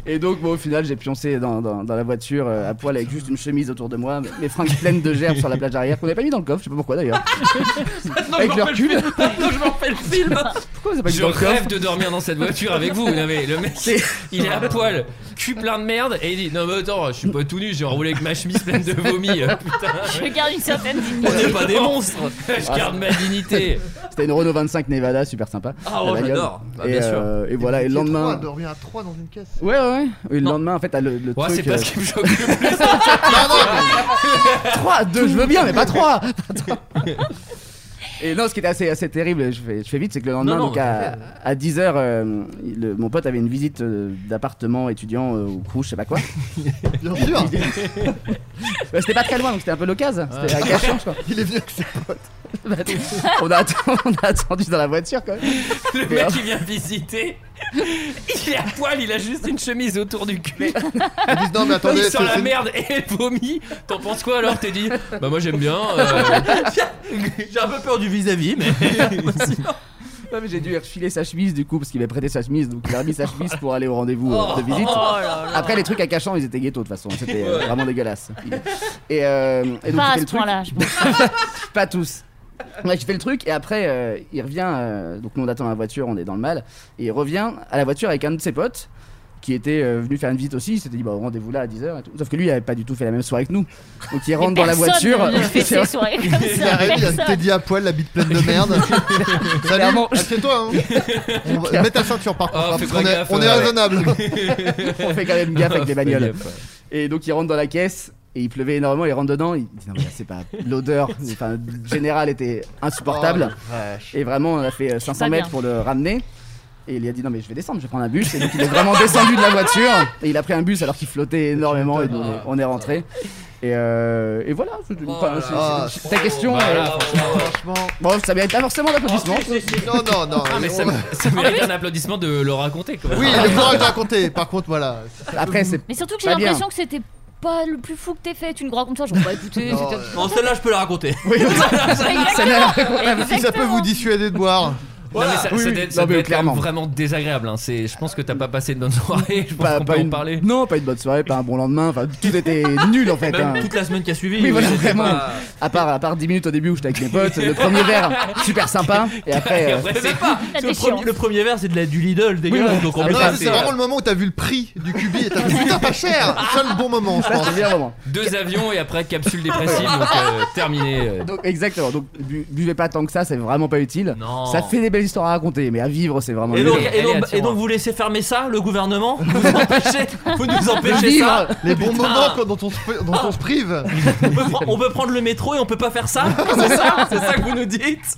Speaker 4: Et donc, bon, au final, j'ai pioncé dans, dans- dans la voiture euh, à poil avec juste une chemise autour de moi, mes fringues pleines de gerbes sur la plage arrière qu'on n'avait pas mis dans le coffre, je sais pas pourquoi d'ailleurs. avec leur cul.
Speaker 5: Maintenant, je me refais le film.
Speaker 4: Ah, Pourquoi vous avez pas mis
Speaker 11: Je
Speaker 4: dans le coffre
Speaker 11: rêve de dormir dans cette voiture avec vous. Non, mais le mec,
Speaker 4: C'est-
Speaker 11: il est à poil, cul plein de merde, et il dit Non, mais attends, je suis pas tout nu, j'ai enroulé avec ma chemise pleine de vomi. euh, Putain,
Speaker 7: Je garde une certaine
Speaker 11: on
Speaker 7: dignité.
Speaker 11: n'est pas des monstres. Je garde ma dignité.
Speaker 4: C'était une Renault 25 Nevada, super sympa.
Speaker 5: Ah, oh,
Speaker 4: la bagnole.
Speaker 5: j'adore.
Speaker 11: Bah,
Speaker 5: Ah,
Speaker 4: et,
Speaker 5: bien sûr.
Speaker 4: euh, et voilà, et le lendemain.
Speaker 6: Dormir à 3 dans une caisse.
Speaker 4: Ouais, ouais, ouais. Et le lendemain, en fait, t'as le, le
Speaker 11: Ouais, c'est
Speaker 4: truc.
Speaker 11: pas
Speaker 4: euh,
Speaker 11: ce qui me choque le plus.
Speaker 4: 3, 2, je veux bien, mais pas 3 Et non, ce qui était assez, assez terrible, je fais, je fais vite, c'est que le lendemain,
Speaker 5: Non, non,
Speaker 4: donc à, 10h, mon pote avait une visite euh, d'appartement étudiant euh, au Crous, je sais pas quoi.
Speaker 6: Bien sûr
Speaker 4: Bah, c'était pas très loin, donc c'était un peu l'occasion. C'était à Cachan, je crois.
Speaker 6: Il est venu avec ses potes.
Speaker 4: on, a attendu, on a attendu dans la voiture quand même.
Speaker 11: Le mec, il vient visiter. Il est à poil, il a juste une chemise autour du cul.
Speaker 6: Ils disent non, mais Bah, attendez,
Speaker 11: il
Speaker 6: c'est
Speaker 11: sent la
Speaker 6: c'est-
Speaker 11: merde et vomi. T'en penses quoi alors T'es dit Bah, moi j'aime bien. euh,
Speaker 5: J'ai un peu peur du vis-à-vis, mais.
Speaker 4: Ouais, mais j'ai dû lui refiler sa chemise du coup parce qu'il m'avait prêté sa chemise, donc il a remis sa chemise pour aller au rendez-vous euh, de visite.
Speaker 11: Oh,
Speaker 4: Après, les trucs à Cachan, ils étaient ghetto de toute façon, c'était euh, vraiment dégueulasse. Et, euh, et donc, c'était
Speaker 7: Pas à
Speaker 4: le
Speaker 7: ce
Speaker 4: truc.
Speaker 7: point-là, je pense.
Speaker 4: Pas tous. Ouais, j'ai fait le truc et après euh, il revient. euh, donc nous on attend la voiture, on est dans le mal. Et il revient à la voiture avec un de ses potes qui était euh, venu faire une visite aussi. Il s'était dit bah rendez-vous là à 10h et tout. Sauf que lui il avait pas du tout fait la même soirée que nous. Donc il rentre dans la voiture.
Speaker 7: Personne ne fait ses soirées comme
Speaker 6: Il arrive, il a
Speaker 7: ça.
Speaker 6: Teddy à poil, la bite pleine de merde. Salut,
Speaker 4: Clairement.
Speaker 6: assieds-toi. Hein. On va- Mets ta ceinture par contre,
Speaker 11: Oh,
Speaker 6: hein,
Speaker 11: fais
Speaker 6: parce
Speaker 11: pas
Speaker 6: qu'on est,
Speaker 11: gaffe,
Speaker 6: on est
Speaker 11: ouais.
Speaker 6: raisonnable.
Speaker 4: on fait quand même gaffe avec les bagnoles.
Speaker 5: euh,
Speaker 11: Fais gaffe,
Speaker 4: Et donc il rentre dans la caisse et il pleuvait énormément. Il rentre dedans. Il dit non mais là, c'est pas l'odeur. Enfin générale était insupportable. Et vraiment, on a fait euh, 500
Speaker 7: pas
Speaker 4: mètres
Speaker 7: bien.
Speaker 4: pour le ramener. Et il a dit non mais je vais descendre, je vais prendre un bus. Et donc il est vraiment descendu de la voiture. Et il a pris un bus alors qu'il flottait énormément. Et donc, on est- on est rentré. Et, euh, et voilà. c'est- enfin, c'est-
Speaker 6: là.
Speaker 4: c'est- ta question.
Speaker 11: Voilà,
Speaker 4: euh,
Speaker 11: franchement.
Speaker 6: Ah, Franchement.
Speaker 4: bon, ça mérite pas forcément d'applaudissements.
Speaker 6: Non, non, non.
Speaker 11: Ah, mais ça,
Speaker 6: on-
Speaker 11: ça mérite un applaudissement de le raconter quand même.
Speaker 6: Oui, il est courage de raconter. Par contre, voilà.
Speaker 4: Après, c'est
Speaker 7: Mais surtout que j'ai
Speaker 4: Pas bien.
Speaker 7: l'impression que c'était pas le plus fou que t'aies fait. Tu nous racontes ça, j'en ai pas écouté.
Speaker 6: Non,
Speaker 7: c'était-
Speaker 6: euh,
Speaker 5: Non, celle-là, je peux la raconter.
Speaker 4: oui,
Speaker 7: Exactement.
Speaker 6: Si ça peut vous dissuader de boire.
Speaker 4: mais ça,
Speaker 2: Oui,
Speaker 4: ça
Speaker 2: oui.
Speaker 4: doit être-
Speaker 2: Non,
Speaker 4: ça
Speaker 2: mais
Speaker 4: doit être quand même
Speaker 2: clairement.
Speaker 4: vraiment désagréable. hein. C'est, je pense que t'as pas passé de bonne soirée. Je pense
Speaker 2: Pas-
Speaker 4: qu'on
Speaker 2: pas
Speaker 4: peut en
Speaker 2: une-
Speaker 4: parler.
Speaker 2: Non, pas une bonne soirée, pas un bon lendemain. Enfin, tout était nul en fait.
Speaker 5: Même
Speaker 2: hein.
Speaker 5: toute la semaine qui a suivi.
Speaker 2: Oui, voilà,
Speaker 5: c'était
Speaker 2: vraiment.
Speaker 5: pas-
Speaker 2: À part, à part 10 minutes au début où j'étais avec mes potes, le premier verre, super sympa. Et après.
Speaker 5: Et
Speaker 2: euh,
Speaker 5: après, c'est pas.
Speaker 2: T'as
Speaker 5: Le
Speaker 2: des
Speaker 5: premier,
Speaker 2: chiens.
Speaker 5: le premier verre, c'est de la du Lidl, dégueulasse.
Speaker 2: voilà.
Speaker 5: donc on
Speaker 2: Ah
Speaker 5: peut
Speaker 2: non,
Speaker 5: pas-
Speaker 2: c'est
Speaker 6: C'est vraiment le moment où t'as vu le prix du cubi et t'as fait putain pas cher. C'est le bon moment, je pense.
Speaker 4: Deux avions et après capsule dépressive.
Speaker 5: Ah.
Speaker 4: donc euh, terminé. euh.
Speaker 2: Donc, exactement, donc bu- buvez pas tant que ça, c'est vraiment pas utile.
Speaker 4: Non.
Speaker 2: Ça fait des belles histoires à raconter, mais à vivre, c'est vraiment
Speaker 5: Et
Speaker 2: nul.
Speaker 5: donc, et donc-
Speaker 4: bah,
Speaker 5: et donc vous laissez fermer ça, le gouvernement Vous empêchez, vous nous
Speaker 2: Le
Speaker 5: empêchez
Speaker 2: livre.
Speaker 5: ça
Speaker 6: Les bons
Speaker 5: Putain.
Speaker 6: moments quand- dont on se, dont on se prive.
Speaker 5: on, peut pre- on peut prendre le métro et on peut pas faire ça C'est ça C'est ça que vous nous dites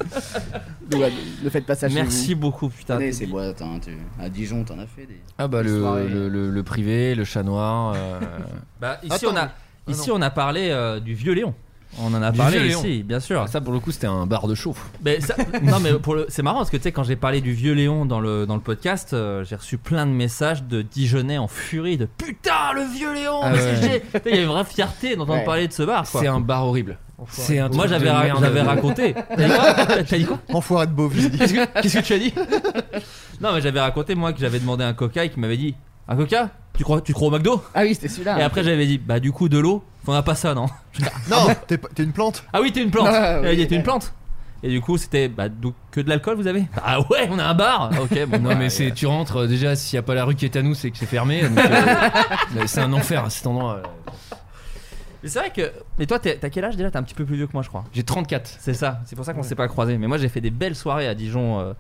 Speaker 2: Donc, ouais, ne faites pas ça chez
Speaker 5: Merci
Speaker 2: vous.
Speaker 5: beaucoup, putain.
Speaker 2: Allez, c'est bon, attends, tu- à Dijon, t'en as fait des.
Speaker 4: Ah bah
Speaker 2: des soirées.
Speaker 4: le, le, le- le privé, le chat noir. euh,
Speaker 5: Bah, ici,
Speaker 2: Attends,
Speaker 5: on a,
Speaker 2: mais-
Speaker 5: ici on a parlé euh, du vieux Léon. On en a
Speaker 4: Du
Speaker 5: parlé
Speaker 4: Vieux
Speaker 5: ici,
Speaker 4: Léon.
Speaker 5: bien sûr.
Speaker 4: Ça pour le coup c'était un bar de chauffe.
Speaker 5: Mais ça- non mais pour le- c'est marrant parce que tu sais quand j'ai parlé du vieux Léon dans le dans le podcast, euh, j'ai reçu plein de messages de Dijonais en furie de putain le vieux Léon.
Speaker 4: Ah
Speaker 5: parce que
Speaker 4: ouais.
Speaker 5: j'ai- tu sais, Il y a une vraie fierté d'entendre
Speaker 4: Ouais.
Speaker 5: parler de ce bar. quoi.
Speaker 4: C'est un bar horrible.
Speaker 5: Enfoiré.
Speaker 4: C'est un
Speaker 5: Moi
Speaker 4: truc
Speaker 5: j'avais
Speaker 4: de
Speaker 5: ra-
Speaker 4: merde.
Speaker 5: j'avais raconté. T'as dit quoi T'as dit quoi
Speaker 6: Enfoiré de Beauville.
Speaker 5: Qu'est-ce que, qu'est-ce que tu as dit Non mais j'avais raconté moi que j'avais demandé un coca et qu'il m'avait dit un coca tu crois tu crois au McDo
Speaker 2: Ah oui, c'était celui-là.
Speaker 5: Et après j'avais dit bah du coup de l'eau. On a pas ça non
Speaker 6: Non, t'es pas- t'es une plante.
Speaker 5: Ah oui, t'es une plante.
Speaker 6: Ah,
Speaker 5: Il
Speaker 6: oui.
Speaker 5: était une plante. Et du coup, c'était bah, donc, que de l'alcool, vous avez Ah ouais, on a un bar. Ok, bon,
Speaker 4: Non
Speaker 5: bah,
Speaker 4: mais c'est tu rentres euh, déjà s'il y a pas la rue qui est à nous c'est que c'est fermé. donc, euh, c'est un enfer cet endroit. euh.
Speaker 5: Mais c'est vrai que. Mais toi, t'es- t'as quel âge déjà T'es un petit peu plus vieux que moi, je crois.
Speaker 4: J'ai 34.
Speaker 5: C'est ça, c'est pour ça qu'on s'est pas croisés. Mais moi, j'ai fait des belles soirées à Dijon, euh,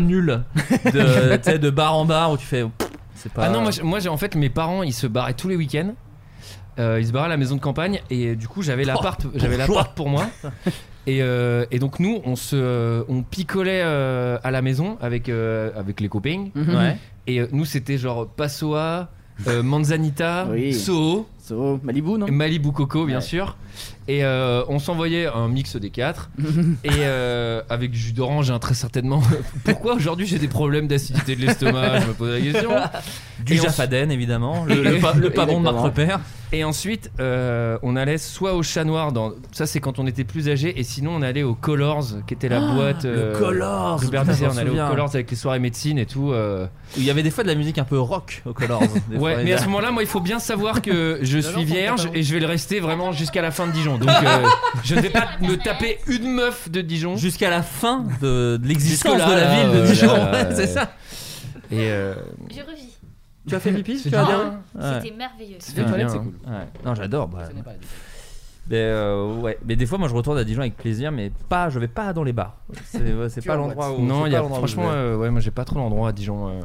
Speaker 5: nulles, de, tu sais, de bar en bar où tu fais. pff, C'est pas.
Speaker 4: Ah non, moi, j'ai- moi j'ai en fait mes parents ils se barraient tous les week-ends. Euh, ils se barraient à la maison de campagne et euh, du coup j'avais l'appart, j'avais
Speaker 5: bourgeois.
Speaker 4: l'appart pour moi. Et, euh, et donc nous on se, on picolait euh, à la maison avec euh, avec les copains.
Speaker 2: Mhm. Ouais.
Speaker 4: Et euh, nous c'était genre Passoa, euh, Manzanita,
Speaker 2: Oui.
Speaker 4: Soho.
Speaker 2: So, Malibu, non
Speaker 4: Et Malibu Coco, bien
Speaker 2: Ouais.
Speaker 4: sûr. Et euh, on s'envoyait un mix des quatre. et euh, avec du jus d'orange, hein, très certainement. Pourquoi aujourd'hui j'ai des problèmes d'acidité de l'estomac Je me pose la question.
Speaker 5: Du
Speaker 4: Et on-
Speaker 5: Jaffaden, évidemment. Le, le, pa- le pavon de Marc Repère.
Speaker 4: Et ensuite, euh, on allait soit au Chat Noir, dans... ça c'est quand on était plus âgé, et sinon on allait au Colors, qui était la
Speaker 5: Ah,
Speaker 4: boîte.
Speaker 5: le Colors,
Speaker 4: de Bert
Speaker 5: putain,
Speaker 4: Bizet.
Speaker 5: j'en
Speaker 4: on allait
Speaker 5: souviens.
Speaker 4: au Colors avec les soirées médecine et tout. euh.
Speaker 5: Où Il y avait des fois de la musique un peu rock au Colors. des fois,
Speaker 4: Ouais, mais
Speaker 5: il y
Speaker 4: à
Speaker 5: a-
Speaker 4: ce moment-là, moi, il faut bien savoir que je suis vierge et je vais le rester vraiment jusqu'à la fin de Dijon. Donc, euh, je ne vais pas me taper une meuf de Dijon.
Speaker 5: Jusqu'à la fin de, de l'existence
Speaker 4: Jusque-là,
Speaker 5: de la
Speaker 4: là,
Speaker 5: ville de
Speaker 4: euh,
Speaker 5: Dijon.
Speaker 4: là,
Speaker 5: Ouais,
Speaker 4: euh,
Speaker 5: c'est ça.
Speaker 4: Et euh,
Speaker 7: Je revis.
Speaker 5: Tu as fait pipi
Speaker 4: C'est
Speaker 5: Tu as
Speaker 4: bien.
Speaker 5: bien
Speaker 7: C'était merveilleux.
Speaker 4: les toilettes, c'est cool.
Speaker 5: hein. Ouais. Non, j'adore. bah, mais, euh, ouais. mais des fois, moi, je retourne à Dijon avec plaisir, mais pas, je vais pas dans les bars. C'est ouais, c'est
Speaker 2: Tu
Speaker 5: pas
Speaker 2: vas en
Speaker 5: l'endroit où.
Speaker 4: non,
Speaker 5: c'est
Speaker 4: il y
Speaker 5: pas
Speaker 4: a,
Speaker 5: l'endroit où
Speaker 4: franchement,
Speaker 5: je vais.
Speaker 4: euh, ouais, moi, j'ai pas trop d'endroit à Dijon. euh.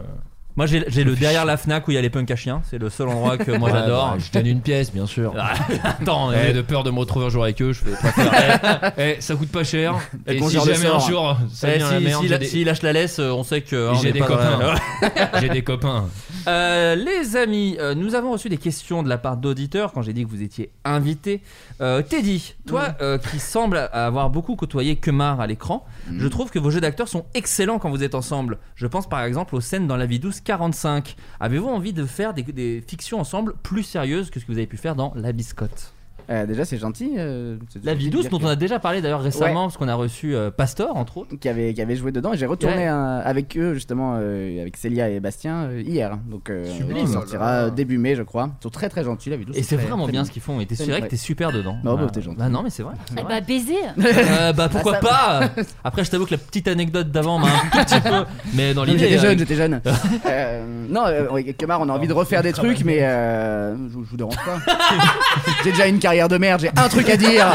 Speaker 5: moi, j'ai j'ai le derrière la Fnac où il y a les punks à chiens. C'est le seul endroit que moi
Speaker 4: Ouais,
Speaker 5: j'adore.
Speaker 4: bah, je donne une pièce, bien sûr.
Speaker 5: Ah, Attends,
Speaker 4: Eh,
Speaker 5: euh,
Speaker 4: de peur de me retrouver un jour avec eux, je fais pas faire. Eh, eh, ça coûte pas cher. Et,
Speaker 5: Et qu'on
Speaker 4: si
Speaker 5: gère le
Speaker 4: jamais un
Speaker 5: sort.
Speaker 4: jour ça
Speaker 5: eh,
Speaker 4: devient la
Speaker 5: si-
Speaker 4: merde,
Speaker 5: si
Speaker 4: j'ai
Speaker 5: la-
Speaker 4: des,
Speaker 5: s'il lâche la laisse, euh, on sait que. hein, on
Speaker 4: j'ai
Speaker 5: est
Speaker 4: des
Speaker 5: pas dans la-
Speaker 4: copains. j'ai des copains.
Speaker 5: Euh, les amis, euh, nous avons reçu des questions de la part d'auditeurs quand j'ai dit que vous étiez invités. Euh, Teddy, toi
Speaker 4: Mm.
Speaker 5: euh, qui semble avoir beaucoup côtoyé Kemar à l'écran, je trouve que vos jeux d'acteurs sont excellents quand vous êtes ensemble. Je pense par exemple aux scènes dans La vie douce 45. Avez-vous envie de faire des, des fictions ensemble plus sérieuses que ce que vous avez pu faire dans La biscotte
Speaker 2: Euh, Déjà, c'est gentil. euh, c'est
Speaker 5: La vie
Speaker 2: gentil de
Speaker 5: douce
Speaker 2: dire
Speaker 5: dont
Speaker 2: que-
Speaker 5: on a déjà parlé d'ailleurs récemment parce qu'on a reçu euh, Pastor entre autres.
Speaker 2: qui avait, qui avait joué dedans. Et j'ai retourné
Speaker 5: Ouais.
Speaker 2: un- avec eux, justement, euh, avec Célia et Bastien, euh, hier. Donc, euh,
Speaker 5: Sublime.
Speaker 2: on
Speaker 5: Oh là
Speaker 2: sortira début mai, je crois. Ils sont très très gentils, la vidéo.
Speaker 5: Et c'est vraiment bien ce qu'ils font. Et t'es
Speaker 2: c'est
Speaker 5: sûr
Speaker 2: vrai.
Speaker 5: que t'es super dedans.
Speaker 2: Non, bah,
Speaker 5: Voilà.
Speaker 2: t'es gentil.
Speaker 5: Bah non mais c'est vrai. c'est
Speaker 7: Ah
Speaker 5: vrai.
Speaker 7: bah baiser
Speaker 5: Euh, bah pourquoi
Speaker 2: Ah,
Speaker 5: pas Après, je t'avoue que la petite anecdote d'avant m'a un tout petit peu. Mais dans l'idée.
Speaker 2: J'étais
Speaker 5: euh,
Speaker 2: jeune, j'étais jeune. Euh, non, euh, avec Kemar, on a envie de refaire des trucs, mais euh, je, je vous dérange pas. j'ai déjà une carrière de merde, j'ai un truc à dire.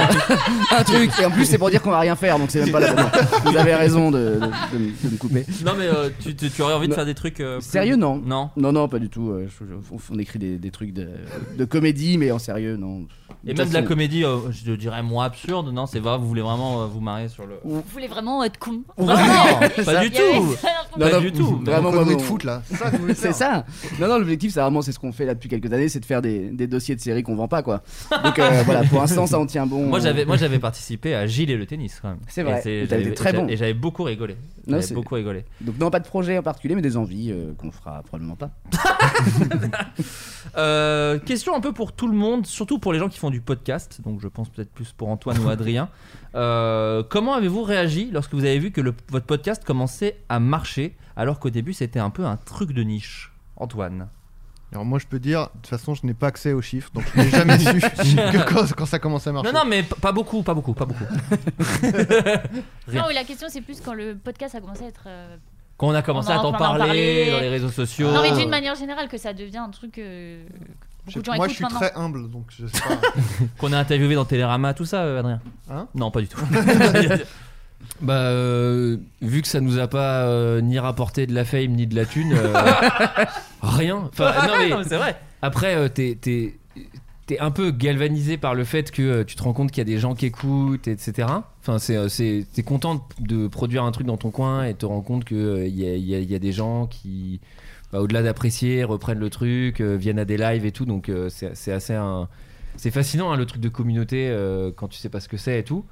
Speaker 2: un truc. Et en plus, c'est pour dire qu'on va rien faire, donc c'est même pas la peine. Vous avez raison de, de- de me- de me couper.
Speaker 5: Non, mais euh, tu, tu, tu aurais envie de faire des trucs. euh, plus-
Speaker 2: Sérieux, non.
Speaker 5: Non.
Speaker 2: Non, non, pas du tout. euh, je- je- on, on écrit des, des trucs de, de comédie, mais en sérieux, non.
Speaker 5: Et même de la
Speaker 2: façon-
Speaker 5: comédie, euh, je dirais moi absurde. Non, c'est vrai, vous voulez vraiment euh, vous marrer sur le.
Speaker 7: Vous voulez vraiment être con
Speaker 5: non, pas
Speaker 2: Ça-
Speaker 5: du
Speaker 2: Il y avait
Speaker 5: tout.
Speaker 2: ça,
Speaker 5: Pas
Speaker 2: Non, non,
Speaker 5: du tout. mais-
Speaker 2: Vraiment,
Speaker 6: Vraiment,
Speaker 2: moi, bon.
Speaker 6: de foot là. C'est ça que vous voulez
Speaker 2: C'est ça.
Speaker 6: faire.
Speaker 2: Non, non, l'objectif, c'est vraiment c'est ce qu'on fait là depuis quelques années, c'est de faire des, des dossiers de séries qu'on vend pas, quoi. Donc, euh, euh, voilà, pour l'instant, ça en tient bon. euh,
Speaker 5: Moi j'avais, moi j'avais participé à Gilles et le tennis quand même.
Speaker 2: C'est vrai.
Speaker 5: Et
Speaker 2: Et t'avais
Speaker 5: j'avais-
Speaker 2: été très
Speaker 5: et j'a-
Speaker 2: bon.
Speaker 5: Et j'avais beaucoup rigolé.
Speaker 2: Non,
Speaker 5: J'avais
Speaker 2: c'est-
Speaker 5: beaucoup rigolé.
Speaker 2: Donc, non, pas de projet en particulier, mais des envies euh, qu'on fera probablement pas.
Speaker 5: Euh, question un peu pour tout le monde, surtout pour les gens qui font du podcast, donc je pense peut-être plus pour Antoine ou Adrien. Euh, comment avez-vous réagi lorsque vous avez vu que le- votre podcast commençait à marcher alors qu'au début c'était un peu un truc de niche Antoine
Speaker 6: Alors moi je peux dire, de toute façon je n'ai pas accès aux chiffres, donc je n'ai jamais su que quand, quand ça commence à marcher.
Speaker 5: Non, non, mais p- pas beaucoup, pas beaucoup, pas beaucoup. Rien.
Speaker 7: Non, oui, la question c'est plus quand le podcast a commencé à être. euh,
Speaker 5: Quand on a commencé
Speaker 7: on
Speaker 5: à
Speaker 7: en-
Speaker 5: t'en
Speaker 7: on en
Speaker 5: parler,
Speaker 7: parlait.
Speaker 5: dans les réseaux
Speaker 6: Euh,
Speaker 5: sociaux.
Speaker 7: Non, mais d'une manière générale, que ça devient un truc. euh, que beaucoup de gens
Speaker 6: moi je
Speaker 7: écoutent
Speaker 6: suis
Speaker 7: maintenant.
Speaker 6: très humble, donc je sais pas.
Speaker 5: Qu'on a interviewé dans Télérama, tout ça, euh, Adrien
Speaker 6: Hein
Speaker 5: Non, pas du tout.
Speaker 4: Bah, euh, vu que ça nous a pas euh, ni rapporté de la fame ni de la thune, euh, rien. Enfin, non, mais,
Speaker 5: Non, mais c'est vrai.
Speaker 4: Après, euh, t'es, t'es- t'es un peu galvanisé par le fait que euh, tu te rends compte qu'il y a des gens qui écoutent, etc. Enfin, c'est, euh, c'est- t'es content de produire un truc dans ton coin et te rends compte qu'il y, a, y a- y a des gens qui, bah, au-delà d'apprécier, reprennent le truc, euh, viennent à des lives et tout. Donc, euh, c'est, c'est assez un. C'est fascinant hein, le truc de communauté euh, quand tu sais pas ce que c'est et tout.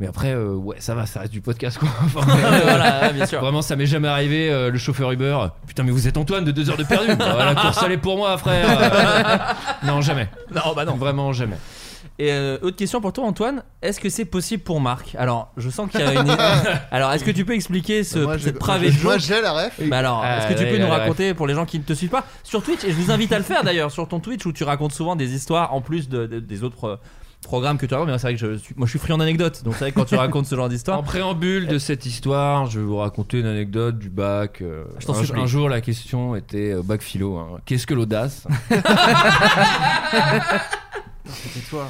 Speaker 4: Mais après, euh, ouais, ça va, ça reste du podcast quoi. Enfin,
Speaker 5: Voilà, ouais, bien sûr.
Speaker 4: Vraiment, ça m'est jamais arrivé, euh, le chauffeur Uber. Putain, mais vous êtes Antoine de 2 heures de perdu. Bah, la course, elle est pour moi, frère. Euh, non, jamais.
Speaker 5: Non, bah non.
Speaker 4: Vraiment jamais.
Speaker 5: Et euh, autre question pour toi, Antoine. Est-ce que c'est possible pour Marc Alors, je sens qu'il y a une. alors, est-ce que tu peux expliquer ce,
Speaker 6: Bah, moi,
Speaker 5: cette
Speaker 6: j'ai-
Speaker 5: private
Speaker 6: moi,
Speaker 5: joke
Speaker 6: j'ai la ref.
Speaker 5: Bah alors,
Speaker 4: Ah,
Speaker 5: est-ce que tu
Speaker 4: ouais,
Speaker 5: peux
Speaker 4: la
Speaker 5: nous
Speaker 4: ref.
Speaker 5: raconter pour les gens qui ne te suivent pas sur Twitch Et je vous invite à le faire d'ailleurs sur ton Twitch où tu racontes souvent des histoires en plus de- de- des autres euh, programmes que tu racontes. Mais c'est vrai que je suis, moi, je suis friand d'anecdotes. Donc c'est vrai que quand tu racontes ce genre d'histoire,
Speaker 4: En préambule de cette histoire, je vais vous raconter une anecdote du bac. euh,
Speaker 5: Je t'en
Speaker 4: un,
Speaker 5: supplie.
Speaker 4: un jour, la question était euh, bac philo. hein, Qu'est-ce que l'audace
Speaker 6: C'était toi.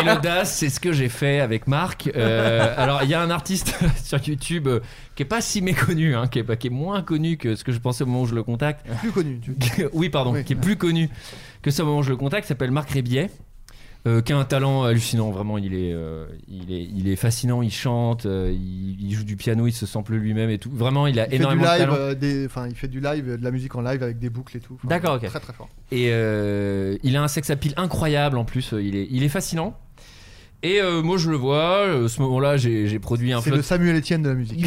Speaker 4: Et l'audace, c'est ce que j'ai fait avec Marc. Euh, alors, il y a un artiste sur YouTube euh, qui est pas si méconnu, hein, qui, est, pas- qui est moins connu que ce que je pensais au moment où je le contacte.
Speaker 6: Plus connu. tu-
Speaker 4: oui, pardon, qui est plus connu que ça au moment où je le contacte, s'appelle Marc Rébier. euh, qui a un talent hallucinant, vraiment, il est, euh, il est, il est fascinant, il chante, euh, il, il joue du piano, il se sample lui-même et tout. Vraiment, il a
Speaker 6: Il fait, du
Speaker 4: énormément de
Speaker 6: live,
Speaker 4: talent.
Speaker 6: euh, des- enfin, il fait du live, euh, de la musique en live avec des boucles et tout. Enfin,
Speaker 4: D'accord, ok.
Speaker 6: Très très fort.
Speaker 4: Et euh, il a un sex appeal incroyable en plus, euh, il est, il est fascinant. Et euh, moi je le vois, euh, ce moment-là j'ai j'ai produit un
Speaker 6: C'est
Speaker 4: flot-
Speaker 6: le Samuel Etienne de la musique.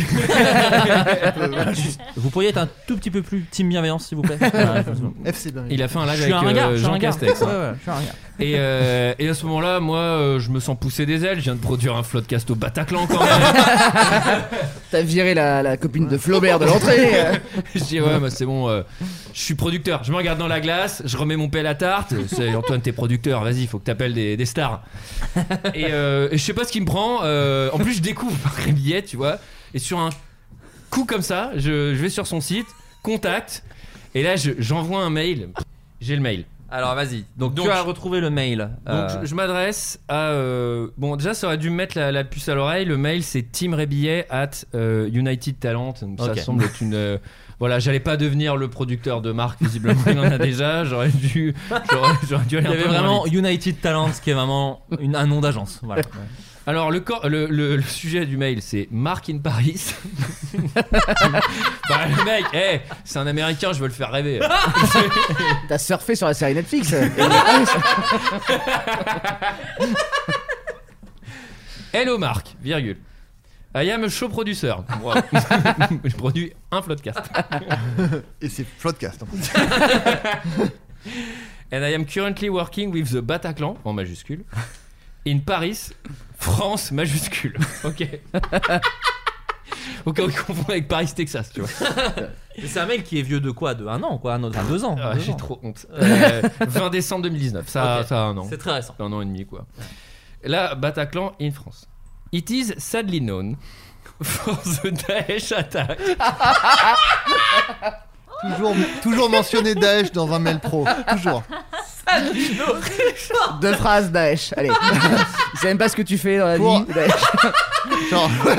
Speaker 5: vous pourriez être un tout petit peu plus team bienveillance, s'il vous plaît. Ouais,
Speaker 6: FC bien.
Speaker 4: Il a fait un live
Speaker 5: Je suis
Speaker 4: avec
Speaker 5: un ringard,
Speaker 4: euh,
Speaker 5: je suis un
Speaker 4: Jean
Speaker 5: ringard.
Speaker 4: Castex. hein.
Speaker 5: Ouais, ouais, je suis un ringard.
Speaker 4: Et, euh, et à ce moment-là, moi, euh, je me sens pousser des ailes. Je viens de produire un floodcast au Bataclan quand même.
Speaker 2: T'as viré la, la copine de Flaubert de l'entrée. euh.
Speaker 4: je dis ouais, bah, c'est bon. euh, je suis producteur. Je me regarde dans la glace. Je remets mon pelle à tarte. C'est Antoine, t'es producteur. Vas-y, faut que t'appelles des, des stars. Et, euh, et je sais pas ce qui me prend. euh, en plus, je découvre Marie Billet, tu vois. Et sur un coup comme ça, je, je vais sur son site, contact. Et là, je- j'envoie un mail. J'ai le mail.
Speaker 5: Alors vas-y. Donc,
Speaker 4: Donc,
Speaker 5: tu as
Speaker 4: je-
Speaker 5: retrouvé le mail.
Speaker 4: Donc
Speaker 5: Euh,
Speaker 4: je, je m'adresse à... euh, bon déjà ça aurait dû me mettre la, la puce à l'oreille. Le mail c'est teamrebillet at euh, United Talent. Donc,
Speaker 5: Ok.
Speaker 4: Ça semble être une... euh, voilà, j'allais pas devenir le producteur de marque, visiblement il en a déjà, j'aurais dû, j'aurais, j'aurais dû
Speaker 5: Il
Speaker 4: aller un
Speaker 5: y avait
Speaker 4: peu moins
Speaker 5: vraiment
Speaker 4: vite.
Speaker 5: United Talents qui est vraiment une- un nom d'agence. Voilà.
Speaker 4: Alors le, cor- le, le- le sujet du mail c'est Mark in Paris. bah, le mec, eh, c'est un américain, je veux le faire rêver.
Speaker 2: T'as surfé sur la série Netflix. euh.
Speaker 4: Hello Marc, virgule. I am a show producer. Wow. je produis un floodcast.
Speaker 6: Et c'est Floodcast. en fait.
Speaker 4: And I am currently working with the Bataclan, en majuscule, in Paris, France, majuscule. Ok. Au cas où ils confondent avec Paris, Texas, tu vois.
Speaker 5: Mais C'est un mail qui est vieux de quoi De un an, quoi Un autre, deux ans.
Speaker 4: Ah,
Speaker 5: deux
Speaker 4: J'ai
Speaker 5: ans.
Speaker 4: trop honte. Euh, 20 décembre 2019, ça,
Speaker 5: Ok.
Speaker 4: ça a un an.
Speaker 5: C'est très récent.
Speaker 4: Un an et demi, quoi. Là, Bataclan in France. It is sadly known for the Daesh attack.
Speaker 6: toujours, toujours mentionné Daesh dans un mail pro. Toujours.
Speaker 2: Deux phrases Daesh. Allez. Je sais même pas ce que tu fais dans la
Speaker 6: Pour-
Speaker 2: vie. Daesh.
Speaker 6: Genre, ouais,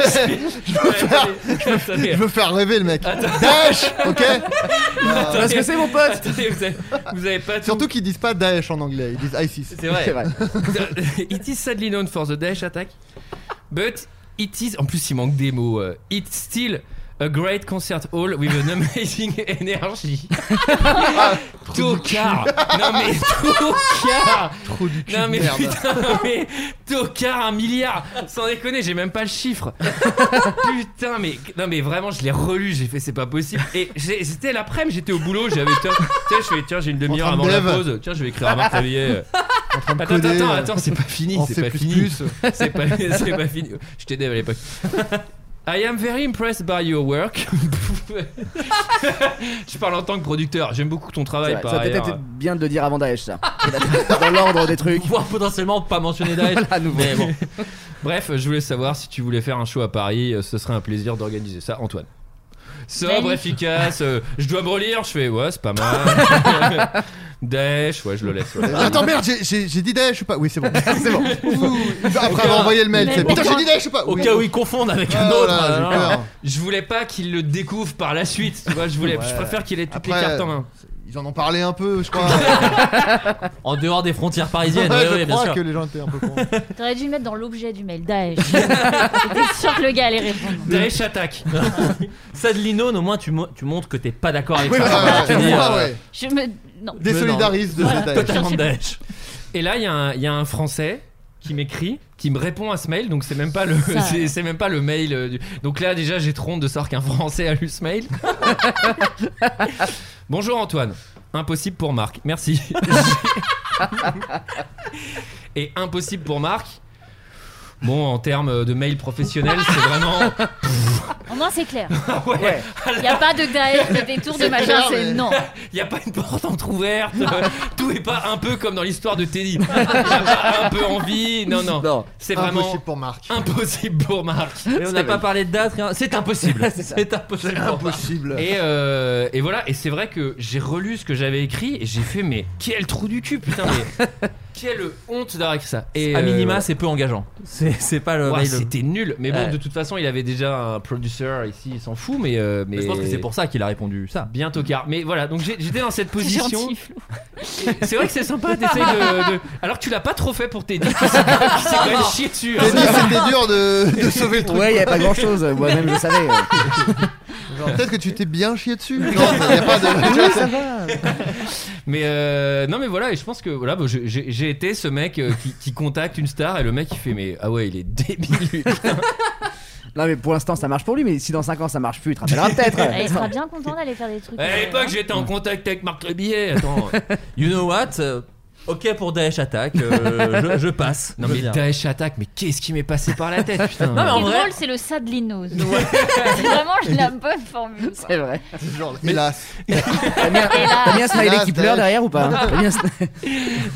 Speaker 6: je, veux faire,
Speaker 4: Attendez,
Speaker 6: je veux faire rêver le mec. Daesh, ok
Speaker 2: Ah, Parce que c'est mon pote.
Speaker 4: attendez, vous, avez, vous avez pas tout
Speaker 6: Surtout qu'ils disent pas Daesh en anglais, ils disent ISIS.
Speaker 4: C'est vrai.
Speaker 2: C'est vrai.
Speaker 4: it is sadly known for the Daesh attack, but it is. En plus, il manque des mots. euh, It's still A great concert hall with an amazing energy.
Speaker 6: Ah,
Speaker 4: Tocard Non mais tocard
Speaker 6: Trou du cul
Speaker 4: Non mais
Speaker 6: de merde.
Speaker 4: putain, mais tocard, un milliard Sans déconner, j'ai même pas le chiffre Putain, mais non mais vraiment, je l'ai relu, j'ai fait c'est pas possible. Et j'ai- c'était l'après-midi, j'étais au boulot, j'avais tiens, tiens, je fais tiens, j'ai une demi-heure
Speaker 6: En train
Speaker 4: avant
Speaker 6: de
Speaker 4: la
Speaker 6: dev.
Speaker 4: pause. Tiens, je vais écrire à Marc euh, Tavillet.
Speaker 6: En train de
Speaker 4: Attends,
Speaker 6: coder,
Speaker 4: attends,
Speaker 6: euh,
Speaker 4: attends, c'est pas fini,
Speaker 6: en
Speaker 4: c'est
Speaker 6: C++.
Speaker 4: pas fini. C'est pas, c'est pas fini. Je t'aidais à l'époque. I am very impressed by your work. je parle en tant que producteur. J'aime beaucoup ton
Speaker 2: C'est
Speaker 4: travail.
Speaker 2: vrai,
Speaker 4: par
Speaker 2: Ça aurait peut-être
Speaker 4: ailleurs.
Speaker 2: été bien de le dire avant Daesh, ça. Dans l'ordre des trucs.
Speaker 5: Voire potentiellement pas mentionner Daesh.
Speaker 2: Voilà, à nouveau.
Speaker 5: Mais bon.
Speaker 4: Bref, je voulais savoir si tu voulais faire un show à Paris. euh, Ce serait un plaisir d'organiser ça, Antoine. Sobre,
Speaker 5: Magnifique.
Speaker 4: efficace. euh, je dois me relire. Je fais ouais, c'est pas mal. Daesh, ouais, je le laisse. ouais.
Speaker 6: Attends, merde, j'ai- j'ai j'ai dit Daesh ou pas Oui, c'est bon. c'est bon. Après
Speaker 4: Au
Speaker 6: avoir
Speaker 4: cas-
Speaker 6: envoyé le mail, c'est
Speaker 4: Au
Speaker 6: putain,
Speaker 4: cas-
Speaker 6: j'ai dit Daesh ou pas
Speaker 4: Au
Speaker 6: Oui.
Speaker 4: cas où ils confondent avec un
Speaker 6: Ah,
Speaker 4: autre. hein.
Speaker 6: voilà, j'ai
Speaker 4: alors.
Speaker 6: peur.
Speaker 4: je voulais pas qu'ils le découvrent par la suite. Tu vois, je voulais, je
Speaker 6: Ouais.
Speaker 4: préfère qu'il ait toutes
Speaker 6: Après,
Speaker 4: les cartes en main.
Speaker 6: Ils en ont parlé un peu, je crois.
Speaker 5: En dehors des frontières parisiennes.
Speaker 6: Ouais,
Speaker 5: ouais,
Speaker 6: je
Speaker 5: ouais, bien
Speaker 6: crois
Speaker 5: sûr.
Speaker 6: que les gens étaient un peu cons.
Speaker 7: T'aurais dû le mettre dans l'objet du mail. Daesh. J'étais sûr que le gars allait répondre.
Speaker 4: Daesh attaque.
Speaker 5: Sadlino, au moins tu, mo- tu montres que t'es pas d'accord avec
Speaker 6: Oui,
Speaker 5: ça.
Speaker 6: voilà,
Speaker 5: Voilà,
Speaker 6: ouais,
Speaker 5: tu dis,
Speaker 6: pourquoi,
Speaker 5: euh,
Speaker 6: ouais.
Speaker 7: Je me. Non.
Speaker 6: Désolidarise de
Speaker 4: Voilà,
Speaker 6: Daesh.
Speaker 5: totalement Daesh.
Speaker 4: Et là, il y, a un- il y a un Français qui m'écrit, qui me répond à ce mail, donc c'est même pas le,
Speaker 5: Ça.
Speaker 4: c'est, c'est même pas le mail. euh, du- Donc là, déjà, j'ai trop honte de savoir qu'un Français a lu ce mail. Bonjour Antoine, impossible pour Marc, merci. Et impossible pour Marc. Bon, en termes de mail professionnel, c'est vraiment.
Speaker 7: Au moins, c'est clair.
Speaker 4: ouais.
Speaker 7: Il n'y a pas de Daesh, de détour, de machin. C'est non.
Speaker 4: Il n'y a pas une porte entrouverte. euh, Tout est pas un peu comme dans l'histoire de Teddy. Il y a pas un peu envie. Non, non.
Speaker 5: Non.
Speaker 4: C'est vraiment
Speaker 5: Impossible
Speaker 6: pour Marc.
Speaker 4: Impossible pour Marc.
Speaker 5: Mais on n'a pas parlé de date, rien. C'est impossible.
Speaker 4: C'est ça.
Speaker 5: C'est impossible.
Speaker 4: C'est
Speaker 5: pour moi.
Speaker 4: Et, euh, et voilà. Et c'est vrai que j'ai relu ce que j'avais écrit et j'ai fait mais quel trou du cul putain. Mais quelle honte d'avoir écrit ça. Et
Speaker 5: à minima,
Speaker 4: euh,
Speaker 5: c'est peu engageant. C'est c'est pas le.
Speaker 4: Ouah,
Speaker 5: mail-
Speaker 4: c'était nul. Mais bon,
Speaker 5: Ouais.
Speaker 4: de toute façon, il avait déjà un producer ici, il s'en fout. Mais, euh, mais...
Speaker 5: Mais je pense que c'est pour ça qu'il a répondu ça.
Speaker 4: Bien tocard. Mais voilà, donc j'ai- j'étais dans cette position.
Speaker 5: gentil,
Speaker 4: Et C'est vrai que c'est sympa d'essayer de, de- Alors que tu l'as pas trop fait pour t'aider. qui s'est qui s'est quand même chié dessus. hein.
Speaker 6: J'ai dit, c'était dur de, de sauver le truc.
Speaker 2: Ouais, il a pas grand chose. Moi-même, je savais.
Speaker 6: Genre, Peut-être que tu t'es bien chié dessus. Non, mais y a pas de. Tu vois, c'est-
Speaker 4: Mais euh, non, mais voilà, et je pense que voilà, bah, je- j'ai j'ai été ce mec euh, qui, qui contacte une star et le mec il fait mais ah ouais il est débile. lui.
Speaker 2: Non, mais pour l'instant, ça marche pour lui. Mais si dans 5 ans, ça marche plus, il te rappellera
Speaker 7: Eh, Il sera
Speaker 2: peut-être.
Speaker 7: bien content d'aller faire des trucs.
Speaker 4: Eh, à l'époque j'étais en contact avec Marc Rebillet. Attends.
Speaker 5: You know what Euh, Ok pour Daesh attaque. euh, je, je passe.
Speaker 4: Non
Speaker 5: Je
Speaker 4: mais
Speaker 5: viens.
Speaker 4: Daesh attaque, mais qu'est-ce qui m'est passé par la tête putain.
Speaker 5: Non, mais en
Speaker 7: Le
Speaker 5: vrai-
Speaker 7: drôle, c'est le Sadlinos. C'est vraiment la bonne formule. quoi.
Speaker 2: C'est vrai.
Speaker 6: Genre, hélas.
Speaker 2: T'as mis un- t'as mis un smiley qui pleure derrière ou pas hein T'as mis un-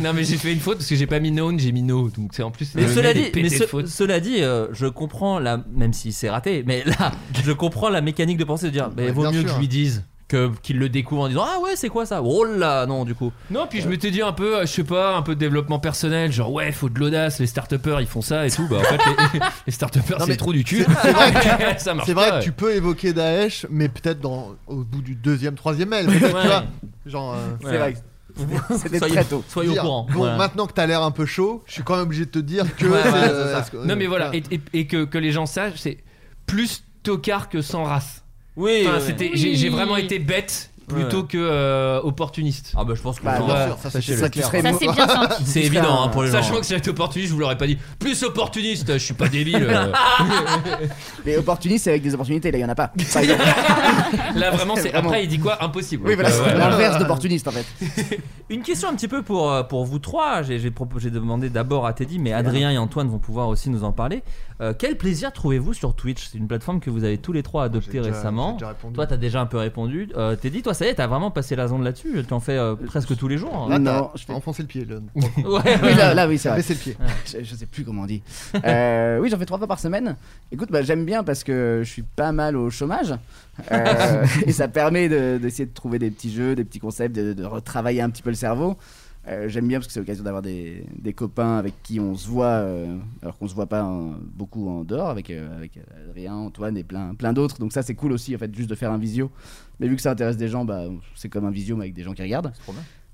Speaker 4: Non mais j'ai fait une faute parce que j'ai pas mis known, j'ai mis no. Donc c'est en plus.
Speaker 5: Mais
Speaker 4: le
Speaker 5: cela
Speaker 4: mail est
Speaker 5: dit,
Speaker 4: pété
Speaker 5: mais
Speaker 4: de
Speaker 5: ce-
Speaker 4: fautes.
Speaker 5: cela dit, euh, je comprends la, même si c'est raté, mais là, je comprends la mécanique de pensée de dire, mais
Speaker 6: Ouais,
Speaker 5: vaut
Speaker 6: bien
Speaker 5: mieux
Speaker 6: sûr.
Speaker 5: que je lui dise que qu'il le découvre en disant ah ouais c'est quoi ça oh là non du coup
Speaker 4: Non, puis je m'étais dit un peu, euh, je sais pas, un peu de développement personnel, genre ouais, faut de l'audace, les start ils font ça et tout. Bah en fait, les, les start-uppers, c'est le trou du cul.
Speaker 6: C'est vrai que
Speaker 4: ça
Speaker 6: tu,
Speaker 4: marche
Speaker 6: c'est vrai
Speaker 4: pas,
Speaker 6: que tu
Speaker 4: ouais.
Speaker 6: peux évoquer Daesh, mais peut-être dans au bout du deuxième, troisième mail. peut-être,
Speaker 5: Ouais.
Speaker 6: Tu vois, genre. euh,
Speaker 2: C'est vrai. C'était
Speaker 5: Soyez-
Speaker 2: très tôt.
Speaker 5: soyez au
Speaker 6: dire,
Speaker 5: courant
Speaker 6: Bon,
Speaker 5: Voilà.
Speaker 6: maintenant que t'as l'air un peu chaud, je suis quand même obligé de te dire que.
Speaker 5: Ouais,
Speaker 6: c'est,
Speaker 5: ouais,
Speaker 6: euh,
Speaker 5: c'est ça.
Speaker 6: est-ce que-
Speaker 4: Non, mais voilà, et, et- et que, que les gens sachent, c'est plus tocard que sans race.
Speaker 5: oui, euh,
Speaker 4: Enfin,
Speaker 5: oui.
Speaker 4: c'était-
Speaker 5: Oui.
Speaker 4: J'ai j'ai vraiment été bête plutôt
Speaker 5: Ouais.
Speaker 4: que euh, opportuniste.
Speaker 5: ah bah je pense que
Speaker 2: Bah,
Speaker 5: genre,
Speaker 6: Bien
Speaker 4: Ouais,
Speaker 6: sûr, ça, c'est-
Speaker 4: sachez-le.
Speaker 6: ça,
Speaker 2: tu
Speaker 6: clair.
Speaker 2: serais
Speaker 7: Ça,
Speaker 2: mo-
Speaker 7: c'est bien senti.
Speaker 5: c'est
Speaker 2: tu serais
Speaker 5: évident hein,
Speaker 2: un-
Speaker 5: pour les gens
Speaker 4: Sachant que j'étais opportuniste, je vous l'aurais pas dit. Plus opportuniste, je suis pas débile. euh.
Speaker 2: Les opportunistes, c'est avec des opportunités. Là, il y en a pas. Par exemple.
Speaker 4: Là vraiment, c'est
Speaker 2: Vraiment.
Speaker 4: après il dit quoi Impossible.
Speaker 2: Oui, voilà,
Speaker 4: Donc, euh,
Speaker 2: c'est
Speaker 4: ouais.
Speaker 2: l'inverse d'opportuniste en fait.
Speaker 5: Une question un petit peu pour, euh, pour vous trois. J'ai j'ai propo- j'ai demandé d'abord à Teddy, mais Adrien et Antoine vont pouvoir aussi nous en parler. Euh, quel plaisir trouvez-vous sur Twitch C'est une plateforme que vous avez tous les trois adoptée
Speaker 6: déjà-
Speaker 5: récemment.
Speaker 6: j'ai déjà répondu.
Speaker 5: toi, t'as déjà un peu répondu. Euh, Teddy, toi, ça y est, t'as vraiment passé la zone là-dessus. T'en fais euh, presque tous les jours.
Speaker 6: Là,
Speaker 2: Non,
Speaker 6: t'as-
Speaker 2: je
Speaker 6: t'as
Speaker 2: fais-
Speaker 6: enfoncé le pied. Là.
Speaker 5: Ouais,
Speaker 2: Oui, là, là, oui, c'est
Speaker 6: T'as
Speaker 2: vrai. Ah.
Speaker 6: baissé le pied.
Speaker 2: je, je sais plus comment on dit. Euh, oui, j'en fais trois fois par semaine. Écoute, bah, j'aime bien parce que je suis pas mal au chômage. Euh, et ça permet de- d'essayer de, trouver des petits jeux, des petits concepts, de, de retravailler un petit peu le cerveau. Euh, j'aime bien parce que c'est l'occasion d'avoir des, des copains avec qui on se voit, euh, alors qu'on se voit pas hein, beaucoup en dehors, avec, euh, avec Adrien, Antoine et plein, plein d'autres. Donc ça, c'est cool aussi, en fait, juste de faire un visio. Mais vu que ça intéresse des gens, bah, c'est comme un visio, mais avec des gens qui regardent.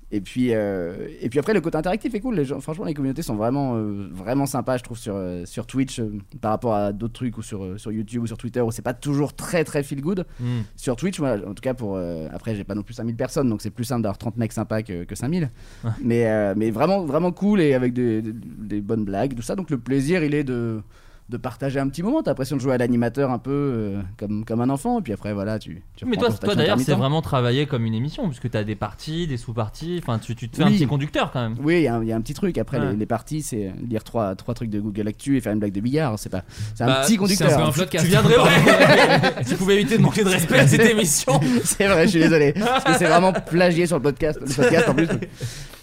Speaker 2: Et puis, euh, et puis après, le côté interactif est cool. Les gens, franchement, les communautés sont vraiment, euh, vraiment sympas, je trouve, sur, euh, sur Twitch euh, par rapport à d'autres trucs ou sur, euh, sur YouTube ou sur Twitter où c'est pas toujours très très feel good.
Speaker 5: Mm.
Speaker 2: Sur Twitch, moi, en tout cas, pour euh, après, j'ai pas non plus 5000 personnes, donc c'est plus simple d'avoir 30 mecs sympas que, que 5000.
Speaker 5: Ouais.
Speaker 2: Mais, euh, mais vraiment, vraiment cool et avec des, des- des bonnes blagues, tout ça. Donc le plaisir, il est de, de partager un petit moment. T'as l'impression de jouer à l'animateur un peu euh, comme, comme un enfant, et puis après, voilà, tu. tu
Speaker 5: Mais
Speaker 2: reprends
Speaker 5: toi,
Speaker 2: ton
Speaker 5: toi
Speaker 2: statut
Speaker 5: d'ailleurs, c'est
Speaker 2: intermittent.
Speaker 5: vraiment travaillé comme une émission, puisque tu as des parties, des sous-parties, enfin, tu, tu te fais un
Speaker 2: Oui.
Speaker 5: petit conducteur quand même.
Speaker 2: Oui, il y, a un- il y a un petit truc. Après,
Speaker 5: Ouais.
Speaker 2: les, les parties, c'est euh, lire trois, trois trucs de Google Actu et faire une blague de billard. C'est pas, c'est un
Speaker 5: Bah,
Speaker 2: petit conducteur.
Speaker 5: c'est un peu un podcast. Tu viendrais, ouais. Tu pouvais éviter de manquer de respect à cette émission.
Speaker 2: c'est vrai, je suis désolé. Parce que c'est vraiment plagié sur le podcast, le podcast en plus.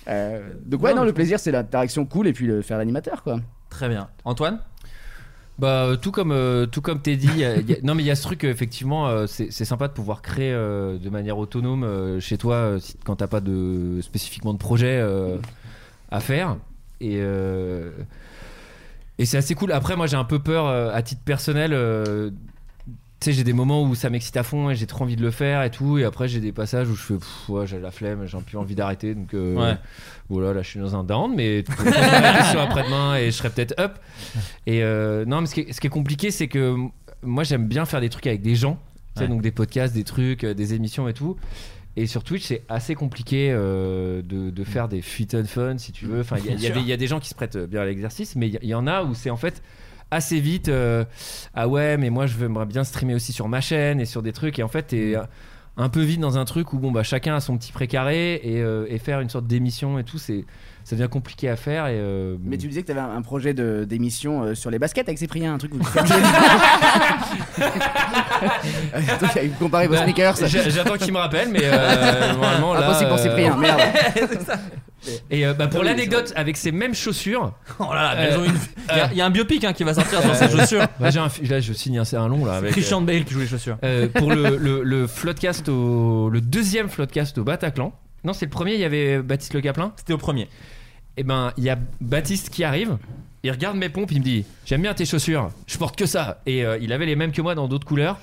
Speaker 2: Euh, donc ouais,
Speaker 5: Non,
Speaker 2: non,
Speaker 5: mais
Speaker 2: le plaisir, c'est l'interaction cool et puis le faire l'animateur, quoi.
Speaker 5: Très bien. Antoine
Speaker 4: Bah euh, tout comme euh, tout comme t'es dit, y a- y a- non mais il y a ce truc euh, effectivement, euh, c'est c'est sympa de pouvoir créer euh, de manière autonome euh, chez toi euh, si- quand t'as pas de spécifiquement de projet euh, à faire et euh, et c'est assez cool. Après moi j'ai un peu peur euh, à titre personnel. euh, tu sais, j'ai des moments où ça m'excite à fond et j'ai trop envie de le faire et tout. Et après, j'ai des passages où je fais, pff, ouais, j'ai la flemme, j'ai plus envie d'arrêter. Donc euh,
Speaker 5: Ouais.
Speaker 4: voilà, là, je suis dans un down, mais on fera la question après-demain et je serai peut-être up. Et euh, non, mais ce qui est, ce qui est compliqué, c'est que moi, j'aime bien faire des trucs avec des gens, tu sais,
Speaker 5: Ouais.
Speaker 4: donc des podcasts, des trucs, euh, des émissions et tout. Et sur Twitch, c'est assez compliqué euh, de, de faire des fit and fun, si tu veux. Enfin, il y a- il y, a
Speaker 5: Mm. Bien sûr.
Speaker 4: des- il y a des gens qui se prêtent euh, bien à l'exercice, mais il y- il y, en a où c'est en fait assez vite euh, ah ouais mais moi je veux bien streamer aussi sur ma chaîne et sur des trucs et en fait
Speaker 5: Mm.
Speaker 4: t'es euh, un peu vite dans un truc où bon bah chacun a son petit précaré et, euh, et faire une sorte d'émission et tout c'est ça devient compliqué à faire et euh,
Speaker 2: Mais tu disais que t'avais un, un projet de- d'émission euh, sur les baskets avec Cyprien, un truc. Vous... un truc avec- comparé vos
Speaker 4: Bah,
Speaker 2: sneakers.
Speaker 4: j'a- J'attends qu'il me rappelle, mais euh, normalement là.
Speaker 2: Impossible Ah, pour
Speaker 4: euh,
Speaker 2: Cyprien, hein. merde.
Speaker 4: Et euh, bah, pour
Speaker 5: Oui,
Speaker 4: l'anecdote, avec ces mêmes chaussures.
Speaker 5: Oh là là, elles ont une- Il y a- il y a un biopic, hein, qui va sortir sur ces chaussures.
Speaker 4: Bah, j'ai un fi- là, je signe un, un long là. Avec,
Speaker 5: Christian Bale qui joue les chaussures.
Speaker 4: euh, pour le, le, le floodcast au. Le deuxième floodcast au Bataclan. Non, c'est le premier, il y avait Baptiste Le Caplin.
Speaker 5: C'était au premier.
Speaker 4: Et ben, il y a Baptiste qui arrive. Il regarde mes pompes, il me dit J'aime bien tes chaussures, je porte que ça. Et euh, il avait les mêmes que moi dans d'autres couleurs.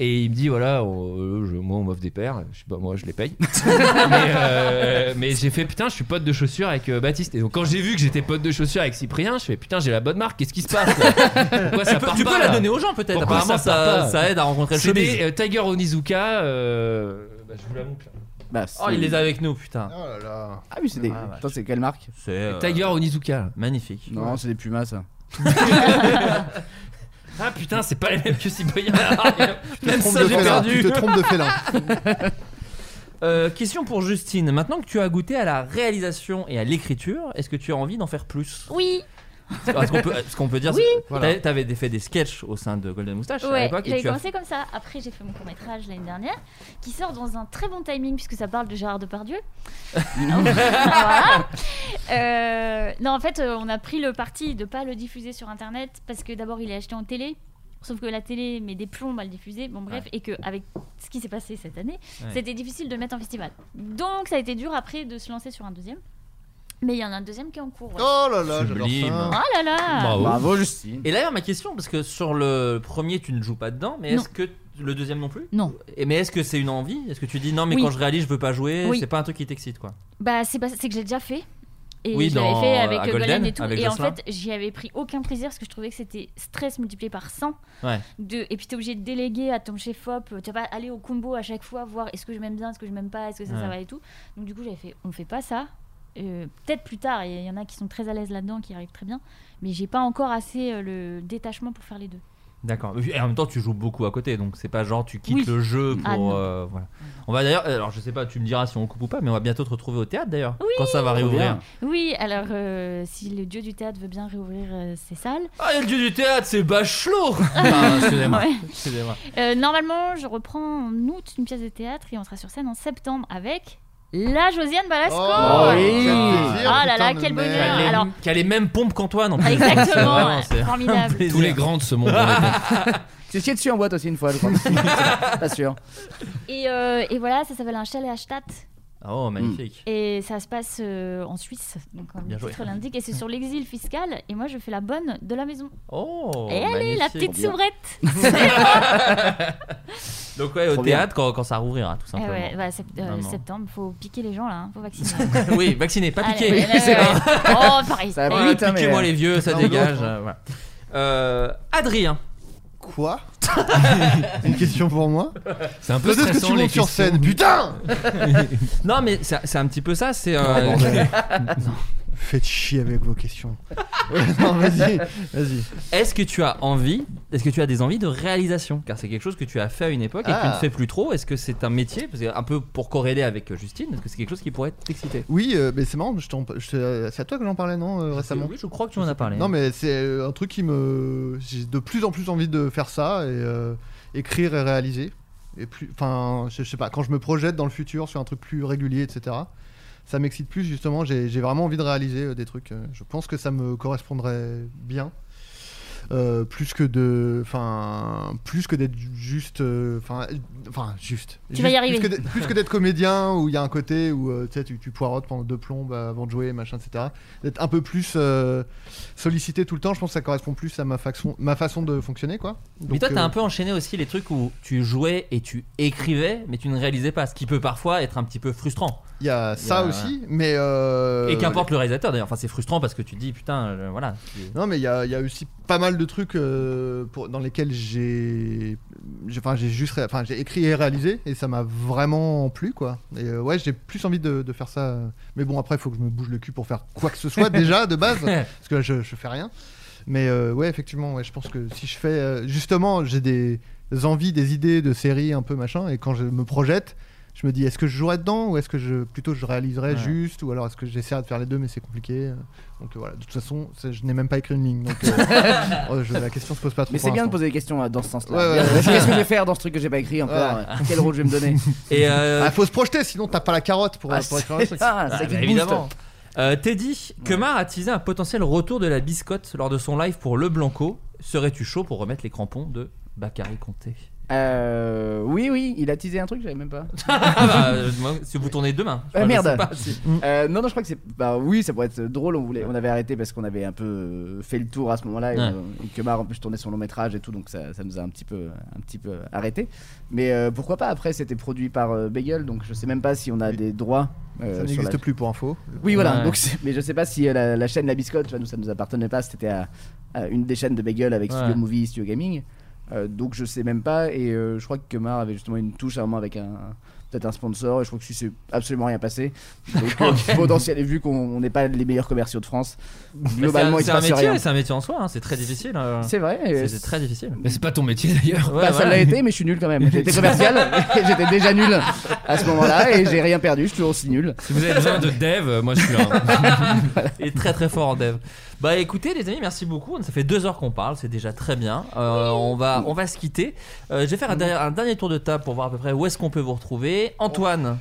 Speaker 4: Et il me dit Voilà, on- euh, je- moi on m'offre des paires, je sais pas, moi je les paye. mais euh, mais j'ai fait Putain, je suis pote de chaussures avec euh, Baptiste. Et donc quand j'ai vu que j'étais pote de chaussures avec Cyprien, je fais Putain, j'ai la bonne marque, qu'est-ce qui se passe là Pourquoi
Speaker 5: Tu
Speaker 4: ça
Speaker 5: peux-
Speaker 4: part
Speaker 5: tu
Speaker 4: pas,
Speaker 5: peux la
Speaker 4: là
Speaker 5: donner aux gens, peut-être.
Speaker 4: Pourquoi
Speaker 5: Apparemment, ça-
Speaker 4: part pas
Speaker 5: ça aide à rencontrer le
Speaker 4: C'est des,
Speaker 5: showbiz.
Speaker 4: euh, Tiger Onizuka, euh, bah, je vous la montre là.
Speaker 5: Oh, il les a avec nous, putain.
Speaker 2: Bah,
Speaker 6: Oh
Speaker 2: Ah oui, c'est des. Attends, c'est quelle marque
Speaker 5: C'est. euh,
Speaker 4: Tiger Onizuka.
Speaker 5: Magnifique.
Speaker 2: Non, c'est des Pumas, ça.
Speaker 4: Ah putain, c'est pas les mêmes que Cyprien.
Speaker 5: Même
Speaker 6: trompes
Speaker 5: ça,
Speaker 6: de
Speaker 5: j'ai
Speaker 6: félin,
Speaker 5: perdu.
Speaker 6: tu te trompes de félin.
Speaker 5: Euh, question pour Justine. Maintenant que tu as goûté à la réalisation et à l'écriture, est-ce que tu as envie d'en faire plus
Speaker 7: Oui.
Speaker 5: Est-ce qu'on peut, est-ce qu'on peut dire
Speaker 7: Oui.
Speaker 5: c'est-
Speaker 7: Voilà.
Speaker 5: t'a- T'avais des- fait des sketchs au sein de Golden Moustache à
Speaker 7: Ouais,
Speaker 5: l'époque et
Speaker 7: j'avais
Speaker 5: tu as-
Speaker 7: commencé comme ça. Après, j'ai fait mon court métrage l'année dernière, qui sort dans un très bon timing puisque ça parle de Gérard Depardieu. Voilà. Euh, non, en fait, euh, on a pris le parti de pas le diffuser sur Internet parce que d'abord, il est acheté en télé. Sauf que la télé met des plombs à le diffuser, bon bref,
Speaker 12: Ouais.
Speaker 7: et que avec ce qui s'est passé cette année,
Speaker 12: Ouais.
Speaker 7: c'était difficile de le mettre en festival. Donc ça a été dur après de se lancer sur un deuxième. Mais il y en a un deuxième qui est en cours. ouais.
Speaker 6: Oh là là, j'adore
Speaker 5: Sublime.
Speaker 6: ça.
Speaker 7: Oh là là
Speaker 2: Justine.
Speaker 5: Et d'ailleurs, ma question, parce que sur le premier, tu ne joues pas dedans, mais
Speaker 7: Non.
Speaker 5: est-ce que le deuxième non plus
Speaker 7: Non.
Speaker 5: Et mais est-ce que c'est une envie Est-ce que tu dis non, mais
Speaker 7: Oui.
Speaker 5: quand je réalise, je veux pas jouer
Speaker 7: Oui.
Speaker 5: C'est pas un truc qui t'excite, quoi.
Speaker 7: Bah, c'est pas- c'est que j'ai déjà fait. Et
Speaker 5: Oui,
Speaker 7: je l'avais
Speaker 5: dans-
Speaker 7: fait
Speaker 5: à
Speaker 7: avec euh,
Speaker 5: Golden,
Speaker 7: Golden et tout.
Speaker 5: avec
Speaker 7: Et en
Speaker 5: Jocelyn.
Speaker 7: fait, j'y avais pris aucun plaisir parce que je trouvais que c'était stress multiplié par 100.
Speaker 5: Ouais.
Speaker 7: De, et puis t'es obligé de déléguer à ton chef op. Tu vas pas aller au combo à chaque fois, voir est-ce que je m'aime bien, est-ce que je m'aime pas, est-ce que ça,
Speaker 5: Ouais.
Speaker 7: ça va et tout. Donc du coup, j'avais fait, on fait pas ça. Euh, Peut-être plus tard, et il y en a qui sont très à l'aise là-dedans, qui arrivent très bien. Mais j'ai pas encore assez euh, le détachement pour faire les deux.
Speaker 5: D'accord. Et en même temps, tu joues beaucoup à côté, donc c'est pas genre tu quittes
Speaker 7: Oui.
Speaker 5: le jeu
Speaker 7: Ah,
Speaker 5: pour.
Speaker 7: non.
Speaker 5: euh, voilà. On va d'ailleurs. Alors, je sais pas, tu me diras si on coupe ou pas, mais on va bientôt te retrouver au théâtre d'ailleurs.
Speaker 7: Oui.
Speaker 5: quand ça va réouvrir.
Speaker 7: Oui, alors euh, si le dieu du théâtre veut bien réouvrir euh, ses salles.
Speaker 5: Ah, et le dieu du théâtre, c'est Bachelot Ah, Excusez-moi.
Speaker 7: Ouais.
Speaker 5: Excusez-moi.
Speaker 7: Euh, normalement, je reprends en août une pièce de théâtre et on sera sur scène en septembre avec la Josiane Balasco.
Speaker 5: Oh, oui.
Speaker 7: Oh là là,
Speaker 5: Putain de
Speaker 7: quel
Speaker 5: merde.
Speaker 7: bonheur.
Speaker 5: Qui a les-
Speaker 7: Alors,
Speaker 5: Qui a les mêmes pompes qu'Antoine
Speaker 4: Ah
Speaker 5: en plus.
Speaker 7: Exactement,
Speaker 5: C'est vraiment, c'est
Speaker 7: formidable.
Speaker 5: un plaisir.
Speaker 4: Tous les grands de ce monde.
Speaker 2: J'ai essayé dessus en boîte aussi une fois, je crois. Pas sûr.
Speaker 7: et, euh, et voilà, ça s'appelle un chalet à Stadt.
Speaker 5: Oh, magnifique.
Speaker 7: Et ça se passe euh, en Suisse, donc comme
Speaker 5: Bien
Speaker 7: le
Speaker 5: joué.
Speaker 7: titre l'indique, et c'est sur l'exil fiscal. Et moi, je fais la bonne de la maison.
Speaker 5: Oh,
Speaker 7: Et allez, la
Speaker 5: magnifique.
Speaker 7: petite
Speaker 5: Trop bien.
Speaker 7: soubrette Eh C'est
Speaker 5: Donc, ouais, au
Speaker 2: Trop bien.
Speaker 5: théâtre, quand, quand ça rouvrira, tout
Speaker 7: Eh
Speaker 5: simplement.
Speaker 7: ouais, bah, sept- euh,
Speaker 5: Vraiment.
Speaker 7: septembre, faut piquer les gens là, hein, faut vacciner.
Speaker 5: oui, vacciné, pas
Speaker 7: Allez,
Speaker 5: piqué.
Speaker 7: ouais, ouais, ouais. Oh, pareil. Ça va
Speaker 5: Ah,
Speaker 7: plus vite, hein, mais-
Speaker 5: Piquez-moi les vieux, ça
Speaker 6: Non,
Speaker 5: dégage.
Speaker 6: l'autre.
Speaker 5: euh, voilà. Euh, Adrien.
Speaker 6: Quoi Une question pour moi
Speaker 5: C'est un peu
Speaker 6: Peut-être que
Speaker 5: stressant,
Speaker 6: tu
Speaker 5: les
Speaker 6: montes sur
Speaker 5: questions.
Speaker 6: scène, putain
Speaker 5: non, mais c'est c'est un petit peu ça. C'est.
Speaker 6: Ah,
Speaker 5: Euh...
Speaker 6: bordel. Faites chier avec vos questions. non, vas-y, vas-y.
Speaker 5: Est-ce que tu as envie Est-ce que tu as des envies de réalisation Car c'est quelque chose que tu as fait à une époque et que tu
Speaker 6: Ah.
Speaker 5: ne fais plus trop. Est-ce que c'est un métier Parce que Un peu pour corréler avec euh, Justine. Est-ce que c'est quelque chose qui pourrait t'exciter
Speaker 6: Oui, euh, mais c'est marrant, je t'en- je te- c'est à toi que j'en parlais, non, euh, récemment
Speaker 5: Oui, je crois que tu en as parlé.
Speaker 6: Non, mais c'est euh, un truc qui me. J'ai de plus en plus envie de faire ça et euh, écrire et réaliser. Et plus. Enfin, je, je sais pas, quand je me projette dans le futur sur un truc plus régulier, etc., ça m'excite plus, justement. J'ai j'ai vraiment envie de réaliser euh, des trucs. euh, Je pense que ça me correspondrait bien. Euh, plus que de enfin plus que d'être ju- juste euh, enfin euh, enfin juste
Speaker 7: Tu vas y
Speaker 6: Juste-
Speaker 7: arriver.
Speaker 6: plus que d'être- plus que d'être comédien où il y a un côté où euh, tu sais, tu tu poireautes pendant deux plombes euh, avant de jouer machin etc d'être un peu plus euh, sollicité tout le temps je pense que ça correspond plus à ma façon ma façon de fonctionner quoi
Speaker 5: mais
Speaker 6: Donc,
Speaker 5: toi, t'as
Speaker 6: euh,
Speaker 5: un peu enchaîné aussi les trucs où tu jouais et tu écrivais, mais tu ne réalisais pas, ce qui peut parfois être un petit peu frustrant.
Speaker 6: il y a ça
Speaker 5: voilà.
Speaker 6: aussi mais euh,
Speaker 5: Et qu'importe le réalisateur d'ailleurs, enfin c'est frustrant parce que tu te dis putain, euh, voilà.
Speaker 6: Non, mais il y, a il y a aussi pas mal de trucs euh, pour- dans lesquels j'ai, j'ai- enfin j'ai juste, ré- enfin j'ai écrit et réalisé et ça m'a vraiment plu quoi. Et euh, ouais, j'ai plus envie de, de faire ça. euh. Mais bon, après, il faut que je me bouge le cul pour faire quoi que ce soit déjà de base, parce que là, je, je fais rien. Mais euh, ouais, effectivement, ouais, je pense que si je fais, euh, justement, j'ai des envies, des idées de séries un peu machin, et quand je me projette. Je me dis, est-ce que je jouerais dedans ou est-ce que je plutôt je réaliserais
Speaker 5: Ouais.
Speaker 6: juste ou alors est-ce que j'essaierais de faire les deux mais c'est compliqué. Donc euh, voilà, de toute façon, c'est- je n'ai même pas écrit une ligne. Donc euh, euh, je- la question se pose pas trop.
Speaker 2: Mais
Speaker 6: pour
Speaker 2: c'est bien de
Speaker 6: l'instant.
Speaker 2: poser des questions euh, dans ce sens-là.
Speaker 6: Ouais, ouais, ouais.
Speaker 2: Qu'est-ce que je vais faire dans ce truc que j'ai pas écrit encore euh,
Speaker 6: Ouais.
Speaker 2: Quel rôle je vais me donner
Speaker 5: Et euh,
Speaker 6: Ah, faut se projeter, sinon t'as pas la carotte pour,
Speaker 2: Ah,
Speaker 6: pour écrire un
Speaker 2: c'est
Speaker 6: truc.
Speaker 2: ça, c'est
Speaker 5: Ah,
Speaker 2: qui
Speaker 5: bah,
Speaker 2: te
Speaker 5: évidemment.
Speaker 2: booste.
Speaker 5: Euh, Teddy, Kemar a teasé un potentiel retour de la biscotte lors de son live pour Le Blanco. Serais-tu chaud pour remettre les crampons de Bakary Conté
Speaker 2: Euh, oui, oui, il a teasé un truc, j'avais même pas.
Speaker 5: Ah bah, euh, moi, Si vous tournez demain.
Speaker 2: Ah,
Speaker 5: Enfin, je
Speaker 2: merde.
Speaker 5: sais pas si-
Speaker 2: Euh, non, non, je crois que c'est. Bah oui, ça pourrait être drôle. On voulait, on avait arrêté parce qu'on avait un peu euh, fait le tour à ce moment-là. Et,
Speaker 5: Ouais.
Speaker 2: euh, et que Mar en plus tournait son long métrage et tout, donc ça, ça nous a un petit peu, un petit peu arrêté. Mais euh, pourquoi pas Après, c'était produit par euh, Bagel, donc je sais même pas si on a des droits. euh,
Speaker 6: Ça
Speaker 2: sur
Speaker 6: n'existe
Speaker 2: la-
Speaker 6: plus pour info.
Speaker 2: Oui, voilà.
Speaker 6: Ouais.
Speaker 2: Donc, c'est- mais je sais pas si euh, la, la chaîne La Biscotte, tu vois, nous, ça nous appartenait pas. C'était à, à une des chaînes de Bagel avec
Speaker 5: Ouais.
Speaker 2: Studio Movie, Studio Gaming. Euh, donc je sais même pas. Et euh, je crois que Kemar avait justement une touche à un moment avec un peut-être un sponsor. Et je crois que si c'est absolument rien passé. Donc euh,
Speaker 5: Ok.
Speaker 2: potentiel. Et vu qu'on on n'est pas les meilleurs commerciaux de France, globalement
Speaker 5: Mais
Speaker 2: il se
Speaker 5: c'est un,
Speaker 2: passe
Speaker 5: c'est un métier,
Speaker 2: rien.
Speaker 5: c'est un métier en soi. hein, C'est très difficile. euh.
Speaker 2: C'est vrai,
Speaker 5: C'est-
Speaker 2: euh,
Speaker 5: C'est très difficile.
Speaker 4: Mais c'est pas ton métier d'ailleurs.
Speaker 2: Bah, ça
Speaker 5: voilà.
Speaker 2: l'a été, mais je suis nul quand même. J'étais commercial, et j'étais déjà nul à ce moment-là et j'ai rien perdu. Je suis toujours aussi nul.
Speaker 4: Si vous avez besoin de dev, euh, moi je suis là.
Speaker 5: Et très très fort en dev. Bah écoutez les amis, merci beaucoup. Ça fait deux heures qu'on parle, c'est déjà très bien. Euh, on va on va se quitter. Euh, je vais faire un, dernier- un dernier tour de table pour voir à peu près où est-ce qu'on peut vous retrouver. Antoine,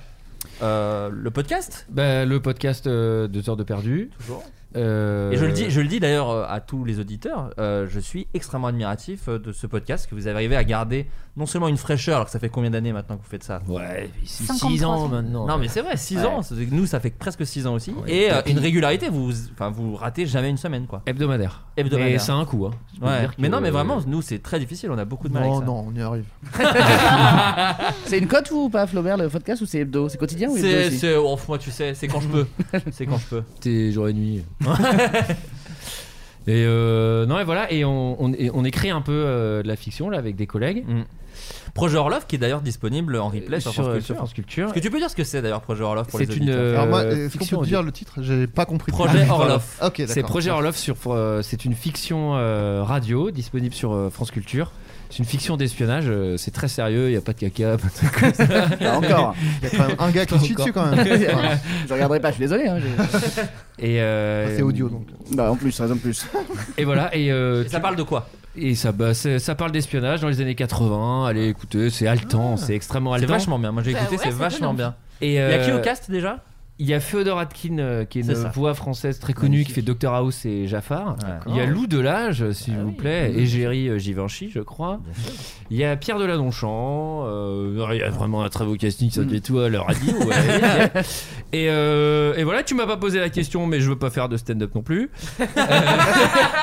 Speaker 5: euh, le podcast.
Speaker 4: Bah, le podcast euh, Deux heures de perdu.
Speaker 5: Toujours.
Speaker 4: Euh,
Speaker 5: Et je le dis, je le dis d'ailleurs euh, à tous les auditeurs, euh, je suis extrêmement admiratif euh, de ce podcast que vous avez arrivé à garder non seulement une fraîcheur, alors que ça fait combien d'années maintenant que vous faites ça
Speaker 4: Ouais, 6
Speaker 5: 53
Speaker 4: ans maintenant.
Speaker 5: Non mais c'est vrai, 6
Speaker 4: Ouais.
Speaker 5: ans, c'est- nous ça fait presque 6 ans aussi,
Speaker 4: Ouais,
Speaker 5: et euh,
Speaker 4: tapis.
Speaker 5: une régularité, vous, enfin, vous ratez jamais une semaine quoi.
Speaker 4: Hebdomadaire.
Speaker 5: Hebdomadaire.
Speaker 4: Et c'est un coup. Hein. Je peux
Speaker 5: Ouais.
Speaker 4: te dire que-
Speaker 5: Mais non, mais vraiment, nous c'est très difficile, on a beaucoup de mal
Speaker 6: Non,
Speaker 5: avec ça.
Speaker 6: non, on y arrive.
Speaker 2: C'est une cote ou pas, Flaubert, le podcast ou c'est hebdo C'est quotidien ou hebdo
Speaker 5: C'est,
Speaker 2: Eh aussi
Speaker 5: c'est- oh, moi tu sais, c'est quand je peux. c'est quand je peux.
Speaker 4: T'es jour et nuit. et euh, non, et voilà, et on, on, et on écrit un peu euh, de la fiction là avec des collègues.
Speaker 5: Mm. Projet Orlov qui est d'ailleurs disponible en replay
Speaker 4: Euh,
Speaker 5: sur,
Speaker 4: Sur-
Speaker 5: France Culture.
Speaker 4: sur France Culture.
Speaker 5: Est-ce que tu peux dire ce que c'est d'ailleurs Projet Orlov pour
Speaker 4: C'est
Speaker 5: les
Speaker 4: une,
Speaker 5: auditeurs
Speaker 6: Alors moi,
Speaker 4: Euh,
Speaker 6: est-ce qu'on
Speaker 4: fiction
Speaker 6: peut
Speaker 4: audio.
Speaker 6: dire le titre J'ai pas compris. Ah,
Speaker 5: Projet Orlov.
Speaker 6: Ok, d'accord.
Speaker 4: C'est Projet Orlov sur. euh, c'est une fiction euh, radio disponible sur euh, France Culture. C'est une fiction d'espionnage. euh, c'est très sérieux. Il y a pas de caca. Pas de trucs comme ça.
Speaker 2: Ah, encore.
Speaker 6: Il y a quand même un gars qui chie dessus quand même. Enfin,
Speaker 2: je regarderai pas, je suis désolé. hein, j'ai-
Speaker 4: Et euh,
Speaker 6: c'est audio donc.
Speaker 2: Bah, en plus, raison de plus.
Speaker 4: Et voilà. Et, euh,
Speaker 5: Et ça parle de quoi
Speaker 4: Et ça, bah, c'est- ça parle d'espionnage dans les années 80. Allez, écoutez, c'est haletant, c'est extrêmement
Speaker 5: Ah. C'est
Speaker 4: haletant.
Speaker 5: vachement bien. Moi j'ai
Speaker 4: Bah
Speaker 5: écouté,
Speaker 4: ouais,
Speaker 5: c'est
Speaker 4: c'est
Speaker 5: vachement
Speaker 4: étonnant.
Speaker 5: bien.
Speaker 4: Et
Speaker 5: Il y a
Speaker 4: euh,
Speaker 5: qui au cast déjà
Speaker 4: Il y a Féodor Atkin, euh, qui est une
Speaker 5: C'est ça.
Speaker 4: voix française très connue, qui fait Dr House et Jafar.
Speaker 5: D'accord. Ah
Speaker 4: Il y a Lou Delage, euh, s'il vous plaît,
Speaker 5: oui.
Speaker 4: et Géry euh, Givenchy, je crois. Il y a Pierre Deladonchamp. euh, il y a vraiment un très beau casting,
Speaker 5: Mm.
Speaker 4: ça détoile la radio. ouais, nickel. et, euh, et voilà, tu m'as pas posé la question, mais je veux pas faire de stand-up non plus. Euh,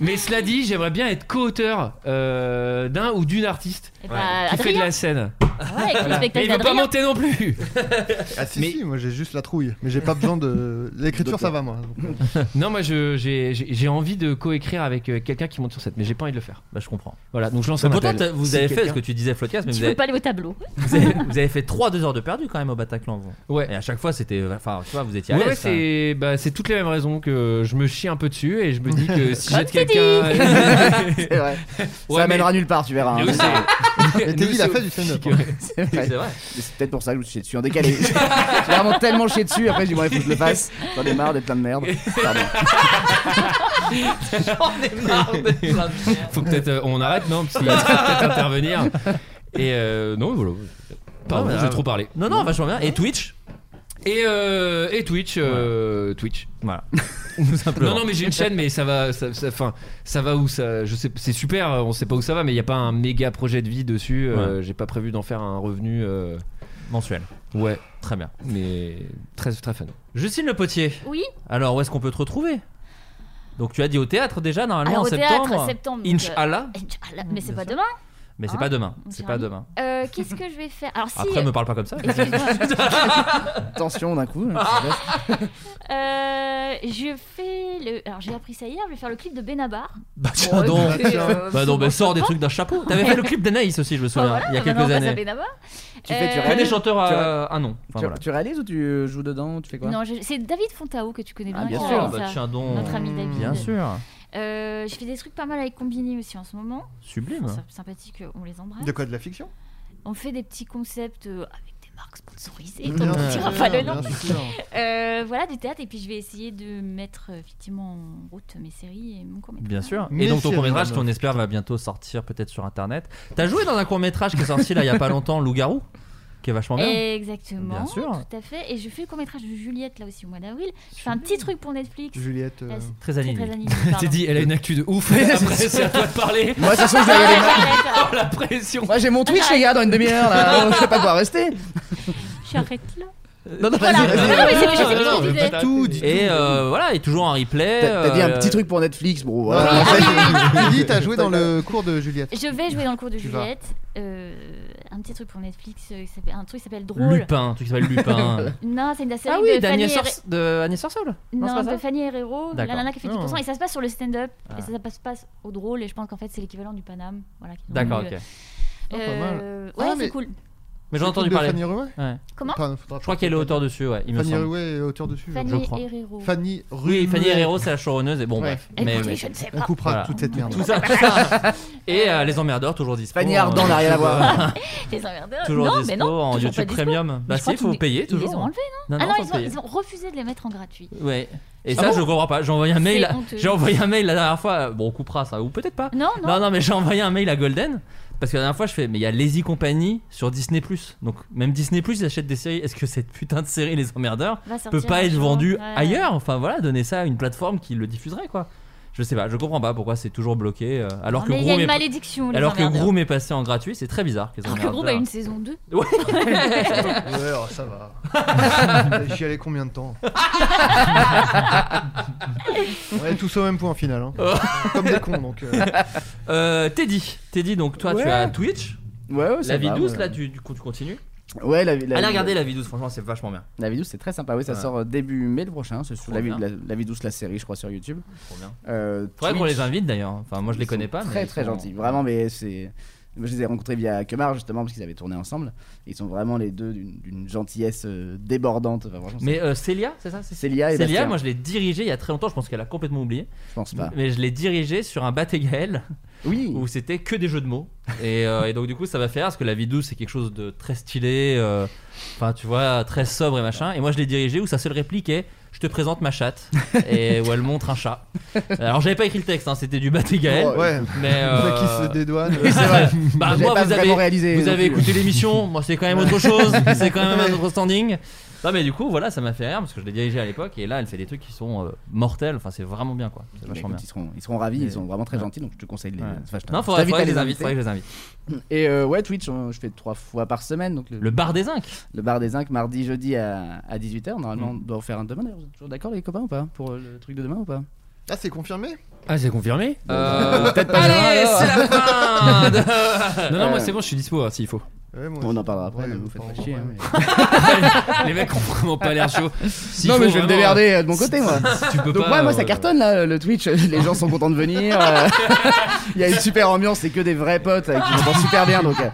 Speaker 4: Mais cela dit, j'aimerais bien être co-auteur euh, d'un ou d'une artiste
Speaker 7: Eh ben,
Speaker 4: qui fait de
Speaker 7: Adrien.
Speaker 4: la scène.
Speaker 7: ouais, avec le spectacle
Speaker 4: Mais il veut pas
Speaker 7: d'Adrien.
Speaker 4: monter non plus.
Speaker 6: Ah si, si, moi j'ai juste la trouille. Mais j'ai pas besoin de. L'écriture, ça va, moi. Donc,
Speaker 4: non, moi je- j'ai j'ai- j'ai envie de co-écrire avec euh, quelqu'un qui monte sur scène, mais j'ai pas envie de le faire.
Speaker 5: Bah, je comprends.
Speaker 4: Voilà, donc je lance
Speaker 5: Mais
Speaker 4: un
Speaker 5: pourtant,
Speaker 4: appel.
Speaker 5: t'as- vous
Speaker 4: Si
Speaker 5: avez fait
Speaker 4: quelqu'un-
Speaker 5: ce que tu disais, Floodcast, mais
Speaker 7: Tu
Speaker 5: vous
Speaker 7: peux
Speaker 5: avez,
Speaker 7: pas aller au tableau.
Speaker 5: vous avez, vous avez fait 3-2 heures de perdu quand même au Bataclan, vous.
Speaker 4: Ouais.
Speaker 5: Et à chaque fois, c'était. Enfin, tu vois, vous étiez à
Speaker 4: Ouais,
Speaker 5: l'aise. hein.
Speaker 4: ouais,
Speaker 5: ça.
Speaker 4: c'est bah, c'est toutes les mêmes raisons que je me chie un peu dessus et je me dis que si
Speaker 2: Comme
Speaker 4: j'aide
Speaker 2: tu dis.
Speaker 4: quelqu'un.
Speaker 2: C'est vrai. ça
Speaker 4: Ouais, mais-
Speaker 2: amènera nulle part, tu verras. hein.
Speaker 4: Mais où c'est- Mais Teddy, il a fait du stand-up, hein.
Speaker 2: C'est vrai.
Speaker 4: C'est vrai.
Speaker 2: Mais C'est peut-être pour ça que je suis dessus en décalé. J'ai vraiment tellement chié dessus, après j'ai dit, bon, il faut que je le fasse. J'en ai marre d'être plein de merde. Pardon.
Speaker 5: J'en ai marre d'être plein de merde.
Speaker 4: Faut peut-être euh, on arrête non parce qu'il faut peut-être intervenir. Et euh, non voilà. Pardon,
Speaker 5: Non, mais,
Speaker 4: j'ai
Speaker 5: euh,
Speaker 4: trop parlé.
Speaker 5: Non, non, vachement bien. Et Twitch
Speaker 4: Et, euh, et Twitch, euh, Twitch.
Speaker 5: Voilà.
Speaker 4: non, non, mais j'ai une chaîne, mais ça va, ça, ça, enfin, ça va où ça. Je sais, c'est super. euh, On sait pas où ça va, mais il y a pas un méga projet de vie dessus. euh, J'ai pas prévu d'en faire un revenu euh,
Speaker 5: mensuel.
Speaker 4: Ouais,
Speaker 5: très bien.
Speaker 4: Mais très, très fun.
Speaker 5: Justine Le Potier.
Speaker 7: Oui.
Speaker 5: Alors, où est-ce qu'on peut te retrouver Donc, tu as dit au théâtre déjà, normalement
Speaker 7: Alors,
Speaker 5: en
Speaker 7: au
Speaker 5: septembre.
Speaker 7: théâtre, septembre. donc,
Speaker 5: Inch'Allah.
Speaker 7: euh, Inch'Allah. Mais c'est pas demain.
Speaker 5: Mais c'est
Speaker 7: Hein
Speaker 5: pas demain.
Speaker 7: On
Speaker 5: C'est
Speaker 7: dira
Speaker 5: pas
Speaker 7: oui.
Speaker 5: demain.
Speaker 7: Euh, Qu'est-ce que je vais faire Alors, si. euh,
Speaker 5: Après, me parle pas comme ça.
Speaker 2: Tension d'un coup. hein,
Speaker 7: Euh, je fais le. Alors j'ai appris ça hier, je vais faire le clip de Benabar.
Speaker 5: Bah tiens donc, bah non, mais sors des trucs d'un chapeau. T'avais fait le clip d'Anaïs aussi, je me
Speaker 2: Ah,
Speaker 5: souviens, il y a quelques
Speaker 7: À
Speaker 5: années.
Speaker 7: Benabar.
Speaker 2: Tu fais, tu
Speaker 7: Euh,
Speaker 2: réalises
Speaker 5: des chanteurs à-
Speaker 2: Eh, tu ré-
Speaker 5: à nom. ah, Enfin,
Speaker 2: tu,
Speaker 5: voilà.
Speaker 2: tu réalises ou tu euh, joues dedans ou Tu fais quoi
Speaker 7: Non, je- c'est David Fontao que tu connais bien.
Speaker 2: Ah, bien
Speaker 7: qui
Speaker 2: sûr.
Speaker 7: réalise
Speaker 2: Bah,
Speaker 7: ça,
Speaker 2: tiens donc.
Speaker 7: Notre ami David.
Speaker 2: Bien sûr.
Speaker 7: Euh, je fais des trucs pas mal avec Combini aussi en ce moment.
Speaker 5: Sublime.
Speaker 7: C'est sympathique, euh, on les embrasse.
Speaker 6: De quoi De la fiction
Speaker 7: On fait des petits concepts euh, avec des marques sponsorisées,
Speaker 6: Bien
Speaker 7: donc on
Speaker 6: sûr,
Speaker 7: dira pas le nom.
Speaker 6: bien sûr.
Speaker 7: Euh, voilà, du théâtre, et puis je vais essayer de mettre euh, effectivement en route mes séries et mon comédie.
Speaker 5: Bien sûr. Et donc ton court métrage qu'on espère va bientôt sortir peut-être sur internet. T'as joué dans un court métrage qui est sorti là il y a pas longtemps, Loup-garou, qui est vachement
Speaker 2: Eh,
Speaker 5: bien.
Speaker 7: Exactement.
Speaker 5: Bien sûr.
Speaker 7: Tout à fait. Et je fais le court métrage de Juliette là aussi au mois d'avril. Je fais un petit truc pour Netflix.
Speaker 6: Juliette. euh.
Speaker 7: Ah, c'est
Speaker 5: Très animée.
Speaker 7: pardon.
Speaker 4: T'es dit, elle a une actu de ouf. Après, c'est à toi de parler.
Speaker 2: Moi, de toute façon, je vais y
Speaker 7: Ah,
Speaker 2: aller.
Speaker 4: Oh, la pression.
Speaker 2: Moi j'ai mon Twitch, les gars, dans une demi-heure là. Donc, Je vais pas pouvoir rester.
Speaker 7: J'arrête là.
Speaker 2: Non, non,
Speaker 7: Voilà.
Speaker 2: vas-y, vas-y.
Speaker 7: Non, non, mais c'est- je sais pas ce que je disais.
Speaker 5: Et euh, voilà, et toujours un replay.
Speaker 2: T'as t'as dit un
Speaker 5: euh,
Speaker 2: petit truc pour Netflix, bro. voilà.
Speaker 6: Ah, ça, j'ai- Lily, t'as joué dans le cours de Juliette.
Speaker 7: Je vais jouer dans le cours de
Speaker 6: Tu vas.
Speaker 7: Juliette. Euh, un petit truc pour Netflix. euh, qui s'appelle- un truc qui s'appelle Drôle.
Speaker 5: Lupin, un truc qui s'appelle Lupin.
Speaker 7: Non, c'est une série
Speaker 5: Ah oui,
Speaker 7: de Fanny
Speaker 5: d'Agnès
Speaker 7: Herrero.
Speaker 5: Sors- de Agnès Sorsol. Non, c'est
Speaker 7: Non,
Speaker 5: pas
Speaker 7: de
Speaker 5: ça
Speaker 7: Fanny Herrero, la
Speaker 5: D'accord.
Speaker 7: nana qui fait 10%,
Speaker 5: Non.
Speaker 7: et ça se passe sur le stand-up,
Speaker 5: Ah.
Speaker 7: et ça, ça se passe au drôle, et je pense qu'en fait c'est l'équivalent du Paname. Voilà, qu'ils ont
Speaker 5: D'accord,
Speaker 7: eu,
Speaker 5: ok.
Speaker 7: euh,
Speaker 6: pas mal.
Speaker 7: euh,
Speaker 6: Ah,
Speaker 7: ouais,
Speaker 6: mais-
Speaker 7: c'est cool.
Speaker 5: Mais j'en ai
Speaker 6: Le
Speaker 5: entendu
Speaker 6: de
Speaker 5: parler.
Speaker 6: Fanny Ruet
Speaker 5: Ouais.
Speaker 7: Comment
Speaker 6: Enfin, faudra-
Speaker 5: Je crois qu'elle est auteur dessus, ouais, il me
Speaker 6: Fanny
Speaker 5: semble.
Speaker 6: Ruet est auteur dessus.
Speaker 7: Fanny
Speaker 6: je crois.
Speaker 7: Herrero.
Speaker 6: Fanny Ruet.
Speaker 5: Oui, Fanny Herrero, c'est la showrunneuse, et bon,
Speaker 6: Ouais.
Speaker 5: bref.
Speaker 6: Écoutez, je ne sais On pas. coupera toute cette merde.
Speaker 5: Tout ça, tout ça. Et euh, Les Emmerdeurs, toujours dispo.
Speaker 2: Fanny Ardant,
Speaker 5: euh,
Speaker 2: n'a rien à voir.
Speaker 7: Les emmerdeurs.
Speaker 5: Toujours
Speaker 7: non,
Speaker 5: dispo
Speaker 7: mais
Speaker 5: en
Speaker 7: non, toujours pas
Speaker 5: YouTube
Speaker 7: dispo.
Speaker 5: Premium. Bah
Speaker 7: Mais je crois
Speaker 5: si, faut
Speaker 7: qu'ils-
Speaker 5: payer
Speaker 7: Ils
Speaker 5: toujours.
Speaker 7: les ont enlevés, non
Speaker 5: Non, non,
Speaker 7: Ah
Speaker 5: faut
Speaker 7: non, ils ont,
Speaker 5: payer.
Speaker 7: ils ont refusé de les mettre en gratuit.
Speaker 5: Ouais. Et
Speaker 7: Ah
Speaker 5: ça,
Speaker 7: bon
Speaker 5: je comprends pas. J'ai envoyé un mail.
Speaker 7: C'est honteux.
Speaker 5: J'ai envoyé un mail la dernière fois. Bon, on coupera ça, ou peut-être pas.
Speaker 7: Non, non.
Speaker 5: Non, non, mais j'ai envoyé un mail à Golden. Parce que la dernière fois, je fais, mais il y a Lazy Company sur Disney. Donc, même Disney, ils achètent des séries. Est-ce que cette putain de série, Les Emmerdeurs,
Speaker 7: Va sortir
Speaker 5: peut pas
Speaker 7: un
Speaker 5: être
Speaker 7: jour,
Speaker 5: vendue
Speaker 7: ouais.
Speaker 5: ailleurs Enfin, voilà, donner ça à une plateforme qui le diffuserait, quoi. Je sais pas, je comprends pas pourquoi c'est toujours bloqué. euh, alors
Speaker 7: Non,
Speaker 5: que
Speaker 7: mais il y a
Speaker 5: Groom
Speaker 7: une
Speaker 5: est-
Speaker 7: malédiction, Les
Speaker 5: Alors que
Speaker 7: Emmerdeurs.
Speaker 5: Groom est passé en gratuit, c'est très bizarre. qu'ils
Speaker 7: Alors que Groupe a
Speaker 5: Emmerdeurs.
Speaker 7: une saison 2.
Speaker 5: Ouais.
Speaker 6: Ouais, alors ça va. J'ai chialé combien de temps On est tous au même point en finale. hein.
Speaker 5: Oh.
Speaker 6: Comme des cons donc. euh.
Speaker 5: Euh, Teddy, Teddy, donc toi, tu
Speaker 2: Ouais.
Speaker 5: as Twitch.
Speaker 2: Ouais, ouais, ça
Speaker 5: La vie
Speaker 2: va,
Speaker 5: douce,
Speaker 2: ouais.
Speaker 5: là, tu, du coup, tu continues
Speaker 2: Ouais, la, la,
Speaker 5: Allez regarder la vie douce, franchement, c'est vachement bien.
Speaker 2: La vie douce, c'est très sympa. Oui, ça
Speaker 5: Ouais.
Speaker 2: sort euh, début mai le prochain. C'est sur la, vie-
Speaker 5: bien.
Speaker 2: la, la vie douce, la série, je crois, sur YouTube.
Speaker 5: Trop bien.
Speaker 2: Euh,
Speaker 5: Faudrait qu'on
Speaker 2: Twitch,
Speaker 5: les invite d'ailleurs. Enfin, moi je les
Speaker 2: ils
Speaker 5: connais
Speaker 2: sont
Speaker 5: pas. mais
Speaker 2: Très
Speaker 5: ils
Speaker 2: très
Speaker 5: sont-
Speaker 2: gentils, vraiment. Mais c'est, moi, je les ai rencontrés via Kemar justement parce qu'ils avaient tourné ensemble. Ils sont vraiment les deux d'une d'une gentillesse euh, débordante. Enfin, franchement,
Speaker 5: Mais
Speaker 2: c'est-
Speaker 5: euh, Célia, c'est ça c'est-
Speaker 2: Célia et
Speaker 5: Célia,
Speaker 2: Bastien.
Speaker 5: moi je l'ai dirigée il y a très longtemps, je pense qu'elle a complètement oublié.
Speaker 2: Je pense pas.
Speaker 5: Mais je l'ai dirigée sur un Bat et Gaël.
Speaker 2: Oui.
Speaker 5: Où c'était que des jeux de mots. Et, euh, et donc du coup ça va faire parce que la vie douce c'est quelque chose de très stylé, euh, enfin tu vois, très sobre et machin. Et moi je l'ai dirigée où sa seule réplique est je te présente ma chatte et où elle montre un chat. Alors j'avais pas écrit le texte, hein, c'était du Bat et Gaël.
Speaker 6: Oh, ouais.
Speaker 5: Mais
Speaker 6: Le mec, il
Speaker 5: euh,
Speaker 6: se dédouane.
Speaker 2: Oui, c'est vrai.
Speaker 5: bah
Speaker 2: J'avais
Speaker 5: moi
Speaker 2: pas
Speaker 5: vous
Speaker 2: vraiment
Speaker 5: avez
Speaker 2: réalisé euh.
Speaker 5: vous
Speaker 2: non
Speaker 5: avez
Speaker 2: plus, ouais.
Speaker 5: écouté l'émission, moi c'est quand même autre chose, c'est quand même un autre standing. Non, mais du coup, voilà, ça m'a fait rire parce que je l'ai dirigée à l'époque et là, elle fait des trucs qui sont euh, mortels. Enfin, c'est vraiment bien quoi. C'est
Speaker 2: Mais
Speaker 5: vachement
Speaker 2: écoute,
Speaker 5: bien.
Speaker 2: Ils seront, ils seront ravis,
Speaker 5: Mais-
Speaker 2: ils sont vraiment très
Speaker 5: Ouais.
Speaker 2: gentils, donc je te conseille de les.
Speaker 5: Ouais.
Speaker 2: enfin, je te-
Speaker 5: Non,
Speaker 2: je
Speaker 5: faudrait-
Speaker 2: t'invite
Speaker 5: faudrait
Speaker 2: à
Speaker 5: que je les invite,
Speaker 2: inviter.
Speaker 5: faudrait que je les invite.
Speaker 2: Et euh, ouais, Twitch, on- je fais trois fois par semaine. Donc
Speaker 5: Le bar des Zincs
Speaker 2: Le bar des Zincs, mardi, jeudi à, 18h. Normalement,
Speaker 5: Mm.
Speaker 2: on doit en faire un demain. d'ailleurs. Vous êtes toujours d'accord, les copains, ou pas Pour euh, le truc de demain, ou pas
Speaker 6: Ah, c'est confirmé
Speaker 4: Ah, c'est confirmé
Speaker 2: Euh, peut-être pas
Speaker 4: Allez,
Speaker 2: demain, alors.
Speaker 4: c'est la fin de-
Speaker 2: Non, non, moi,
Speaker 4: c'est bon, je suis dispo hein, s'il faut.
Speaker 2: On en parlera après, ne vous faites pas chier. hein, mais-
Speaker 4: Les mecs ont vraiment pas l'air chaud. S'il
Speaker 2: non, mais
Speaker 4: faut
Speaker 2: je vais me
Speaker 4: vraiment-
Speaker 2: démerder euh, de mon côté, moi.
Speaker 4: Tu peux
Speaker 2: Donc,
Speaker 4: pas,
Speaker 2: ouais, moi, ça
Speaker 4: euh,
Speaker 2: cartonne là, le Twitch. Les gens sont contents de venir. euh, Il y a une super ambiance, c'est que des vrais potes euh, qui m'entendent super bien. Donc, euh,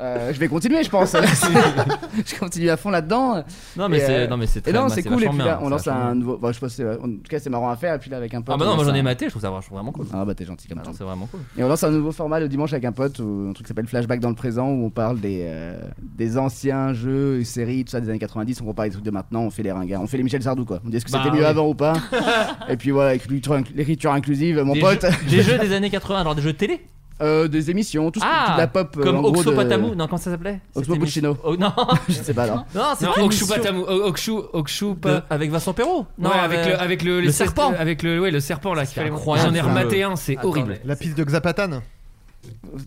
Speaker 2: euh, je vais continuer, je pense.
Speaker 4: Ah, bah,
Speaker 2: je continue à fond là-dedans.
Speaker 5: Non, mais
Speaker 2: Et,
Speaker 5: c'est- non, mais c'est
Speaker 2: Et
Speaker 5: très-
Speaker 2: non,
Speaker 5: bah,
Speaker 2: c'est
Speaker 5: c'est
Speaker 2: cool. Et puis
Speaker 5: vachement
Speaker 2: là,
Speaker 5: bien,
Speaker 2: on
Speaker 5: c'est
Speaker 2: lance
Speaker 5: vachement
Speaker 2: un nouveau. bah, je pense que c'est- en tout cas, c'est marrant à faire. Et puis là, avec un pote.
Speaker 5: Ah bah non,
Speaker 2: on
Speaker 5: moi
Speaker 2: lance
Speaker 5: j'en ai
Speaker 2: un-
Speaker 5: maté, je trouve ça vra- je trouve vraiment cool.
Speaker 2: Ah bah t'es gentil comme
Speaker 5: C'est vraiment cool.
Speaker 2: Et on lance Oh, un nouveau format le dimanche avec un pote, ou un truc qui s'appelle Flashback dans le présent, où on parle des, euh, des anciens jeux et séries, tout ça, des années 90, on compare les trucs de maintenant, on fait les ringards, on fait les Michel Sardou quoi. On dit est-ce que
Speaker 5: Bah
Speaker 2: c'était
Speaker 5: oui.
Speaker 2: mieux avant ou pas Et puis voilà, l'écriture l'écriture inclusive, mon
Speaker 5: Des
Speaker 2: pote.
Speaker 5: jeux- des jeux des années 80, genre des jeux télé
Speaker 2: Euh, des émissions, tout ce
Speaker 5: Ah,
Speaker 2: toute la pop. euh,
Speaker 5: comme
Speaker 2: en gros,
Speaker 5: Oxo
Speaker 2: de-
Speaker 5: Patamou, non, comment ça s'appelait
Speaker 2: Oxmo Puccino.
Speaker 5: Oh non
Speaker 2: Je sais pas alors.
Speaker 5: Non, c'était
Speaker 4: Non,
Speaker 5: une
Speaker 4: Okshu
Speaker 5: mission-
Speaker 4: Patamu- O- Okshu- Okshu Pa-
Speaker 5: De- avec Vincent Perrault
Speaker 4: Ouais, avec le, avec le,
Speaker 5: euh, le
Speaker 4: les-
Speaker 5: serpent
Speaker 4: Avec le, ouais, le serpent là. qui fallait-
Speaker 5: incroyable,
Speaker 4: J'en ai
Speaker 5: ça.
Speaker 4: rematé un, c'est
Speaker 5: Attendez.
Speaker 4: horrible.
Speaker 6: La piste de Xapatan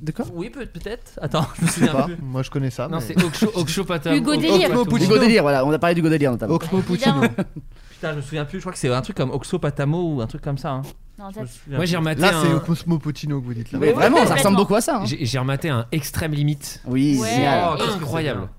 Speaker 2: De quoi
Speaker 5: Oui, peut- peut-être. Attends, je me
Speaker 6: Je sais
Speaker 5: souviens
Speaker 6: pas,
Speaker 5: plus.
Speaker 6: moi je connais ça.
Speaker 4: Non,
Speaker 6: mais-
Speaker 4: c'est Okshu- Okshopatam.
Speaker 5: Hugo
Speaker 4: Ok-
Speaker 5: Délire.
Speaker 4: Okshopatam.
Speaker 5: Puccino.
Speaker 2: Hugo Délire, voilà, on a parlé du Délire notamment.
Speaker 6: Oxmo
Speaker 7: Évidemment.
Speaker 5: Putain, je me souviens plus, je crois que c'est un truc comme Oxo Patamo ou un truc comme ça. hein.
Speaker 7: Non,
Speaker 5: Je me
Speaker 7: t'as-
Speaker 5: souviens
Speaker 4: Moi,
Speaker 5: plus.
Speaker 4: j'ai rematé
Speaker 6: Là, c'est
Speaker 4: un-
Speaker 6: Cosmo Puccino que vous dites là.
Speaker 2: Mais vraiment, ça ressemble beaucoup à ça. hein.
Speaker 4: J'ai j'ai rematé un extrême limite. Euh,
Speaker 2: Oui,
Speaker 7: Ouais.
Speaker 2: génial.
Speaker 5: Oh, qu'est-ce que c'est
Speaker 4: Incroyable.
Speaker 5: bien.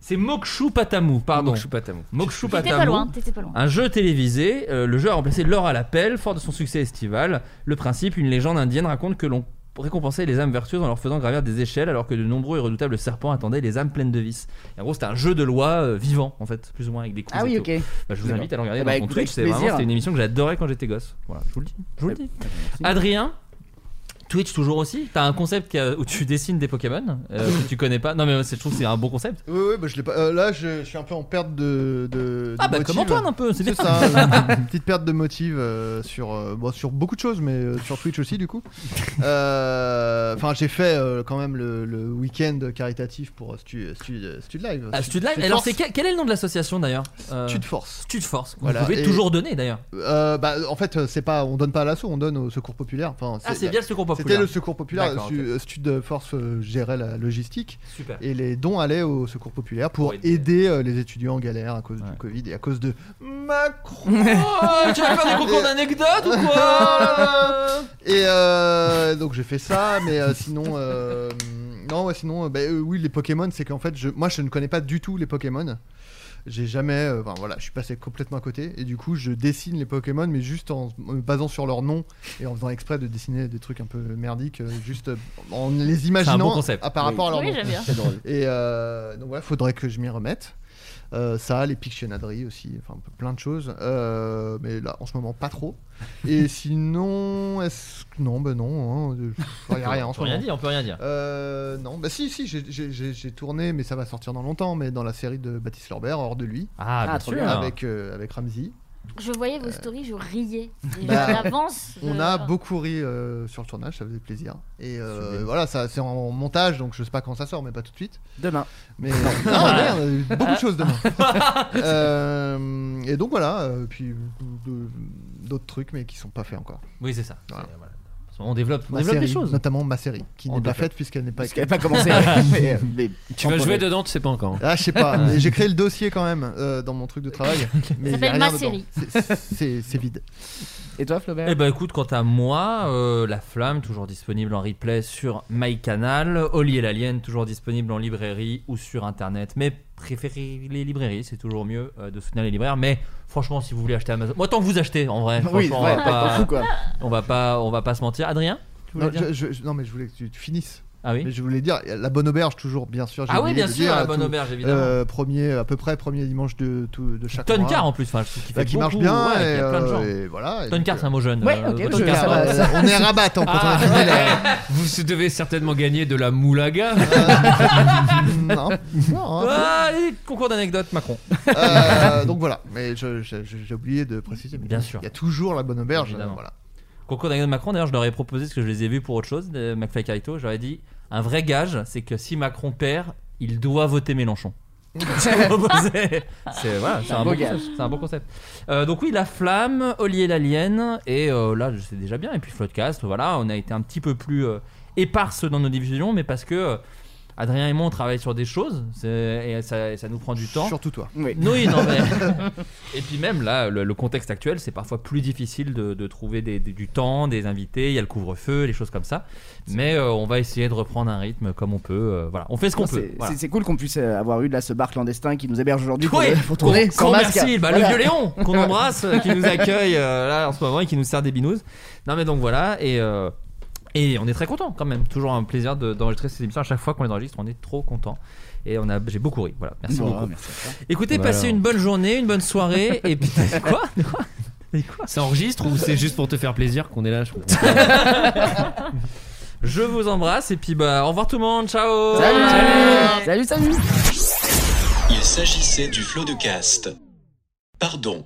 Speaker 5: C'est Mokshu Patamu, pardon.
Speaker 4: Mokshu Patamu.
Speaker 5: Mokshu
Speaker 7: T'étais
Speaker 5: Patamu.
Speaker 7: pas loin, t'étais pas loin.
Speaker 5: Un jeu télévisé, euh, le jeu a remplacé l'or à l'appel, fort de son succès estival. Le principe, une légende indienne raconte que l'on récompensait les âmes vertueuses en leur faisant gravir des échelles alors que de nombreux et redoutables serpents attendaient les âmes pleines de vices. Et en gros, c'était un jeu de loi euh, vivant, en fait, plus ou moins avec des coups.
Speaker 2: Ah oui, ok.
Speaker 5: je vous
Speaker 2: D'accord.
Speaker 5: invite à le
Speaker 2: Eh
Speaker 5: regarder
Speaker 2: bah,
Speaker 5: dans mon
Speaker 2: écoute,
Speaker 5: Twitch,
Speaker 2: avec
Speaker 5: c'est vraiment
Speaker 2: plaisir.
Speaker 5: c'était une émission que j'adorais quand j'étais gosse. Voilà, je vous le dis. Je vous le dis. Adrien Twitch toujours aussi T'as un concept qui a- où tu dessines des Pokémon euh, que tu connais pas Non mais c'est- je trouve que c'est un bon concept.
Speaker 6: Oui, oui, bah, je l'ai pas. euh, là, je, je suis un peu en perte de. de-
Speaker 5: Ah
Speaker 6: de
Speaker 5: bah,
Speaker 6: motive.
Speaker 5: comme Antoine, un peu, c'est bien.
Speaker 6: ça. euh, une petite perte de motive euh, sur, euh, bon, sur beaucoup de choses, mais euh, sur Twitch aussi, du coup. Euh, Enfin, j'ai fait euh, quand même le, le week-end caritatif pour euh, Stu, Stu, Stu Live.
Speaker 5: Ah, Stud Live.
Speaker 6: Stu
Speaker 5: Alors
Speaker 6: Force.
Speaker 5: c'est quel, quel est le nom de l'association d'ailleurs Euh,
Speaker 6: Stud Force.
Speaker 5: Stud Force.
Speaker 6: Voilà,
Speaker 5: Vous pouvez
Speaker 6: et-
Speaker 5: toujours donner d'ailleurs.
Speaker 6: Euh, bah, en fait, euh, c'est pas, on donne pas à l'assaut, on donne au secours populaire. Enfin,
Speaker 5: Ah, c'est bien le Secours populaire.
Speaker 6: C'était le secours populaire.
Speaker 5: D'accord,
Speaker 6: Su- euh, Stud Force euh, gérait la logistique.
Speaker 5: Super.
Speaker 6: Et les dons allaient au secours populaire pour,
Speaker 5: Pour aider.
Speaker 6: aider, euh, les étudiants en galère à cause du Covid et à cause de Macron.
Speaker 5: Oh, tu vas faire des concours d'anecdotes ou quoi Oh
Speaker 6: Et euh, donc j'ai fait ça, mais euh, sinon. euh, non, ouais, sinon, euh, bah, euh, oui, les Pokémon, c'est qu'en fait, je, moi je ne connais pas du tout les Pokémon. J'ai jamais. euh, Enfin voilà, je suis passé complètement à côté. Et du coup, je dessine les Pokémon, mais juste en me basant sur leur nom et en faisant exprès de dessiner des trucs un peu merdiques, euh, juste euh, en les imaginant
Speaker 5: bon concept.
Speaker 6: à- par
Speaker 5: Oui.
Speaker 6: rapport à leur
Speaker 7: Oui,
Speaker 6: nom.
Speaker 7: j'aime bien.
Speaker 2: C'est drôle.
Speaker 6: Et euh, donc voilà, faudrait que je m'y remette. Euh, ça, les Pictionary aussi, enfin un peu plein de choses. Euh, mais là, en ce moment, pas trop. Et sinon, est-ce que. Non, ben non, il n'y a rien en
Speaker 5: On
Speaker 6: ce
Speaker 5: peut rien
Speaker 6: moment.
Speaker 5: dire, on peut rien dire.
Speaker 6: Euh, non, bah si, si, j'ai- j'ai j'ai- j'ai tourné, mais ça va sortir dans longtemps, mais dans la série de Baptiste Lorbert, hors de lui.
Speaker 5: Ah, bien
Speaker 2: trop
Speaker 5: sûr.
Speaker 2: bien.
Speaker 6: Avec, euh, avec Ramsey.
Speaker 7: Je voyais vos stories, je riais. Et
Speaker 6: Bah,
Speaker 7: J'avance. je-
Speaker 6: On a beaucoup ri euh, sur le tournage, ça faisait plaisir. Et euh,
Speaker 2: Sublime.
Speaker 6: voilà, ça c'est en montage, donc je sais pas quand ça sort, mais pas tout de suite.
Speaker 2: Demain.
Speaker 6: Mais euh, non, merde, beaucoup de choses demain. Euh, et donc voilà, euh, puis de- d'autres trucs, mais qui sont pas faits encore.
Speaker 5: Oui, c'est ça. C'est-
Speaker 6: Voilà.
Speaker 5: voilà. On développe, on
Speaker 6: Ma
Speaker 5: développe des
Speaker 6: série,
Speaker 5: choses.
Speaker 6: notamment ma série, qui
Speaker 5: On
Speaker 6: n'est pas
Speaker 5: développe.
Speaker 6: faite puisqu'elle n'est pas
Speaker 2: Parce qu'elle
Speaker 6: écrite.
Speaker 2: n'a pas commencé. mais, euh, mais-
Speaker 4: Tu vas jouer dedans, tu sais pas encore. hein.
Speaker 6: Ah, je sais pas. mais J'ai créé le dossier quand même euh, dans mon truc de travail. Mais
Speaker 7: Ça
Speaker 6: il y a
Speaker 7: s'appelle
Speaker 6: rien
Speaker 7: Ma
Speaker 6: dedans.
Speaker 7: série.
Speaker 6: C'est- C'est c'est vide.
Speaker 2: Et toi, Flaubert
Speaker 5: Eh ben écoute, quant à moi, euh, La Flamme, toujours disponible en replay sur MyCanal. Oli et l'Alien, toujours disponible en librairie ou sur internet. Mais préférez les librairies, c'est toujours mieux euh, de soutenir les libraires. Mais franchement, si vous voulez acheter Amazon. Moi, tant que vous achetez, en vrai.
Speaker 2: Oui,
Speaker 5: franchement,
Speaker 2: ouais,
Speaker 5: on, va
Speaker 2: t'en
Speaker 5: pas,
Speaker 2: fous, quoi.
Speaker 5: on, va pas, on va pas se mentir. Adrien tu voulais
Speaker 6: Non,
Speaker 5: dire
Speaker 6: je- je- je- non, mais je voulais que tu, tu finisses.
Speaker 5: Ah oui
Speaker 6: Mais je voulais dire, la bonne auberge, toujours, bien sûr. j'ai
Speaker 5: Ah oui,
Speaker 6: oublié
Speaker 5: bien
Speaker 6: de
Speaker 5: sûr,
Speaker 6: dire,
Speaker 5: La
Speaker 6: tout-
Speaker 5: Bonne Auberge, évidemment.
Speaker 6: euh, premier, à peu près, premier dimanche de, tout- de chaque mois.
Speaker 5: Toncar Ah, en plus, enfin, je trouve qu'il fait
Speaker 6: Bah, qui marche
Speaker 5: beaucoup,
Speaker 6: bien,
Speaker 5: ouais,
Speaker 6: et,
Speaker 5: qu'il y a plein de
Speaker 6: euh,
Speaker 5: gens.
Speaker 6: et voilà, et
Speaker 5: Toncar,
Speaker 6: donc,
Speaker 5: c'est un mot jeune.
Speaker 2: Ouais,
Speaker 5: euh,
Speaker 2: ok,
Speaker 5: Toncar,
Speaker 2: je- ça va-
Speaker 5: euh,
Speaker 2: ça-
Speaker 6: On est rabat on quand on a fini là.
Speaker 4: Vous devez certainement gagner de la moulaga.
Speaker 6: Non. non, hein.
Speaker 5: Ah, allez, concours d'anecdotes, Macron.
Speaker 6: Euh, donc voilà, mais je- je- je- j'ai oublié de préciser. mais
Speaker 5: Bien sûr.
Speaker 6: Il y a toujours la bonne auberge.
Speaker 5: Évidemment.
Speaker 6: euh, voilà.
Speaker 5: Concours d'Emmanuel Macron, d'ailleurs, je leur ai proposé, parce que je les ai vus pour autre chose, de McFly et Carito, j'aurais dit un vrai gage, c'est que si Macron perd, il doit voter Mélenchon. C'est c'est- voilà, c'est
Speaker 2: Un
Speaker 5: un,
Speaker 2: beau
Speaker 5: bon
Speaker 2: gage.
Speaker 5: concept, c'est un bon concept. Euh, donc oui, la flamme, Ollier l'alien et euh, là je sais déjà bien. Et puis Floodcast, voilà, on a été un petit peu plus euh, éparses dans nos divisions, mais parce que euh, Adrien et moi on travaille sur des choses c'est- et ça, ça nous prend du temps.
Speaker 6: Surtout toi.
Speaker 5: Oui.
Speaker 6: Oui.
Speaker 5: non mais. et puis même là, le, le contexte actuel, c'est parfois plus difficile de, de trouver des- des- du temps, des invités. Il y a le couvre-feu, les choses comme ça. Mais euh, on va essayer de reprendre un rythme comme on peut. euh, voilà, on fait ce qu'on
Speaker 2: C'est-
Speaker 5: peut. voilà.
Speaker 2: C'est c'est cool qu'on puisse euh, avoir eu là ce bar clandestin qui nous héberge aujourd'hui pour,
Speaker 5: Ouais,
Speaker 2: pour tourner
Speaker 5: qu'on-
Speaker 2: sans
Speaker 5: qu'on
Speaker 2: euh, masque.
Speaker 5: remercie, bah, le
Speaker 2: Voilà.
Speaker 5: vieux Léon qu'on embrasse, euh, qui nous accueille euh, là en ce moment et qui nous sert des binous. Non mais donc voilà et euh, et on est très content quand même. Toujours un plaisir de- d'enregistrer ces émissions. À chaque fois qu'on les enregistre, on est trop content et on a j'ai beaucoup ri. Voilà, merci
Speaker 2: Bon,
Speaker 5: beaucoup.
Speaker 2: merci à toi.
Speaker 5: Écoutez,
Speaker 2: Voilà.
Speaker 5: passez une bonne journée, une bonne soirée et puis quoi
Speaker 13: Ça enregistre ou c'est juste pour te faire plaisir qu'on est là je comprends.
Speaker 5: Je vous embrasse et puis bah au revoir tout le monde. Ciao.
Speaker 2: Salut, salut
Speaker 14: Il s'agissait du flot de caste. Pardon.